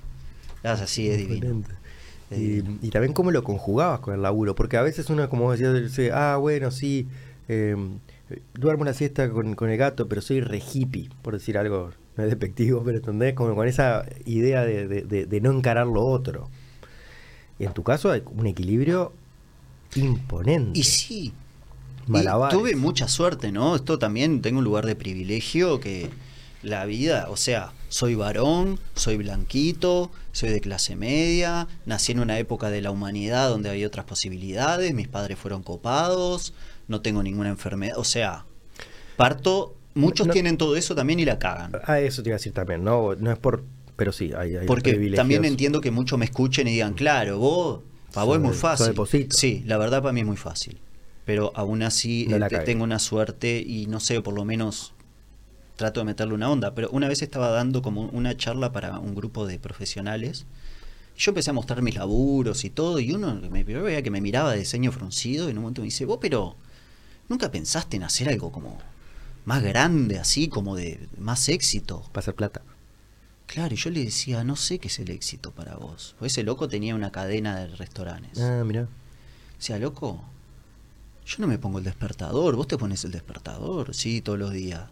Speaker 2: Gracias, sí, es divino.
Speaker 1: Excelente.
Speaker 2: Es divino.
Speaker 1: Y, y también cómo lo conjugabas con el laburo, porque a veces uno, como vos decías, dice, ah, bueno, sí, eh, duermo una siesta con, con el gato, pero soy re hippie, por decir algo, no es despectivo, pero ¿entendés? Como con esa idea de, de- de- de no encarar lo otro. Y en tu caso hay un equilibrio imponente.
Speaker 2: Y sí, Y
Speaker 1: malabares.
Speaker 2: tuve mucha suerte, ¿no? Esto también tengo un lugar de privilegio que la vida, o sea, soy varón, soy blanquito, soy de clase media, nací en una época de la humanidad donde había otras posibilidades, mis padres fueron copados, no tengo ninguna enfermedad, o sea, parto, muchos
Speaker 1: No-
Speaker 2: tienen todo eso también y la cagan.
Speaker 1: Ah, eso te iba a decir también, no, no es por... Pero sí, hay, hay
Speaker 2: Porque
Speaker 1: privilegios.
Speaker 2: también entiendo que muchos me escuchen y digan, claro, vos, para vos
Speaker 1: Sos
Speaker 2: es muy
Speaker 1: de- sos de
Speaker 2: fácil.
Speaker 1: Posito.
Speaker 2: Sí, la verdad para mí es muy fácil. Pero aún así
Speaker 1: No la
Speaker 2: este,
Speaker 1: cagué.
Speaker 2: tengo una suerte y no sé, por lo menos trato de meterle una onda. Pero una vez estaba dando como una charla para un grupo de profesionales. Yo empecé a mostrar mis laburos y todo, y uno que me, yo veía que me miraba de ceño fruncido y en un momento me dice, vos, pero nunca pensaste en hacer algo como más grande, así, como de más éxito.
Speaker 1: Para hacer plata.
Speaker 2: Claro, y yo le decía, no sé qué es el éxito para vos. Porque ese loco tenía una cadena de restaurantes. O
Speaker 1: Ah, mirá.
Speaker 2: sea, loco, yo no me pongo el despertador. Vos te pones el despertador, sí, todos los días.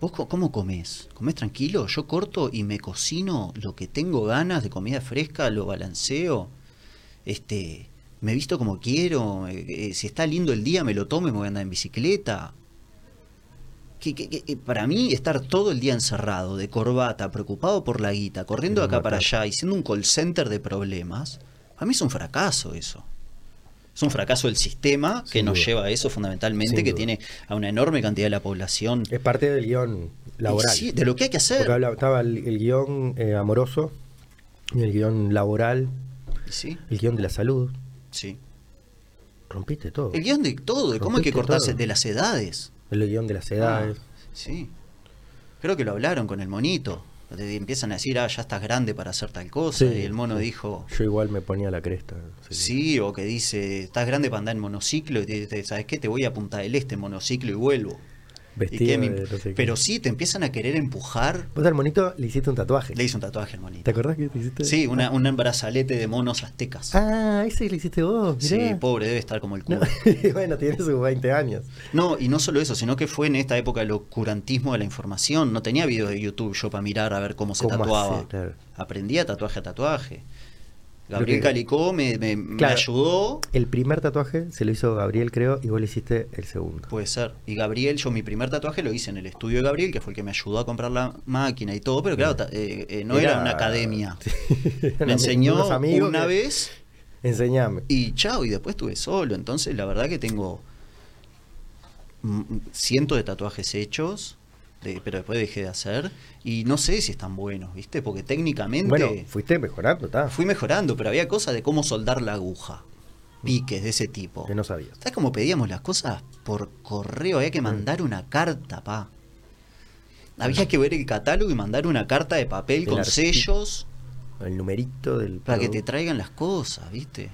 Speaker 2: ¿Vos co- cómo comés? ¿Comés tranquilo? Yo corto y me cocino lo que tengo ganas de comida fresca, lo balanceo. Este, me visto como quiero. eh, eh, si está lindo el día, me lo tomo y me voy a andar en bicicleta. Que, que- que- que para mí estar todo el día encerrado, de corbata, preocupado por la guita, corriendo de
Speaker 1: Era
Speaker 2: acá para
Speaker 1: matar.
Speaker 2: allá y siendo un call center de problemas, a mí es un fracaso eso. Es un fracaso del sistema que
Speaker 1: Sin
Speaker 2: nos
Speaker 1: duda.
Speaker 2: lleva a eso fundamentalmente,
Speaker 1: Sin
Speaker 2: que
Speaker 1: duda.
Speaker 2: tiene a una enorme cantidad de la población.
Speaker 1: Es parte del guión laboral.
Speaker 2: Y sí, de lo que hay que hacer.
Speaker 1: Porque habla- estaba el, el guión eh, amoroso, y el guión laboral,
Speaker 2: Y Sí,
Speaker 1: el guión de la salud.
Speaker 2: sí.
Speaker 1: Rompiste todo.
Speaker 2: El guión de todo, de cómo hay que
Speaker 1: Rompiste
Speaker 2: cortarse,
Speaker 1: todo.
Speaker 2: de las edades.
Speaker 1: El guión de las edades.
Speaker 2: Ah, sí. Creo que lo hablaron con el monito. Te empiezan a decir, ah, ya estás grande para hacer tal cosa.
Speaker 1: Sí,
Speaker 2: y el mono
Speaker 1: sí.
Speaker 2: dijo,
Speaker 1: Yo igual me ponía la cresta.
Speaker 2: sí. o que dice, estás grande para andar en monociclo. Y te, dice, ¿sabes qué? Te voy a Punta del Este en monociclo y vuelvo. Y
Speaker 1: Vestido
Speaker 2: qué me
Speaker 1: de
Speaker 2: imp-
Speaker 1: no sé qué.
Speaker 2: Pero sí, te empiezan a querer empujar.
Speaker 1: Vos al monito le hiciste un tatuaje.
Speaker 2: Le hice un tatuaje al monito.
Speaker 1: ¿Te acordás que te hiciste?
Speaker 2: Sí, una, un brazalete de monos aztecas.
Speaker 1: Ah, ese le hiciste vos.
Speaker 2: sí,
Speaker 1: Mirá.
Speaker 2: pobre, debe estar como el
Speaker 1: No,
Speaker 2: culo.
Speaker 1: bueno, tiene sus 20 años.
Speaker 2: No, y no solo eso, sino que fue en esta época del ocurantismo de la información. No tenía videos de YouTube yo para mirar a ver cómo se
Speaker 1: Cómo
Speaker 2: tatuaba.
Speaker 1: hacer, claro.
Speaker 2: Aprendía tatuaje a tatuaje. Gabriel
Speaker 1: que-
Speaker 2: Calicó me, me- me
Speaker 1: Claro.
Speaker 2: ayudó.
Speaker 1: El primer tatuaje se lo hizo Gabriel, creo, y vos le hiciste el segundo.
Speaker 2: Puede ser. Y Gabriel, yo mi primer tatuaje lo hice en el estudio de Gabriel, que fue el que me ayudó a comprar la máquina y todo, pero claro, ta- eh, eh, no era, una academia.
Speaker 1: Eran
Speaker 2: Me enseñó
Speaker 1: unos amigos
Speaker 2: una
Speaker 1: que-
Speaker 2: vez
Speaker 1: Enseñame.
Speaker 2: y chao, y después estuve solo. Entonces, la verdad que tengo mm, cientos de tatuajes hechos, de- pero después dejé de hacer. Y no sé si están buenos, ¿viste? Porque técnicamente
Speaker 1: Bueno, fuiste mejorando, ¿tá?
Speaker 2: fui mejorando, pero había cosas de cómo soldar la aguja, piques de ese tipo.
Speaker 1: Que no Mm. sabías.
Speaker 2: ¿Sabes cómo pedíamos las cosas? Por correo, había que mandar una carta, pa. Había que ver el catálogo y mandar una carta de papel
Speaker 1: El
Speaker 2: con
Speaker 1: arqui-
Speaker 2: sellos
Speaker 1: El numerito del.
Speaker 2: para que te
Speaker 1: producto.
Speaker 2: traigan las cosas, ¿viste?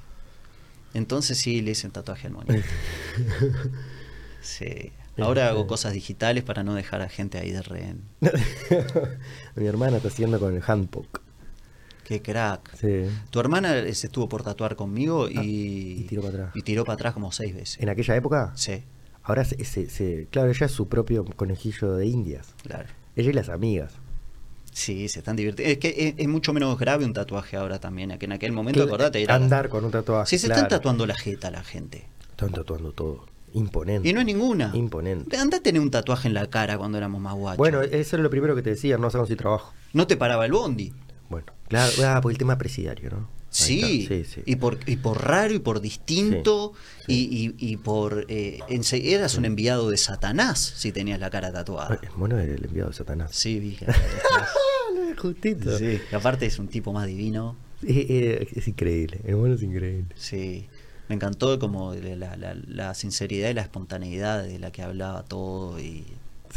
Speaker 2: Entonces sí, le dicen tatuaje al
Speaker 1: Eh.
Speaker 2: monito. sí. Ahora
Speaker 1: eh.
Speaker 2: hago cosas digitales para no dejar a gente ahí de rehén.
Speaker 1: Mi hermana está haciendo con el handpoke.
Speaker 2: Qué crack.
Speaker 1: Sí.
Speaker 2: Tu hermana eh, se estuvo por tatuar conmigo y,
Speaker 1: Ah, y tiró para atrás.
Speaker 2: y tiró para atrás como seis veces.
Speaker 1: En aquella época,
Speaker 2: Sí,
Speaker 1: ahora se, se- se- Claro, ella es su propio conejillo de indias.
Speaker 2: claro.
Speaker 1: Ella y las amigas.
Speaker 2: Sí, se están divirtiendo. Es que es, es mucho menos grave un tatuaje ahora también. Que en aquel momento,
Speaker 1: Cla-
Speaker 2: acordate, era.
Speaker 1: Andar con un tatuaje.
Speaker 2: Sí, se
Speaker 1: claro.
Speaker 2: están tatuando la jeta la gente.
Speaker 1: Están tatuando todo. Imponente.
Speaker 2: Y no es ninguna.
Speaker 1: Imponente.
Speaker 2: Anda a tener un tatuaje en la cara cuando éramos más guachos.
Speaker 1: Bueno, eso era lo primero que te decía, no hacer si trabajo.
Speaker 2: no te paraba el bondi.
Speaker 1: Bueno, claro, ah, porque el tema presidiario, ¿no? Ahí
Speaker 2: Sí,
Speaker 1: está, sí, sí.
Speaker 2: Y, por, y por raro y por distinto Y, y- y por... eh, ense- eras un enviado de Satanás si tenías la cara
Speaker 1: Ah,
Speaker 2: tatuada.
Speaker 1: el mono era el enviado de Satanás.
Speaker 2: Sí, vi.
Speaker 1: Justito.
Speaker 2: sí. Y aparte es un tipo más divino.
Speaker 1: Eh, eh, es increíble, el mono es increíble.
Speaker 2: Sí. Me encantó como la, la- la sinceridad y la espontaneidad de la que hablaba todo y...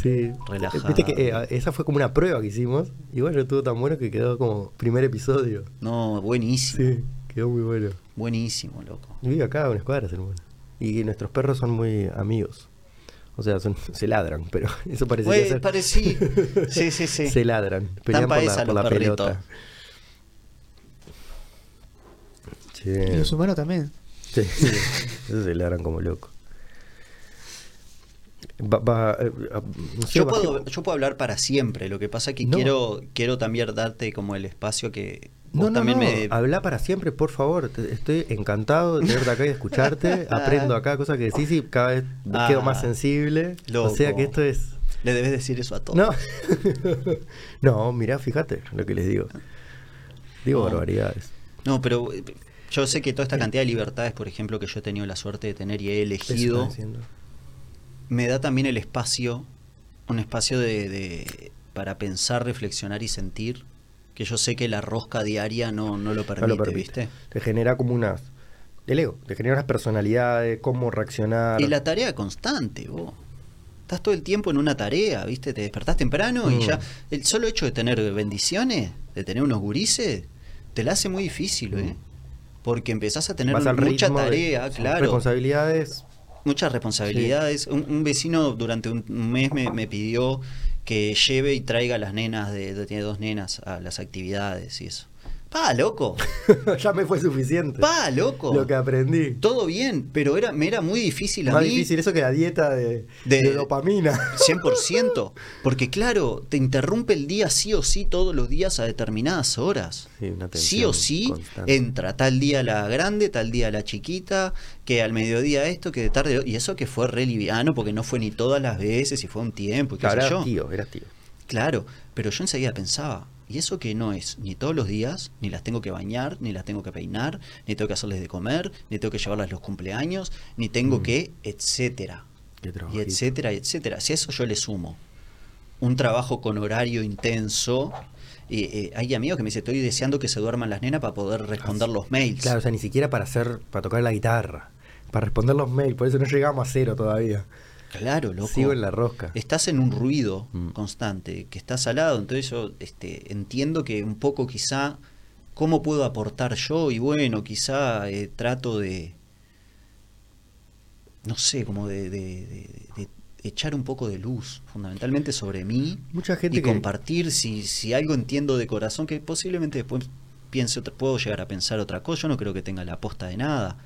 Speaker 1: Sí.
Speaker 2: Relajado.
Speaker 1: Viste que eh, esa fue como una prueba que hicimos. Y bueno, estuvo tan bueno que quedó como primer episodio.
Speaker 2: No, buenísimo.
Speaker 1: Sí, quedó muy bueno.
Speaker 2: Buenísimo, loco.
Speaker 1: Vive acá a unas cuadras el mono. Y nuestros perros son muy amigos. O sea, son- se ladran, pero eso parece
Speaker 2: Güey,
Speaker 1: ser.
Speaker 2: parecí. Sí, sí, sí.
Speaker 1: Se ladran, pelean
Speaker 2: Están pa'
Speaker 1: por
Speaker 2: esa
Speaker 1: la, por
Speaker 2: los
Speaker 1: la
Speaker 2: perritos.
Speaker 1: pelota.
Speaker 3: Y
Speaker 1: Che.
Speaker 3: los humanos también.
Speaker 1: Sí, sí, esos se ladran como locos. Va, va, eh, ah, no sé,
Speaker 2: Yo
Speaker 1: va-
Speaker 2: puedo, yo puedo hablar para siempre. Lo que pasa es que
Speaker 1: No.
Speaker 2: quiero, quiero también darte como el espacio que vos
Speaker 1: No, no,
Speaker 2: también
Speaker 1: no.
Speaker 2: me.
Speaker 1: Habla para siempre, por favor. Te- estoy encantado de tenerte acá y de escucharte. Aprendo acá cosas que decís y cada vez
Speaker 2: Ah,
Speaker 1: quedo más sensible. O sea
Speaker 2: loco.
Speaker 1: que esto es.
Speaker 2: Le debes decir eso a todos.
Speaker 1: No. no, mirá, fíjate lo que les digo. Digo
Speaker 2: No.
Speaker 1: barbaridades.
Speaker 2: No, pero eh, yo sé que toda
Speaker 1: Eh.
Speaker 2: esta cantidad de libertades, por ejemplo, que yo he tenido la suerte de tener y he
Speaker 1: Eso
Speaker 2: elegido,
Speaker 1: estaba diciendo.
Speaker 2: me da también el espacio, un espacio de, de- para pensar, reflexionar y sentir. Que yo sé que la rosca diaria no, no lo permite,
Speaker 1: No lo permite.
Speaker 2: ¿viste?
Speaker 1: Te genera como unas. El ego, te genera unas personalidades, cómo reaccionar.
Speaker 2: Y la tarea constante, vos. Estás todo el tiempo en una tarea, ¿viste? Te despertás temprano
Speaker 1: Mm.
Speaker 2: y ya. El solo hecho de tener bendiciones, de tener unos gurises, te la hace muy difícil, ¿eh? Porque empezás a tener
Speaker 1: Mm. Vas al
Speaker 2: mucha
Speaker 1: ritmo de-
Speaker 2: tarea,
Speaker 1: sí,
Speaker 2: claro.
Speaker 1: Responsabilidades.
Speaker 2: muchas responsabilidades. Un, un vecino durante un un mes me, me pidió que lleve y traiga a las nenas, de, de- tiene dos nenas, a las actividades y eso. Pa, loco.
Speaker 1: ya me fue suficiente.
Speaker 2: Pa, loco.
Speaker 1: Lo que aprendí.
Speaker 2: Todo bien, pero era, me era muy difícil a
Speaker 1: Más
Speaker 2: mí.
Speaker 1: difícil eso que la dieta de,
Speaker 2: De-
Speaker 1: de dopamina.
Speaker 2: 100%, porque claro, te interrumpe el día sí o sí todos los días a determinadas horas.
Speaker 1: Sí, una
Speaker 2: Sí
Speaker 1: tensión
Speaker 2: o sí
Speaker 1: constante.
Speaker 2: entra tal día la grande, tal día la chiquita, que al mediodía esto, que de tarde y eso que fue re liviano porque no fue ni todas las veces y fue un tiempo y qué sé
Speaker 1: Claro,
Speaker 2: yo.
Speaker 1: eras tío, eras tío.
Speaker 2: Claro, pero yo enseguida pensaba, Y eso que no es ni todos los días, ni las tengo que bañar, ni las tengo que peinar, ni tengo que hacerles de comer, ni tengo que llevarlas a los cumpleaños, ni tengo
Speaker 1: Mm.
Speaker 2: que, etcétera.
Speaker 1: Qué
Speaker 2: Y
Speaker 1: trabajito.
Speaker 2: etcétera, y etcétera. Si a eso yo le sumo un trabajo con horario intenso, y, eh, hay amigos que me dicen, estoy deseando que se duerman las nenas para poder responder los mails.
Speaker 1: Ah, Claro, o sea, ni siquiera para hacer, para tocar la guitarra, para responder los mails, por eso no llegamos a cero todavía.
Speaker 2: Claro, loco.
Speaker 1: Sigo en la rosca.
Speaker 2: Estás en un ruido
Speaker 1: Mm.
Speaker 2: constante, que estás al lado, entonces yo este, entiendo que un poco quizá cómo puedo aportar yo y bueno, quizá eh, trato de, no sé, como de, de- de- de echar un poco de luz fundamentalmente sobre mí
Speaker 1: Mucha gente
Speaker 2: y
Speaker 1: que-
Speaker 2: compartir si, si algo entiendo de corazón que posiblemente después piense otra- puedo llegar a pensar otra cosa, yo no creo que tenga la aposta de nada.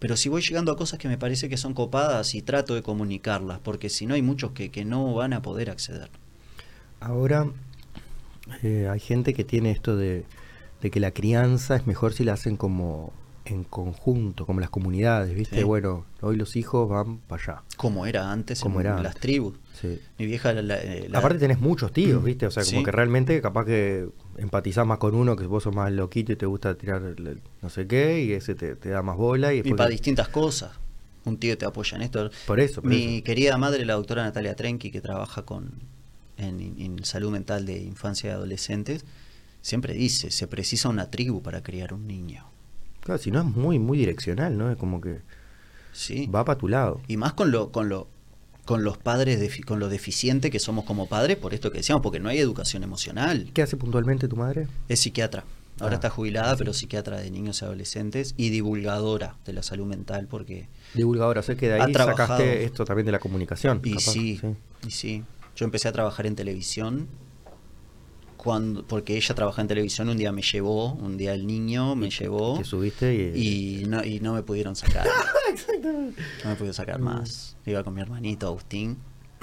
Speaker 2: Pero si voy llegando a cosas que me parece que son copadas y trato de comunicarlas, porque si no hay muchos que, que no van a poder acceder.
Speaker 1: Ahora eh, hay gente que tiene esto de, de que la crianza es mejor si la hacen como en conjunto, como las comunidades, ¿viste?
Speaker 2: Sí.
Speaker 1: Bueno, hoy los hijos van para allá.
Speaker 2: Como era antes
Speaker 1: Como
Speaker 2: en
Speaker 1: era
Speaker 2: las
Speaker 1: antes.
Speaker 2: tribus.
Speaker 1: Sí.
Speaker 2: Mi vieja la- la- eh, la-
Speaker 1: Aparte tenés muchos tíos, ¿viste? O sea, como
Speaker 2: Mm. Sí.
Speaker 1: que realmente capaz que empatizás más con uno que vos sos más loquito y te gusta tirar el- el no sé qué y ese te, te da más bola y
Speaker 2: y para
Speaker 1: después...
Speaker 2: distintas cosas. Un tío te apoya en esto.
Speaker 1: Por eso, por
Speaker 2: Mi
Speaker 1: eso.
Speaker 2: querida madre, la doctora Natalia Trenki, que trabaja con en, en salud mental de infancia y adolescentes, siempre dice, se precisa una tribu para criar un niño.
Speaker 1: Claro, si no es muy, muy direccional, ¿no? Es como que
Speaker 2: ¿sí?
Speaker 1: va para tu lado.
Speaker 2: Y más con lo, con lo, con los padres, defi- con lo deficiente que somos como padres, por esto que decíamos, porque no hay educación emocional.
Speaker 1: ¿Qué hace puntualmente tu madre?
Speaker 2: Es psiquiatra.
Speaker 1: Ah,
Speaker 2: Ahora está jubilada, pero psiquiatra de niños y adolescentes y divulgadora de la salud mental, porque
Speaker 1: Divulgadora, sé que de
Speaker 2: Ha
Speaker 1: ahí
Speaker 2: trabajado.
Speaker 1: sacaste esto también de la comunicación.
Speaker 2: Y
Speaker 1: capaz,
Speaker 2: sí, y sí. Yo empecé a trabajar en televisión cuando, porque ella trabaja en televisión, un día me llevó, un día el niño me llevó
Speaker 1: Te subiste y...
Speaker 2: y no, y no me pudieron sacar. no me pudieron
Speaker 1: Mm.
Speaker 2: sacar más. Iba con mi hermanito Agustín.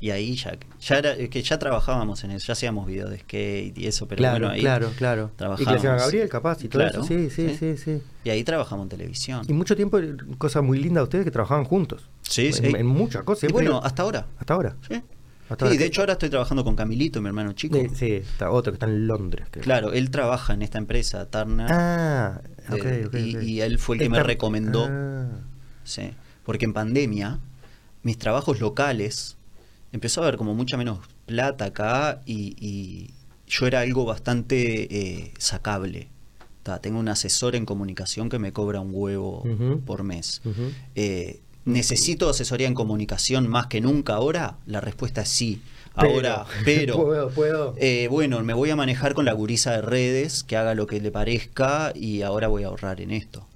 Speaker 2: Y ahí ya, ya era, es que ya trabajábamos en eso, ya hacíamos videos de skate y eso, pero
Speaker 1: claro,
Speaker 2: bueno, ahí
Speaker 1: claro, claro. Y que le
Speaker 2: trabajábamos.
Speaker 1: decían a Gabriel, capaz, y todo
Speaker 2: Claro, Ah.
Speaker 1: eso. Sí, sí, sí, sí.
Speaker 2: Y ahí trabajamos en televisión.
Speaker 1: Y mucho tiempo, cosa muy linda de ustedes que trabajaban juntos.
Speaker 2: Sí,
Speaker 1: en,
Speaker 2: sí.
Speaker 1: En muchas cosas.
Speaker 2: Y
Speaker 1: siempre-
Speaker 2: bueno, hasta ahora.
Speaker 1: hasta ahora.
Speaker 2: Sí.
Speaker 1: Hasta
Speaker 2: Sí,
Speaker 1: ahora.
Speaker 2: de hecho ahora estoy trabajando con Camilito, mi hermano chico.
Speaker 1: De- sí, está otro que está en Londres. creo.
Speaker 2: Claro, él trabaja en esta empresa, Turner.
Speaker 1: Ah,
Speaker 2: De-
Speaker 1: ok, ok,
Speaker 2: Eh, y-
Speaker 1: ok.
Speaker 2: y él fue el que me
Speaker 1: Esta-
Speaker 2: recomendó.
Speaker 1: Ah.
Speaker 2: Sí, porque en pandemia mis trabajos locales empezó a haber como mucha menos plata acá y, y yo era algo bastante eh, sacable. Ta, tengo un asesor en comunicación que me cobra un huevo
Speaker 1: Ujú.
Speaker 2: por mes.
Speaker 1: Ujú.
Speaker 2: Eh, ¿Necesito asesoría en comunicación más que nunca ahora? La respuesta es sí.
Speaker 1: Pero.
Speaker 2: Ahora, pero...
Speaker 1: Puedo, puedo.
Speaker 2: Eh, bueno, me voy a manejar con la gurisa de redes, que haga lo que le parezca y ahora voy a ahorrar en esto.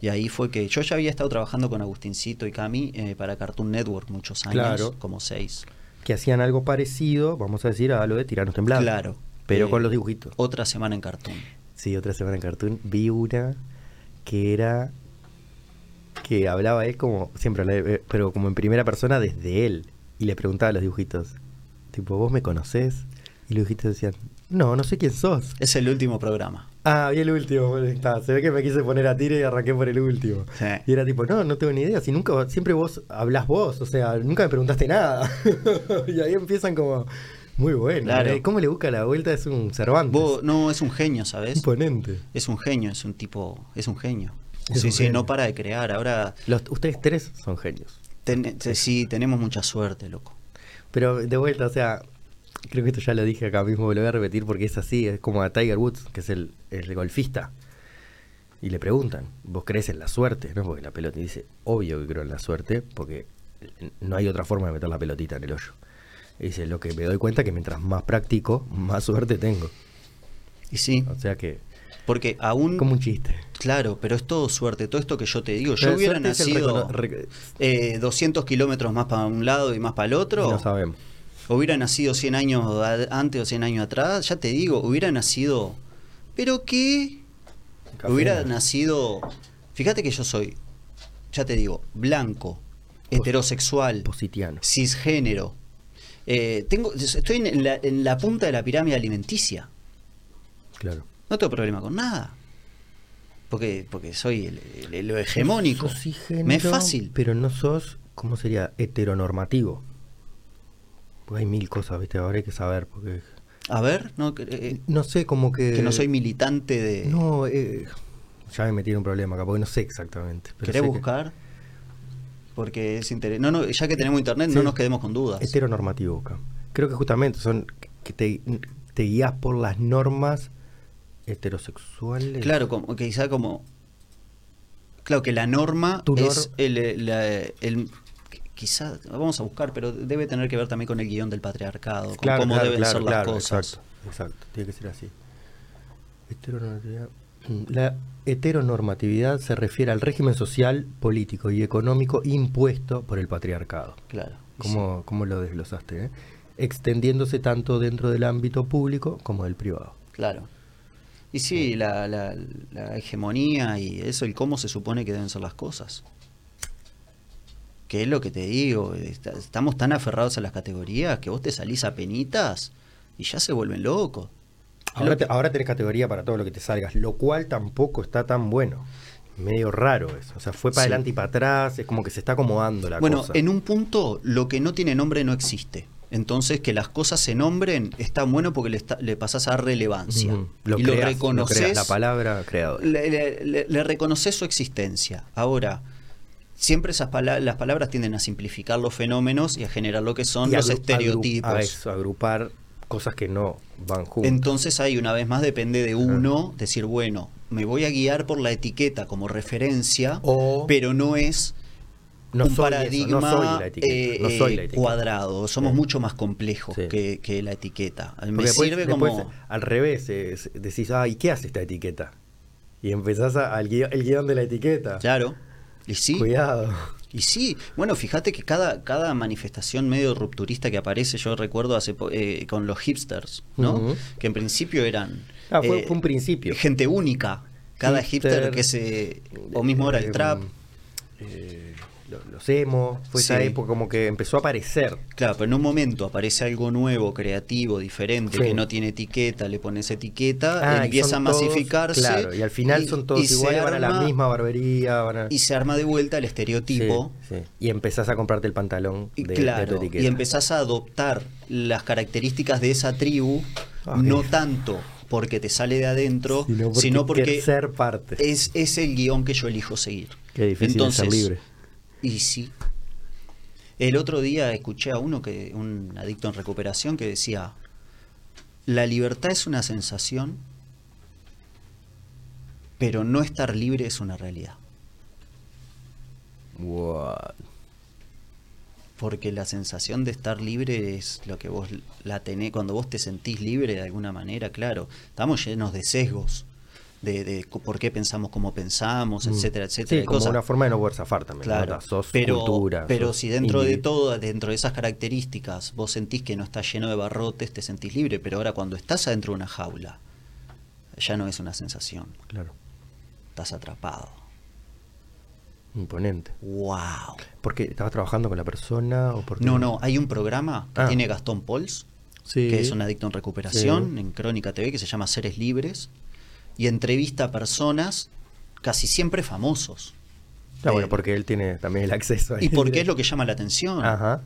Speaker 2: Y ahí fue que yo ya había estado trabajando con Agustincito y Cami eh, para Cartoon Network muchos años,
Speaker 1: Claro.
Speaker 2: como seis.
Speaker 1: que hacían algo parecido, vamos a decir, a lo de Tiranos Temblados.
Speaker 2: Claro.
Speaker 1: Pero
Speaker 2: Eh,
Speaker 1: con los dibujitos.
Speaker 2: Otra semana en Cartoon.
Speaker 1: Sí, otra semana en Cartoon vi una que era que hablaba él como siempre, hablaba, eh, pero como en primera persona desde él y le preguntaba a los dibujitos, tipo, ¿vos me conocés? Y los dibujitos decían, "No, no sé quién sos."
Speaker 2: Es el último programa.
Speaker 1: Ah, vi el último, bueno, ahí está. se ve que me quise poner a tiro y arranqué por el último.
Speaker 2: Sí.
Speaker 1: Y era tipo, no, no tengo ni idea, si nunca, siempre vos hablás vos, o sea, nunca me preguntaste nada. y ahí empiezan como, muy bueno,
Speaker 2: Claro.
Speaker 1: ¿eh? ¿cómo le busca la vuelta? Es un Cervantes,
Speaker 2: Vos- no, es un genio, ¿sabes?
Speaker 1: imponente.
Speaker 2: Es un genio, es un tipo, es un genio.
Speaker 1: Es
Speaker 2: sí,
Speaker 1: un
Speaker 2: sí,
Speaker 1: genio.
Speaker 2: no para de crear. Ahora,
Speaker 1: Los, ustedes tres son genios.
Speaker 2: ten- sí, tenemos mucha suerte, loco.
Speaker 1: Pero de vuelta, o sea, creo que esto ya lo dije acá mismo, lo voy a repetir porque es así, es como a Tiger Woods, que es el, el golfista. Y le preguntan, ¿vos crees en la suerte? ¿No? Porque la pelota y dice, obvio que creo en la suerte, porque no hay otra forma de meter la pelotita en el hoyo. Y dice, lo que me doy cuenta es que mientras más practico, más suerte tengo.
Speaker 2: Y sí,
Speaker 1: O sea que,
Speaker 2: porque aún...
Speaker 1: como un chiste.
Speaker 2: Claro, pero es todo suerte, todo esto que yo te digo. Yo
Speaker 1: Pero
Speaker 2: hubiera
Speaker 1: suerte es el
Speaker 2: nacido
Speaker 1: recono- re-
Speaker 2: eh, 200 kilómetros más para un lado y más para el otro.
Speaker 1: No sabemos.
Speaker 2: hubiera nacido 100 años a- antes o 100 años atrás. Ya te digo, hubiera nacido... ¿Pero qué? Hubiera nacido... Fíjate que yo soy, ya te digo, blanco,
Speaker 1: Pues,
Speaker 2: heterosexual,
Speaker 1: Positiano.
Speaker 2: cisgénero. Eh, tengo, estoy en la, en la punta de la pirámide alimenticia.
Speaker 1: Claro.
Speaker 2: No tengo problema con nada. Porque, porque soy el, el- el- lo hegemónico.
Speaker 1: Sos cisgénero,
Speaker 2: Me es fácil.
Speaker 1: Pero no sos, ¿cómo sería? Heteronormativo. Porque hay mil cosas, ¿viste? Ahora hay que saber. Porque
Speaker 2: A ver, no, eh,
Speaker 1: No sé, como que.
Speaker 2: que no soy militante de...
Speaker 1: No, eh, ya me metí en un problema acá, porque no sé exactamente. pero
Speaker 2: ¿Querés
Speaker 1: sé que-
Speaker 2: buscar? Porque es interesante. No, no, ya que tenemos internet,
Speaker 1: Sí.
Speaker 2: no nos quedemos con dudas.
Speaker 1: heteronormativo acá. Creo que justamente son que te, te guías por las normas heterosexuales.
Speaker 2: Claro, como, quizá como. Claro que la norma
Speaker 1: Tu nor-
Speaker 2: es el, eh, la, eh, el- Quizá, vamos a buscar, pero debe tener que ver también con el guión del patriarcado, con
Speaker 1: Claro,
Speaker 2: cómo
Speaker 1: claro,
Speaker 2: deben
Speaker 1: claro,
Speaker 2: ser las
Speaker 1: claro,
Speaker 2: cosas.
Speaker 1: Exacto, exacto, tiene que ser así. Heteronormatividad. mm, La heteronormatividad se refiere al régimen social, político y económico impuesto por el patriarcado.
Speaker 2: Claro. y
Speaker 1: ¿Cómo, cómo lo desglosaste? eh? Extendiéndose tanto dentro del ámbito público como del privado.
Speaker 2: sí, claro. Y sí, la, la- la hegemonía y eso, el cómo se supone que deben ser las cosas. Que es lo que te digo, está- estamos tan aferrados a las categorías que vos te salís a penitas y ya se vuelven locos.
Speaker 1: Ahora, te- ahora tenés categoría para todo lo que te salgas, lo cual tampoco está tan bueno. Medio raro eso. O sea, fue para
Speaker 2: Sí.
Speaker 1: adelante y para atrás, es como que se está acomodando la
Speaker 2: Bueno,
Speaker 1: cosa.
Speaker 2: en un punto, lo que no tiene nombre no existe. Entonces, que las cosas se nombren está bueno porque le, está- le pasas a dar relevancia.
Speaker 1: Ujú.
Speaker 2: y
Speaker 1: creas,
Speaker 2: lo
Speaker 1: creas,
Speaker 2: reconoces.
Speaker 1: la palabra creadora.
Speaker 2: le, le- le- le reconoces su existencia. Ahora, siempre esas pala- las palabras tienden a simplificar los fenómenos y a generar lo que son
Speaker 1: Y
Speaker 2: los
Speaker 1: agru-
Speaker 2: estereotipos.
Speaker 1: agru- a eso, agrupar cosas que no van juntas.
Speaker 2: Entonces ahí una vez más depende de uno decir, bueno, me voy a guiar por la etiqueta como referencia,
Speaker 1: O-
Speaker 2: pero no es
Speaker 1: no
Speaker 2: un
Speaker 1: soy eso, no
Speaker 2: paradigma
Speaker 1: soy la etiqueta,
Speaker 2: eh,
Speaker 1: no soy la
Speaker 2: eh,
Speaker 1: etiqueta.
Speaker 2: cuadrado. Somos
Speaker 1: Sí.
Speaker 2: mucho más complejos
Speaker 1: Sí.
Speaker 2: que, que la etiqueta. Me
Speaker 1: Porque después-
Speaker 2: sirve
Speaker 1: después,
Speaker 2: como...
Speaker 1: Al revés, es- decís, ay, ¿qué hace esta etiqueta? Y empezás a- al guión, el guión de la etiqueta.
Speaker 2: Claro. Y sí,
Speaker 1: Cuidado.
Speaker 2: y sí. Bueno, fíjate que cada, cada manifestación medio rupturista que aparece, yo recuerdo hace po- eh, con los hipsters, ¿no?
Speaker 1: Ujú.
Speaker 2: Que en principio eran...
Speaker 1: Ah, fue-
Speaker 2: eh,
Speaker 1: fue un principio.
Speaker 2: Gente única. Cada hipster
Speaker 1: Hipster,
Speaker 2: que se... O mismo ahora el
Speaker 1: Eh,
Speaker 2: trap.
Speaker 1: eh, lo- los emo, fue esa
Speaker 2: Sí.
Speaker 1: época como que empezó a aparecer.
Speaker 2: Claro, pero en un momento aparece algo nuevo, creativo, diferente,
Speaker 1: Sí.
Speaker 2: que no tiene etiqueta, le pones etiqueta,
Speaker 1: Ah, y
Speaker 2: empieza a
Speaker 1: son todos-
Speaker 2: masificarse.
Speaker 1: claro, y al final
Speaker 2: y-
Speaker 1: son todos
Speaker 2: y se
Speaker 1: iguales, van a la
Speaker 2: arma-
Speaker 1: misma barbería, van a...
Speaker 2: Y se arma de vuelta el estereotipo.
Speaker 1: Sí, sí. Y empezás a comprarte el pantalón
Speaker 2: Y
Speaker 1: de, de tu
Speaker 2: claro,
Speaker 1: etiqueta.
Speaker 2: y empezás a adoptar las características de esa tribu,
Speaker 1: Ay.
Speaker 2: no tanto porque te sale de adentro,
Speaker 1: Ah, Sino porque
Speaker 2: sino porque
Speaker 1: querés ser parte.
Speaker 2: es, es el guión que yo elijo seguir.
Speaker 1: Qué difícil es
Speaker 2: Entonces,
Speaker 1: ser libre.
Speaker 2: Y sí. El otro día escuché a uno que, un adicto en recuperación, que decía la libertad es una sensación, pero no estar libre es una realidad.
Speaker 1: What?
Speaker 2: Porque la sensación de estar libre es lo que vos la tenés, cuando vos te sentís libre de alguna manera, claro, estamos llenos de sesgos, de, de co- por qué pensamos como pensamos, etcétera, etcétera.
Speaker 1: Mm. Sí,
Speaker 2: y
Speaker 1: como
Speaker 2: cosas.
Speaker 1: una forma de no poder zafar también.
Speaker 2: Claro,
Speaker 1: ¿no? Sos
Speaker 2: pero,
Speaker 1: cultura.
Speaker 2: pero
Speaker 1: sos
Speaker 2: si dentro de
Speaker 1: individuo.
Speaker 2: todo, dentro de esas características, vos sentís que no estás lleno de barrotes, te sentís libre, pero ahora cuando estás adentro de una jaula, ya no es una sensación,
Speaker 1: Claro,
Speaker 2: estás atrapado.
Speaker 1: imponente.
Speaker 2: ¡Wow!
Speaker 1: Porque estabas trabajando con la persona o porque...
Speaker 2: No, no, hay un programa que
Speaker 1: Ah.
Speaker 2: tiene Gastón Pols,
Speaker 1: Sí.
Speaker 2: que es un adicto en recuperación,
Speaker 1: Sí.
Speaker 2: en Crónica TV, que se llama Seres Libres, y entrevista a personas casi siempre famosos. Eh,
Speaker 1: Ah, bueno, porque él tiene también el acceso a
Speaker 2: Y porque es lo que llama la atención.
Speaker 1: Ajá.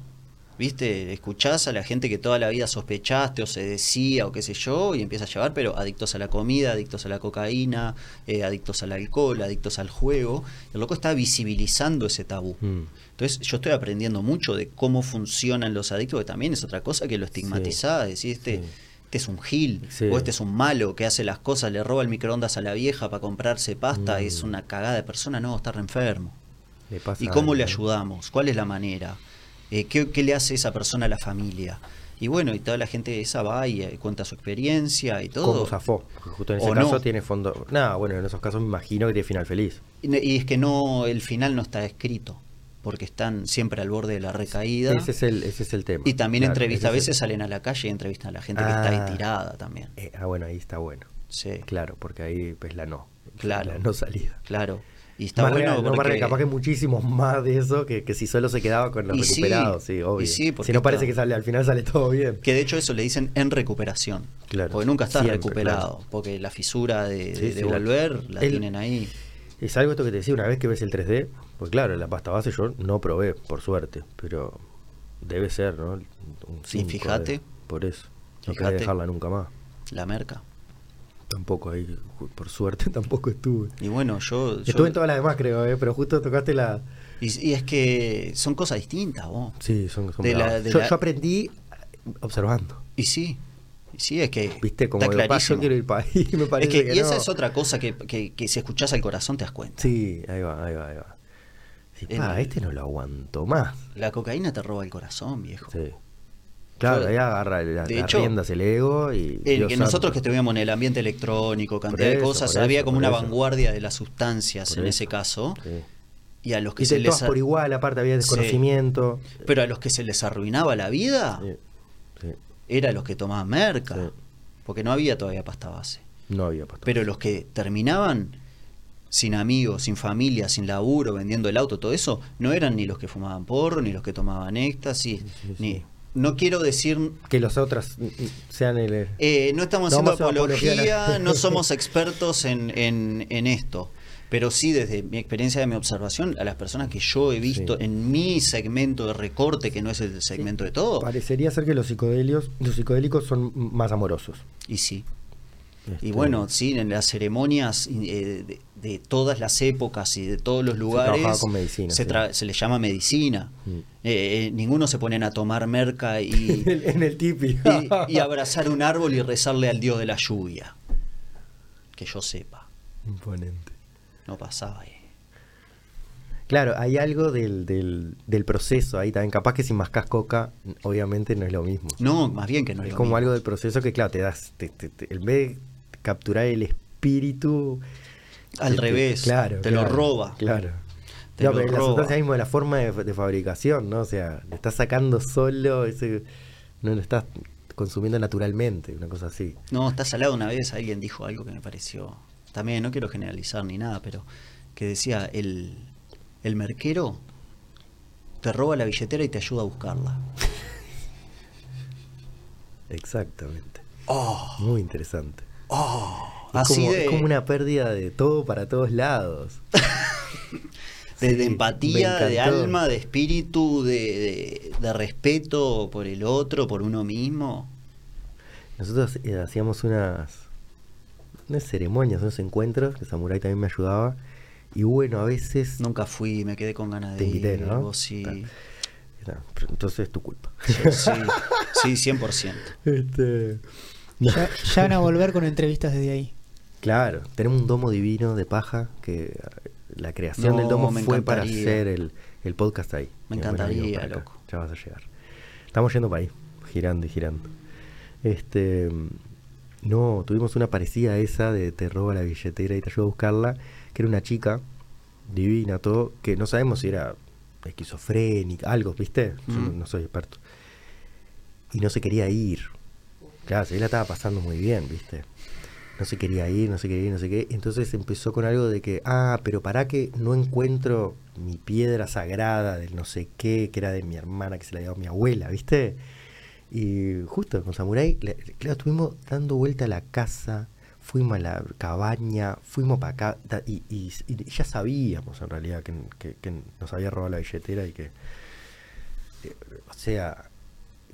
Speaker 2: ¿Viste? Escuchás a la gente que toda la vida sospechaste o se decía o qué sé yo y empiezas a llevar, pero adictos a la comida, adictos a la cocaína, eh, adictos al alcohol, adictos al juego. El loco está visibilizando ese tabú.
Speaker 1: Mm.
Speaker 2: Entonces yo estoy aprendiendo mucho de cómo funcionan los adictos, que también es otra cosa que lo estigmatizás, decís, este,
Speaker 1: sí.
Speaker 2: este es un gil,
Speaker 1: Sí.
Speaker 2: o este es un malo que hace las cosas, le roba el microondas a la vieja para comprarse pasta,
Speaker 1: Mm.
Speaker 2: es una cagada de persona, no, está re enfermo.
Speaker 1: Le pasa
Speaker 2: ¿Y cómo le
Speaker 1: algo.
Speaker 2: ayudamos? ¿Cuál es la manera? Eh, ¿qué, qué le hace esa persona a la familia? Y bueno, y toda la gente esa va y eh, cuenta su experiencia y todo.
Speaker 1: ¿Cómo zafó? Porque justo en ese
Speaker 2: O
Speaker 1: caso
Speaker 2: no.
Speaker 1: tiene fondo. Nada, bueno, en esos casos me imagino que tiene final feliz.
Speaker 2: Y, ne- y es que no, el final no está escrito, porque están siempre al borde de la recaída.
Speaker 1: Ese es el, ese es el tema.
Speaker 2: y también
Speaker 1: Claro,
Speaker 2: entrevista, a
Speaker 1: ese es el-
Speaker 2: veces salen a la calle y entrevistan a la gente que está
Speaker 1: Ah.
Speaker 2: ahí tirada también.
Speaker 1: Eh, ah, bueno, ahí está bueno.
Speaker 2: Sí,
Speaker 1: Claro, porque ahí pues la no.
Speaker 2: Claro.
Speaker 1: La no salida.
Speaker 2: claro. Y está
Speaker 1: más
Speaker 2: bueno
Speaker 1: real, ¿no? Más
Speaker 2: porque-
Speaker 1: real, capaz que muchísimos más de eso que, que si solo se quedaba con los
Speaker 2: Y sí,
Speaker 1: recuperados, sí,
Speaker 2: y
Speaker 1: obvio.
Speaker 2: sí, porque
Speaker 1: si no parece
Speaker 2: está-
Speaker 1: que sale, al final sale todo bien.
Speaker 2: Que de hecho eso le dicen en recuperación.
Speaker 1: Claro.
Speaker 2: Porque nunca estás
Speaker 1: Siempre,
Speaker 2: recuperado. Porque la fisura de,
Speaker 1: Sí,
Speaker 2: de-
Speaker 1: sí,
Speaker 2: de
Speaker 1: la-
Speaker 2: volver la,
Speaker 1: el-
Speaker 2: tienen ahí.
Speaker 1: Es algo esto que te decía una vez que ves el 3D, pues claro, la pasta base yo no probé, por suerte, pero debe ser, ¿no? Un
Speaker 2: Sí,
Speaker 1: cinco
Speaker 2: fíjate.
Speaker 1: de- por eso. No quería
Speaker 2: Fíjate.
Speaker 1: dejarla nunca más.
Speaker 2: La merca.
Speaker 1: Tampoco ahí, ju- por suerte, tampoco estuve.
Speaker 2: Y bueno, yo. yo-
Speaker 1: Estuve en todas las demás, creo, eh, pero justo tocaste la.
Speaker 2: y, y es que son cosas distintas, vos.
Speaker 1: Sí, son, son
Speaker 2: De la-
Speaker 1: bravas.
Speaker 2: de
Speaker 1: yo,
Speaker 2: la-
Speaker 1: yo aprendí eh, observando.
Speaker 2: Y sí. Y sí, es que.
Speaker 1: ¿Viste? Como
Speaker 2: está
Speaker 1: de paso
Speaker 2: clarísimo.
Speaker 1: quiero ir para ahí. Me
Speaker 2: Es
Speaker 1: parece
Speaker 2: que,
Speaker 1: que
Speaker 2: y esa
Speaker 1: no.
Speaker 2: es otra cosa que, que- que si escuchás al corazón te das cuenta.
Speaker 1: Sí, ahí va, ahí va, ahí va. Sí,
Speaker 2: El-
Speaker 1: pa, este no lo aguanto más.
Speaker 2: La cocaína te roba el corazón, viejo.
Speaker 1: Sí. Claro,
Speaker 2: Yo-
Speaker 1: ahí agarra la,
Speaker 2: de
Speaker 1: las
Speaker 2: hecho,
Speaker 1: riendas el ego y.
Speaker 2: El
Speaker 1: Dios
Speaker 2: que
Speaker 1: santo.
Speaker 2: nosotros que estuvimos en el ambiente electrónico, cantidad
Speaker 1: Por
Speaker 2: de
Speaker 1: eso,
Speaker 2: cosas,
Speaker 1: por
Speaker 2: había
Speaker 1: eso,
Speaker 2: como
Speaker 1: por
Speaker 2: una
Speaker 1: eso.
Speaker 2: vanguardia de las sustancias
Speaker 1: Por
Speaker 2: en
Speaker 1: eso.
Speaker 2: ese caso,
Speaker 1: Sí.
Speaker 2: y a los que
Speaker 1: Y
Speaker 2: se
Speaker 1: de todas
Speaker 2: les a-
Speaker 1: por igual, aparte había
Speaker 2: Sí.
Speaker 1: desconocimiento.
Speaker 2: pero a los que se les arruinaba la vida,
Speaker 1: Sí, sí.
Speaker 2: era los que tomaban merca,
Speaker 1: Sí.
Speaker 2: porque no había todavía pasta base.
Speaker 1: No había pastor.
Speaker 2: Pero los que terminaban sin amigos, sin familia, sin laburo, vendiendo el auto, todo eso, no eran ni los que fumaban porro, ni los que tomaban éxtasis,
Speaker 1: sí,
Speaker 2: ni
Speaker 1: sí.
Speaker 2: no quiero decir
Speaker 1: que los otras mm, mm, sean el.
Speaker 2: Eh, no estamos
Speaker 1: No
Speaker 2: haciendo
Speaker 1: vamos a
Speaker 2: apología,
Speaker 1: apología a la-
Speaker 2: no somos expertos en, en- en esto. Pero sí, desde mi experiencia, de mi observación, a las personas que yo he visto
Speaker 1: Sí.
Speaker 2: en mi segmento de recorte, que no es el segmento de todo,
Speaker 1: Parecería ser que los psicodélicos, los psicodélicos son m- más amorosos.
Speaker 2: y sí.
Speaker 1: Este,
Speaker 2: Y bueno, sí, en las ceremonias eh, de, de todas las épocas y de todos los
Speaker 1: trabajaba
Speaker 2: lugares
Speaker 1: con medicina,
Speaker 2: se,
Speaker 1: sí.
Speaker 2: tra- se le llama medicina.
Speaker 1: Mm.
Speaker 2: Eh, eh, ninguno se ponen a tomar merca y,
Speaker 1: en el- en el tipi.
Speaker 2: y, y abrazar un árbol y rezarle al dios de la lluvia. Que yo sepa,
Speaker 1: Imponente.
Speaker 2: no pasaba eh. ahí.
Speaker 1: Claro, hay algo del, del, del proceso ahí también. Capaz que si mascas coca, obviamente no es lo mismo.
Speaker 2: No, más bien que no es,
Speaker 1: es
Speaker 2: lo
Speaker 1: como
Speaker 2: mismo.
Speaker 1: algo del proceso que, claro, te das. te- te- te- en vez de capturar el espíritu.
Speaker 2: Al
Speaker 1: te- te-
Speaker 2: revés,
Speaker 1: claro,
Speaker 2: te
Speaker 1: claro,
Speaker 2: lo roba.
Speaker 1: Claro.
Speaker 2: Te
Speaker 1: no,
Speaker 2: lo
Speaker 1: pero la
Speaker 2: roba.
Speaker 1: sustancia mismo de la forma de, de fabricación, ¿no? O sea, le estás sacando solo, ese, no lo estás consumiendo naturalmente, una cosa así.
Speaker 2: No, está salado una vez, alguien dijo algo que me pareció. También no quiero generalizar ni nada, pero que decía, el, el merquero te roba la billetera y te ayuda a buscarla.
Speaker 1: Exactamente.
Speaker 2: Oh,
Speaker 1: Muy interesante.
Speaker 2: oh.
Speaker 1: Es,
Speaker 2: Así
Speaker 1: como,
Speaker 2: de,
Speaker 1: es como una pérdida de todo para todos lados.
Speaker 2: de- de
Speaker 1: sí,
Speaker 2: empatía,
Speaker 1: me
Speaker 2: de
Speaker 1: encantó.
Speaker 2: alma, de espíritu, de, de- de respeto por el otro, por uno mismo.
Speaker 1: Nosotros eh, hacíamos unas, unas ceremonias, unos encuentros, que Samurai también me ayudaba. Y bueno, a veces...
Speaker 2: Nunca fui, me quedé con ganas de
Speaker 1: Te invité,
Speaker 2: ir,
Speaker 1: ¿no?
Speaker 2: vos sí.
Speaker 1: Era, pero Entonces es tu culpa.
Speaker 2: Sí, sí, 100%.
Speaker 1: Este,
Speaker 3: Ya, ya van a volver con entrevistas desde ahí.
Speaker 1: Claro, tenemos un domo divino de paja que eh, la creación
Speaker 2: No,
Speaker 1: del domo
Speaker 2: me
Speaker 1: fue para
Speaker 2: encantaría.
Speaker 1: hacer el, el podcast ahí.
Speaker 2: Me
Speaker 1: Y después nos vinimos
Speaker 2: encantaría,
Speaker 1: para acá.
Speaker 2: loco.
Speaker 1: Ya vas a llegar. Estamos yendo para ahí, girando y girando. Este, no, tuvimos una parecida a esa de te roba la billetera y te ayuda a buscarla, que era una chica divina, todo, que no sabemos si era esquizofrénica, algo, ¿viste? Yo
Speaker 2: Mm.
Speaker 1: no soy experto. Y no se quería ir. Claro, se la estaba pasando muy bien, ¿viste? No se quería ir, no se quería ir, no sé qué. Entonces empezó con algo de que, ah, pero para que no encuentro mi piedra sagrada del no sé qué, que era de mi hermana, que se la había dado mi abuela, ¿viste? Y justo con Samurai, le- le- claro, estuvimos dando vuelta a la casa, fuimos a la cabaña, fuimos para acá, ta- y, y- y ya sabíamos en realidad que, que- que nos había robado la billetera y que. eh, O sea,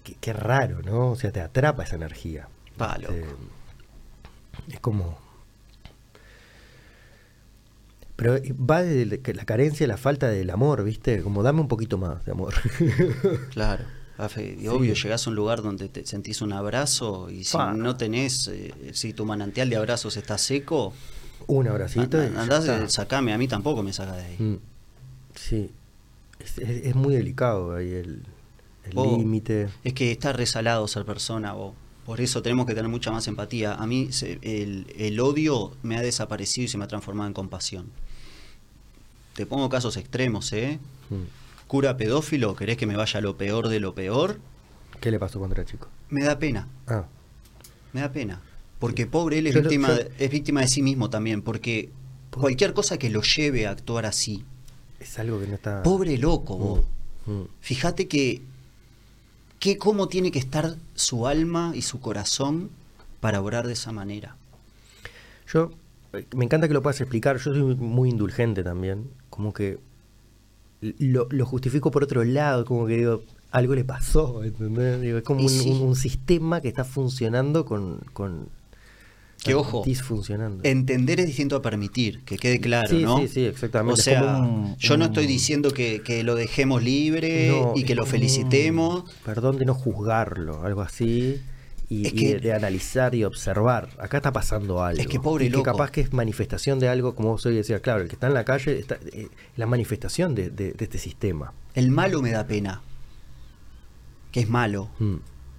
Speaker 1: qué, qué raro, ¿no? O sea, te atrapa esa energía.
Speaker 2: Pa,
Speaker 1: Este,
Speaker 2: loco.
Speaker 1: es como. Pero eh, va desde la- que la carencia, la falta del amor, ¿viste? Como dame un poquito más de amor.
Speaker 2: Claro. Afe, y obvio, llegás a un lugar donde te sentís un abrazo y si
Speaker 1: Pa.
Speaker 2: no tenés, eh, si tu manantial de abrazos está seco,
Speaker 1: un abracito. y
Speaker 2: an-
Speaker 1: ya
Speaker 2: andás,
Speaker 1: está.
Speaker 2: eh, sacame, a mí tampoco me saca de ahí.
Speaker 1: Mm. Sí. Es, es- es muy delicado ahí el el
Speaker 2: Oh.
Speaker 1: límite.
Speaker 2: Es que está resalado ser persona, vos. Por eso tenemos que tener mucha más empatía. A mí se- el, el odio me ha desaparecido y se me ha transformado en compasión. Te pongo casos extremos, ¿eh?
Speaker 1: Mm.
Speaker 2: Cura pedófilo, ¿querés que me vaya a lo peor de lo peor?
Speaker 1: ¿Qué le pasó cuando era chico?
Speaker 2: Me da pena.
Speaker 1: Ah,
Speaker 2: Me da pena. Porque pobre él es,
Speaker 1: Yo lo-
Speaker 2: víctima,
Speaker 1: yo-
Speaker 2: de, es víctima de sí mismo también. Porque cualquier cosa que lo lleve a actuar así.
Speaker 1: es algo que no está.
Speaker 2: Pobre loco, vos.
Speaker 1: Mm. Mm.
Speaker 2: Fíjate que, que cómo tiene que estar su alma y su corazón para orar de esa manera.
Speaker 1: Yo, eh, me encanta que lo puedas explicar, yo soy muy indulgente también, como que lo, lo justifico por otro lado, como que digo, algo le pasó, ¿entendés? Digo, es como
Speaker 5: Y
Speaker 1: un,
Speaker 5: sí.
Speaker 1: un- un sistema que está funcionando con... con
Speaker 2: Que
Speaker 1: Ah,
Speaker 2: ojo,
Speaker 1: Disfuncionando.
Speaker 2: Entender es distinto a permitir, que quede claro,
Speaker 1: Sí,
Speaker 2: ¿no?
Speaker 1: sí, sí, exactamente.
Speaker 2: O
Speaker 1: Es
Speaker 2: sea,
Speaker 1: como
Speaker 2: un- yo no estoy diciendo que, que lo dejemos libre
Speaker 1: No,
Speaker 2: y que
Speaker 1: es
Speaker 2: lo
Speaker 1: como un
Speaker 2: felicitemos.
Speaker 1: Perdón de no juzgarlo, algo así. Y,
Speaker 2: Es
Speaker 1: y
Speaker 2: que-
Speaker 1: de, de analizar y observar. Acá está pasando algo.
Speaker 2: Es que pobre
Speaker 1: y
Speaker 2: loco.
Speaker 1: capaz que es manifestación de algo, como vos hoy decías, claro, el que está en la calle está eh, la manifestación de, de- de este sistema.
Speaker 2: El malo me da pena. Que es malo.
Speaker 1: Mm.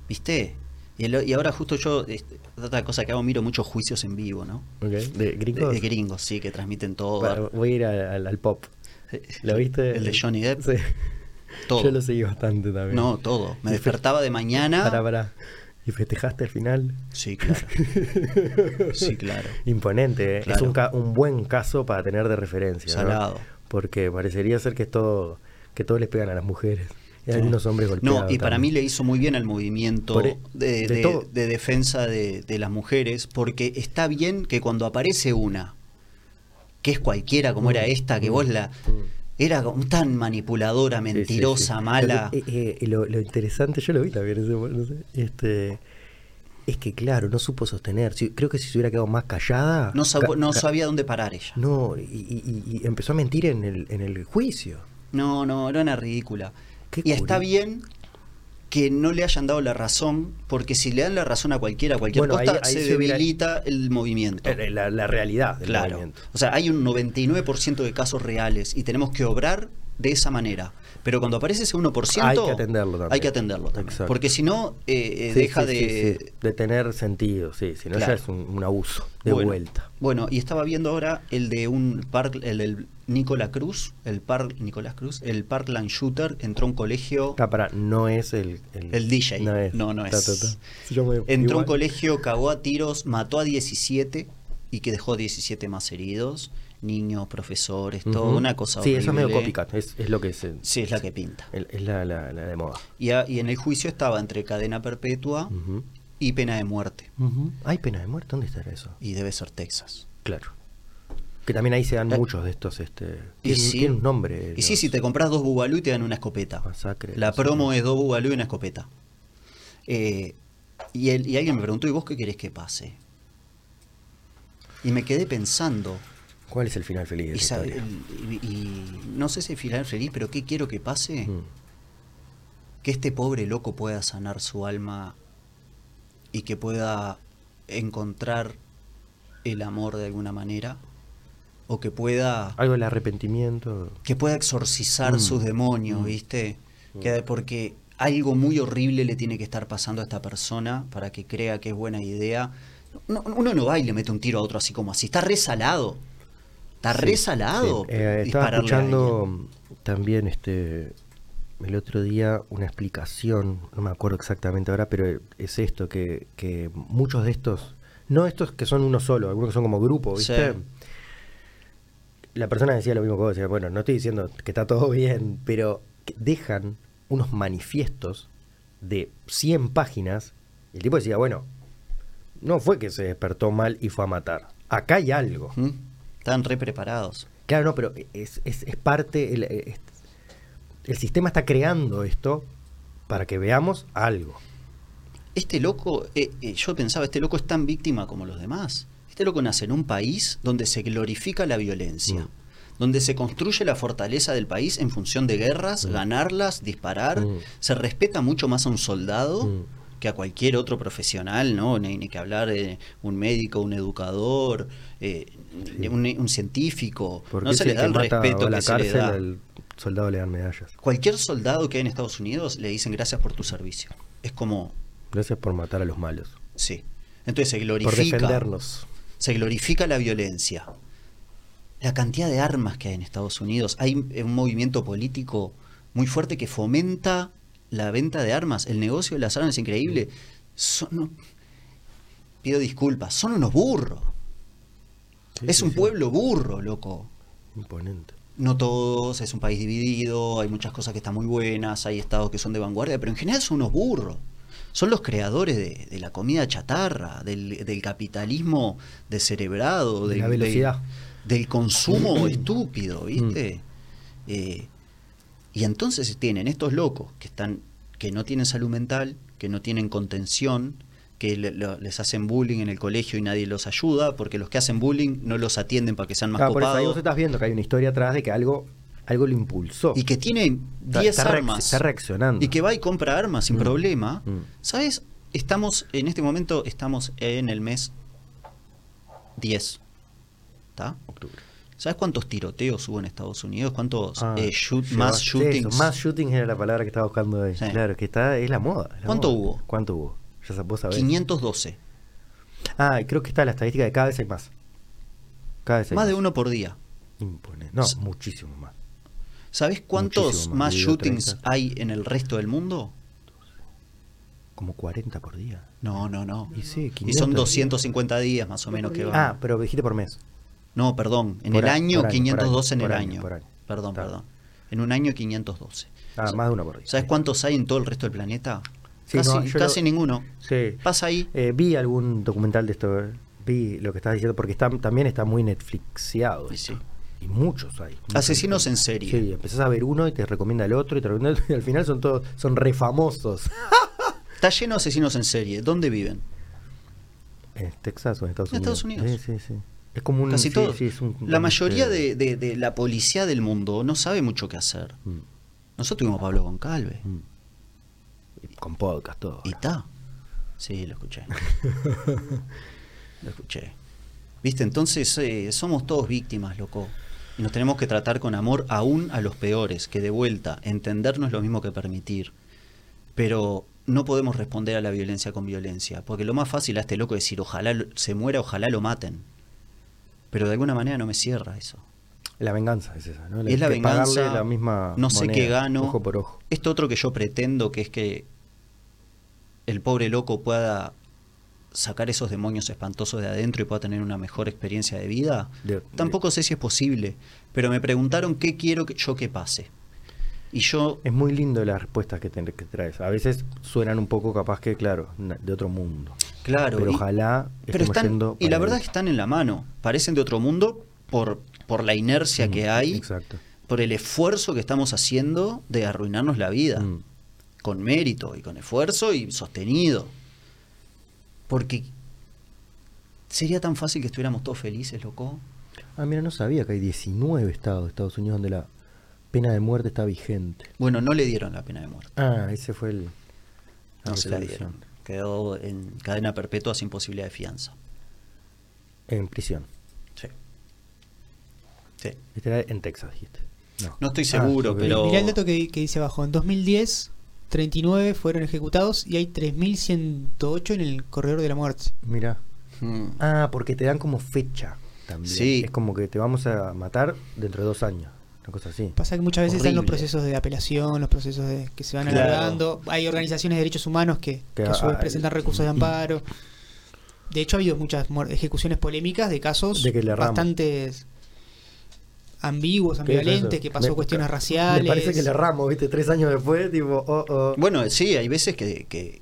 Speaker 2: ¿Viste? Y, el- y ahora justo yo, este, otra cosa que hago, miro muchos juicios en vivo, ¿no?
Speaker 1: Ok, De
Speaker 2: De,
Speaker 1: gringos.
Speaker 2: de gringos, sí, que transmiten todo.
Speaker 1: Para- voy a ir al, al- al pop. ¿Lo viste?
Speaker 2: El de Johnny Depp.
Speaker 1: Sí.
Speaker 2: Todo.
Speaker 1: Yo lo seguí bastante también.
Speaker 2: No, todo. Me
Speaker 1: Y fe-
Speaker 2: despertaba de mañana.
Speaker 1: Pará, pará. ¿Y festejaste al final?
Speaker 2: Sí, claro. Sí, claro.
Speaker 1: Imponente, ¿eh? es
Speaker 2: Claro.
Speaker 1: un, ca- un buen caso para tener de referencia. ¿no?
Speaker 2: Salado.
Speaker 1: Porque parecería ser que es todo, que todos les pegan a las mujeres. Y algunos hombres golpeados.
Speaker 2: No, y para mí
Speaker 1: también.
Speaker 2: le hizo muy bien al movimiento
Speaker 1: Por e- de
Speaker 2: de, de-
Speaker 1: todo.
Speaker 2: de defensa de, de las mujeres, porque está bien que cuando aparece una, que es cualquiera como
Speaker 1: Mm.
Speaker 2: era esta, que vos la... Era como tan manipuladora,
Speaker 1: Sí, sí, sí.
Speaker 2: mentirosa, mala.
Speaker 1: Lo, que- eh, eh, lo- lo interesante, yo lo vi también, ese- no sé, este, es que claro, no supo sostener. Si- creo que si se hubiera quedado más callada.
Speaker 2: No, sabo-
Speaker 1: ca-
Speaker 2: no
Speaker 1: ca-
Speaker 2: sabía dónde parar ella.
Speaker 1: No, y, y- y- y empezó a mentir en el, en el juicio.
Speaker 2: No, no, era una ridícula.
Speaker 1: Qué
Speaker 2: Y está
Speaker 1: curioso.
Speaker 2: bien que no le hayan dado la razón, porque si le dan la razón a cualquiera, a cualquier
Speaker 1: Bueno,
Speaker 2: costa,
Speaker 1: ahí- ahí
Speaker 2: se,
Speaker 1: se hubiera-
Speaker 2: debilita el movimiento.
Speaker 1: Eh, La, la realidad del
Speaker 2: Claro.
Speaker 1: movimiento.
Speaker 2: O sea, hay un 99% de casos reales y tenemos que obrar de esa manera. Pero cuando aparece ese 1%,
Speaker 1: Hay que atenderlo también.
Speaker 2: Hay que atenderlo también.
Speaker 1: Exacto.
Speaker 2: Porque si no, eh, eh,
Speaker 1: Sí,
Speaker 2: deja
Speaker 1: sí, sí,
Speaker 2: de...
Speaker 1: sí, de tener sentido, sí, si no ya
Speaker 2: Claro.
Speaker 1: es un, un abuso de
Speaker 2: Bueno,
Speaker 1: vuelta.
Speaker 2: Bueno, y estaba viendo ahora el de un park, el del Nicolás Cruz, el park, Nicolás Cruz, el Parkland Shooter, entró a un colegio
Speaker 1: Está para, no es el,
Speaker 2: El DJ. No, no es.
Speaker 1: Yo me-
Speaker 2: Entró a un
Speaker 1: igual.
Speaker 2: colegio, cagó a tiros, mató a 17 y que dejó 17 más heridos. Niños, profesores,
Speaker 1: Ujú.
Speaker 2: todo, una cosa
Speaker 1: Sí, eso es medio
Speaker 2: horrible.
Speaker 1: copycat, es, es lo que es. eh,
Speaker 2: Sí, es la que pinta.
Speaker 1: el- es la, la- la de moda.
Speaker 2: Y, a- y en el juicio estaba entre cadena perpetua
Speaker 1: Ujú.
Speaker 2: y pena de muerte.
Speaker 1: Hay pena de muerte, ¿dónde estará eso?
Speaker 2: Y debe ser Texas.
Speaker 1: Claro. Que también ahí se dan
Speaker 2: Eh,
Speaker 1: muchos de estos. Este,
Speaker 2: Y
Speaker 1: tienen,
Speaker 2: sí.
Speaker 1: tienen un nombre.
Speaker 2: Y sí,
Speaker 1: los-
Speaker 2: si te compras dos bubalú y te dan una escopeta.
Speaker 1: Masacre,
Speaker 2: La
Speaker 1: masacre.
Speaker 2: promo es dos bubalú y una escopeta. Eh, y, el- y alguien me preguntó, ¿y vos qué querés que pase? Y me quedé pensando,
Speaker 1: ¿Cuál es el final feliz de
Speaker 2: y,
Speaker 1: esa
Speaker 2: sa-
Speaker 1: historia?
Speaker 2: y- y- y no sé si final feliz, pero ¿qué quiero que pase?
Speaker 1: Mm.
Speaker 2: que este pobre loco pueda sanar su alma y que pueda encontrar el amor de alguna manera o que pueda
Speaker 1: Algo del arrepentimiento.
Speaker 2: que pueda exorcizar
Speaker 1: Mm.
Speaker 2: sus demonios, ¿viste? Que porque algo muy horrible le tiene que estar pasando a esta persona para que crea que es buena idea. No- uno no va y le mete un tiro a otro así como así, está resalado. Está resalado.
Speaker 1: Sí. Eh, estaba
Speaker 2: dispararle a
Speaker 1: escuchando
Speaker 2: alguien.
Speaker 1: mm, también este el otro día una explicación, no me acuerdo exactamente ahora, pero es esto, que, que muchos de estos, no estos que son uno solo, algunos que son como grupo, ¿viste?
Speaker 2: Sí.
Speaker 1: La persona decía lo mismo que vos, decía, bueno, no estoy diciendo que está todo bien, pero que dejan unos manifiestos de 100 páginas, y el tipo decía, bueno, no fue que se despertó mal y fue a matar, acá hay algo.
Speaker 2: ¿Mm? Están re preparados.
Speaker 1: Claro, no, pero es, es- es parte. El, eh, es- el sistema está creando esto para que veamos algo.
Speaker 2: Este loco, eh, eh, yo pensaba, este loco es tan víctima como los demás. Este loco nace en un país donde se glorifica la violencia,
Speaker 1: Mm.
Speaker 2: donde se construye la fortaleza del país en función de guerras, ganarlas, disparar.
Speaker 1: Mm.
Speaker 2: Se respeta mucho más a un soldado
Speaker 1: Mm.
Speaker 2: que a cualquier otro profesional, ¿no? Ni, ni que hablar de un médico, un educador, eh, un, un científico.
Speaker 1: Porque
Speaker 2: no se
Speaker 1: si
Speaker 2: le da el
Speaker 1: mata va
Speaker 2: respeto
Speaker 1: a la
Speaker 2: que se
Speaker 1: cárcel,
Speaker 2: le da.
Speaker 1: al soldado le dan medallas.
Speaker 2: Cualquier soldado que hay en Estados Unidos le dicen gracias por tu servicio. Es como,
Speaker 1: Gracias por matar a los malos.
Speaker 2: Sí. Entonces se
Speaker 1: Por
Speaker 2: glorifica.
Speaker 1: defendernos.
Speaker 2: Se glorifica la violencia. La cantidad de armas que hay en Estados Unidos. Hay un movimiento político muy fuerte que fomenta la venta de armas. El negocio de las armas es increíble. Son, no- pido disculpas. Son unos burros.
Speaker 1: Sí,
Speaker 2: es
Speaker 1: sí,
Speaker 2: un
Speaker 1: sí.
Speaker 2: pueblo burro, loco.
Speaker 1: Imponente.
Speaker 2: No todos, es un país dividido, hay muchas cosas que están muy buenas, hay estados que son de vanguardia, pero en general son unos burros. Son los creadores de, de la comida chatarra, del, del capitalismo descerebrado,
Speaker 1: De
Speaker 2: del,
Speaker 1: la velocidad. Mm.
Speaker 2: del- del consumo estúpido, ¿viste? Eh, y entonces tienen estos locos que están que no tienen salud mental, que no tienen contención, que le- lo- les hacen bullying en el colegio y nadie los ayuda, porque los que hacen bullying no los atienden para que sean más
Speaker 1: Ah, por eso ahí vos
Speaker 2: copados.
Speaker 1: estás viendo que hay una historia atrás de que algo, algo lo impulsó.
Speaker 2: Y que tiene
Speaker 1: Está-
Speaker 2: 10
Speaker 1: está reacc-
Speaker 2: armas.
Speaker 1: está reaccionando.
Speaker 2: Y que va y compra armas sin
Speaker 1: Mm.
Speaker 2: problema.
Speaker 1: Mm.
Speaker 2: ¿Sabes? Estamos, en este momento, estamos en el mes 10. ¿Está?
Speaker 1: Octubre.
Speaker 2: ¿Sabes cuántos tiroteos hubo en Estados Unidos? ¿Cuántos
Speaker 1: Ah,
Speaker 2: eh, shoot-
Speaker 1: llevaste
Speaker 2: más
Speaker 1: eso,
Speaker 2: shootings?
Speaker 1: Más shootings era la palabra que estaba buscando ahí.
Speaker 2: Sí.
Speaker 1: Claro, que está, es la moda. es la
Speaker 2: ¿Cuánto
Speaker 1: moda.
Speaker 2: hubo?
Speaker 1: ¿Cuánto hubo? Ya sa- vos sabés.
Speaker 2: 512.
Speaker 1: Ah, y creo que está la estadística de cada vez hay más. Cada vez hay
Speaker 2: Más de uno por día.
Speaker 1: Impone- No,
Speaker 2: S-
Speaker 1: muchísimo más.
Speaker 2: ¿Sabes cuántos
Speaker 1: Muchísimo
Speaker 2: más
Speaker 1: más, digo,
Speaker 2: shootings
Speaker 1: 30.
Speaker 2: hay en el resto del mundo?
Speaker 1: Como 40 por día.
Speaker 2: No, no, no.
Speaker 1: Y sí,
Speaker 2: Y son
Speaker 1: 500.
Speaker 2: 250 días más o menos que van.
Speaker 1: Ah, pero dijiste por mes.
Speaker 2: No, perdón, en
Speaker 1: Por
Speaker 2: el
Speaker 1: a-
Speaker 2: año
Speaker 1: por año,
Speaker 2: 512 en
Speaker 1: por
Speaker 2: el
Speaker 1: año,
Speaker 2: año.
Speaker 1: por año.
Speaker 2: Perdón,
Speaker 1: Está.
Speaker 2: perdón. En un año 512.
Speaker 1: Ah,
Speaker 2: Sa-
Speaker 1: más de uno por día.
Speaker 2: ¿Sabes cuántos hay en todo el resto del planeta?
Speaker 1: Sí,
Speaker 2: casi
Speaker 1: no, yo
Speaker 2: casi
Speaker 1: lo-
Speaker 2: ninguno.
Speaker 1: Sí.
Speaker 2: Pasa ahí.
Speaker 1: Eh, vi algún documental de esto. eh. Vi lo que estás diciendo, porque está, también está muy Netflixeado.
Speaker 2: Y
Speaker 1: esto.
Speaker 2: sí.
Speaker 1: Y muchos hay. muchos.
Speaker 2: Asesinos en serie.
Speaker 1: Sí, empezás a ver uno y te recomienda el otro y te recomienda el otro, y al final son todos, son refamosos.
Speaker 2: Está lleno de asesinos en serie. ¿Dónde viven?
Speaker 1: ¿En Texas o en Estados
Speaker 2: En
Speaker 1: Unidos?
Speaker 2: Estados Unidos.
Speaker 1: Sí, sí, sí. Es como un...
Speaker 2: Casi
Speaker 1: Mm, sí,
Speaker 2: todos.
Speaker 1: sí, es un-
Speaker 2: la
Speaker 1: un-
Speaker 2: mayoría
Speaker 1: este-
Speaker 2: de, de- de la policía del mundo no sabe mucho qué hacer.
Speaker 1: Mm,
Speaker 2: Nosotros tuvimos a Pablo Goncalve.
Speaker 1: mm. Y Con podcast, todo.
Speaker 2: Y está. Sí, lo escuché. lo escuché. Viste, entonces eh, somos todos víctimas, loco. Y nos tenemos que tratar con amor aún a los peores, que de vuelta, entender no es lo mismo que permitir. Pero no podemos responder a la violencia con violencia, porque lo más fácil a este loco es decir, ojalá lo- se muera, ojalá lo maten. Pero de alguna manera no me cierra eso.
Speaker 1: La venganza es esa, ¿no?
Speaker 2: es la
Speaker 1: que
Speaker 2: venganza,
Speaker 1: Pagarle la misma
Speaker 2: no sé
Speaker 1: moneda,
Speaker 2: qué gano.
Speaker 1: Ojo por ojo.
Speaker 2: Esto otro que yo pretendo, que es que el pobre loco pueda sacar esos demonios espantosos de adentro y pueda tener una mejor experiencia de vida,
Speaker 1: De-
Speaker 2: tampoco sé si es posible, pero me preguntaron qué quiero que yo que pase. Y yo,
Speaker 1: Es muy lindo las respuestas que, ten- que traes. A veces suenan un poco capaz que, claro, na- de otro mundo.
Speaker 2: claro,
Speaker 1: Pero
Speaker 2: y-
Speaker 1: ojalá
Speaker 2: pero
Speaker 1: estemos
Speaker 2: están,
Speaker 1: yendo
Speaker 2: y
Speaker 1: para
Speaker 2: la verdad
Speaker 1: el-
Speaker 2: es que están en la mano, parecen de otro mundo por, por la inercia que hay,
Speaker 1: Mm, Exacto.
Speaker 2: por el esfuerzo que estamos haciendo de arruinarnos la vida.
Speaker 1: Mm.
Speaker 2: con mérito y con esfuerzo y sostenido. Porque sería tan fácil que estuviéramos todos felices, loco.
Speaker 1: Ah, mira, no sabía que hay 19 estados de Estados Unidos donde la pena de muerte está vigente.
Speaker 2: Bueno, no le dieron la pena de muerte.
Speaker 1: Ah, ese fue el...
Speaker 2: No se la
Speaker 1: resolución.
Speaker 2: dieron. Quedó en cadena perpetua sin posibilidad de fianza.
Speaker 1: En prisión.
Speaker 2: Sí. Sí.
Speaker 1: Este era en Texas, dijiste.
Speaker 2: No estoy
Speaker 1: Ah,
Speaker 2: seguro,
Speaker 1: ok.
Speaker 2: pero.
Speaker 3: Mirá el dato que, que dice abajo. En 2010, 39 fueron ejecutados y hay 3.108 en el corredor de la muerte.
Speaker 1: Mira.
Speaker 2: Mm.
Speaker 1: Ah, porque te dan como fecha también.
Speaker 2: Sí.
Speaker 1: Es como que te vamos a matar dentro de dos años. Una cosa así.
Speaker 3: Pasa que muchas veces están los
Speaker 2: Horrible.
Speaker 3: procesos de apelación, los procesos de- que se van
Speaker 2: Claro.
Speaker 3: alargando. Hay organizaciones de derechos humanos que,
Speaker 1: Que ah, eh, mm.
Speaker 3: que a su vez
Speaker 1: hay-
Speaker 3: presentan recursos de amparo. De hecho, ha habido muchas muer- ejecuciones polémicas de casos
Speaker 1: De que le erramos.
Speaker 3: bastantes ambiguos,
Speaker 1: ¿Qué es eso?
Speaker 3: ambivalentes, que pasó
Speaker 1: Me-
Speaker 3: cuestiones
Speaker 1: Me
Speaker 3: raciales.
Speaker 1: parece que le erramos, ¿viste? Tres años después, tipo, oh, oh.
Speaker 2: Bueno, sí, hay veces que, que-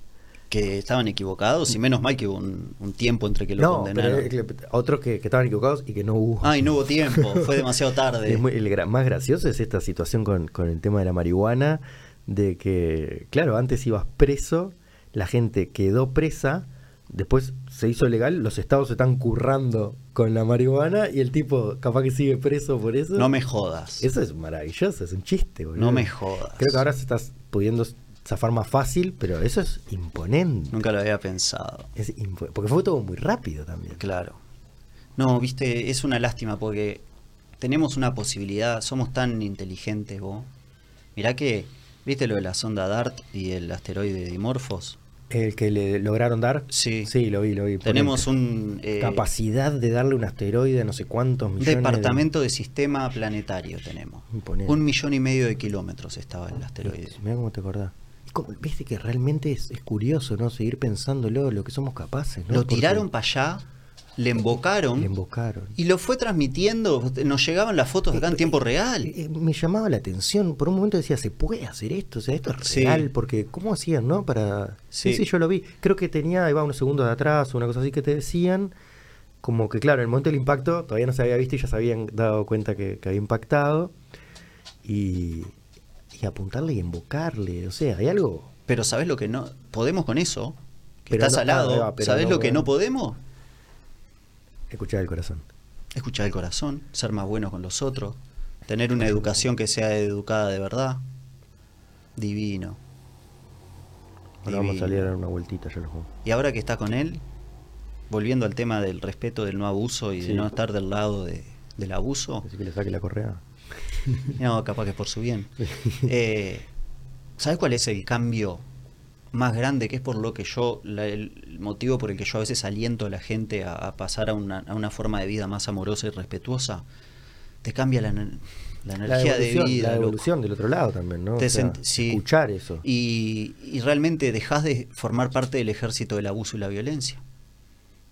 Speaker 2: que estaban equivocados y menos mal que hubo un, un tiempo entre que lo
Speaker 1: no, pero
Speaker 2: condenaron.
Speaker 1: es que- otros que, que estaban equivocados y que no hubo.
Speaker 2: Ay, no hubo tiempo, fue demasiado tarde.
Speaker 1: Es muy- el gra- más gracioso es esta situación con, con el tema de la marihuana, de que, claro, antes ibas preso, la gente quedó presa, después se hizo legal, los estados se están currando con la marihuana y el tipo capaz que sigue preso por eso.
Speaker 2: No me jodas.
Speaker 1: Eso es maravilloso, es un chiste, boludo.
Speaker 2: No me jodas.
Speaker 1: Creo que ahora se estás pudiendo zafar más fácil, pero eso es imponente.
Speaker 2: Nunca lo había pensado.
Speaker 1: Es impo- porque fue todo muy rápido también.
Speaker 2: Claro. No, viste, es una lástima porque tenemos una posibilidad, somos tan inteligentes vos. Mirá que, viste lo de la sonda DART y el asteroide Dimorphos.
Speaker 1: El que le lograron dar.
Speaker 2: Sí.
Speaker 1: Sí, lo vi, lo vi.
Speaker 2: Tenemos
Speaker 1: Ponente.
Speaker 2: un eh,
Speaker 1: capacidad de darle un asteroide a no sé cuántos millones. de-
Speaker 2: departamento de sistema planetario tenemos.
Speaker 1: Imponente.
Speaker 2: Un millón y medio de kilómetros estaba el asteroide.
Speaker 1: Mirá cómo te acordás. Es como- Viste que realmente es, es curioso, ¿no? Seguir pensándolo, lo que somos capaces, ¿no?
Speaker 2: Lo
Speaker 1: Porque
Speaker 2: tiraron para allá, le embocaron
Speaker 1: Le embocaron.
Speaker 2: y lo fue transmitiendo. Nos llegaban las fotos acá en tiempo real.
Speaker 1: Eh, eh, Me llamaba la atención, por un momento decía, ¿se puede hacer esto? O sea, esto es
Speaker 2: Sí.
Speaker 1: real, porque ¿cómo hacían, no? Para... Sí.
Speaker 2: Sí.
Speaker 1: sí, yo lo vi. Creo que tenía, iba unos segundos de atrás, una cosa así que te decían, como que claro, en el momento del impacto todavía no se había visto y ya se habían dado cuenta que, que había impactado, y, y apuntarle y embocarle, o sea, hay algo
Speaker 2: Pero ¿sabes lo que no podemos con eso? Que
Speaker 1: Pero
Speaker 2: está
Speaker 1: no-
Speaker 2: salado.
Speaker 1: ah, va, pero
Speaker 2: ¿Sabes
Speaker 1: no
Speaker 2: lo que
Speaker 1: podemos.
Speaker 2: no podemos?
Speaker 1: Escuchar el corazón.
Speaker 2: Escuchar el corazón, ser más bueno con los otros, tener una educación que sea educada de verdad. Divino.
Speaker 1: Ahora vamos a
Speaker 2: Divino.
Speaker 1: salir a dar una vueltita, yo lo juego.
Speaker 2: Y ahora que está con él, volviendo al tema del respeto, del no abuso y de
Speaker 1: Sí.
Speaker 2: no estar del lado de- del abuso,
Speaker 1: Así que le saque la correa.
Speaker 2: no, capaz que es por su bien. Eh, ¿Sabes cuál es el cambio más grande que es por lo que yo, la- el motivo por el que yo a veces aliento a la gente a, a pasar a una, a una forma de vida más amorosa y respetuosa? Te cambia la, ener- la
Speaker 1: La
Speaker 2: energía de
Speaker 1: evolución,
Speaker 2: vida.
Speaker 1: la
Speaker 2: loco.
Speaker 1: evolución del otro lado también, ¿no? O
Speaker 2: Te
Speaker 1: sea,
Speaker 2: sent- sí.
Speaker 1: Escuchar eso.
Speaker 2: Y, y realmente dejas de formar parte del ejército del abuso y la violencia.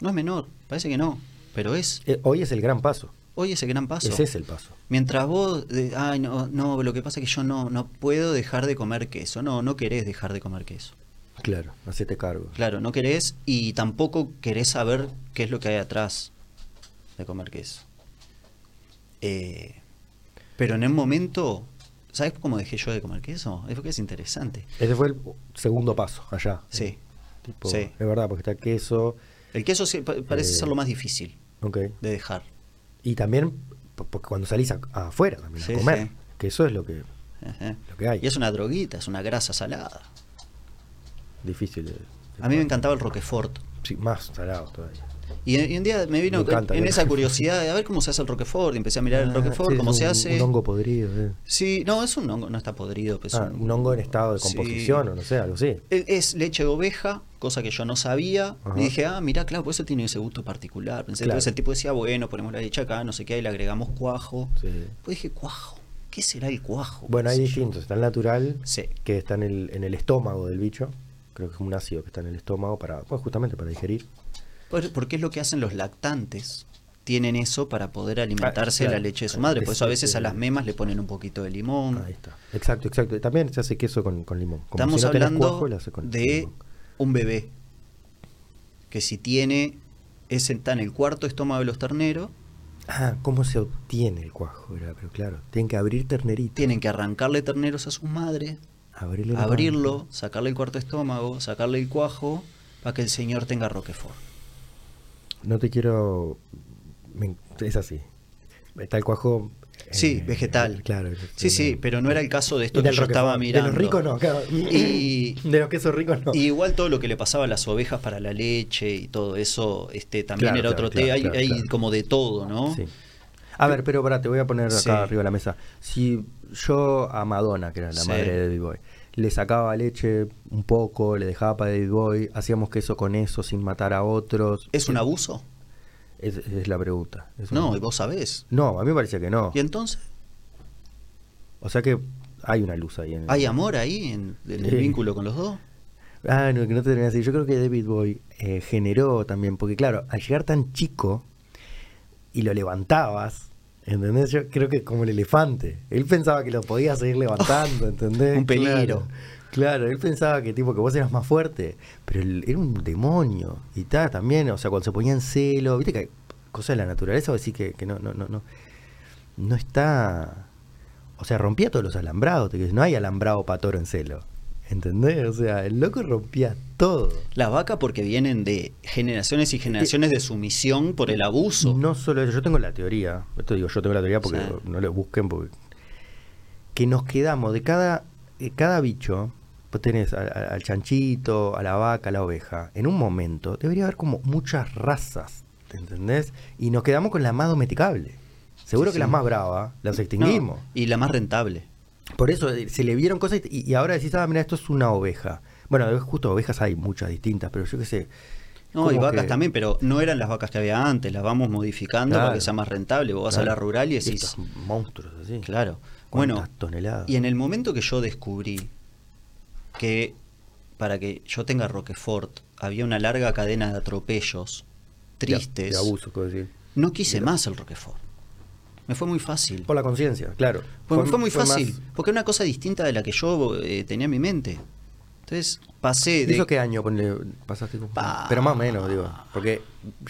Speaker 2: No es menor, parece que no, pero es.
Speaker 1: Eh, hoy es el gran paso.
Speaker 2: Hoy es el gran paso.
Speaker 1: Ese es el paso.
Speaker 2: Mientras vos, de- ay, no, no, lo que pasa es que yo no, no puedo dejar de comer queso. No, no querés dejar de comer queso.
Speaker 1: Claro, hacete cargo.
Speaker 2: Claro, no querés y tampoco querés saber qué es lo que hay atrás de comer queso. Eh, pero en el momento, ¿sabes cómo dejé yo de comer queso? Es porque es interesante.
Speaker 1: Ese fue el segundo paso allá.
Speaker 2: Sí.
Speaker 1: Tipo,
Speaker 2: Sí.
Speaker 1: Es verdad, porque está queso.
Speaker 2: El queso sí pa- parece
Speaker 1: Eh,
Speaker 2: ser lo más difícil
Speaker 1: Ok.
Speaker 2: de dejar.
Speaker 1: Y también, po- porque cuando salís a- afuera también
Speaker 2: Sí,
Speaker 1: a comer,
Speaker 2: sí.
Speaker 1: que eso es lo que
Speaker 2: Ajá.
Speaker 1: Lo que hay.
Speaker 2: Y es una droguita, es una grasa salada.
Speaker 1: difícil. de-
Speaker 2: A mí me encantaba el Roquefort.
Speaker 1: Sí, más salado todavía.
Speaker 2: Y, y un día me vino
Speaker 1: Me encanta,
Speaker 2: en
Speaker 1: ¿no?
Speaker 2: esa curiosidad de a ver cómo se hace el Roquefort. Y empecé a mirar el Roquefort,
Speaker 1: Ah, sí,
Speaker 2: cómo
Speaker 1: es
Speaker 2: se
Speaker 1: un-
Speaker 2: hace.
Speaker 1: Un hongo podrido. eh.
Speaker 2: Sí, no, es un hongo, no está podrido. pero es
Speaker 1: Ah, un hongo en estado de
Speaker 2: Sí.
Speaker 1: composición o no sé, algo así.
Speaker 2: E- Es leche de oveja, cosa que yo no sabía.
Speaker 1: Ajá.
Speaker 2: Y dije, ah, mirá, claro, por eso tiene ese gusto particular. Pensé,
Speaker 1: Claro.
Speaker 2: entonces el tipo decía, bueno, ponemos la leche acá, no sé qué, y le agregamos cuajo.
Speaker 1: Sí.
Speaker 2: Pues dije, cuajo, ¿qué será el cuajo?
Speaker 1: Bueno, hay
Speaker 2: Sí.
Speaker 1: distintos. Está el natural,
Speaker 2: Sí.
Speaker 1: que está en el, en el estómago del bicho. Creo que es un ácido que está en el estómago para, pues, justamente para digerir.
Speaker 2: Por- porque es lo que hacen los lactantes. Tienen eso para poder alimentarse
Speaker 1: Ah,
Speaker 2: de
Speaker 1: claro.
Speaker 2: la leche de su madre. Por eso a veces a
Speaker 1: Ese-
Speaker 2: las memas le ponen un poquito de limón.
Speaker 1: Ahí está. Exacto, exacto. También se hace queso con, con limón. Como
Speaker 2: Estamos
Speaker 1: si no tenés
Speaker 2: hablando
Speaker 1: cuajo, lo hace con
Speaker 2: de
Speaker 1: limón.
Speaker 2: un bebé que si tiene ese está en el cuarto estómago de los terneros,
Speaker 1: Ah, ¿cómo se obtiene el cuajo? Era, Pero claro, tienen que abrir ternerito.
Speaker 2: tienen que arrancarle terneros a sus madres,
Speaker 1: Abrirle la
Speaker 2: abrirlo,
Speaker 1: panza.
Speaker 2: sacarle el cuarto estómago, sacarle el cuajo para que el señor tenga roquefort.
Speaker 1: Eh, No te quiero. me- es así. Está el cuajo. eh,
Speaker 2: Sí, vegetal.
Speaker 1: Claro.
Speaker 2: Sí, sí, pero no era el caso de esto
Speaker 1: Y
Speaker 2: que
Speaker 1: del
Speaker 2: yo estaba
Speaker 1: Roquefort.
Speaker 2: mirando.
Speaker 1: De los ricos no, claro.
Speaker 2: Y-
Speaker 1: de los quesos ricos no.
Speaker 2: Y igual todo lo que le pasaba a las ovejas para la leche y todo eso, este también
Speaker 1: Claro,
Speaker 2: era
Speaker 1: claro,
Speaker 2: otro
Speaker 1: claro,
Speaker 2: té, hay,
Speaker 1: claro,
Speaker 2: hay
Speaker 1: claro.
Speaker 2: como de todo, ¿no?
Speaker 1: Sí. A ver, pero pará, te voy a poner acá
Speaker 2: Sí.
Speaker 1: arriba de la mesa. Si yo a Madonna, que era la
Speaker 2: Sí.
Speaker 1: madre de David Boy, le sacaba leche un poco, le dejaba para David Boy, hacíamos queso con eso sin matar a otros.
Speaker 2: ¿Es un abuso?
Speaker 1: Es, es la pregunta. Es un-
Speaker 2: No, y vos sabés.
Speaker 1: No, a mí me parece que no.
Speaker 2: Y entonces
Speaker 1: O sea que hay una luz ahí. En el-
Speaker 2: ¿Hay amor ahí en, en el
Speaker 1: Sí.
Speaker 2: vínculo con los dos?
Speaker 1: Ah, no, que no te terminé de decir. Yo creo que David Boy eh, generó también, porque claro, al llegar tan chico y lo levantabas, ¿entendés? Yo creo que como el elefante. Él pensaba que lo podía seguir levantando, ¿entendés?
Speaker 2: un peligro.
Speaker 1: Claro, claro, él pensaba que tipo que vos eras más fuerte, pero él era un demonio. Y tal, también, o sea, cuando se ponía en celo, viste que hay cosas de la naturaleza, vos decís que, que no, no, no, no. No está. O sea, rompía todos los alambrados. te- No hay alambrado para toro en celo. ¿Entendés? O sea, el loco rompía todo.
Speaker 2: Las vacas porque vienen de generaciones y generaciones de sumisión por el abuso.
Speaker 1: No solo eso, yo tengo la teoría. Esto digo, yo tengo la teoría porque
Speaker 2: Sí.
Speaker 1: no lo busquen. Porque... Que nos quedamos de cada, de cada bicho. Pues tenés a- a- al chanchito, a la vaca, a la oveja. En un momento debería haber como muchas razas. ¿te ¿Entendés? Y nos quedamos con la más domesticable. Seguro
Speaker 2: Sí,
Speaker 1: que
Speaker 2: sí.
Speaker 1: las más bravas las
Speaker 2: No,
Speaker 1: extinguimos.
Speaker 2: y la más rentable.
Speaker 1: Por eso eh, se le vieron cosas y, y ahora decís, ah, mira, esto es una oveja. Bueno, de- justo ovejas hay muchas distintas, pero yo qué sé.
Speaker 2: No, y
Speaker 1: como
Speaker 2: vacas
Speaker 1: que-
Speaker 2: también, pero no eran las vacas que había antes, las vamos modificando para
Speaker 1: Claro.
Speaker 2: que sea más rentable. Vos vas a la
Speaker 1: Claro.
Speaker 2: rural y decís,
Speaker 1: Estos monstruos así.
Speaker 2: claro.
Speaker 1: Cuántas
Speaker 2: Bueno,
Speaker 1: toneladas.
Speaker 2: y en el momento que yo descubrí que para que yo tenga Roquefort había una larga cadena de atropellos tristes,
Speaker 1: De abuso, como decir.
Speaker 2: no quise más el Roquefort. Me fue muy fácil.
Speaker 1: Por la conciencia, claro.
Speaker 2: Fue, fue muy
Speaker 1: más-
Speaker 2: fácil, porque era una cosa distinta de la que yo eh, tenía en mi mente. Entonces pasé
Speaker 1: ¿Y
Speaker 2: de...
Speaker 1: eso qué año ponle, pasaste? con-
Speaker 2: Pa.
Speaker 1: Pero más o menos, digo. Porque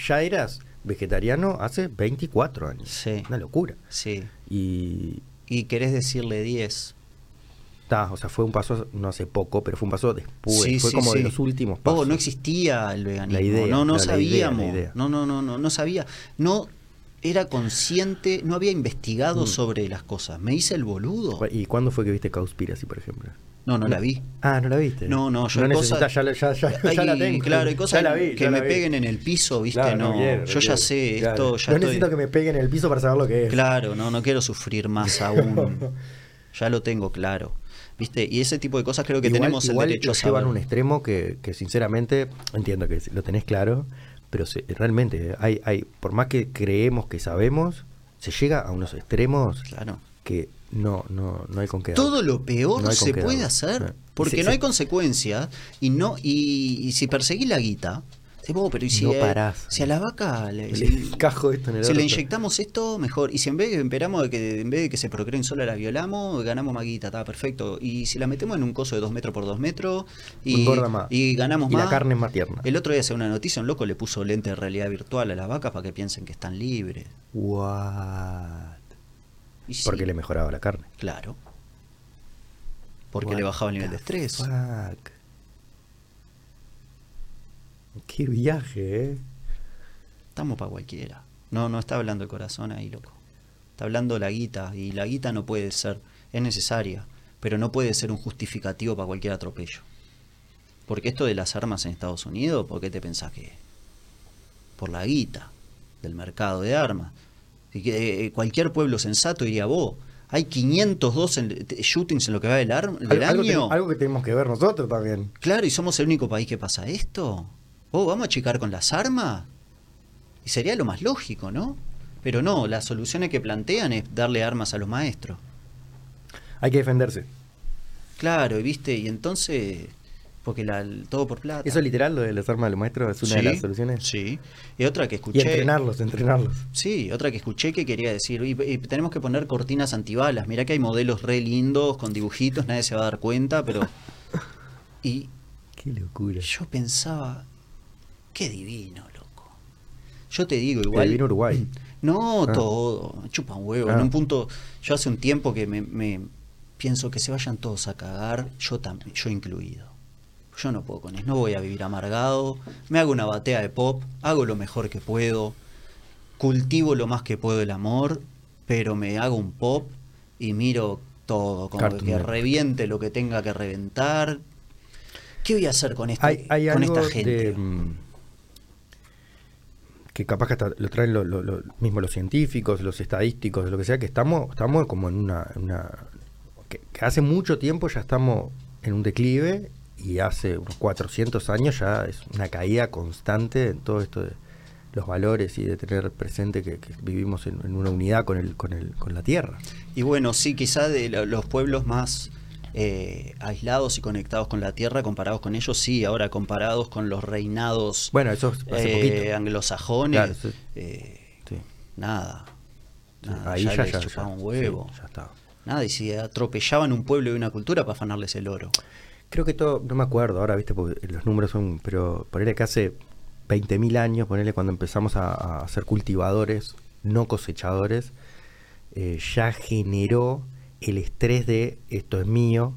Speaker 1: ya eras vegetariano hace 24 años.
Speaker 2: Sí.
Speaker 1: Una locura.
Speaker 2: Sí,
Speaker 1: Y
Speaker 2: y querés decirle 10.
Speaker 1: Ta, o sea, fue un paso, no hace poco, pero fue un paso
Speaker 2: pues.
Speaker 1: después. fue como de los últimos pasos.
Speaker 2: Oh, no existía el veganismo.
Speaker 1: La idea,
Speaker 2: no, no
Speaker 1: la- la
Speaker 2: sabíamos.
Speaker 1: idea, la idea.
Speaker 2: No, no, no, no, no sabía. No era consciente, no había investigado sobre las cosas. Me hice el boludo.
Speaker 1: ¿Y cuándo Mm. fue que viste Cowspiracy, por ejemplo?
Speaker 2: No, no la vi.
Speaker 1: Ah, ¿no la viste?
Speaker 2: No, no, yo
Speaker 1: no
Speaker 2: hay
Speaker 1: necesitas,
Speaker 2: cosas-
Speaker 1: ya, la- ya, ya, ya
Speaker 2: hay-
Speaker 1: la tengo.
Speaker 2: Claro, hay cosas
Speaker 1: Ya la vi,
Speaker 2: que
Speaker 1: ya
Speaker 2: me
Speaker 1: la vi.
Speaker 2: peguen en el piso, ¿viste?
Speaker 1: Claro,
Speaker 2: no,
Speaker 1: quiero,
Speaker 2: yo ya
Speaker 1: quiero.
Speaker 2: sé,
Speaker 1: Claro.
Speaker 2: esto ya
Speaker 1: No
Speaker 2: estoy-
Speaker 1: necesito que me peguen en el piso para saber lo que es.
Speaker 2: Claro, no, no quiero sufrir más aún. ya lo tengo claro. ¿Viste? Y ese tipo de cosas creo que
Speaker 1: Igual-
Speaker 2: tenemos
Speaker 1: igual
Speaker 2: el derecho
Speaker 1: lo
Speaker 2: a
Speaker 1: llevan
Speaker 2: saber.
Speaker 1: a un extremo que, que sinceramente entiendo que lo tenés claro, pero se- realmente eh, hay, hay por más que creemos que sabemos, se llega a unos extremos
Speaker 2: Claro.
Speaker 1: que no no no hay con qué. dar.
Speaker 2: Todo lo peor
Speaker 1: No hay con
Speaker 2: se
Speaker 1: qué
Speaker 2: puede
Speaker 1: dar.
Speaker 2: hacer
Speaker 1: Sí.
Speaker 2: porque
Speaker 1: Sí,
Speaker 2: no
Speaker 1: sí.
Speaker 2: hay consecuencias y no y, y si perseguís la guita, decís, "Oh, pero ¿y si,
Speaker 1: No
Speaker 2: eh,
Speaker 1: parás".
Speaker 2: si a la vaca le,
Speaker 1: Le cajo esto en el
Speaker 2: si le
Speaker 1: orto.
Speaker 2: inyectamos esto, mejor. Y si en vez esperamos de que en vez de que se procreen sola la violamos, ganamos más guita, está perfecto. Y si la metemos en un coso de dos metros por dos metros y,
Speaker 1: Engorda más.
Speaker 2: y ganamos
Speaker 1: Y
Speaker 2: más.
Speaker 1: la carne es más tierna.
Speaker 2: El otro día se una noticia, un loco le puso lente de realidad virtual a las vacas para que piensen que están libres.
Speaker 1: What?
Speaker 2: Y sí,
Speaker 1: Porque le mejoraba la carne.
Speaker 2: Claro. Porque le bajaba el nivel de estrés.
Speaker 1: Fuck. Qué viaje, eh.
Speaker 2: Estamos para cualquiera. No, no está hablando el corazón ahí, loco. Está hablando la guita. Y la guita no puede ser. Es necesaria. Pero no puede ser un justificativo para cualquier atropello. Porque esto de las armas en Estados Unidos, ¿por qué te pensás que es? Por la guita del mercado de armas. Y que, eh, cualquier pueblo sensato diría vos. Hay 502 en- te- shootings en lo que va del, ar- del
Speaker 1: Algo- algo
Speaker 2: año.
Speaker 1: ten- algo que tenemos que ver nosotros también.
Speaker 2: Claro, y somos el único país que pasa esto. ¿Oh, vamos a chicar con las armas? Y sería lo más lógico, ¿no? Pero no, las soluciones que plantean es darle armas a los maestros.
Speaker 1: Hay que defenderse.
Speaker 2: Claro, y viste, y entonces, porque la, el- todo por plata.
Speaker 1: Eso literal, lo de las armas de los maestros, es una
Speaker 2: Sí,
Speaker 1: de las soluciones.
Speaker 2: Sí. Y otra que
Speaker 1: Y
Speaker 2: escuché.
Speaker 1: entrenarlos, entrenarlos.
Speaker 2: Sí, otra que escuché que quería decir, y, y tenemos que poner cortinas antibalas. Mirá que hay modelos re lindos con dibujitos, nadie se va a dar cuenta, pero. Y
Speaker 1: Qué locura.
Speaker 2: Yo pensaba, qué divino, loco. Yo te digo,
Speaker 1: Igual
Speaker 2: igual.
Speaker 1: Eh, vino Uruguay.
Speaker 2: No,
Speaker 1: Ah.
Speaker 2: todo. Chupa un huevo.
Speaker 1: Ah.
Speaker 2: En un punto, yo hace un tiempo que me, me pienso que se vayan todos a cagar, yo también, yo incluido. Yo no puedo con eso, no voy a vivir amargado. Me hago una batea de pop, hago lo mejor que puedo, cultivo lo más que puedo el amor, pero me hago un pop y miro todo, como
Speaker 1: Cartoon
Speaker 2: que
Speaker 1: Network.
Speaker 2: reviente lo que tenga que reventar. ¿Qué voy a hacer con, este,
Speaker 1: Hay, hay
Speaker 2: con
Speaker 1: algo
Speaker 2: esta gente?
Speaker 1: de, mm, que capaz que hasta lo traen lo, lo- lo- mismo los científicos, los estadísticos, lo que sea, que estamos, estamos como en una... en una- que, que hace mucho tiempo ya estamos en un declive y hace unos 400 años ya es una caída constante en todo esto de los valores y de tener presente que, que vivimos en, en una unidad con, el, con, el, con la Tierra.
Speaker 2: Y bueno, sí, quizá de lo- los pueblos más eh, aislados y conectados con la tierra, comparados con ellos, sí, ahora comparados con los reinados
Speaker 1: Bueno, eso es hace
Speaker 2: eh,
Speaker 1: poquito.
Speaker 2: anglosajones,
Speaker 1: Claro, sí.
Speaker 2: eh,
Speaker 1: Sí.
Speaker 2: nada.
Speaker 1: Sí,
Speaker 2: Nada,
Speaker 1: ahí ya,
Speaker 2: les
Speaker 1: ya,
Speaker 2: chupaba
Speaker 1: ya,
Speaker 2: un huevo.
Speaker 1: sí, ya está.
Speaker 2: Nada, y si atropellaban un pueblo y una cultura para afanarles el oro.
Speaker 1: Creo que todo, no me acuerdo ahora, viste, porque los números son, pero ponerle que hace 20.000 años, ponerle cuando empezamos a, a ser cultivadores, no cosechadores, eh, ya generó el estrés de esto es mío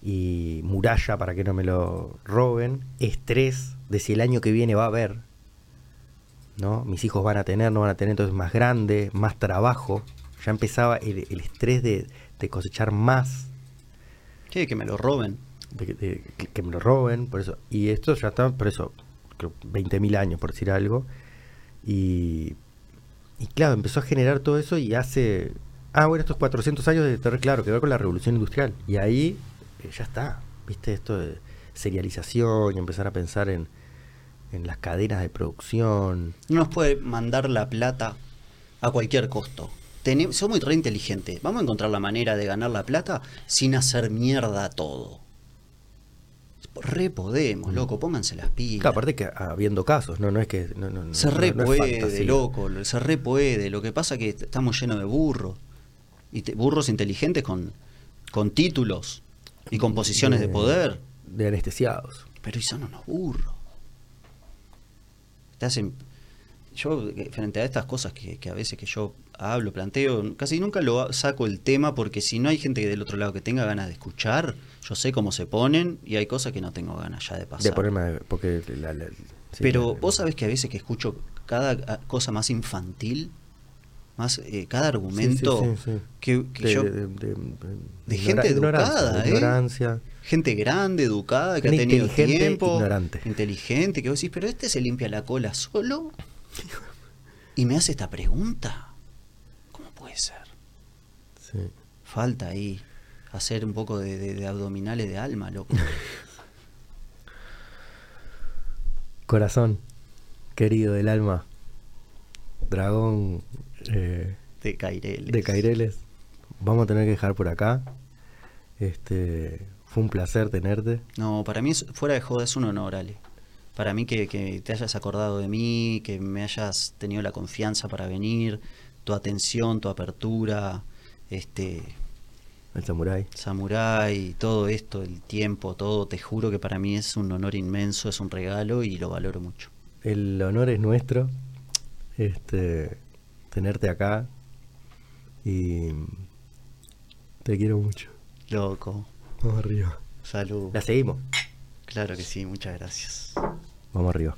Speaker 1: y muralla para que no me lo roben, estrés de si el año que viene va a haber, ¿no? Mis hijos van a tener, no van a tener, entonces más grande, más trabajo, ya empezaba el, el estrés de, de cosechar más
Speaker 2: ¿Qué? Que me lo roben.
Speaker 1: de, de- que, que me lo roben, por eso. Y esto ya está, por eso, creo, 20.000 años, por decir algo. Y, y claro, empezó a generar todo eso y hace... Ah, bueno, estos 400 años de estar claro, que ver con la revolución industrial. Y ahí eh, ya está, viste, esto de serialización y empezar a pensar en, en las cadenas de producción.
Speaker 2: No nos puede mandar la plata a cualquier costo. Tene- somos re inteligentes. Vamos a encontrar la manera de ganar la plata sin hacer mierda todo. Re podemos, loco. Pónganse las pilas.
Speaker 1: Mm. Claro, aparte que habiendo casos, no, no es que... No, no, no-
Speaker 2: se
Speaker 1: no-
Speaker 2: re
Speaker 1: no es
Speaker 2: puede,
Speaker 1: fantasía.
Speaker 2: loco. lo- Se re puede. Lo que pasa es que est- estamos llenos de burros. Y te- burros inteligentes con, con títulos y con posiciones
Speaker 1: Eh,
Speaker 2: de poder.
Speaker 1: De anestesiados.
Speaker 2: Pero y son unos burros. Te hacen. yo eh, frente a estas cosas que, que a veces que yo hablo, planteo, casi nunca lo ha- saco el tema porque si no hay gente que del otro lado que tenga ganas de escuchar, yo sé cómo se ponen y hay cosas que no tengo ganas ya de pasar.
Speaker 1: De ponerme. Porque. la- la- sí,
Speaker 2: Pero
Speaker 1: la-
Speaker 2: vos sabés que a veces que escucho cada ah, cosa más infantil, más eh, cada argumento
Speaker 1: sí, sí.
Speaker 2: que, que
Speaker 1: de,
Speaker 2: yo...
Speaker 1: de- de- de-
Speaker 2: de
Speaker 1: ignora-
Speaker 2: gente
Speaker 1: ignorancia,
Speaker 2: educada,
Speaker 1: de
Speaker 2: ¿eh?
Speaker 1: ignorancia.
Speaker 2: Gente grande, educada, que ha
Speaker 1: Gente
Speaker 2: tenido
Speaker 1: inteligente,
Speaker 2: tiempo.
Speaker 1: ignorante.
Speaker 2: Inteligente, que vos decís, pero este se limpia la cola solo y me hace esta pregunta. ¿Cómo puede ser?
Speaker 1: sí.
Speaker 2: Falta ahí hacer un poco de, de- de abdominales de alma, loco.
Speaker 1: Corazón, querido del alma. Dragón eh,
Speaker 2: De caireles.
Speaker 1: de Caireles. Vamos a tener que dejar por acá. Este. Fue un placer tenerte.
Speaker 2: No, para mí, es- fuera de joda, es un honor, Ale. Para mí que, que te hayas acordado de mí, que me hayas tenido la confianza para venir, tu atención, tu apertura, este,
Speaker 1: El samurái.
Speaker 2: Samurai, todo esto, el tiempo, todo, te juro que para mí es un honor inmenso, es un regalo y lo valoro mucho.
Speaker 1: El honor es nuestro. Este. Tenerte acá. Y. Te quiero mucho.
Speaker 2: Loco,
Speaker 1: Vamos arriba.
Speaker 2: salud.
Speaker 1: La seguimos.
Speaker 2: Claro que sí, muchas gracias.
Speaker 1: Vamos arriba.